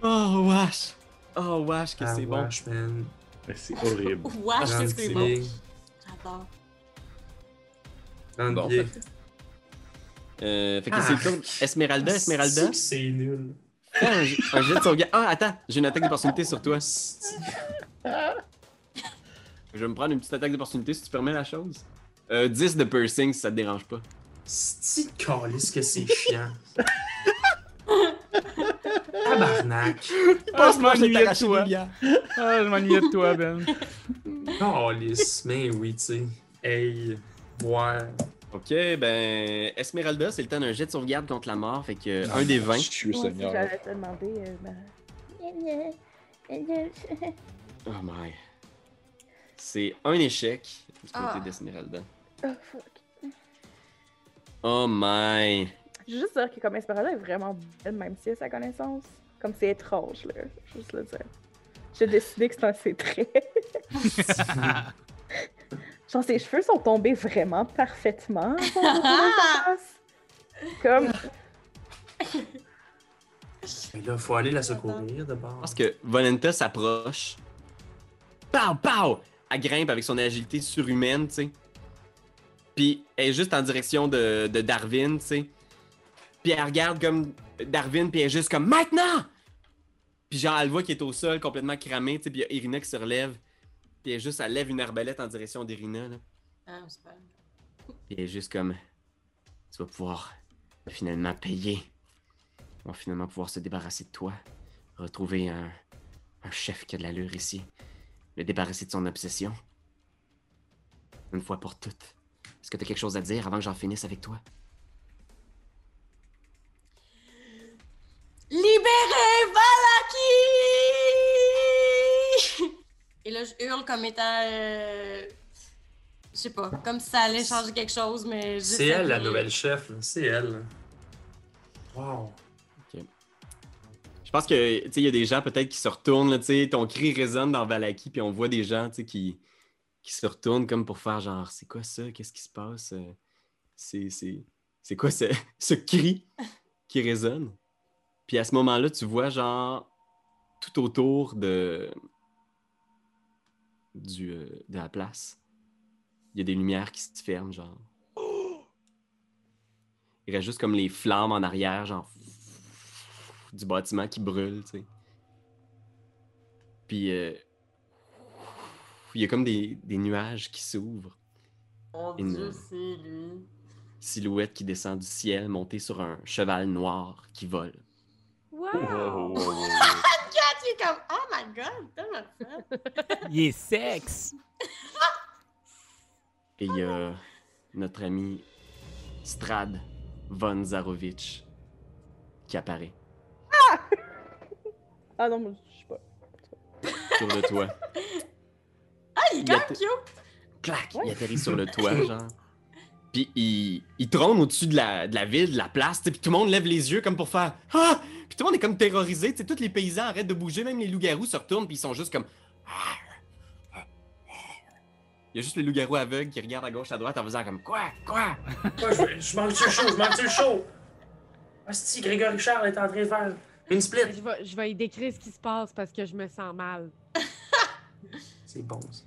[SPEAKER 1] Oh, wesh! Oh, wesh, que
[SPEAKER 9] Ah,
[SPEAKER 1] c'est bon.
[SPEAKER 9] wesh, man.
[SPEAKER 6] Mais C'est horrible.
[SPEAKER 2] Wesh, c'est
[SPEAKER 9] Grande
[SPEAKER 2] bon.
[SPEAKER 9] idée.
[SPEAKER 2] J'adore.
[SPEAKER 9] Grande
[SPEAKER 1] Bon,
[SPEAKER 9] idée.
[SPEAKER 1] Euh, fait que
[SPEAKER 9] Ah.
[SPEAKER 1] c'est le tour. Esmeralda, Esmeralda.
[SPEAKER 9] C'est- C'est nul.
[SPEAKER 1] Fais un, jet- un jet de sauvegarde. Ah, attends, j'ai une attaque d'opportunité sur toi. Je vais me prendre une petite attaque d'opportunité si tu permets la chose. Euh, 10 de piercing si ça te dérange pas.
[SPEAKER 9] Sti calice que c'est chiant. Tabarnak.
[SPEAKER 4] Ah, je
[SPEAKER 1] j'ai
[SPEAKER 4] m'ennuyais de
[SPEAKER 1] t'arraché
[SPEAKER 4] toi.
[SPEAKER 1] des bières.
[SPEAKER 4] Ah, je m'ennuyais de toi, Ben.
[SPEAKER 9] Calice, mais oui, tu sais. Hey, ouais.
[SPEAKER 1] Ok, ben, Esmeralda, c'est le temps d'un jet de sauvegarde contre la mort. Fait que euh, un des 20.
[SPEAKER 6] Dieu
[SPEAKER 8] Moi aussi,
[SPEAKER 6] Seigneur.
[SPEAKER 8] j'allais te demander. euh, ben, euh,
[SPEAKER 1] Oh my. C'est un échec du côté
[SPEAKER 2] Ah.
[SPEAKER 1] d'Esmeralda.
[SPEAKER 8] oh, fuck.
[SPEAKER 1] Oh my.
[SPEAKER 8] Je veux juste dire que comme Esmeralda est vraiment belle, même si elle a sa connaissance. Comme c'est étrange, là. Je veux Juste le dire. J'ai décidé que c'est un ses
[SPEAKER 2] [LAUGHS]
[SPEAKER 8] traits. Genre, ses cheveux sont tombés vraiment parfaitement. sur
[SPEAKER 2] [LAUGHS]
[SPEAKER 8] sa face. Comme.
[SPEAKER 9] Mais là, faut aller la secourir d'abord.
[SPEAKER 1] Parce que Volenta s'approche. Pow, pow! Elle grimpe avec son agilité surhumaine, tu sais. Puis elle est juste en direction de, de Darwin, tu sais. Puis elle regarde comme Darwin, puis elle est juste comme maintenant! Puis genre, elle voit qu'il est au sol complètement cramé, tu sais. Puis il y a Irina qui se relève. Puis elle est juste, elle lève une arbalète en direction d'Irina, là.
[SPEAKER 2] Ah, c'est pas-
[SPEAKER 1] Puis elle est juste comme Tu vas pouvoir euh, finalement payer. On va finalement pouvoir se débarrasser de toi. Retrouver un, un chef qui a de l'allure ici. Le débarrasser de son obsession. Une fois pour toutes. Est-ce que t'as quelque chose à dire avant que j'en finisse avec toi?
[SPEAKER 2] Libérez Valaki! [LAUGHS] Et là, je hurle comme étant. euh, je sais pas, comme si ça allait changer quelque chose, mais. juste
[SPEAKER 9] C'est elle, la
[SPEAKER 2] hurler.
[SPEAKER 9] nouvelle chef. là. C'est elle. Wow.
[SPEAKER 1] Je pense que, tu sais, il y a des gens peut-être qui se retournent, là, tu sais, ton cri résonne dans Valaki, puis on voit des gens, tu sais, qui, qui se retournent comme pour faire genre, c'est quoi ça? Qu'est-ce qui se passe? Euh, C'est, c'est, c'est quoi ce, [LAUGHS] ce cri qui résonne? Puis à ce moment-là, tu vois genre tout autour de, du, euh, de la place, il y a des lumières qui se ferment, genre. [GASPS] Il reste juste comme les flammes en arrière, genre [LAUGHS] du bâtiment qui brûle, tu sais. Puis euh, il y a comme des, des nuages qui s'ouvrent,
[SPEAKER 2] Mon
[SPEAKER 1] Une- euh,
[SPEAKER 2] Dieu, c'est [LAUGHS] lui.
[SPEAKER 1] silhouette qui descend du ciel, montée sur un cheval noir qui vole.
[SPEAKER 3] Wow!
[SPEAKER 2] Ah, tu es comme, oh my god, tellement le fun.
[SPEAKER 4] [LAUGHS] Il est sexe!
[SPEAKER 1] Et il y a notre ami Strad von Zarovich qui apparaît
[SPEAKER 8] Ah non, moi, je sais pas.
[SPEAKER 1] sur le toit.
[SPEAKER 2] Ah, il est
[SPEAKER 1] Il
[SPEAKER 2] quand
[SPEAKER 1] a
[SPEAKER 2] même
[SPEAKER 1] t-
[SPEAKER 2] cute.
[SPEAKER 1] Clac! Il atterrit sur
[SPEAKER 8] [LAUGHS]
[SPEAKER 1] le toit, genre. Puis il, il trône au-dessus de la, de la ville, de la place, tu sais, puis tout le monde lève les yeux comme pour faire Ah! Puis tout le monde est comme terrorisé, tu sais, tous les paysans arrêtent de bouger, même les loups-garous se retournent, puis ils sont juste comme Ah! Il y a juste les loups-garous aveugles qui regardent à gauche, à droite en faisant comme Quoi? Quoi?
[SPEAKER 9] Ah, je, je manque le show, je manque le show. Hostie, Grégory Charles est en train de faire une split.
[SPEAKER 3] Je vais, je vais y décrire ce qui se passe parce que je me sens mal.
[SPEAKER 9] C'est bon, ça.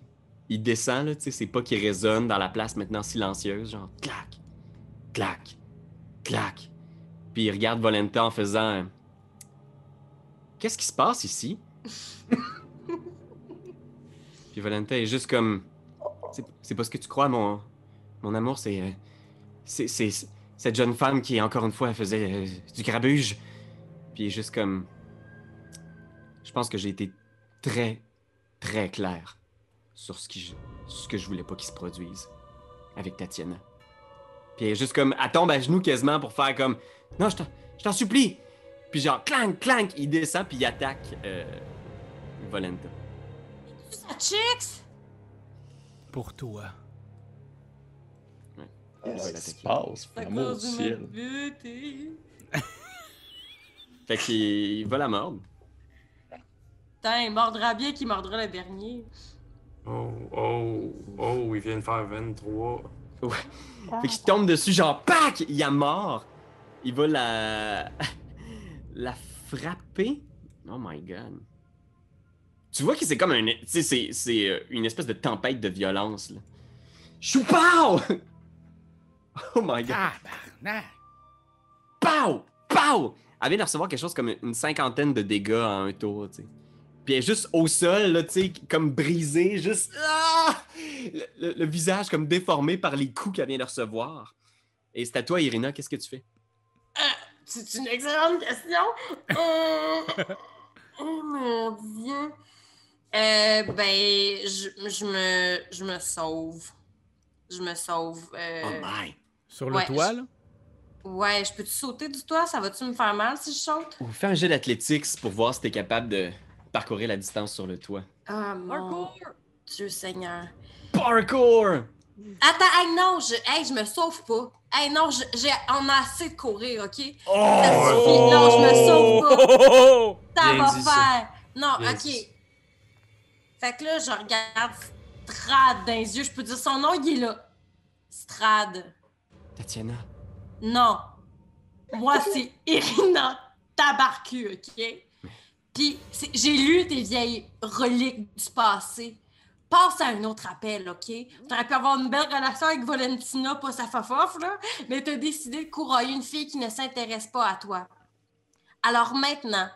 [SPEAKER 1] il descend, là, tu sais, ses pas qui résonnent dans la place maintenant silencieuse, genre clac, clac, clac. Puis il regarde Volenta en faisant Qu'est-ce qui se passe ici? Puis Volenta est juste comme C'est- C'est pas ce que tu crois, mon, mon amour, c'est. euh, c'est- C'est cette jeune femme qui, encore une fois, faisait euh, du grabuge. Puis il est juste comme Je pense que j'ai été très, très clair sur ce, qui je- ce que je voulais pas qu'il se produise avec Tatiana. Puis elle est juste comme, elle tombe à genoux quasiment pour faire comme, non, je t'en- je t'en supplie. Puis genre, clank, clank, il descend puis il attaque euh, Volenta.
[SPEAKER 2] Tu sa chicks!
[SPEAKER 4] Pour toi.
[SPEAKER 1] Il va
[SPEAKER 6] Qu'est-ce qui se
[SPEAKER 1] l'attaquer.
[SPEAKER 6] passe?
[SPEAKER 2] Ça
[SPEAKER 6] Amour au
[SPEAKER 2] cause une
[SPEAKER 6] ciel.
[SPEAKER 2] beauté.
[SPEAKER 1] Fait qu'il il va la mordre.
[SPEAKER 2] Putain, il mordra bien qui mordra le dernier.
[SPEAKER 9] Oh, oh, oh, il vient de faire 23.
[SPEAKER 1] Fait qu'il tombe dessus, genre, pac, il a mort. Il va la. [LAUGHS] la frapper. Oh my god. Tu vois que c'est comme un. Tu sais, c'est- c'est euh, une espèce de tempête de violence, là. Choupow! [LAUGHS] Oh my god.
[SPEAKER 4] Tabarnak!
[SPEAKER 1] Pow! Pow! Elle vient de recevoir quelque chose comme une cinquantaine de dégâts en un tour, tu sais. Puis elle est juste au sol, là, tu sais, comme brisée, juste. Ah! Le, le- le visage comme déformé par les coups qu'elle vient de recevoir. Et c'est à toi, Irina, qu'est-ce que tu fais?
[SPEAKER 2] C'est une excellente question.
[SPEAKER 4] [LAUGHS]
[SPEAKER 2] Euh, Oh mon Dieu. Euh, ben, je, je me, je me sauve. Je me sauve. euh,
[SPEAKER 1] Oh my!
[SPEAKER 4] [LAUGHS] Sur le
[SPEAKER 2] Ouais,
[SPEAKER 4] toit,
[SPEAKER 2] je-
[SPEAKER 4] là?
[SPEAKER 2] ouais, je peux-tu sauter du toit? Ça va-tu me faire mal si je saute?
[SPEAKER 1] On fait un jet d'athlétiques pour voir si t'es capable de parcourir la distance sur le toit.
[SPEAKER 2] Ah, mon
[SPEAKER 3] Parkour!
[SPEAKER 2] Dieu Seigneur.
[SPEAKER 1] Parkour!
[SPEAKER 2] Attends, hey, non, je, hey, je me sauve pas. Hey, non, je- j'ai on a assez de courir, OK? Ça
[SPEAKER 1] Oh,
[SPEAKER 2] suffit. Non, je me sauve pas.
[SPEAKER 4] sauve
[SPEAKER 2] Ça
[SPEAKER 9] Bien
[SPEAKER 2] va
[SPEAKER 9] dit,
[SPEAKER 2] faire.
[SPEAKER 9] ça.
[SPEAKER 2] Non,
[SPEAKER 9] Bien
[SPEAKER 2] OK.
[SPEAKER 9] dit.
[SPEAKER 2] Fait que là, je regarde Strad dans les yeux. Je peux dire son nom, il est là. Strad.
[SPEAKER 1] Tatiana,
[SPEAKER 2] Non. Moi, c'est Irina Tabarcu, OK? Puis, c'est- j'ai lu des vieilles reliques du passé. Passe à un autre appel, OK? T'aurais pu avoir une belle relation avec Valentina, pas sa fafof, là, mais t'as décidé de courailler une fille qui ne s'intéresse pas à toi. Alors maintenant,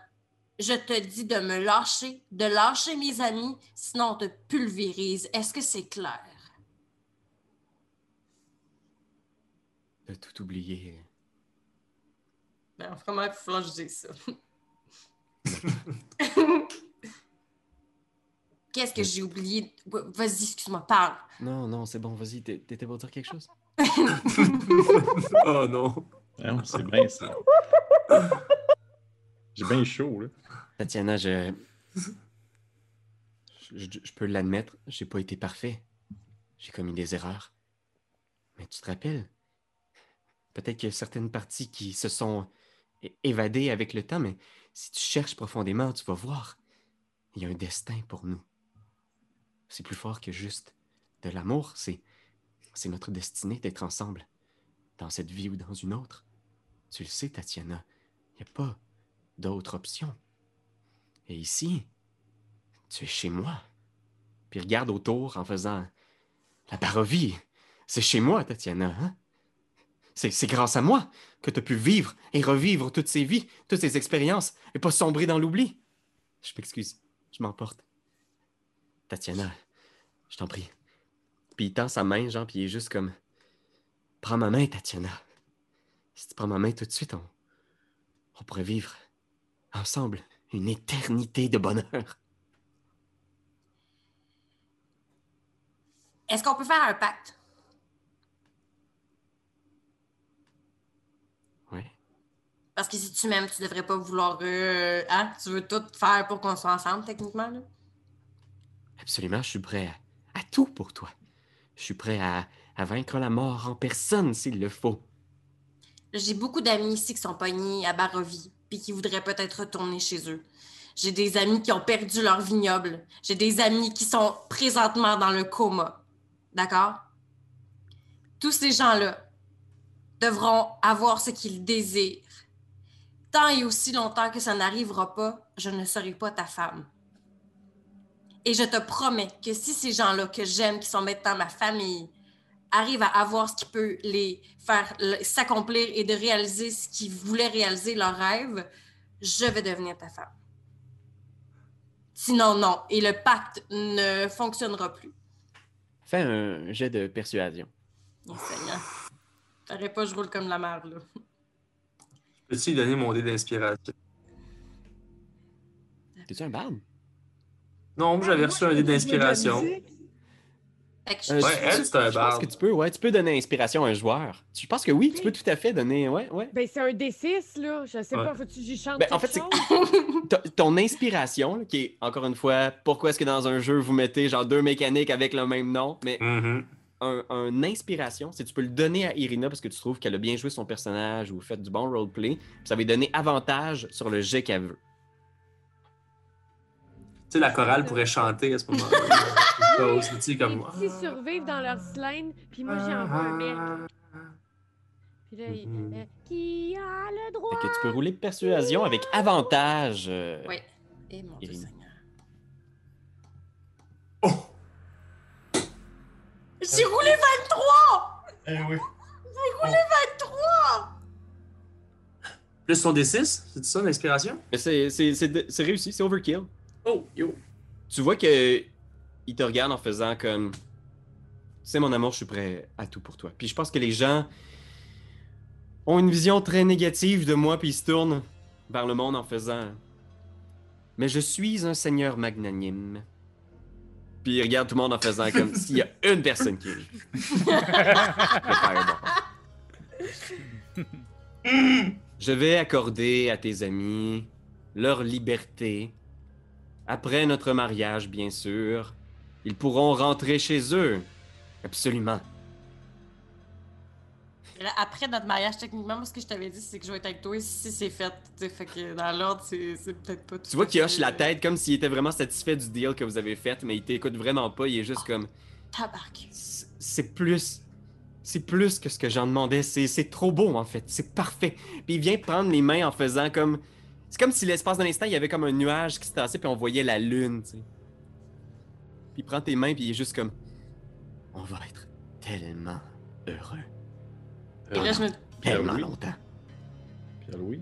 [SPEAKER 2] je te dis de me lâcher, de lâcher mes amis, sinon on te pulvérise. Est-ce que c'est clair?
[SPEAKER 1] de tout oublier.
[SPEAKER 2] Ben, vraiment, il faut que je dise ça. [LAUGHS] Qu'est-ce que j'ai oublié? Vas-y, excuse-moi, parle.
[SPEAKER 1] Non, non, c'est bon, vas-y, t'é- t'étais pour dire quelque
[SPEAKER 6] [LAUGHS]
[SPEAKER 1] chose?
[SPEAKER 9] Oh non.
[SPEAKER 6] Non, c'est bien ça. J'ai bien chaud, là.
[SPEAKER 1] Tatiana, je. Je, je- je peux l'admettre, j'ai pas été parfait. J'ai commis des erreurs. Mais tu te rappelles? Peut-être qu'il y a certaines parties qui se sont é- évadées avec le temps, mais si tu cherches profondément, tu vas voir. Il y a un destin pour nous. C'est plus fort que juste de l'amour, c'est c'est notre destinée d'être ensemble, dans cette vie ou dans une autre. Tu le sais, Tatiana, il n'y a
[SPEAKER 2] [LAUGHS]
[SPEAKER 1] pas d'autre option. Et ici, tu es chez moi. Puis regarde autour en faisant la parovie. C'est chez moi, Tatiana. hein? C'est c'est grâce à moi que tu as pu vivre et revivre toutes ces vies, toutes ces expériences, et pas sombrer dans l'oubli. Je m'excuse, je m'emporte. Tatiana, je t'en prie. Puis il tend sa main, genre, puis il est juste comme Prends ma main, Tatiana. Si tu prends ma main tout de suite, on, on pourrait vivre ensemble une éternité de bonheur.
[SPEAKER 2] Est-ce qu'on peut faire un pacte?
[SPEAKER 1] Ouais.
[SPEAKER 2] Parce que si tu m'aimes, tu devrais pas vouloir. euh, hein? Tu veux tout faire pour qu'on soit ensemble, techniquement. Là.
[SPEAKER 1] Absolument, je suis prêt à, à tout pour toi. Je suis prêt à, à vaincre la mort en personne s'il le faut.
[SPEAKER 2] J'ai beaucoup d'amis ici qui sont pognés à Barovie puis qui voudraient peut-être retourner chez eux. J'ai des amis qui ont perdu leur vignoble. J'ai des amis qui sont présentement dans le coma. D'accord? Tous ces gens-là devront avoir ce qu'ils désirent. Tant et aussi longtemps que ça n'arrivera pas, je ne serai pas ta femme. Et je te promets que si ces gens-là que j'aime, qui sont maintenant ma famille, arrivent à avoir ce qui peut les faire le- s'accomplir et de réaliser ce qu'ils voulaient réaliser, leurs rêves, je vais devenir ta femme. Sinon, non. Et le pacte ne fonctionnera plus.
[SPEAKER 1] Fais un jet de persuasion.
[SPEAKER 2] Mon Seigneur. T'aurais pas, je roule comme la merde, là.
[SPEAKER 9] Peux-tu lui donner mon dé d'inspiration?
[SPEAKER 1] T'es-tu un barbe?
[SPEAKER 9] Non, j'avais reçu un dé d'inspiration.
[SPEAKER 2] Fait que je-
[SPEAKER 1] Euh,
[SPEAKER 9] Ouais,
[SPEAKER 1] tu-
[SPEAKER 9] elle,
[SPEAKER 1] tu-
[SPEAKER 9] c'est un
[SPEAKER 1] je pense
[SPEAKER 9] barbe.
[SPEAKER 1] que tu peux, ouais, tu peux donner inspiration à un joueur. Je pense que oui, tu peux tout à fait donner, ouais, ouais.
[SPEAKER 3] Ben, c'est un D6, là. Je sais
[SPEAKER 9] Ouais.
[SPEAKER 3] pas, faut-tu que j'y chante
[SPEAKER 1] Ben, en
[SPEAKER 3] quelque
[SPEAKER 1] fait,
[SPEAKER 3] chose?
[SPEAKER 1] [LAUGHS] Ton- ton inspiration, là, qui est encore une fois, pourquoi est-ce que dans un jeu vous mettez genre deux mécaniques avec le même nom, mais
[SPEAKER 9] Mhm.
[SPEAKER 1] un, un inspiration, c'est tu peux le donner à Irina parce que tu trouves qu'elle a bien joué son personnage ou fait du bon roleplay, puis ça va lui donner avantage sur le jet qu'elle veut.
[SPEAKER 9] Tu sais, la chorale pourrait chanter à ce moment-là. tu sais,
[SPEAKER 3] Les
[SPEAKER 9] comme.
[SPEAKER 3] petits survivent dans leur slime, puis moi, j'y envoie un mec. Puis là, il-
[SPEAKER 9] Mhm.
[SPEAKER 3] euh, qui a le droit?
[SPEAKER 1] Fait que tu peux rouler persuasion avec avantage. euh,
[SPEAKER 2] Oui. Eh, mon Dieu
[SPEAKER 1] Irine.
[SPEAKER 2] Seigneur.
[SPEAKER 5] Oh!
[SPEAKER 2] J'ai roulé 23!
[SPEAKER 5] Eh oui.
[SPEAKER 9] Oh. Plus son D6, c'est ça l'inspiration?
[SPEAKER 1] mais C'est c'est- c'est de- c'est réussi, c'est overkill.
[SPEAKER 9] Oh, yo.
[SPEAKER 1] Tu vois que il te regarde en faisant comme Tu sais, mon amour, je suis prêt à tout pour toi. Puis je pense que les gens ont une vision très négative de moi, puis ils se tournent vers le monde en faisant Mais je suis un seigneur magnanime. Puis il regarde tout le monde en faisant comme s'il y a une personne qui est. Le fireball. Je vais accorder à tes amis leur liberté. Après notre mariage, bien sûr, ils pourront rentrer chez eux. Absolument.
[SPEAKER 2] Et là, Après notre mariage, techniquement, moi, ce que je t'avais dit, c'est que je vais être avec toi si c'est fait. tu sais. Fait que dans l'ordre, c'est c'est peut-être pas tout
[SPEAKER 1] Tu vois
[SPEAKER 2] à
[SPEAKER 1] qu'il
[SPEAKER 2] fait,
[SPEAKER 1] hoche la
[SPEAKER 2] euh,
[SPEAKER 1] tête comme s'il était vraiment satisfait du deal que vous avez fait, mais il t'écoute vraiment pas. Il est juste comme
[SPEAKER 2] Tabarque.
[SPEAKER 1] C'est c'est plus. C'est plus que ce que j'en demandais. C'est c'est trop beau, en fait. C'est parfait. Puis il vient prendre les mains en faisant comme. C'est comme si l'espace d'un instant, il y avait comme un nuage qui se tassait, puis on voyait la lune, tu sais. Puis il prend tes mains, puis il est juste comme. On va être tellement heureux.
[SPEAKER 2] Et là, je me.
[SPEAKER 1] Tellement
[SPEAKER 6] Euh, oui.
[SPEAKER 1] longtemps.
[SPEAKER 6] Pierre-Louis?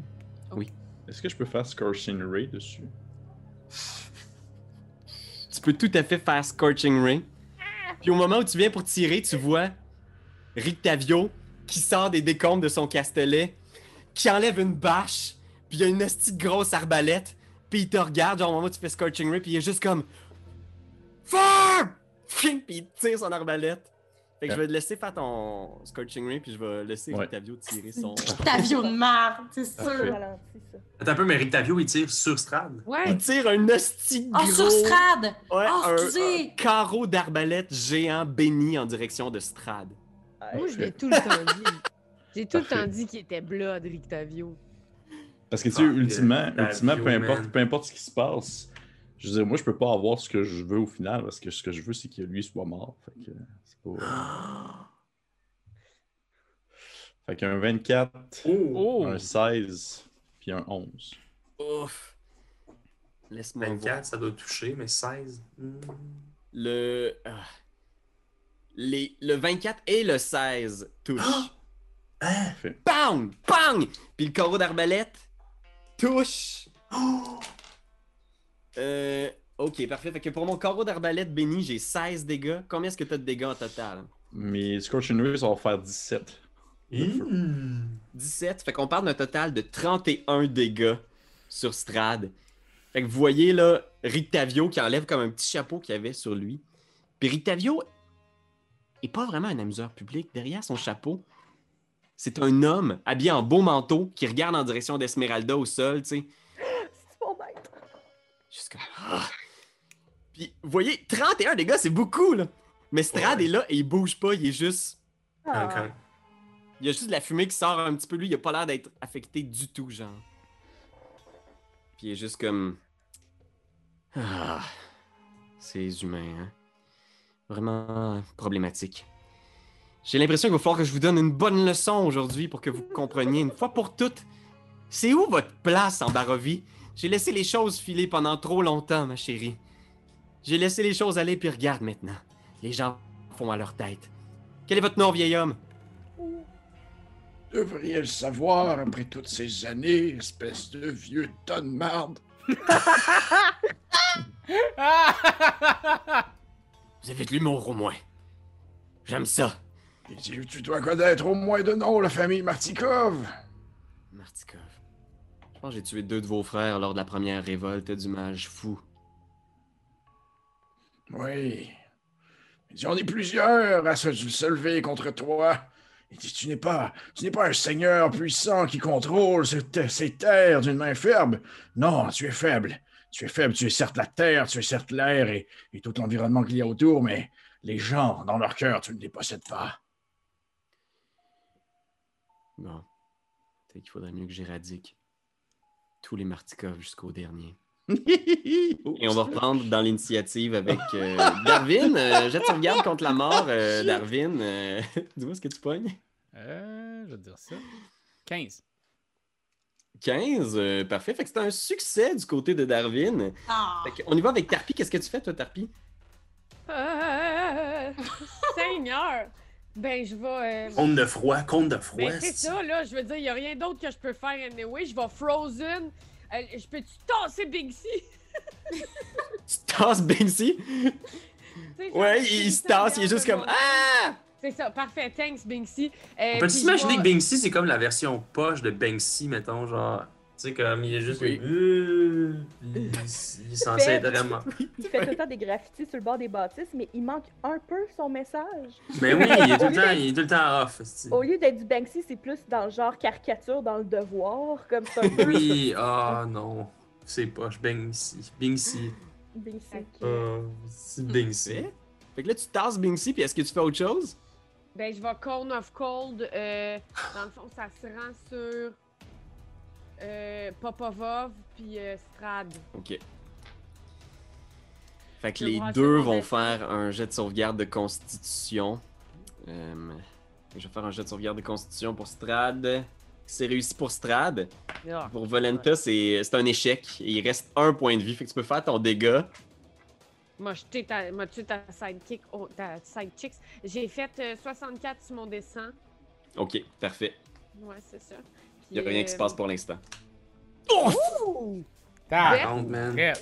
[SPEAKER 1] Oui.
[SPEAKER 6] Est-ce que je peux faire Scorching Ray dessus?
[SPEAKER 1] Tu peux tout à fait faire Scorching Ray. Puis au moment où tu viens pour tirer, tu vois Rictavio qui sort des décombres de son castelet, qui enlève une bâche, puis il a une hostie de grosse arbalète, puis il te regarde, genre au moment où tu fais Scorching Ray, puis il est juste comme Fire! Puis il tire son arbalète. Fait que je vais te laisser faire ton Scorching Ray, puis je vais laisser
[SPEAKER 6] Ouais.
[SPEAKER 1] Octavio tirer
[SPEAKER 2] [LAUGHS]
[SPEAKER 1] son.
[SPEAKER 2] Tavio de merde, c'est
[SPEAKER 8] Ça
[SPEAKER 2] sûr.
[SPEAKER 8] ralentit, ça.
[SPEAKER 9] Attends un peu, mais Rictavio, il tire sur Strad.
[SPEAKER 3] Ouais.
[SPEAKER 1] Il tire un hostie
[SPEAKER 2] Oh,
[SPEAKER 1] gros.
[SPEAKER 2] sur Strad!
[SPEAKER 1] Ouais,
[SPEAKER 2] Oh,
[SPEAKER 1] un-
[SPEAKER 2] excusez.
[SPEAKER 1] un carreau d'arbalète géant béni en direction de Strad.
[SPEAKER 3] Moi, je l'ai tout le temps dit. J'ai tout le temps
[SPEAKER 6] Parfait.
[SPEAKER 3] dit qu'il était blood, Rictavio.
[SPEAKER 6] Parce que, tu sais, ultimement,
[SPEAKER 9] la
[SPEAKER 6] ultimement peu,
[SPEAKER 9] vie,
[SPEAKER 6] importe,
[SPEAKER 9] man.
[SPEAKER 6] peu importe ce qui se passe, je veux dire, moi, je peux pas avoir ce que je veux au final, parce que ce que je veux, c'est que lui soit mort. Fait que, euh, c'est pas... Fait qu'un 24,
[SPEAKER 9] Oh!
[SPEAKER 4] Oh!
[SPEAKER 6] un 16, puis un 11.
[SPEAKER 1] Ouf. Laisse-moi voir.
[SPEAKER 9] 24, ça doit toucher, mais 16. hmm.
[SPEAKER 1] Le. ah. Les... Le 24 et le 16 touchent.
[SPEAKER 6] Parfait.
[SPEAKER 1] Bang! Bang! Puis le carreau d'arbalète touche. Euh, ok, parfait. Fait que pour mon carreau d'arbalète béni, j'ai 16 dégâts. Combien est-ce que t'as de dégâts en total?
[SPEAKER 6] Mais Scorching Ray, ça va faire 17.
[SPEAKER 9] Hmm.
[SPEAKER 1] 17. Fait qu'on parle d'un total de 31 dégâts sur Strad. Fait que vous voyez là, Rictavio qui enlève comme un petit chapeau qu'il avait sur lui. Puis Rictavio est pas vraiment un amuseur public. Derrière son chapeau, c'est un homme habillé en beau manteau qui regarde en direction d'Esmeralda au sol, tu sais.
[SPEAKER 8] C'est bon, bête.
[SPEAKER 1] Jusqu'à. Ah! Puis, vous voyez, 31, les gars, c'est beaucoup, là. Mais Strad
[SPEAKER 9] Ouais.
[SPEAKER 1] est là et il bouge pas, il est juste.
[SPEAKER 8] Ah.
[SPEAKER 9] Quand- quand-
[SPEAKER 1] Il y a juste de la fumée qui sort un petit peu. Lui, il a pas l'air d'être affecté du tout, genre. Puis il est juste comme. Ah. Ces humains, hein. Vraiment problématique. J'ai l'impression qu'il va falloir que je vous donne une bonne leçon aujourd'hui pour que vous compreniez une fois pour toutes. C'est où votre place en Barovie? J'ai laissé les choses filer pendant trop longtemps, ma chérie. J'ai laissé les choses aller, puis regarde maintenant. Les gens font à leur tête. Quel est votre nom, vieil homme?
[SPEAKER 7] Tu devrais le savoir après toutes ces années, espèce de vieux tonne
[SPEAKER 1] [LAUGHS]
[SPEAKER 7] de marde.
[SPEAKER 4] Ah!
[SPEAKER 1] Vous avez de l'humour au moins. J'aime ça.
[SPEAKER 7] Et tu, tu dois connaître au moins de nom la famille Martikov.
[SPEAKER 1] Martikov. Je pense que j'ai tué deux de vos frères lors de la première révolte du mage fou.
[SPEAKER 7] Oui. Il dit, on est plusieurs à se se lever contre toi. Il dit, tu n'es pas, tu n'es pas un seigneur puissant qui contrôle ce te- ces terres d'une main ferme. Non, tu es faible. Tu es faible, tu es certes la terre, tu es certes l'air et, et tout l'environnement qu'il y a autour, mais les gens, dans leur cœur, tu ne les possèdes pas.
[SPEAKER 1] Bon. Peut-être qu'il faudrait mieux que j'éradique tous les Martikov jusqu'au dernier. Et on va reprendre dans l'initiative avec euh, Darwin. Euh, jet de sauvegarde contre la mort, euh, Darwin. Euh, [LAUGHS] Dis-moi ce que tu pognes.
[SPEAKER 4] Euh, je vais te dire ça. 15.
[SPEAKER 1] 15, euh, parfait. Fait que c'est un succès du côté de Darwin.
[SPEAKER 2] Ah.
[SPEAKER 1] on y va avec Tarpi. Qu'est-ce que tu fais, toi, Tarpi?
[SPEAKER 3] Euh, Seigneur! Ben, je vais. euh,
[SPEAKER 9] Compte de froid, compte de froid.
[SPEAKER 3] Ben, c'est ça, là. Je veux dire, il n'y a rien d'autre que je peux faire anyway. Je vais Frozen. Euh, je peux-tu tasser Big C?
[SPEAKER 1] Tu tasses Banksy?
[SPEAKER 3] Tu sais, genre,
[SPEAKER 1] Ouais, il, il se tasse, il est juste comme Ah!
[SPEAKER 3] C'est ça, parfait. Thanks, Binksy. Euh,
[SPEAKER 9] On
[SPEAKER 3] puis
[SPEAKER 9] peut
[SPEAKER 3] je
[SPEAKER 9] s'imaginer
[SPEAKER 3] vais-
[SPEAKER 9] que Banksy, c'est comme la version poche de Banksy, mettons, genre. Tu sais, comme il est juste.
[SPEAKER 1] Oui.
[SPEAKER 9] Euh, il, il est censé être vraiment.
[SPEAKER 8] [LAUGHS]
[SPEAKER 9] [LAUGHS]
[SPEAKER 8] Il fait tout le temps des graffitis sur le bord des bâtisses, mais il manque un peu son message.
[SPEAKER 9] Mais Ben oui, il est tout le temps, il est tout le temps off. esti.
[SPEAKER 8] Au lieu d'être du Banksy, c'est plus dans le genre caricature, dans le devoir, comme ça. un peu
[SPEAKER 9] Oui, ah non. C'est poche, Banksy. Banksy.
[SPEAKER 8] Banksy.
[SPEAKER 9] Ah, c'est Banksy.
[SPEAKER 1] Fait fait que là, tu tasses Binksy, puis est-ce que tu fais autre chose?
[SPEAKER 3] Ben, je vais Cone of Cold. euh, dans le fond, ça se rend sur euh, Popovov puis euh, Strad.
[SPEAKER 1] Ok. Fait que
[SPEAKER 3] Je
[SPEAKER 1] les
[SPEAKER 3] vois
[SPEAKER 1] deux
[SPEAKER 3] ça, mon
[SPEAKER 1] vont
[SPEAKER 3] dessin.
[SPEAKER 1] faire un jet de sauvegarde de constitution. Euh, je vais faire un jet de sauvegarde de constitution pour Strad. C'est réussi pour Strad. Pour Volenta, c'est c'est un échec. Et il reste un point de vie. Fait que tu peux faire ton dégât.
[SPEAKER 3] M'a jeté ta, m'a tué ta sidekick, oh, ta sidechicks. J'ai fait euh, 64 sur mon dessin.
[SPEAKER 1] Ok, parfait.
[SPEAKER 3] Ouais, c'est ça. Puis,
[SPEAKER 1] Il a rien qui
[SPEAKER 3] euh,
[SPEAKER 1] se passe pour l'instant.
[SPEAKER 4] Ta-
[SPEAKER 9] Par contre, man.
[SPEAKER 4] Prêt.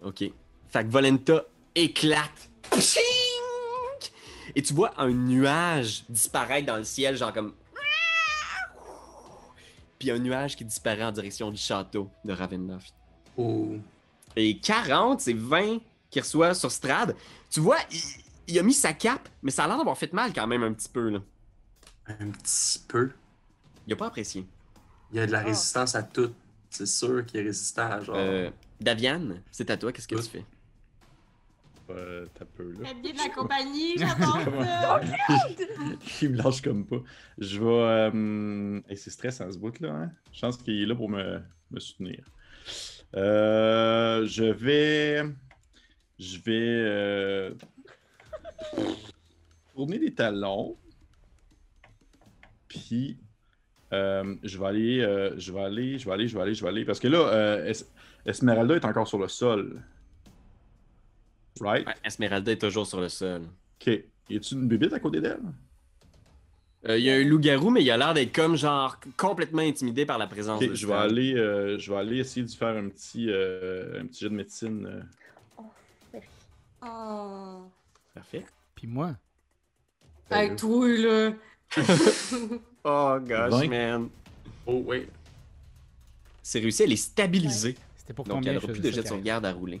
[SPEAKER 1] OK. Fait que Volenta éclate. Pshink! Et tu vois un nuage disparaître dans le ciel, genre comme. Puis un nuage qui disparaît en direction du château de Ravenloft.
[SPEAKER 9] Oh.
[SPEAKER 1] Et 40, c'est 20 qu'il reçoit sur Strad. Tu vois, il, il a mis sa cape, mais ça a l'air d'avoir fait mal quand même un petit peu. Là.
[SPEAKER 9] Un petit peu.
[SPEAKER 1] Il a pas apprécié.
[SPEAKER 9] Il y a de la
[SPEAKER 8] Ah.
[SPEAKER 9] résistance à tout. C'est sûr qu'il est résistant à genre.
[SPEAKER 1] Euh, Davian, c'est à toi, qu'est-ce que tu fais?
[SPEAKER 6] Euh, T'as peu, là.
[SPEAKER 2] Faites bien de la compagnie, euh.
[SPEAKER 8] [LAUGHS]
[SPEAKER 2] j'attends ça.
[SPEAKER 6] [LAUGHS] il me lâche comme pas. Je vais. euh, hey, c'est stressant ce bout-là. Hein? Je pense qu'il est là pour me, me soutenir. Euh, je vais. Je vais. euh, tourner les talons. Puis. euh, je vais aller, euh, je vais aller, je vais aller, je vais aller, je vais aller. Parce que là, euh, Es- Esmeralda est encore sur le sol. Right?
[SPEAKER 1] Ouais, Esmeralda est toujours sur le sol.
[SPEAKER 6] Ok. Y a-tu une bébite à côté d'elle?
[SPEAKER 1] Euh, il y a un loup-garou, mais il a l'air d'être comme genre complètement intimidé par la présence
[SPEAKER 6] Ok,
[SPEAKER 1] de
[SPEAKER 6] je vais
[SPEAKER 1] Strad.
[SPEAKER 6] aller, euh, je vais aller essayer de faire un petit, euh, un petit jeu de médecine. euh.
[SPEAKER 2] Oh.
[SPEAKER 1] Parfait.
[SPEAKER 4] Puis moi,
[SPEAKER 2] Hey, toi, là.
[SPEAKER 1] Oh
[SPEAKER 6] Vingt.
[SPEAKER 1] man.
[SPEAKER 9] Oh, oui.
[SPEAKER 1] C'est réussi, elle est stabilisée.
[SPEAKER 4] c'était pour
[SPEAKER 1] Donc
[SPEAKER 4] combien
[SPEAKER 1] elle
[SPEAKER 4] je
[SPEAKER 1] n'aura plus
[SPEAKER 4] faisais ça,
[SPEAKER 1] de jet de
[SPEAKER 4] Karine?
[SPEAKER 1] sauvegarde à rouler.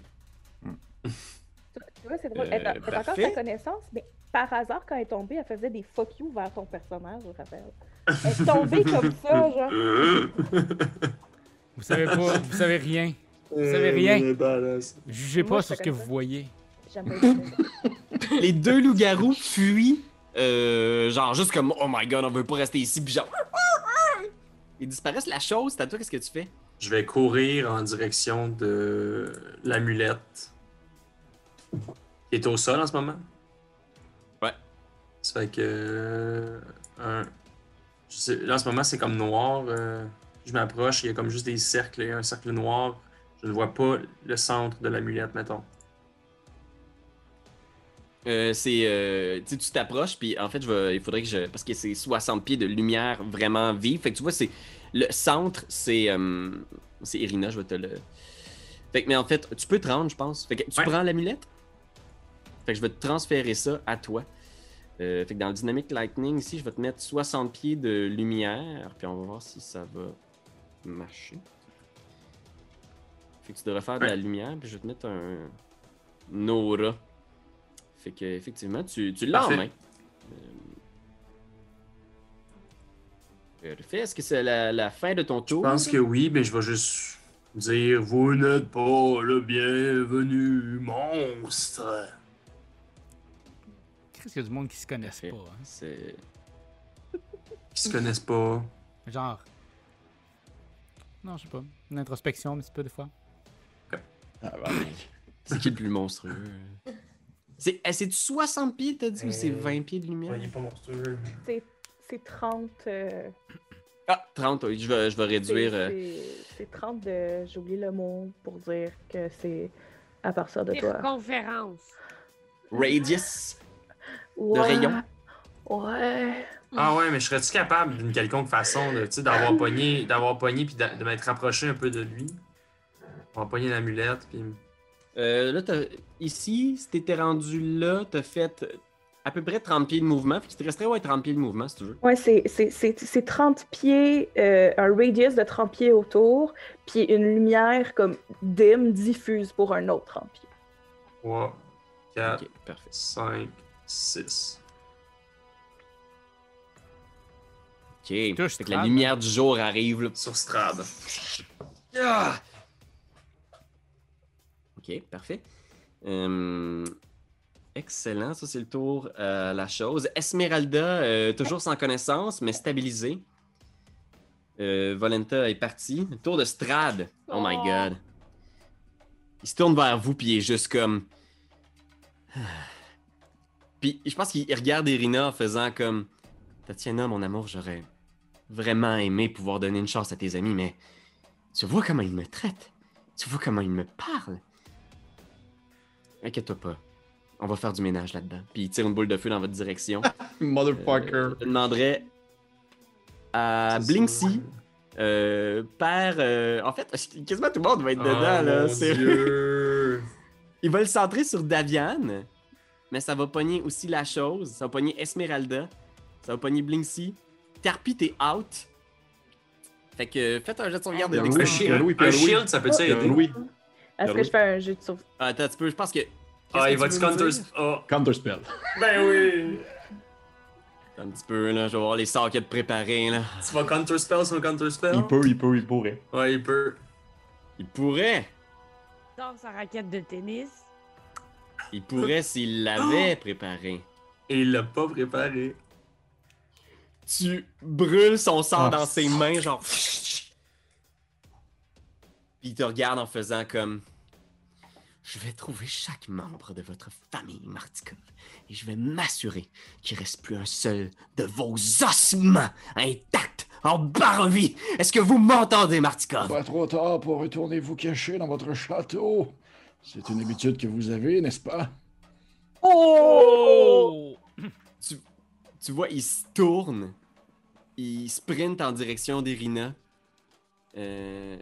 [SPEAKER 8] Tu tu vois, c'est drôle. Eh, Elle
[SPEAKER 6] Euh,
[SPEAKER 8] a- elle a encore
[SPEAKER 1] parfait.
[SPEAKER 8] sa connaissance, mais par hasard, quand elle est tombée, elle faisait des fuck you vers ton personnage, je rappelle. Elle
[SPEAKER 1] [LAUGHS]
[SPEAKER 8] est tombée comme ça, genre.
[SPEAKER 4] Vous savez pas, vous savez rien. Vous savez rien. Jugez
[SPEAKER 8] Moi,
[SPEAKER 4] pas
[SPEAKER 8] je
[SPEAKER 4] sur ce
[SPEAKER 8] fais
[SPEAKER 4] que
[SPEAKER 8] comme
[SPEAKER 4] vous
[SPEAKER 8] ça.
[SPEAKER 4] voyez.
[SPEAKER 8] J'aime bien ça.
[SPEAKER 1] Les deux loups-garous fuient, euh, genre juste comme oh my god, on veut pas rester ici, puis genre. [LAUGHS] Ils disparaissent la chose, c'est à toi, qu'est-ce que tu fais?
[SPEAKER 9] Je vais courir en direction de l'amulette. Qui est au sol en ce moment.
[SPEAKER 1] Ouais.
[SPEAKER 9] Ça fait que. euh, Un... je sais- Là, en ce moment, c'est comme noir. euh, Je m'approche, il y a comme juste des cercles, et un cercle noir. Je ne vois pas le centre de l'amulette, mettons.
[SPEAKER 1] Euh, c'est. euh, tu sais, tu t'approches, puis en fait, je vais- il faudrait que je. Parce que c'est 60 pieds de lumière vraiment vive. Fait que tu vois, c'est. Le centre, c'est. euh, c'est Irina, je vais te le. Fait que, mais en fait, tu peux te rendre, je pense. Fait que tu
[SPEAKER 9] Ouais.
[SPEAKER 1] prends l'amulette. Fait que je vais te transférer ça à toi. Euh, fait que dans le Dynamic Lightning, ici, je vais te mettre 60 pieds de lumière, puis on va voir si ça va marcher. Fait que tu devrais faire de la
[SPEAKER 9] Ouais.
[SPEAKER 1] lumière, puis je vais te mettre un. une aura. Fait que, effectivement, tu, tu l'as en
[SPEAKER 9] Parfait.
[SPEAKER 1] main. Euh, Parfait. Est-ce que c'est la, la fin de ton
[SPEAKER 9] Je
[SPEAKER 1] tour?
[SPEAKER 9] pense que oui, mais je vais juste dire Vous n'êtes pas le bienvenu, monstre.
[SPEAKER 4] Qu'est-ce qu'il y a du monde qui se connaissent
[SPEAKER 1] Parfait.
[SPEAKER 4] pas? hein?
[SPEAKER 1] C'est-
[SPEAKER 9] Qui se connaissent pas.
[SPEAKER 4] Genre. Non, je sais pas. Une introspection un petit peu des fois.
[SPEAKER 6] Ah, bah, ouais.
[SPEAKER 1] C'est qui le plus monstrueux? [LAUGHS] C'est eh, c'est-tu 60 pieds, t'as dit, ou c'est
[SPEAKER 9] Euh,
[SPEAKER 1] 20 pieds de lumière?
[SPEAKER 9] pas monstrueux.
[SPEAKER 8] C'est- C'est 30. euh,
[SPEAKER 1] Ah, 30, oui, je vais, je vais
[SPEAKER 8] c'est-
[SPEAKER 1] réduire. euh,
[SPEAKER 8] c'est- C'est 30 de. J'ai oublié le mot pour dire que c'est à partir de toi.
[SPEAKER 3] Conférence.
[SPEAKER 1] Radius.
[SPEAKER 8] Ouais.
[SPEAKER 1] rayon.
[SPEAKER 8] Ouais.
[SPEAKER 9] Ah ouais, mais je serais-tu capable d'une quelconque façon de, tu sais, d'avoir pogné, d'avoir pogné puis d'a- de, m'être rapproché un peu de lui? Avoir pogné l'amulette puis.
[SPEAKER 1] Euh, là, t'as- ici, si t'étais rendu là, t'as fait à peu près 30 pieds de mouvement. Fait qu'il te resterait ouais, 30 pieds de mouvement, si tu veux.
[SPEAKER 8] Ouais, c'est- c'est c'est- c'est 30 pieds, euh, un radius de 30 pieds autour, puis une lumière comme dim diffuse pour un autre 30 pieds.
[SPEAKER 9] 3, 4,
[SPEAKER 1] Ok, parfait.
[SPEAKER 9] 5, 6.
[SPEAKER 1] Ok. Fait
[SPEAKER 4] Touche
[SPEAKER 1] que la
[SPEAKER 4] Strad.
[SPEAKER 1] lumière du jour arrive. là.
[SPEAKER 9] Sur Strad.
[SPEAKER 1] Ah! Ok, parfait. Hum, excellent, ça c'est le tour euh, à la chose. Esmeralda, euh, toujours sans connaissance, mais stabilisée. Euh, Volenta est partie. Tour de Strad. Oh, my
[SPEAKER 3] Oh.
[SPEAKER 1] god. Il se tourne vers vous, puis il est juste comme. [SIGHS] Puis je pense qu'il regarde Irina en faisant comme Tatiana, mon amour, j'aurais vraiment aimé pouvoir donner une chance à tes amis, mais tu vois comment ils me traitent. Tu vois comment ils me parlent. Inquiète-toi pas. On va faire du ménage là-dedans. Puis il tire une boule de feu dans votre [LAUGHS] direction.
[SPEAKER 6] Motherfucker.
[SPEAKER 1] Euh, je demanderais à Blinksy, euh, père. euh, en fait, [LAUGHS] quasiment tout le
[SPEAKER 6] Oh,
[SPEAKER 1] [LAUGHS] monde va être dedans, là. C'est-
[SPEAKER 9] Oh, Dieu.
[SPEAKER 1] Il va le centrer sur Davian. mais ça va pogner aussi la chose. Ça va pogner Esmeralda. Ça va pogner Blinksy. Tarpi, t'es out. Fait que faites un jet de sauvegarde de
[SPEAKER 6] Ah,
[SPEAKER 9] Un,
[SPEAKER 6] Louis,
[SPEAKER 1] dextérité.
[SPEAKER 9] shield-
[SPEAKER 6] Pierre-Louis,
[SPEAKER 9] un
[SPEAKER 6] Pierre-Louis.
[SPEAKER 9] shield, ça peut-tu
[SPEAKER 6] Pierre-Louis.
[SPEAKER 9] aider?
[SPEAKER 6] Louis.
[SPEAKER 8] Est-ce que je fais un jeu de sauvetage?
[SPEAKER 1] Ah, Attends, tu peux, je pense que. qu'est-ce
[SPEAKER 9] Ah,
[SPEAKER 1] que
[SPEAKER 9] il
[SPEAKER 1] tu
[SPEAKER 9] va
[SPEAKER 1] veux
[SPEAKER 9] du
[SPEAKER 1] me
[SPEAKER 9] counter.
[SPEAKER 1] dire?
[SPEAKER 9] Ah,
[SPEAKER 6] Counterspell.
[SPEAKER 9] ben oui!
[SPEAKER 1] Attends Un petit peu, là, je vais voir les sorts qu'il y a de préparés, là.
[SPEAKER 9] Tu vas counter spell sur counter spell?
[SPEAKER 6] Il peut, il peut, il pourrait.
[SPEAKER 9] Ouais, il peut.
[SPEAKER 1] Il pourrait.
[SPEAKER 3] Sors sa raquette de tennis.
[SPEAKER 1] Il pourrait s'il l'avait préparé.
[SPEAKER 9] Oh! Et il l'a pas préparé.
[SPEAKER 1] Tu brûles son sang
[SPEAKER 6] Ah.
[SPEAKER 1] dans ses mains, genre. Puis il te regarde en faisant comme. Je vais trouver chaque membre de votre famille, Martikov, et je vais m'assurer qu'il reste plus un seul de vos ossements intacts en barre-vie. Est-ce que vous m'entendez, Martikov?
[SPEAKER 7] Pas trop tard pour retourner vous cacher dans votre château. C'est une habitude que vous avez, n'est-ce pas?
[SPEAKER 4] Oh!
[SPEAKER 1] tu vois, il se tourne, il sprint en direction d'Irina. Euh,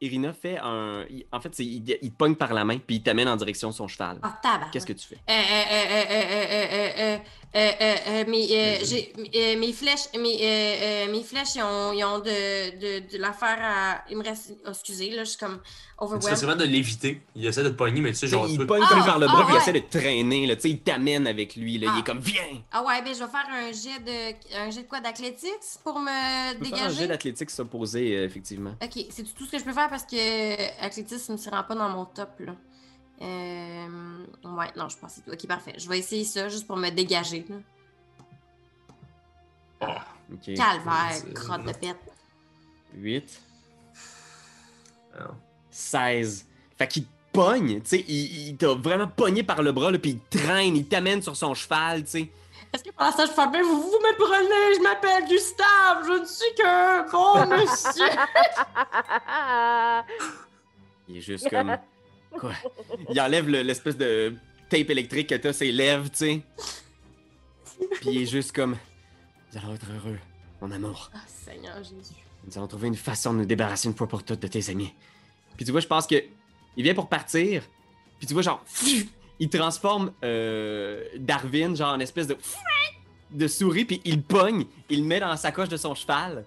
[SPEAKER 1] Irina fait un. il- en fait, c'est- il, il te pogne par la main, puis il t'amène en direction de son cheval.
[SPEAKER 2] Ah, tabac.
[SPEAKER 1] Qu'est-ce que tu fais?
[SPEAKER 2] Euh, euh, euh, euh, euh, euh, euh, euh, euh, euh, mes, euh, j'ai- euh, mes flèches, mes, euh, euh, mes flèches, ils ont, ils ont de, de, de l'affaire à. Il me reste. oh, excusez, là, je suis comme
[SPEAKER 9] Tu serais
[SPEAKER 2] overwhelmed.
[SPEAKER 9] capable de l'éviter. Il essaie de te pogner, mais tu sais, genre.
[SPEAKER 1] il
[SPEAKER 9] tu-
[SPEAKER 1] pogne
[SPEAKER 2] Ah,
[SPEAKER 1] comme par le bras,
[SPEAKER 2] ah,
[SPEAKER 1] puis il
[SPEAKER 2] ouais.
[SPEAKER 1] essaie de te traîner. Là, tu sais, il t'amène avec lui. Là, Il
[SPEAKER 2] Ah.
[SPEAKER 1] est comme Viens!
[SPEAKER 2] Ah ouais, ben je vais faire un jet de. Un jet de quoi d'athlétics pour me
[SPEAKER 1] Tu peux faire un jet
[SPEAKER 2] dégager?
[SPEAKER 1] d'athlétique s'opposer, euh, effectivement.
[SPEAKER 2] Ok, c'est tout ce que je peux faire parce que athlétisme ne se rend pas dans mon top là. Euh, Ouais, non, je pense que c'est tout. Ok, parfait. Je vais essayer ça juste pour me dégager. là.
[SPEAKER 1] Ah, Ok.
[SPEAKER 9] c'est-
[SPEAKER 2] Calvaire, crotte de pète.
[SPEAKER 1] 8,
[SPEAKER 9] Ah.
[SPEAKER 1] 16. Fait qu'il te pogne, tu sais, il, il t'a vraiment pogné par le bras, là, puis il traîne, il t'amène sur son cheval, tu sais.
[SPEAKER 2] Est-ce que pendant ça, je fais bien, vous, vous me prenez, je m'appelle Gustave, je ne suis qu'un [LAUGHS] bon monsieur.
[SPEAKER 1] Il est juste
[SPEAKER 2] [LAUGHS]
[SPEAKER 1] comme. Quoi? Il enlève le- l'espèce de tape électrique que t'as ses lèvres, tu
[SPEAKER 2] [LAUGHS]
[SPEAKER 1] sais. Puis il est juste comme. Nous allons être heureux, mon amour.
[SPEAKER 2] Ah, Seigneur Jésus.
[SPEAKER 1] Nous allons trouver une façon de nous débarrasser une fois pour toutes de tes amis. Puis tu vois, je pense que. Il vient pour partir. Puis tu vois, genre. [LAUGHS] pfiou, Il transforme euh, Darwin, genre, en espèce de. [LAUGHS] pfiou, de souris, puis il le pogne, il le met dans la sacoche de son cheval.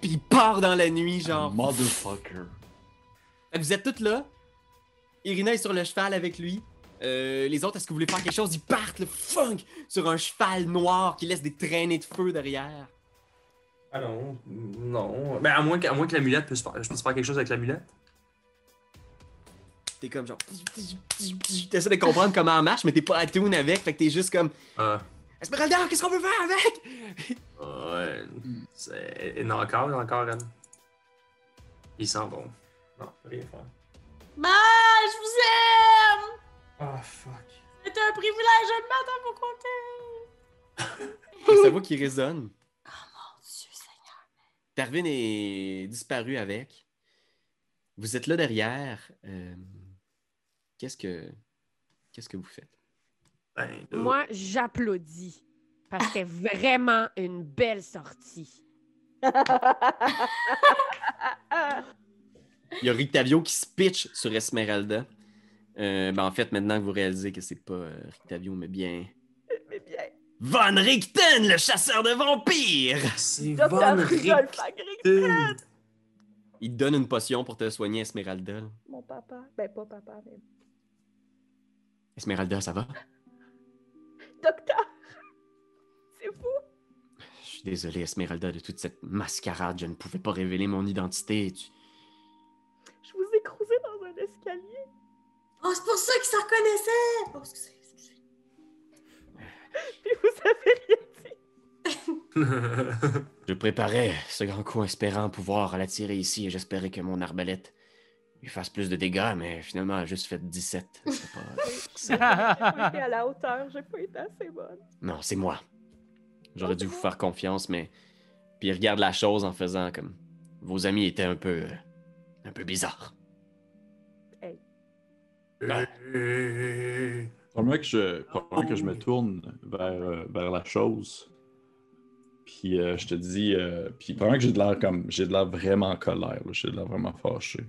[SPEAKER 1] Puis il part dans la nuit, genre.
[SPEAKER 6] Motherfucker.
[SPEAKER 1] Fait que Vous êtes toutes là. Irina est sur le cheval avec lui. Euh, les autres, est-ce que vous voulez faire quelque chose? Ils partent, le funk, sur un cheval noir qui laisse des traînées de feu derrière.
[SPEAKER 9] Ah non, non. Ben, à moins, que- à moins que l'amulette puisse faire. Je puisse faire quelque chose avec l'amulette.
[SPEAKER 1] T'es comme genre... T'essaies de comprendre comment elle marche, mais t'es pas à tune avec, fait que t'es juste comme...
[SPEAKER 9] Ah.
[SPEAKER 1] Esmeralda, qu'est-ce qu'on peut faire avec?
[SPEAKER 9] Ouais. C'est... Et non, encore, et encore, elle. Ils s'en vont. Non, rien faire.
[SPEAKER 2] Bah, je vous aime!
[SPEAKER 9] Ah, fuck.
[SPEAKER 2] C'est un privilège, je m'attends à vous compter.
[SPEAKER 1] Le cerveau qui résonne.
[SPEAKER 2] Mon Dieu, Seigneur.
[SPEAKER 1] Darwin est disparu avec. Vous êtes là derrière. Euh, Qu'est-ce que... Qu'est-ce que vous faites?
[SPEAKER 9] Ben,
[SPEAKER 1] Euh.
[SPEAKER 9] là,
[SPEAKER 3] Moi, j'applaudis. Parce que c'était vraiment une
[SPEAKER 2] [LAUGHS]
[SPEAKER 3] belle sortie.
[SPEAKER 2] Ah.
[SPEAKER 1] Il y a Rictavio qui se pitch sur Esmeralda. Euh, ben en fait, maintenant que vous réalisez que c'est pas euh, Rictavio, mais bien.
[SPEAKER 8] Mais bien.
[SPEAKER 1] Von Richten, le chasseur de vampires!
[SPEAKER 9] c'est
[SPEAKER 8] Docteur
[SPEAKER 9] Von
[SPEAKER 8] Rudolph Hagrid,
[SPEAKER 9] Richten.
[SPEAKER 1] Il te donne une potion pour te soigner, Esmeralda.
[SPEAKER 8] Mon papa. Ben, pas papa, mais.
[SPEAKER 1] Esmeralda, ça va?
[SPEAKER 8] Docteur! C'est vous!
[SPEAKER 1] Je suis désolé, Esmeralda, de toute cette mascarade. Je ne pouvais pas révéler mon identité. Tu-
[SPEAKER 8] Je vous ai croisé dans un escalier.
[SPEAKER 2] Oh, c'est pour ça qu'ils s'en reconnaissaient. Oh, excusez, excusez.
[SPEAKER 8] Puis vous avez rien dit.
[SPEAKER 9] [LAUGHS]
[SPEAKER 1] Je préparais ce grand coup espérant pouvoir l'attirer ici et j'espérais que mon arbalète lui fasse plus de dégâts, mais finalement, elle a juste fait 17.
[SPEAKER 8] [LAUGHS]
[SPEAKER 1] C'est pas-
[SPEAKER 8] J'ai pas été à la hauteur. J'ai pas été assez bonne.
[SPEAKER 1] Non, c'est moi. J'aurais dû vous
[SPEAKER 8] Oh,
[SPEAKER 1] faire confiance, mais. Puis il regarde la chose en faisant comme. Vos amis étaient un peu. euh, un peu bizarres.
[SPEAKER 9] Euh,
[SPEAKER 6] Probablement que je, probablement que je me tourne vers, euh, vers la chose. Puis euh, je te dis, euh, puis probablement que j'ai de l'air comme, j'ai de l'air vraiment en colère, là. j'ai de l'air vraiment fâché.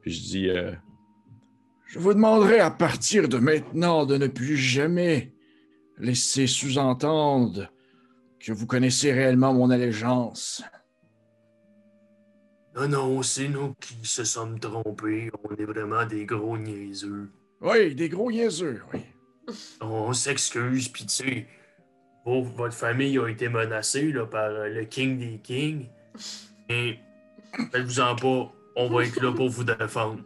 [SPEAKER 6] Puis je dis, euh,
[SPEAKER 7] Je vous demanderai à partir de maintenant de ne plus jamais laisser sous-entendre que vous connaissez réellement mon allégeance.
[SPEAKER 5] Non, non, c'est nous qui se sommes trompés. On est vraiment des gros niaiseux.
[SPEAKER 7] Oui, des gros niaiseux, oui.
[SPEAKER 5] [LAUGHS] On s'excuse, puis tu sais, vos- votre famille a été menacée là, par euh, le King des Kings. Et faites-vous-en pas, on va être là pour vous défendre.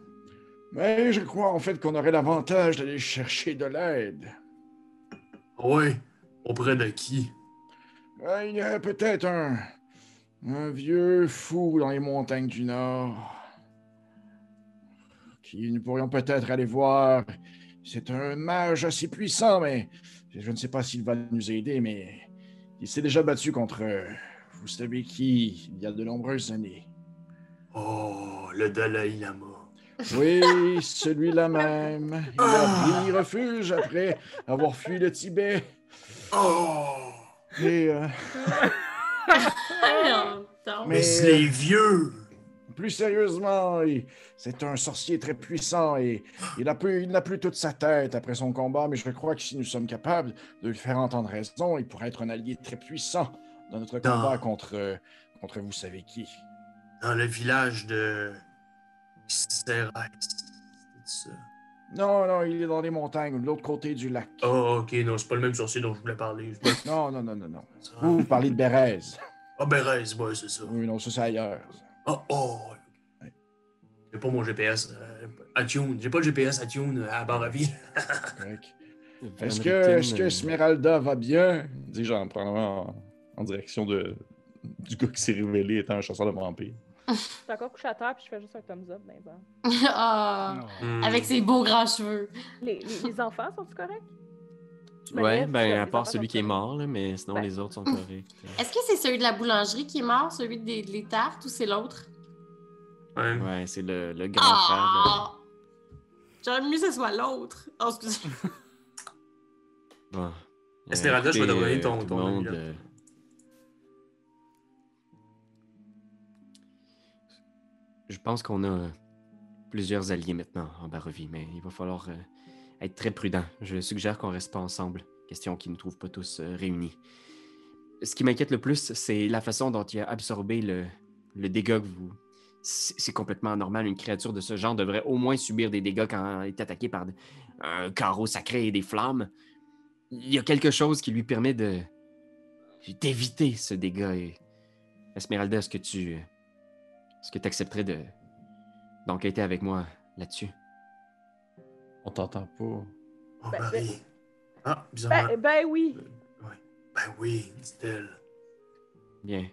[SPEAKER 7] Mais je crois en fait qu'on aurait l'avantage d'aller chercher de l'aide.
[SPEAKER 5] Oui, auprès de qui?
[SPEAKER 7] Euh, il y a peut-être un, un vieux fou dans les montagnes du Nord qui nous pourrions peut-être aller voir. C'est un mage assez puissant, mais je ne sais pas s'il va nous aider, mais il s'est déjà battu contre euh, vous savez qui il y a de nombreuses années.
[SPEAKER 5] Oh, le Dalai Lama.
[SPEAKER 7] Oui, celui-là même. Il a pris refuge après avoir fui le Tibet.
[SPEAKER 5] Oh!
[SPEAKER 7] Et, euh,
[SPEAKER 2] [LAUGHS] Alors, donc,
[SPEAKER 5] Mais
[SPEAKER 1] Euh,
[SPEAKER 7] Mais- euh,
[SPEAKER 5] c'est les vieux!
[SPEAKER 7] Plus sérieusement, il- c'est un sorcier très puissant et il n'a plus, il n'a plus toute sa tête après son combat, mais je crois que si nous sommes capables de lui faire entendre raison, il pourrait être un allié très puissant dans notre
[SPEAKER 5] Dans-
[SPEAKER 7] combat contre, euh, contre vous savez qui.
[SPEAKER 5] Dans le village de. Xérès. C'est ça.
[SPEAKER 7] Non, non, il est dans les montagnes, de l'autre côté du lac.
[SPEAKER 5] Oh, ok, non, c'est pas le même sorcier dont je voulais parler. C'est pas
[SPEAKER 7] Non, non, non, non, non.
[SPEAKER 5] ça.
[SPEAKER 7] Vous, vous parlez de Bérez.
[SPEAKER 5] Ah, ben, reste, ouais, c'est ça.
[SPEAKER 7] Oui, non, ça c'est ailleurs.
[SPEAKER 5] Oh, oh! ouais. J'ai pas mon GPS euh, à Tune. J'ai pas le GPS à Tune euh, à [LAUGHS] Barraville.
[SPEAKER 7] C'est correct. Est-ce que, est que Smeralda va bien?
[SPEAKER 6] Dis-je en prenant en, en direction de, du gars qui s'est révélé étant un chasseur de vampires.
[SPEAKER 8] Je suis encore couché à terre puis je fais juste un thumbs up. ben, Mais bon.
[SPEAKER 2] ah,
[SPEAKER 4] Non.
[SPEAKER 2] avec ses beaux grands cheveux.
[SPEAKER 8] les, les- les enfants sont-ils corrects? Je me
[SPEAKER 1] Ouais,
[SPEAKER 8] lève, je-
[SPEAKER 1] ben à
[SPEAKER 8] les
[SPEAKER 1] part
[SPEAKER 8] enfants
[SPEAKER 1] celui
[SPEAKER 8] sont
[SPEAKER 1] qui est
[SPEAKER 8] corrects.
[SPEAKER 1] mort, là, mais sinon
[SPEAKER 8] Ben.
[SPEAKER 1] les autres
[SPEAKER 8] [LAUGHS]
[SPEAKER 1] sont corrects.
[SPEAKER 2] Est-ce que c'est celui de la boulangerie qui est mort, celui des, des tartes, ou c'est l'autre?
[SPEAKER 9] Ouais.
[SPEAKER 1] Ouais, c'est le, le grand frère.
[SPEAKER 2] Ah! J'aurais mieux que ce soit l'autre. Oh, excusez.
[SPEAKER 1] de- Bon.
[SPEAKER 9] Esmeralda, je vais te
[SPEAKER 1] Écoutez,
[SPEAKER 9] donner
[SPEAKER 1] euh,
[SPEAKER 9] ton-
[SPEAKER 1] tout
[SPEAKER 9] ton
[SPEAKER 1] le monde,
[SPEAKER 9] amulette.
[SPEAKER 1] euh, Je pense qu'on a euh, plusieurs alliés maintenant en Barovie, mais il va falloir euh, être très prudent. Je suggère qu'on reste pas ensemble. Question qui ne trouve pas tous euh, réunis. Ce qui m'inquiète le plus, c'est la façon dont il a absorbé le, le dégât que vous. C'est c'est complètement anormal. Une créature de ce genre devrait au moins subir des dégâts quand elle est attaquée par d- un carreau sacré et des flammes. Il y a quelque chose qui lui permet de d'éviter ce dégât. Et... Esmeralda, est-ce que tu est-ce que tu accepterais de d'enquêter avec moi là-dessus
[SPEAKER 6] On t'entend pas.
[SPEAKER 5] Oh,
[SPEAKER 8] Ben,
[SPEAKER 5] Barry. Ah, bizarrement.
[SPEAKER 8] Ben, ben oui.
[SPEAKER 5] Ben oui, dit-elle.
[SPEAKER 1] Bien.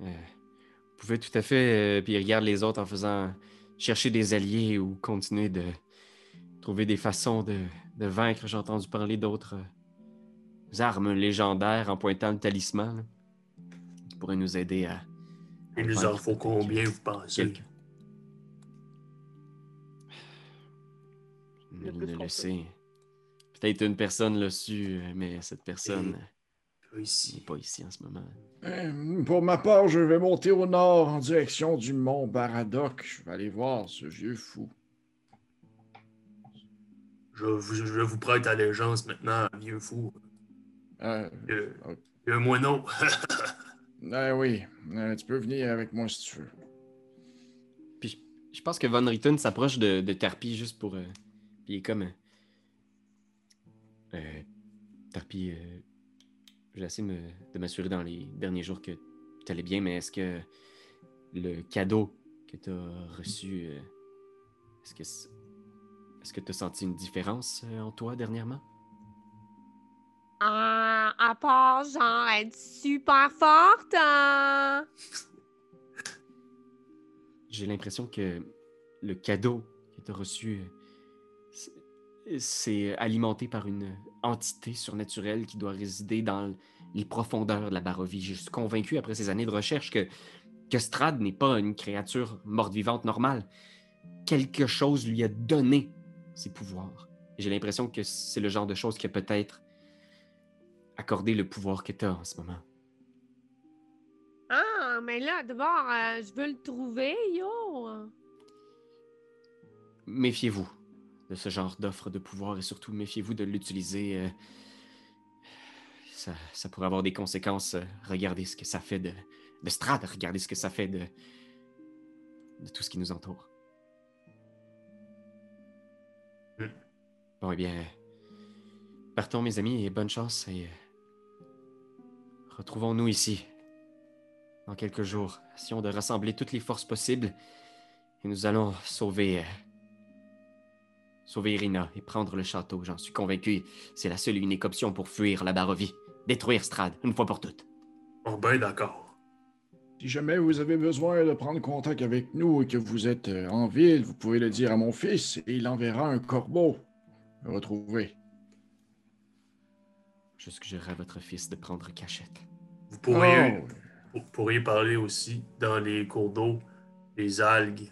[SPEAKER 1] Euh, vous pouvez tout à fait euh, puis regarde les autres en faisant chercher des alliés ou continuer de trouver des façons de, de vaincre. J'ai entendu parler d'autres euh, armes légendaires en pointant le talisman là, qui pourraient nous aider à
[SPEAKER 5] Il nous en faut combien, vous pensez?
[SPEAKER 1] Quelques.
[SPEAKER 8] Le
[SPEAKER 1] Nul
[SPEAKER 8] plus
[SPEAKER 1] ne
[SPEAKER 8] qu'on
[SPEAKER 1] le
[SPEAKER 8] peut.
[SPEAKER 1] sait. Peut-être une personne l'a su, mais cette personne n'est
[SPEAKER 5] Ici.
[SPEAKER 1] pas ici en ce moment.
[SPEAKER 7] Euh, Pour ma part, je vais monter au nord en direction du mont Baradoc. Je vais aller voir ce vieux fou.
[SPEAKER 5] Je vous, je vous prête allégeance maintenant, vieux fou.
[SPEAKER 7] Euh,
[SPEAKER 5] Euh,
[SPEAKER 7] Ah.
[SPEAKER 5] euh, moi non. [LAUGHS]
[SPEAKER 7] ah oui, euh, tu peux venir avec moi si tu veux.
[SPEAKER 1] Je pense que Von Riton s'approche de, de Tarpi juste pour. euh, puis il est comme. euh, euh, Tarpi, euh, j'ai assez de me- de m'assurer dans les derniers jours que tu allais bien, mais est-ce que le cadeau que tu as reçu, euh, est-ce que c- est-ce que tu as senti une différence euh, en toi dernièrement?
[SPEAKER 3] Ah, à part, genre, être super forte. hein.
[SPEAKER 1] J'ai l'impression que le cadeau que tu as reçu, euh, c'est- c'est alimenté par une entité surnaturelle qui doit résider dans les profondeurs de la Barovie. Je suis convaincu, après ces années de recherche, que, que Strad n'est pas une créature morte-vivante normale. Quelque chose lui a donné ses pouvoirs. J'ai l'impression que c'est le genre de chose qui a peut-être accordé le pouvoir que tu as en ce moment.
[SPEAKER 3] Ah, mais là, d'abord, euh, je veux le trouver, yo.
[SPEAKER 1] Méfiez-vous. de ce genre d'offre de pouvoir et surtout méfiez-vous de l'utiliser. euh, ça, ça pourrait avoir des conséquences. euh, Regardez ce que ça fait de, de Strad, regardez ce que ça fait de, de tout ce qui nous entoure.
[SPEAKER 5] Mm.
[SPEAKER 1] Bon, eh bien, partons mes amis et bonne chance et euh, retrouvons-nous ici dans quelques jours. Essayons de rassembler toutes les forces possibles et nous allons sauver... euh, Sauver Irina et prendre le château, j'en suis convaincu. C'est la seule et unique option pour fuir la Barovie. Détruire Strad, une fois pour toutes.
[SPEAKER 5] Oh ben d'accord.
[SPEAKER 7] Si jamais vous avez besoin de prendre contact avec nous et que vous êtes euh, en ville, vous pouvez le dire à mon fils et il enverra un corbeau me retrouver.
[SPEAKER 1] Je suggérerais à votre fils de prendre cachette.
[SPEAKER 5] Vous pourriez,
[SPEAKER 7] Oh,
[SPEAKER 5] vous pourriez parler aussi dans les cours d'eau, les algues.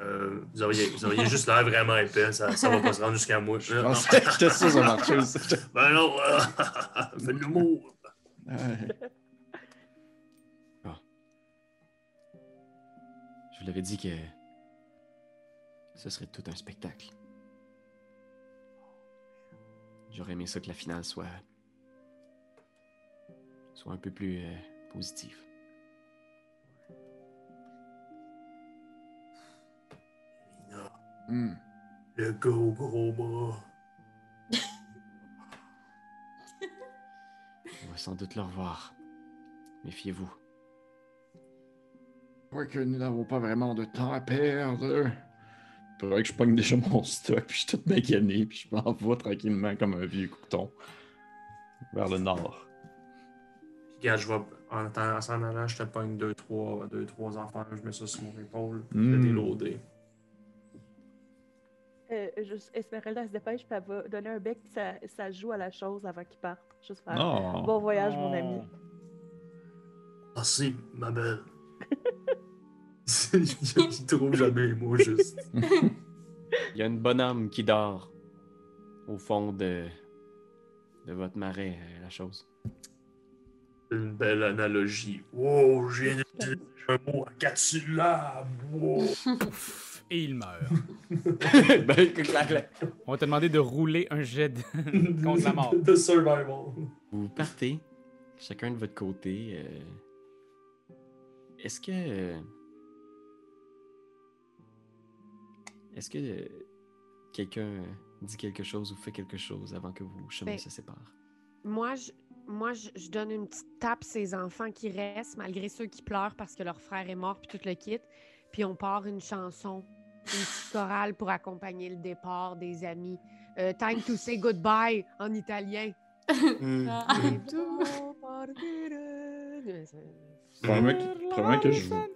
[SPEAKER 5] Euh, vous, auriez, vous auriez juste l'air vraiment épais, ça, ça va pas se rendre jusqu'à moi.
[SPEAKER 7] je pensais que c'était ça, ça marchait. ça.
[SPEAKER 5] [LAUGHS] Ben non, [LAUGHS] fais de l'humour.
[SPEAKER 7] Ouais.
[SPEAKER 1] Je vous l'avais dit que ce serait tout un spectacle. J'aurais aimé ça que la finale soit soit un peu plus euh, positive.
[SPEAKER 7] Hmm.
[SPEAKER 5] Le go gros bras.
[SPEAKER 1] On va sans doute le revoir. Méfiez-vous.
[SPEAKER 7] Je crois que nous n'avons pas vraiment de temps à perdre.
[SPEAKER 6] Faudrait que je pogne déjà mon stock, puis je suis tout magané, puis je m'envoie tranquillement comme un vieux couton vers le nord.
[SPEAKER 9] Regarde, je vais. En t'en- en s'en allant, je te pogne deux, trois, deux, trois enfants, je mets ça sur mon épaule, je vais
[SPEAKER 6] Mm.
[SPEAKER 9] déloader.
[SPEAKER 8] Euh, juste, Esmeralda elle se dépêche, puis elle va donner un bec, puis ça, ça joue à la chose avant qu'il parte. Juste faire
[SPEAKER 6] Non!
[SPEAKER 8] Ah, bon voyage, mon ami.
[SPEAKER 5] Merci, Ah, ma belle. [LAUGHS] Il trouve jamais les
[SPEAKER 4] [LAUGHS]
[SPEAKER 5] mots juste.
[SPEAKER 1] Il y a une bonne âme qui dort au fond de de votre marais, euh, la chose.
[SPEAKER 5] Une belle analogie. Wow, j'ai dit un mot à quatre syllabes. Wow.
[SPEAKER 4] Pouf, et il meurt.
[SPEAKER 1] [LAUGHS] Ben, clac, clac.
[SPEAKER 4] On va te demander de rouler un jet
[SPEAKER 9] [LAUGHS]
[SPEAKER 4] de- contre la mort.
[SPEAKER 5] De survival.
[SPEAKER 1] Vous partez, chacun de votre côté. euh, Est-ce que. euh, Est-ce que euh, quelqu'un dit quelque chose ou fait quelque chose avant que vos chemins
[SPEAKER 3] Ben-
[SPEAKER 1] se
[SPEAKER 9] [LAUGHS]
[SPEAKER 1] séparent?
[SPEAKER 3] Moi, je, moi je, je donne une petite tape ces enfants qui restent, malgré ceux qui pleurent parce que leur frère est mort, puis tout le kit. Puis on part une chanson, une petite chorale pour accompagner le départ des amis. Euh, time to say goodbye en italien.
[SPEAKER 6] Probablement que, probablement que je probablement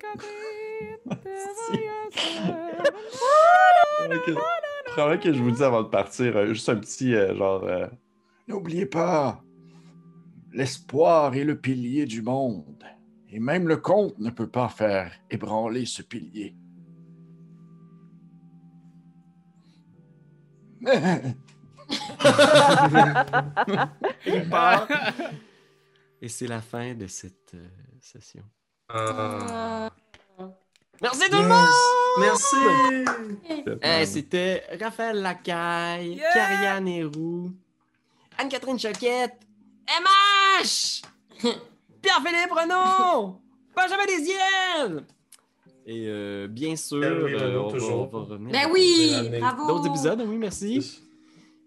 [SPEAKER 6] que- probablement que je vous dis avant de partir, euh, juste un petit euh, genre. euh,
[SPEAKER 7] N'oubliez pas, l'espoir est le pilier du monde. Et même le conte ne peut pas faire ébranler ce pilier.
[SPEAKER 1] [LAUGHS]
[SPEAKER 8] [LAUGHS]
[SPEAKER 1] Et c'est la fin de cette euh, session.
[SPEAKER 9] Ah.
[SPEAKER 1] Merci tout le monde! Eh,
[SPEAKER 9] Yes! Merci!
[SPEAKER 1] Hey, C'était Raphaël Lacaille,
[SPEAKER 2] Yeah!
[SPEAKER 1] Karianne Héroux, Anne-Catherine Choquette, MH! Pierre-Philippe
[SPEAKER 9] [LAUGHS]
[SPEAKER 1] Renaud! Benjamin Desiel! Et euh, bien sûr,
[SPEAKER 9] Pierre-Louis
[SPEAKER 1] euh,
[SPEAKER 9] Renaud,
[SPEAKER 1] on, va,
[SPEAKER 9] ben toujours.
[SPEAKER 1] on va revenir
[SPEAKER 2] Ben
[SPEAKER 1] avec
[SPEAKER 2] oui,
[SPEAKER 9] Ramener
[SPEAKER 2] bravo.
[SPEAKER 1] d'autres épisodes, oui, merci.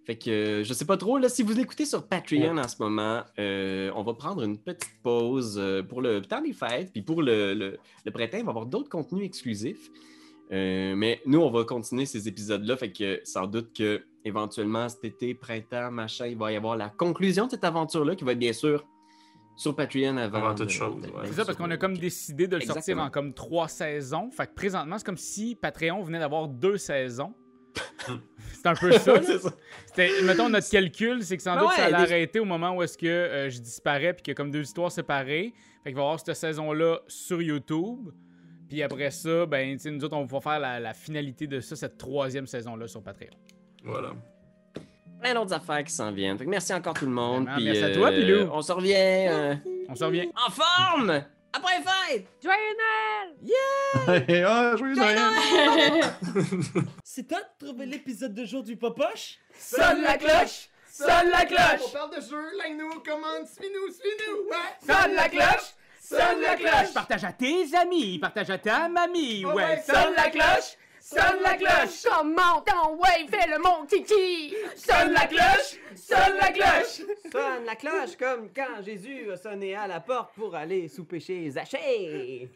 [SPEAKER 1] Fait que euh, je sais pas trop, là, si vous l'écoutez sur Patreon en ce moment, euh, on va prendre une petite pause euh, pour le temps des fêtes, puis pour le, le, le printemps, il va y avoir d'autres contenus exclusifs. Euh, mais nous, on va continuer ces épisodes-là, fait que sans doute que éventuellement cet été, printemps, machin, il va y avoir la conclusion de cette aventure-là qui va être bien sûr sur Patreon avant,
[SPEAKER 9] Avant toute
[SPEAKER 1] de-
[SPEAKER 9] chose,
[SPEAKER 1] de-
[SPEAKER 9] ouais.
[SPEAKER 1] d'être
[SPEAKER 4] C'est ça, parce
[SPEAKER 1] sur-
[SPEAKER 4] qu'on a comme décidé de le sortir
[SPEAKER 1] Exactement.
[SPEAKER 4] en comme trois saisons. Fait que présentement, c'est comme si Patreon venait d'avoir deux
[SPEAKER 1] [LAUGHS]
[SPEAKER 4] saisons. c'est un peu ça. là.
[SPEAKER 1] C'est ça.
[SPEAKER 4] C'était- mettons, notre calcul, c'est que sans
[SPEAKER 1] Ben
[SPEAKER 4] doute,
[SPEAKER 1] ouais,
[SPEAKER 4] ça allait
[SPEAKER 1] des-
[SPEAKER 4] arrêter au moment où est-ce que euh, je disparais, puis qu'il y a comme deux histoires séparées. Fait qu'il va y avoir cette saison-là sur YouTube. Puis après ça, ben, tu sais, nous autres, on va faire la, la finalité de ça, cette troisième saison-là sur Patreon.
[SPEAKER 9] Voilà.
[SPEAKER 1] Plein d'autres affaires qui s'en viennent. Fait que merci encore tout le monde.
[SPEAKER 4] Vraiment,
[SPEAKER 1] puis,
[SPEAKER 4] merci à toi, Pilou.
[SPEAKER 1] On se revient euh,
[SPEAKER 4] On se revient.
[SPEAKER 1] en forme après les fêtes!
[SPEAKER 3] Joyeux Noël!
[SPEAKER 1] Joyeux
[SPEAKER 6] ah, joyeux Noël! [LAUGHS]
[SPEAKER 9] C'est toi de trouver l'épisode de jour du Popoche?
[SPEAKER 4] Sonne la cloche! Sonne la cloche!
[SPEAKER 10] On parle de jeu, like-nous, commande, suis-nous, suis-nous! Ouais!
[SPEAKER 4] Sonne la cloche! Sonne la cloche!
[SPEAKER 9] Partage à tes amis, partage à ta mamie,
[SPEAKER 4] Oh
[SPEAKER 9] ouais!
[SPEAKER 4] ouais, sonne la cloche! Sonne la cloche!
[SPEAKER 3] Chante en wave, fais le mon kiki!
[SPEAKER 4] Sonne la cloche! Sonne la cloche!
[SPEAKER 1] Sonne la cloche comme quand Jésus a sonné à la porte pour aller souper chez Zachée.